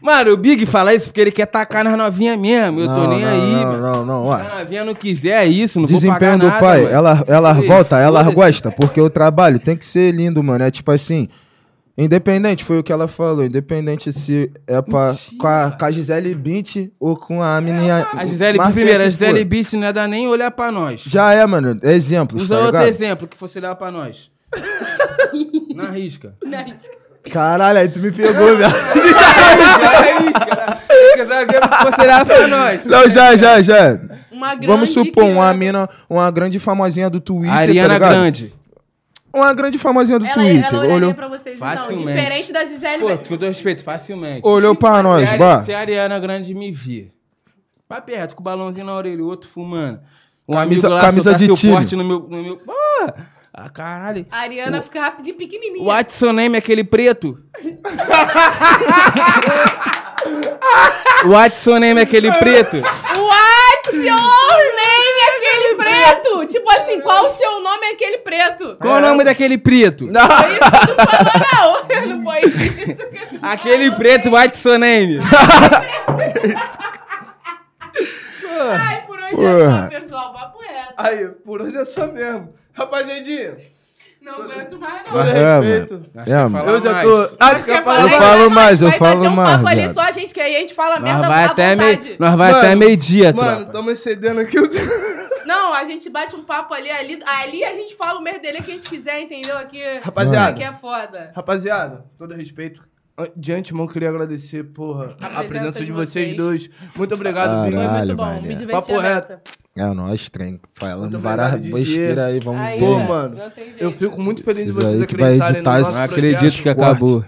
Speaker 4: Mano, o Big fala isso porque ele quer tacar nas novinhas mesmo. Eu tô
Speaker 5: Não,
Speaker 4: nem
Speaker 5: não,
Speaker 4: aí,
Speaker 5: não,
Speaker 4: mano.
Speaker 5: Não, não,
Speaker 4: Se
Speaker 5: ó.
Speaker 4: a novinha não quiser, é isso, não
Speaker 5: Desempenho do
Speaker 4: vou pagar nada,
Speaker 5: pai,
Speaker 4: mano.
Speaker 5: ela, ela
Speaker 4: Isso,
Speaker 5: volta, ela
Speaker 4: foda-se.
Speaker 5: gosta, porque o trabalho tem que ser lindo, mano. É tipo assim, independente, foi o que ela falou, independente se é pra, com, a, com a Gisele Bint ou com a menina.
Speaker 4: A Gisele,
Speaker 5: marca
Speaker 4: primeiro, a
Speaker 5: que
Speaker 4: Gisele
Speaker 5: for.
Speaker 4: Beach não dá nem olhar pra nós.
Speaker 5: Já é, mano, exemplos,
Speaker 4: Usa
Speaker 5: tá
Speaker 4: outro
Speaker 5: ligado?
Speaker 4: exemplo que fosse olhar pra nós. Na risca.
Speaker 5: Caralho, aí tu me pegou, né? velho.
Speaker 4: Na risca. Que esse exemplo que fosse olhar pra nós.
Speaker 5: Não, já, já, já.
Speaker 1: Uma grande
Speaker 5: Vamos supor,
Speaker 1: que-
Speaker 5: uma mina, uma grande famosinha do Twitter, tá
Speaker 4: Ariana
Speaker 5: ligado?
Speaker 4: Grande.
Speaker 5: Uma grande famosinha do
Speaker 1: Ela,
Speaker 5: Twitter.
Speaker 1: ela olharia
Speaker 5: olhou,
Speaker 1: pra vocês, então,
Speaker 4: Facilmente.
Speaker 1: diferente da Gisele.
Speaker 4: Pô, com todo respeito, facilmente.
Speaker 5: olhou pra
Speaker 4: se,
Speaker 5: nós,
Speaker 4: a, Ari-
Speaker 5: bah.
Speaker 4: se a Ariana Grande me vir Papo reto, com o balãozinho na orelha, o outro fumando. Um
Speaker 5: Camisa-
Speaker 4: amigo lá
Speaker 5: camisa
Speaker 4: soltasse
Speaker 5: de
Speaker 4: o
Speaker 5: time.
Speaker 4: porte no meu... No meu... Ah, ah, caralho.
Speaker 1: A Ariana fica rapidinho pequenininha.
Speaker 4: What's your name, aquele preto? What's your name, aquele preto?
Speaker 1: What's your name, aquele preto? Tipo assim, qual o seu nome, aquele preto?
Speaker 4: Qual o nome daquele preto?
Speaker 5: Ah,
Speaker 1: Foi isso que tu falou, não. Não foi isso que tu
Speaker 4: Aquele
Speaker 1: falou.
Speaker 4: preto, what's your name?
Speaker 1: Ai, por hoje é só,
Speaker 5: Porra.
Speaker 1: pessoal. Papo reto.
Speaker 3: Aí, por hoje é só mesmo. Rapaziadinha,
Speaker 1: Não aguento mais, não.
Speaker 3: todo
Speaker 5: Mas é,
Speaker 3: respeito.
Speaker 4: Acho que ia
Speaker 5: É,
Speaker 4: falar
Speaker 3: Eu já
Speaker 4: mais.
Speaker 3: tô. Ah,
Speaker 1: Mas
Speaker 3: tu quer
Speaker 1: quer
Speaker 3: falar?
Speaker 1: falar?
Speaker 5: Eu falo
Speaker 1: Vai-
Speaker 5: mais, eu
Speaker 1: vai
Speaker 5: falo
Speaker 1: bater um
Speaker 5: mais,
Speaker 1: papo ali
Speaker 5: viado.
Speaker 1: só a gente, que aí a gente fala merda
Speaker 4: Nós vai
Speaker 1: à
Speaker 4: até
Speaker 1: vontade.
Speaker 4: meio, nós vai
Speaker 3: Mano,
Speaker 4: até meio dia,
Speaker 3: Mano,
Speaker 4: tropa.
Speaker 3: estamos excedendo aqui o tempo.
Speaker 1: Não, a gente bate um papo ali, ali, ali a gente fala o merdelê que a gente quiser, entendeu? Aqui,
Speaker 3: Rapaziada.
Speaker 1: aqui é foda.
Speaker 3: Rapaziada, todo respeito. an- De antemão, queria agradecer, porra, a, presença, de vocês, dois. Muito obrigado, Big.
Speaker 1: Foi muito
Speaker 5: Caralho,
Speaker 1: bom,
Speaker 5: mané.
Speaker 1: me diverti
Speaker 3: Papo
Speaker 1: nessa.
Speaker 5: É, nós trem. Falando
Speaker 3: Muito
Speaker 5: várias
Speaker 3: obrigado, Didi.
Speaker 5: besteiras aí, vamos
Speaker 1: Aí,
Speaker 5: ver.
Speaker 3: Pô,
Speaker 1: é.
Speaker 3: mano,
Speaker 1: Não tem jeito.
Speaker 3: Eu fico muito feliz de
Speaker 5: Esses
Speaker 3: vocês
Speaker 5: aí que vai
Speaker 3: acreditarem no
Speaker 5: editar
Speaker 3: nosso
Speaker 4: Não
Speaker 5: esse-
Speaker 3: projeto.
Speaker 4: acredito que acabou.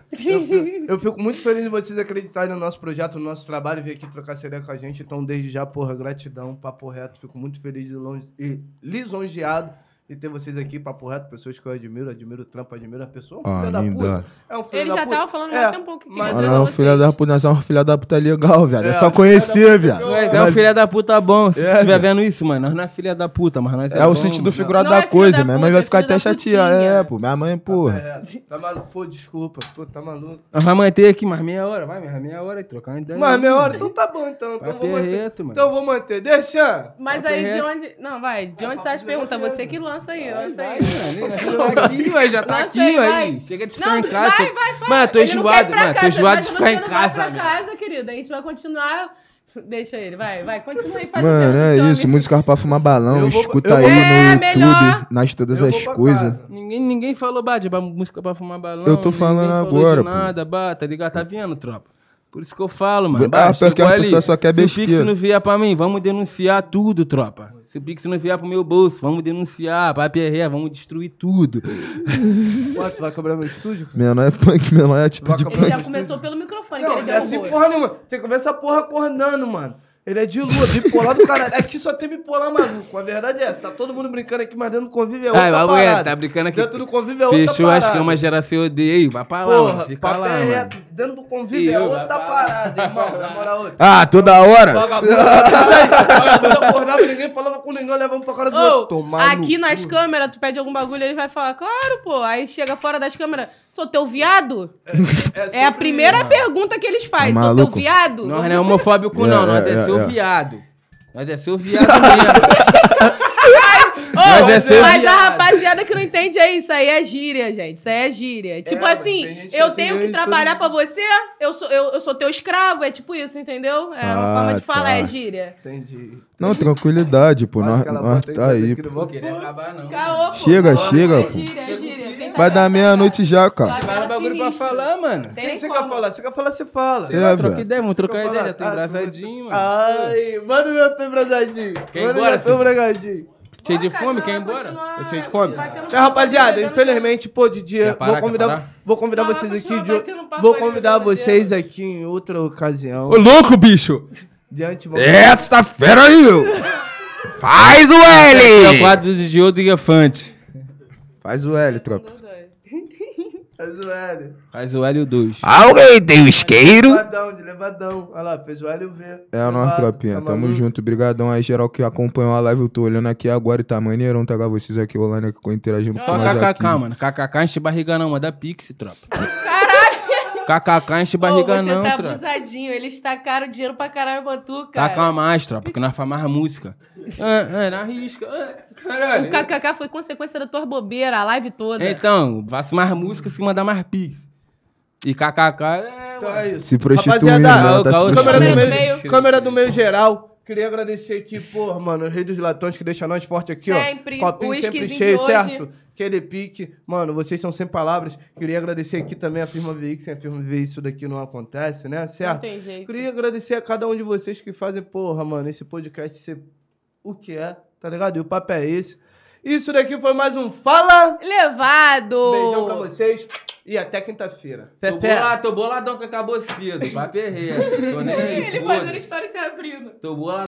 Speaker 3: Eu fico muito feliz de vocês acreditarem no nosso projeto, no nosso trabalho, vir aqui trocar ideia com a gente. Então, desde já, porra, gratidão, papo reto. Fico muito feliz e, longe- e lisonjeado de ter vocês aqui, papo reto, pessoas que eu admiro, admiro o trampo, admiro a pessoa. É um
Speaker 5: Ó,
Speaker 3: filho da
Speaker 5: linda.
Speaker 3: puta. É um filho
Speaker 1: Ele
Speaker 3: da
Speaker 1: já
Speaker 3: puta.
Speaker 1: tava falando
Speaker 3: É,
Speaker 1: há um pouco.
Speaker 3: mas-
Speaker 5: Mano, é um filho da puta, nós é um filho da puta legal, velho. É,
Speaker 3: É,
Speaker 5: só
Speaker 3: filho da
Speaker 5: conhecer,
Speaker 3: puta
Speaker 5: velho.
Speaker 4: Nós é um filha da puta bom. Se
Speaker 5: É,
Speaker 4: estiver
Speaker 5: velho.
Speaker 4: vendo isso, mano, nós não é filha da puta, mas nós é
Speaker 5: É
Speaker 4: bom,
Speaker 5: o sentido
Speaker 4: mano.
Speaker 5: figurado
Speaker 1: Não é
Speaker 5: da
Speaker 1: filho
Speaker 5: coisa,
Speaker 1: da
Speaker 5: minha
Speaker 1: puta,
Speaker 5: mãe vai
Speaker 1: é
Speaker 5: ficar
Speaker 1: filho da
Speaker 5: até chateada.
Speaker 1: putinha.
Speaker 5: É, pô, minha mãe,
Speaker 3: Porra.
Speaker 5: porra.
Speaker 3: É, tá maluco, pô, desculpa. Pô, tá maluco.
Speaker 4: Nós vai manter aqui mais meia hora, vai, mais meia hora e trocar uma ideia.
Speaker 3: Mas meia hora, então tá bom, então. Então eu
Speaker 4: Papo
Speaker 3: vou manter.
Speaker 4: reto, mano.
Speaker 3: Então eu vou manter. Deixa!
Speaker 1: Mas
Speaker 4: Papo
Speaker 1: aí, de
Speaker 4: reto.
Speaker 1: onde... Não, vai, de onde você acha a pergunta? Você que lança aí,
Speaker 4: Vai,
Speaker 1: lança aí.
Speaker 4: vai, mano. Aqui, vai, já tá
Speaker 1: Lança
Speaker 4: aqui,
Speaker 1: aí,
Speaker 4: vai.
Speaker 1: vai.
Speaker 4: Chega de ficar
Speaker 1: Não,
Speaker 4: em casa.
Speaker 1: vai,
Speaker 4: tô-
Speaker 1: vai, fala.
Speaker 4: Mano, tô
Speaker 1: Ele não quer ir
Speaker 4: enjoado,
Speaker 1: pra
Speaker 4: mano. Tô
Speaker 1: casa,
Speaker 4: enjoado
Speaker 1: mas
Speaker 4: de ficar
Speaker 1: você
Speaker 4: em
Speaker 1: não
Speaker 4: casa,
Speaker 1: vai pra
Speaker 4: mano.
Speaker 1: casa, querida. A gente vai continuar... Deixa ele, vai, vai. Continua aí fazendo.
Speaker 5: Mano, é
Speaker 1: seu
Speaker 5: isso.
Speaker 1: amigo.
Speaker 5: Música pra fumar balão.
Speaker 3: Eu vou-
Speaker 5: Escuta
Speaker 3: eu
Speaker 5: aí
Speaker 3: vou-
Speaker 1: É,
Speaker 5: no
Speaker 1: melhor.
Speaker 5: YouTube, nas todas é
Speaker 3: eu
Speaker 5: as
Speaker 3: vou pra
Speaker 5: coisas.
Speaker 3: casa.
Speaker 4: Ninguém, ninguém falou, Bad, ba- música pra fumar balão.
Speaker 5: Eu tô
Speaker 4: ninguém
Speaker 5: falando
Speaker 4: falou
Speaker 5: agora,
Speaker 4: de
Speaker 5: pô.
Speaker 4: nada, bah, tá ligado? Tá vendo, tropa? Por isso que eu falo, mano.
Speaker 5: Ah,
Speaker 4: Bah,
Speaker 5: porque
Speaker 4: chegou
Speaker 5: a
Speaker 4: ali,
Speaker 5: pessoa só quer
Speaker 4: Se o Pix
Speaker 5: besteira.
Speaker 4: não vier pra mim, vamos denunciar tudo, tropa. Se o Pix não vier pro meu bolso, vamos denunciar. Papi é ré, vamos destruir tudo.
Speaker 3: Pô, tu vai cobrar meu estúdio?
Speaker 5: Menor é punk, menor é atitude
Speaker 3: Vai
Speaker 1: Ele
Speaker 5: punk.
Speaker 1: já começou pelo microfone,
Speaker 3: Não,
Speaker 1: que ele
Speaker 3: é assim
Speaker 1: derrubou.
Speaker 3: porra nenhuma. Você começa a porra acordando, mano. Ele é de lua, bipolar do caralho. Aqui só tem bipolar maluco. A verdade é essa. Tá todo mundo brincando aqui, mas dentro do convívio é outra
Speaker 4: Ai, vai,
Speaker 3: parada.
Speaker 4: aguenta, tá brincando aqui.
Speaker 3: Dentro do convívio é outra
Speaker 4: Fechou,
Speaker 3: parada.
Speaker 4: acho que é uma geração odeia aí. Vai pra lá,
Speaker 3: Porra,
Speaker 4: mano. Fica
Speaker 3: papel
Speaker 4: lá,
Speaker 3: é
Speaker 4: mano.
Speaker 3: reto. Dentro do convívio é
Speaker 4: Eu,
Speaker 3: outra
Speaker 4: vai pra lá.
Speaker 3: parada, irmão. Na moral, outra.
Speaker 5: Ah, toda hora?
Speaker 3: Vagabundo vagabundo acordava, ninguém falava com ninguém, levamos pra cara do
Speaker 1: Ô,
Speaker 3: outro. Tomar no
Speaker 1: aqui nas
Speaker 3: cu.
Speaker 1: câmeras, tu pede algum bagulho, ele vai falar, claro, pô. Aí chega fora das câmeras, sou teu viado? É, a
Speaker 3: sempre-
Speaker 1: primeira pergunta que eles fazem,
Speaker 5: Tá
Speaker 1: sou teu
Speaker 5: maluco?
Speaker 1: viado?
Speaker 4: Nós não é homofóbico,
Speaker 5: Yeah,
Speaker 4: não. Nós é
Speaker 5: yeah,
Speaker 4: seu
Speaker 5: yeah.
Speaker 4: viado. Nós é seu viado mesmo.
Speaker 1: Ô,
Speaker 4: Nós é
Speaker 1: mas
Speaker 4: seu
Speaker 1: a
Speaker 4: viado.
Speaker 1: rapaziada que não entende é isso aí, é gíria, gente. Isso aí é gíria. Tipo
Speaker 3: mas tem
Speaker 1: assim,
Speaker 3: gente que
Speaker 1: eu
Speaker 3: assim,
Speaker 1: tenho que
Speaker 3: eu
Speaker 1: trabalhar
Speaker 3: entendo.
Speaker 1: pra você, eu sou, eu, eu sou teu escravo, é tipo isso, entendeu? É uma
Speaker 5: Ah,
Speaker 1: forma de falar,
Speaker 5: tá.
Speaker 1: é gíria.
Speaker 3: Entendi.
Speaker 5: Não, tranquilidade, pô. Nós, nós tá aí.
Speaker 3: Aqui
Speaker 5: pô.
Speaker 3: no meu-
Speaker 4: acabar, não.
Speaker 1: Caô, pô.
Speaker 5: Chega, chega,
Speaker 1: É
Speaker 5: pô.
Speaker 1: gíria, é gíria. Quem tá
Speaker 5: Vai dar
Speaker 1: cantando,
Speaker 5: meia-noite já, cara.
Speaker 1: Vai
Speaker 4: Vai no
Speaker 1: dar
Speaker 4: bagulho pra
Speaker 1: sinistro.
Speaker 4: falar, mano.
Speaker 1: Tem
Speaker 3: Quem você
Speaker 1: como.
Speaker 3: quer falar? Você quer falar, você fala.
Speaker 5: É,
Speaker 4: Vai, troca
Speaker 5: velho.
Speaker 4: ideia, vamos trocar
Speaker 3: Quer
Speaker 4: ideia.
Speaker 3: falar?
Speaker 4: Já tô
Speaker 3: Ah, tu vai-
Speaker 4: engraçadinho, mano.
Speaker 3: Ah. Ai, manda o meu teu embrasadinho.
Speaker 4: Quer ir
Speaker 3: Manda o meu
Speaker 4: embora,
Speaker 3: teu
Speaker 4: filho?
Speaker 3: embrasadinho.
Speaker 4: Cheio de
Speaker 1: Bora,
Speaker 4: fome,
Speaker 1: cara,
Speaker 4: quer ir
Speaker 1: vai
Speaker 4: embora?
Speaker 1: continuar
Speaker 3: Tô cheio de né? fome.
Speaker 1: batendo
Speaker 3: Então, rapaziada,
Speaker 1: papo,
Speaker 3: infelizmente, pô, Didi,
Speaker 4: Quer parar,
Speaker 3: vou
Speaker 4: quer
Speaker 3: convidar,
Speaker 4: parar?
Speaker 3: vou convidar
Speaker 1: Não,
Speaker 3: vocês
Speaker 1: vai
Speaker 3: aqui
Speaker 1: continuar
Speaker 3: de.
Speaker 1: batendo papo
Speaker 3: Vou
Speaker 1: aí,
Speaker 3: convidar
Speaker 1: rapaziada.
Speaker 3: vocês aqui em outra ocasião.
Speaker 4: louco, bicho!
Speaker 3: Diante vamos-
Speaker 5: Essa fera aí, meu. Faz o
Speaker 4: É o
Speaker 5: L!
Speaker 4: quadro de Diodo Elefante.
Speaker 5: Faz o L, tropa.
Speaker 1: entendeu?
Speaker 3: Tá zoado.
Speaker 4: Faz o Hélio 2.
Speaker 3: Ah,
Speaker 5: Alguém tem o isqueiro?
Speaker 3: Levadão, de levadão. Olha lá, fez o L e o V. tá
Speaker 5: É nós, tropinha. Tamo junto. Brigadão aí, geral que acompanhou a live. Eu tô olhando aqui agora e tá maneirão. Tá ligado? vocês aqui online aqui, interagindo com
Speaker 4: Só
Speaker 5: nós
Speaker 4: KKK,
Speaker 5: aqui.
Speaker 4: mano. KKK enche barriga não, manda pix, tropa. Caralho! KKK enche
Speaker 1: Ô,
Speaker 4: barriga
Speaker 1: você
Speaker 4: não, Tá
Speaker 1: tá
Speaker 4: tropa.
Speaker 1: abusadinho, eles tacaram dinheiro pra caralho pra tu, cara.
Speaker 4: KKK mais, tropa, que nós fazemos mais música. Ah, ah, na risca. Ah, caralho.
Speaker 1: O KKK foi consequência da tua bobeira, a live toda.
Speaker 4: Então, faça mais música se mandar mais pix. E KKK é...
Speaker 3: Então é isso.
Speaker 5: Se prostituindo,
Speaker 3: Rapaziada,
Speaker 5: ela tá se
Speaker 4: Caô, Caô,
Speaker 3: Câmera do
Speaker 1: Câmera do
Speaker 5: prostituindo.
Speaker 3: meio,
Speaker 4: meio.
Speaker 3: câmera do meio geral. Queria agradecer aqui, porra, mano, o Rei dos Latões que deixa nós forte aqui,
Speaker 1: Sempre,
Speaker 3: ó. Copinho sempre
Speaker 1: whiskyzinho
Speaker 3: cheio,
Speaker 1: hoje.
Speaker 3: certo? Aquele pique. Mano, vocês são sem palavras. Queria agradecer aqui também a Firma VX, sem a Firma VX isso daqui não acontece, né?
Speaker 1: Não
Speaker 3: Certo?
Speaker 1: tem jeito.
Speaker 3: Queria agradecer a cada um de vocês que fazem, porra, mano, esse podcast ser o que é, tá ligado? E o papo é esse. Isso daqui foi mais um Fala!
Speaker 1: Levado!
Speaker 3: Beijão pra vocês e até quinta-feira.
Speaker 4: Tô, bolado, tô boladão que acabou cedo, paperreira. Tô nem aí,
Speaker 1: Ele
Speaker 4: foda-se.
Speaker 1: fazendo história e se abrindo.
Speaker 4: Tô boladão.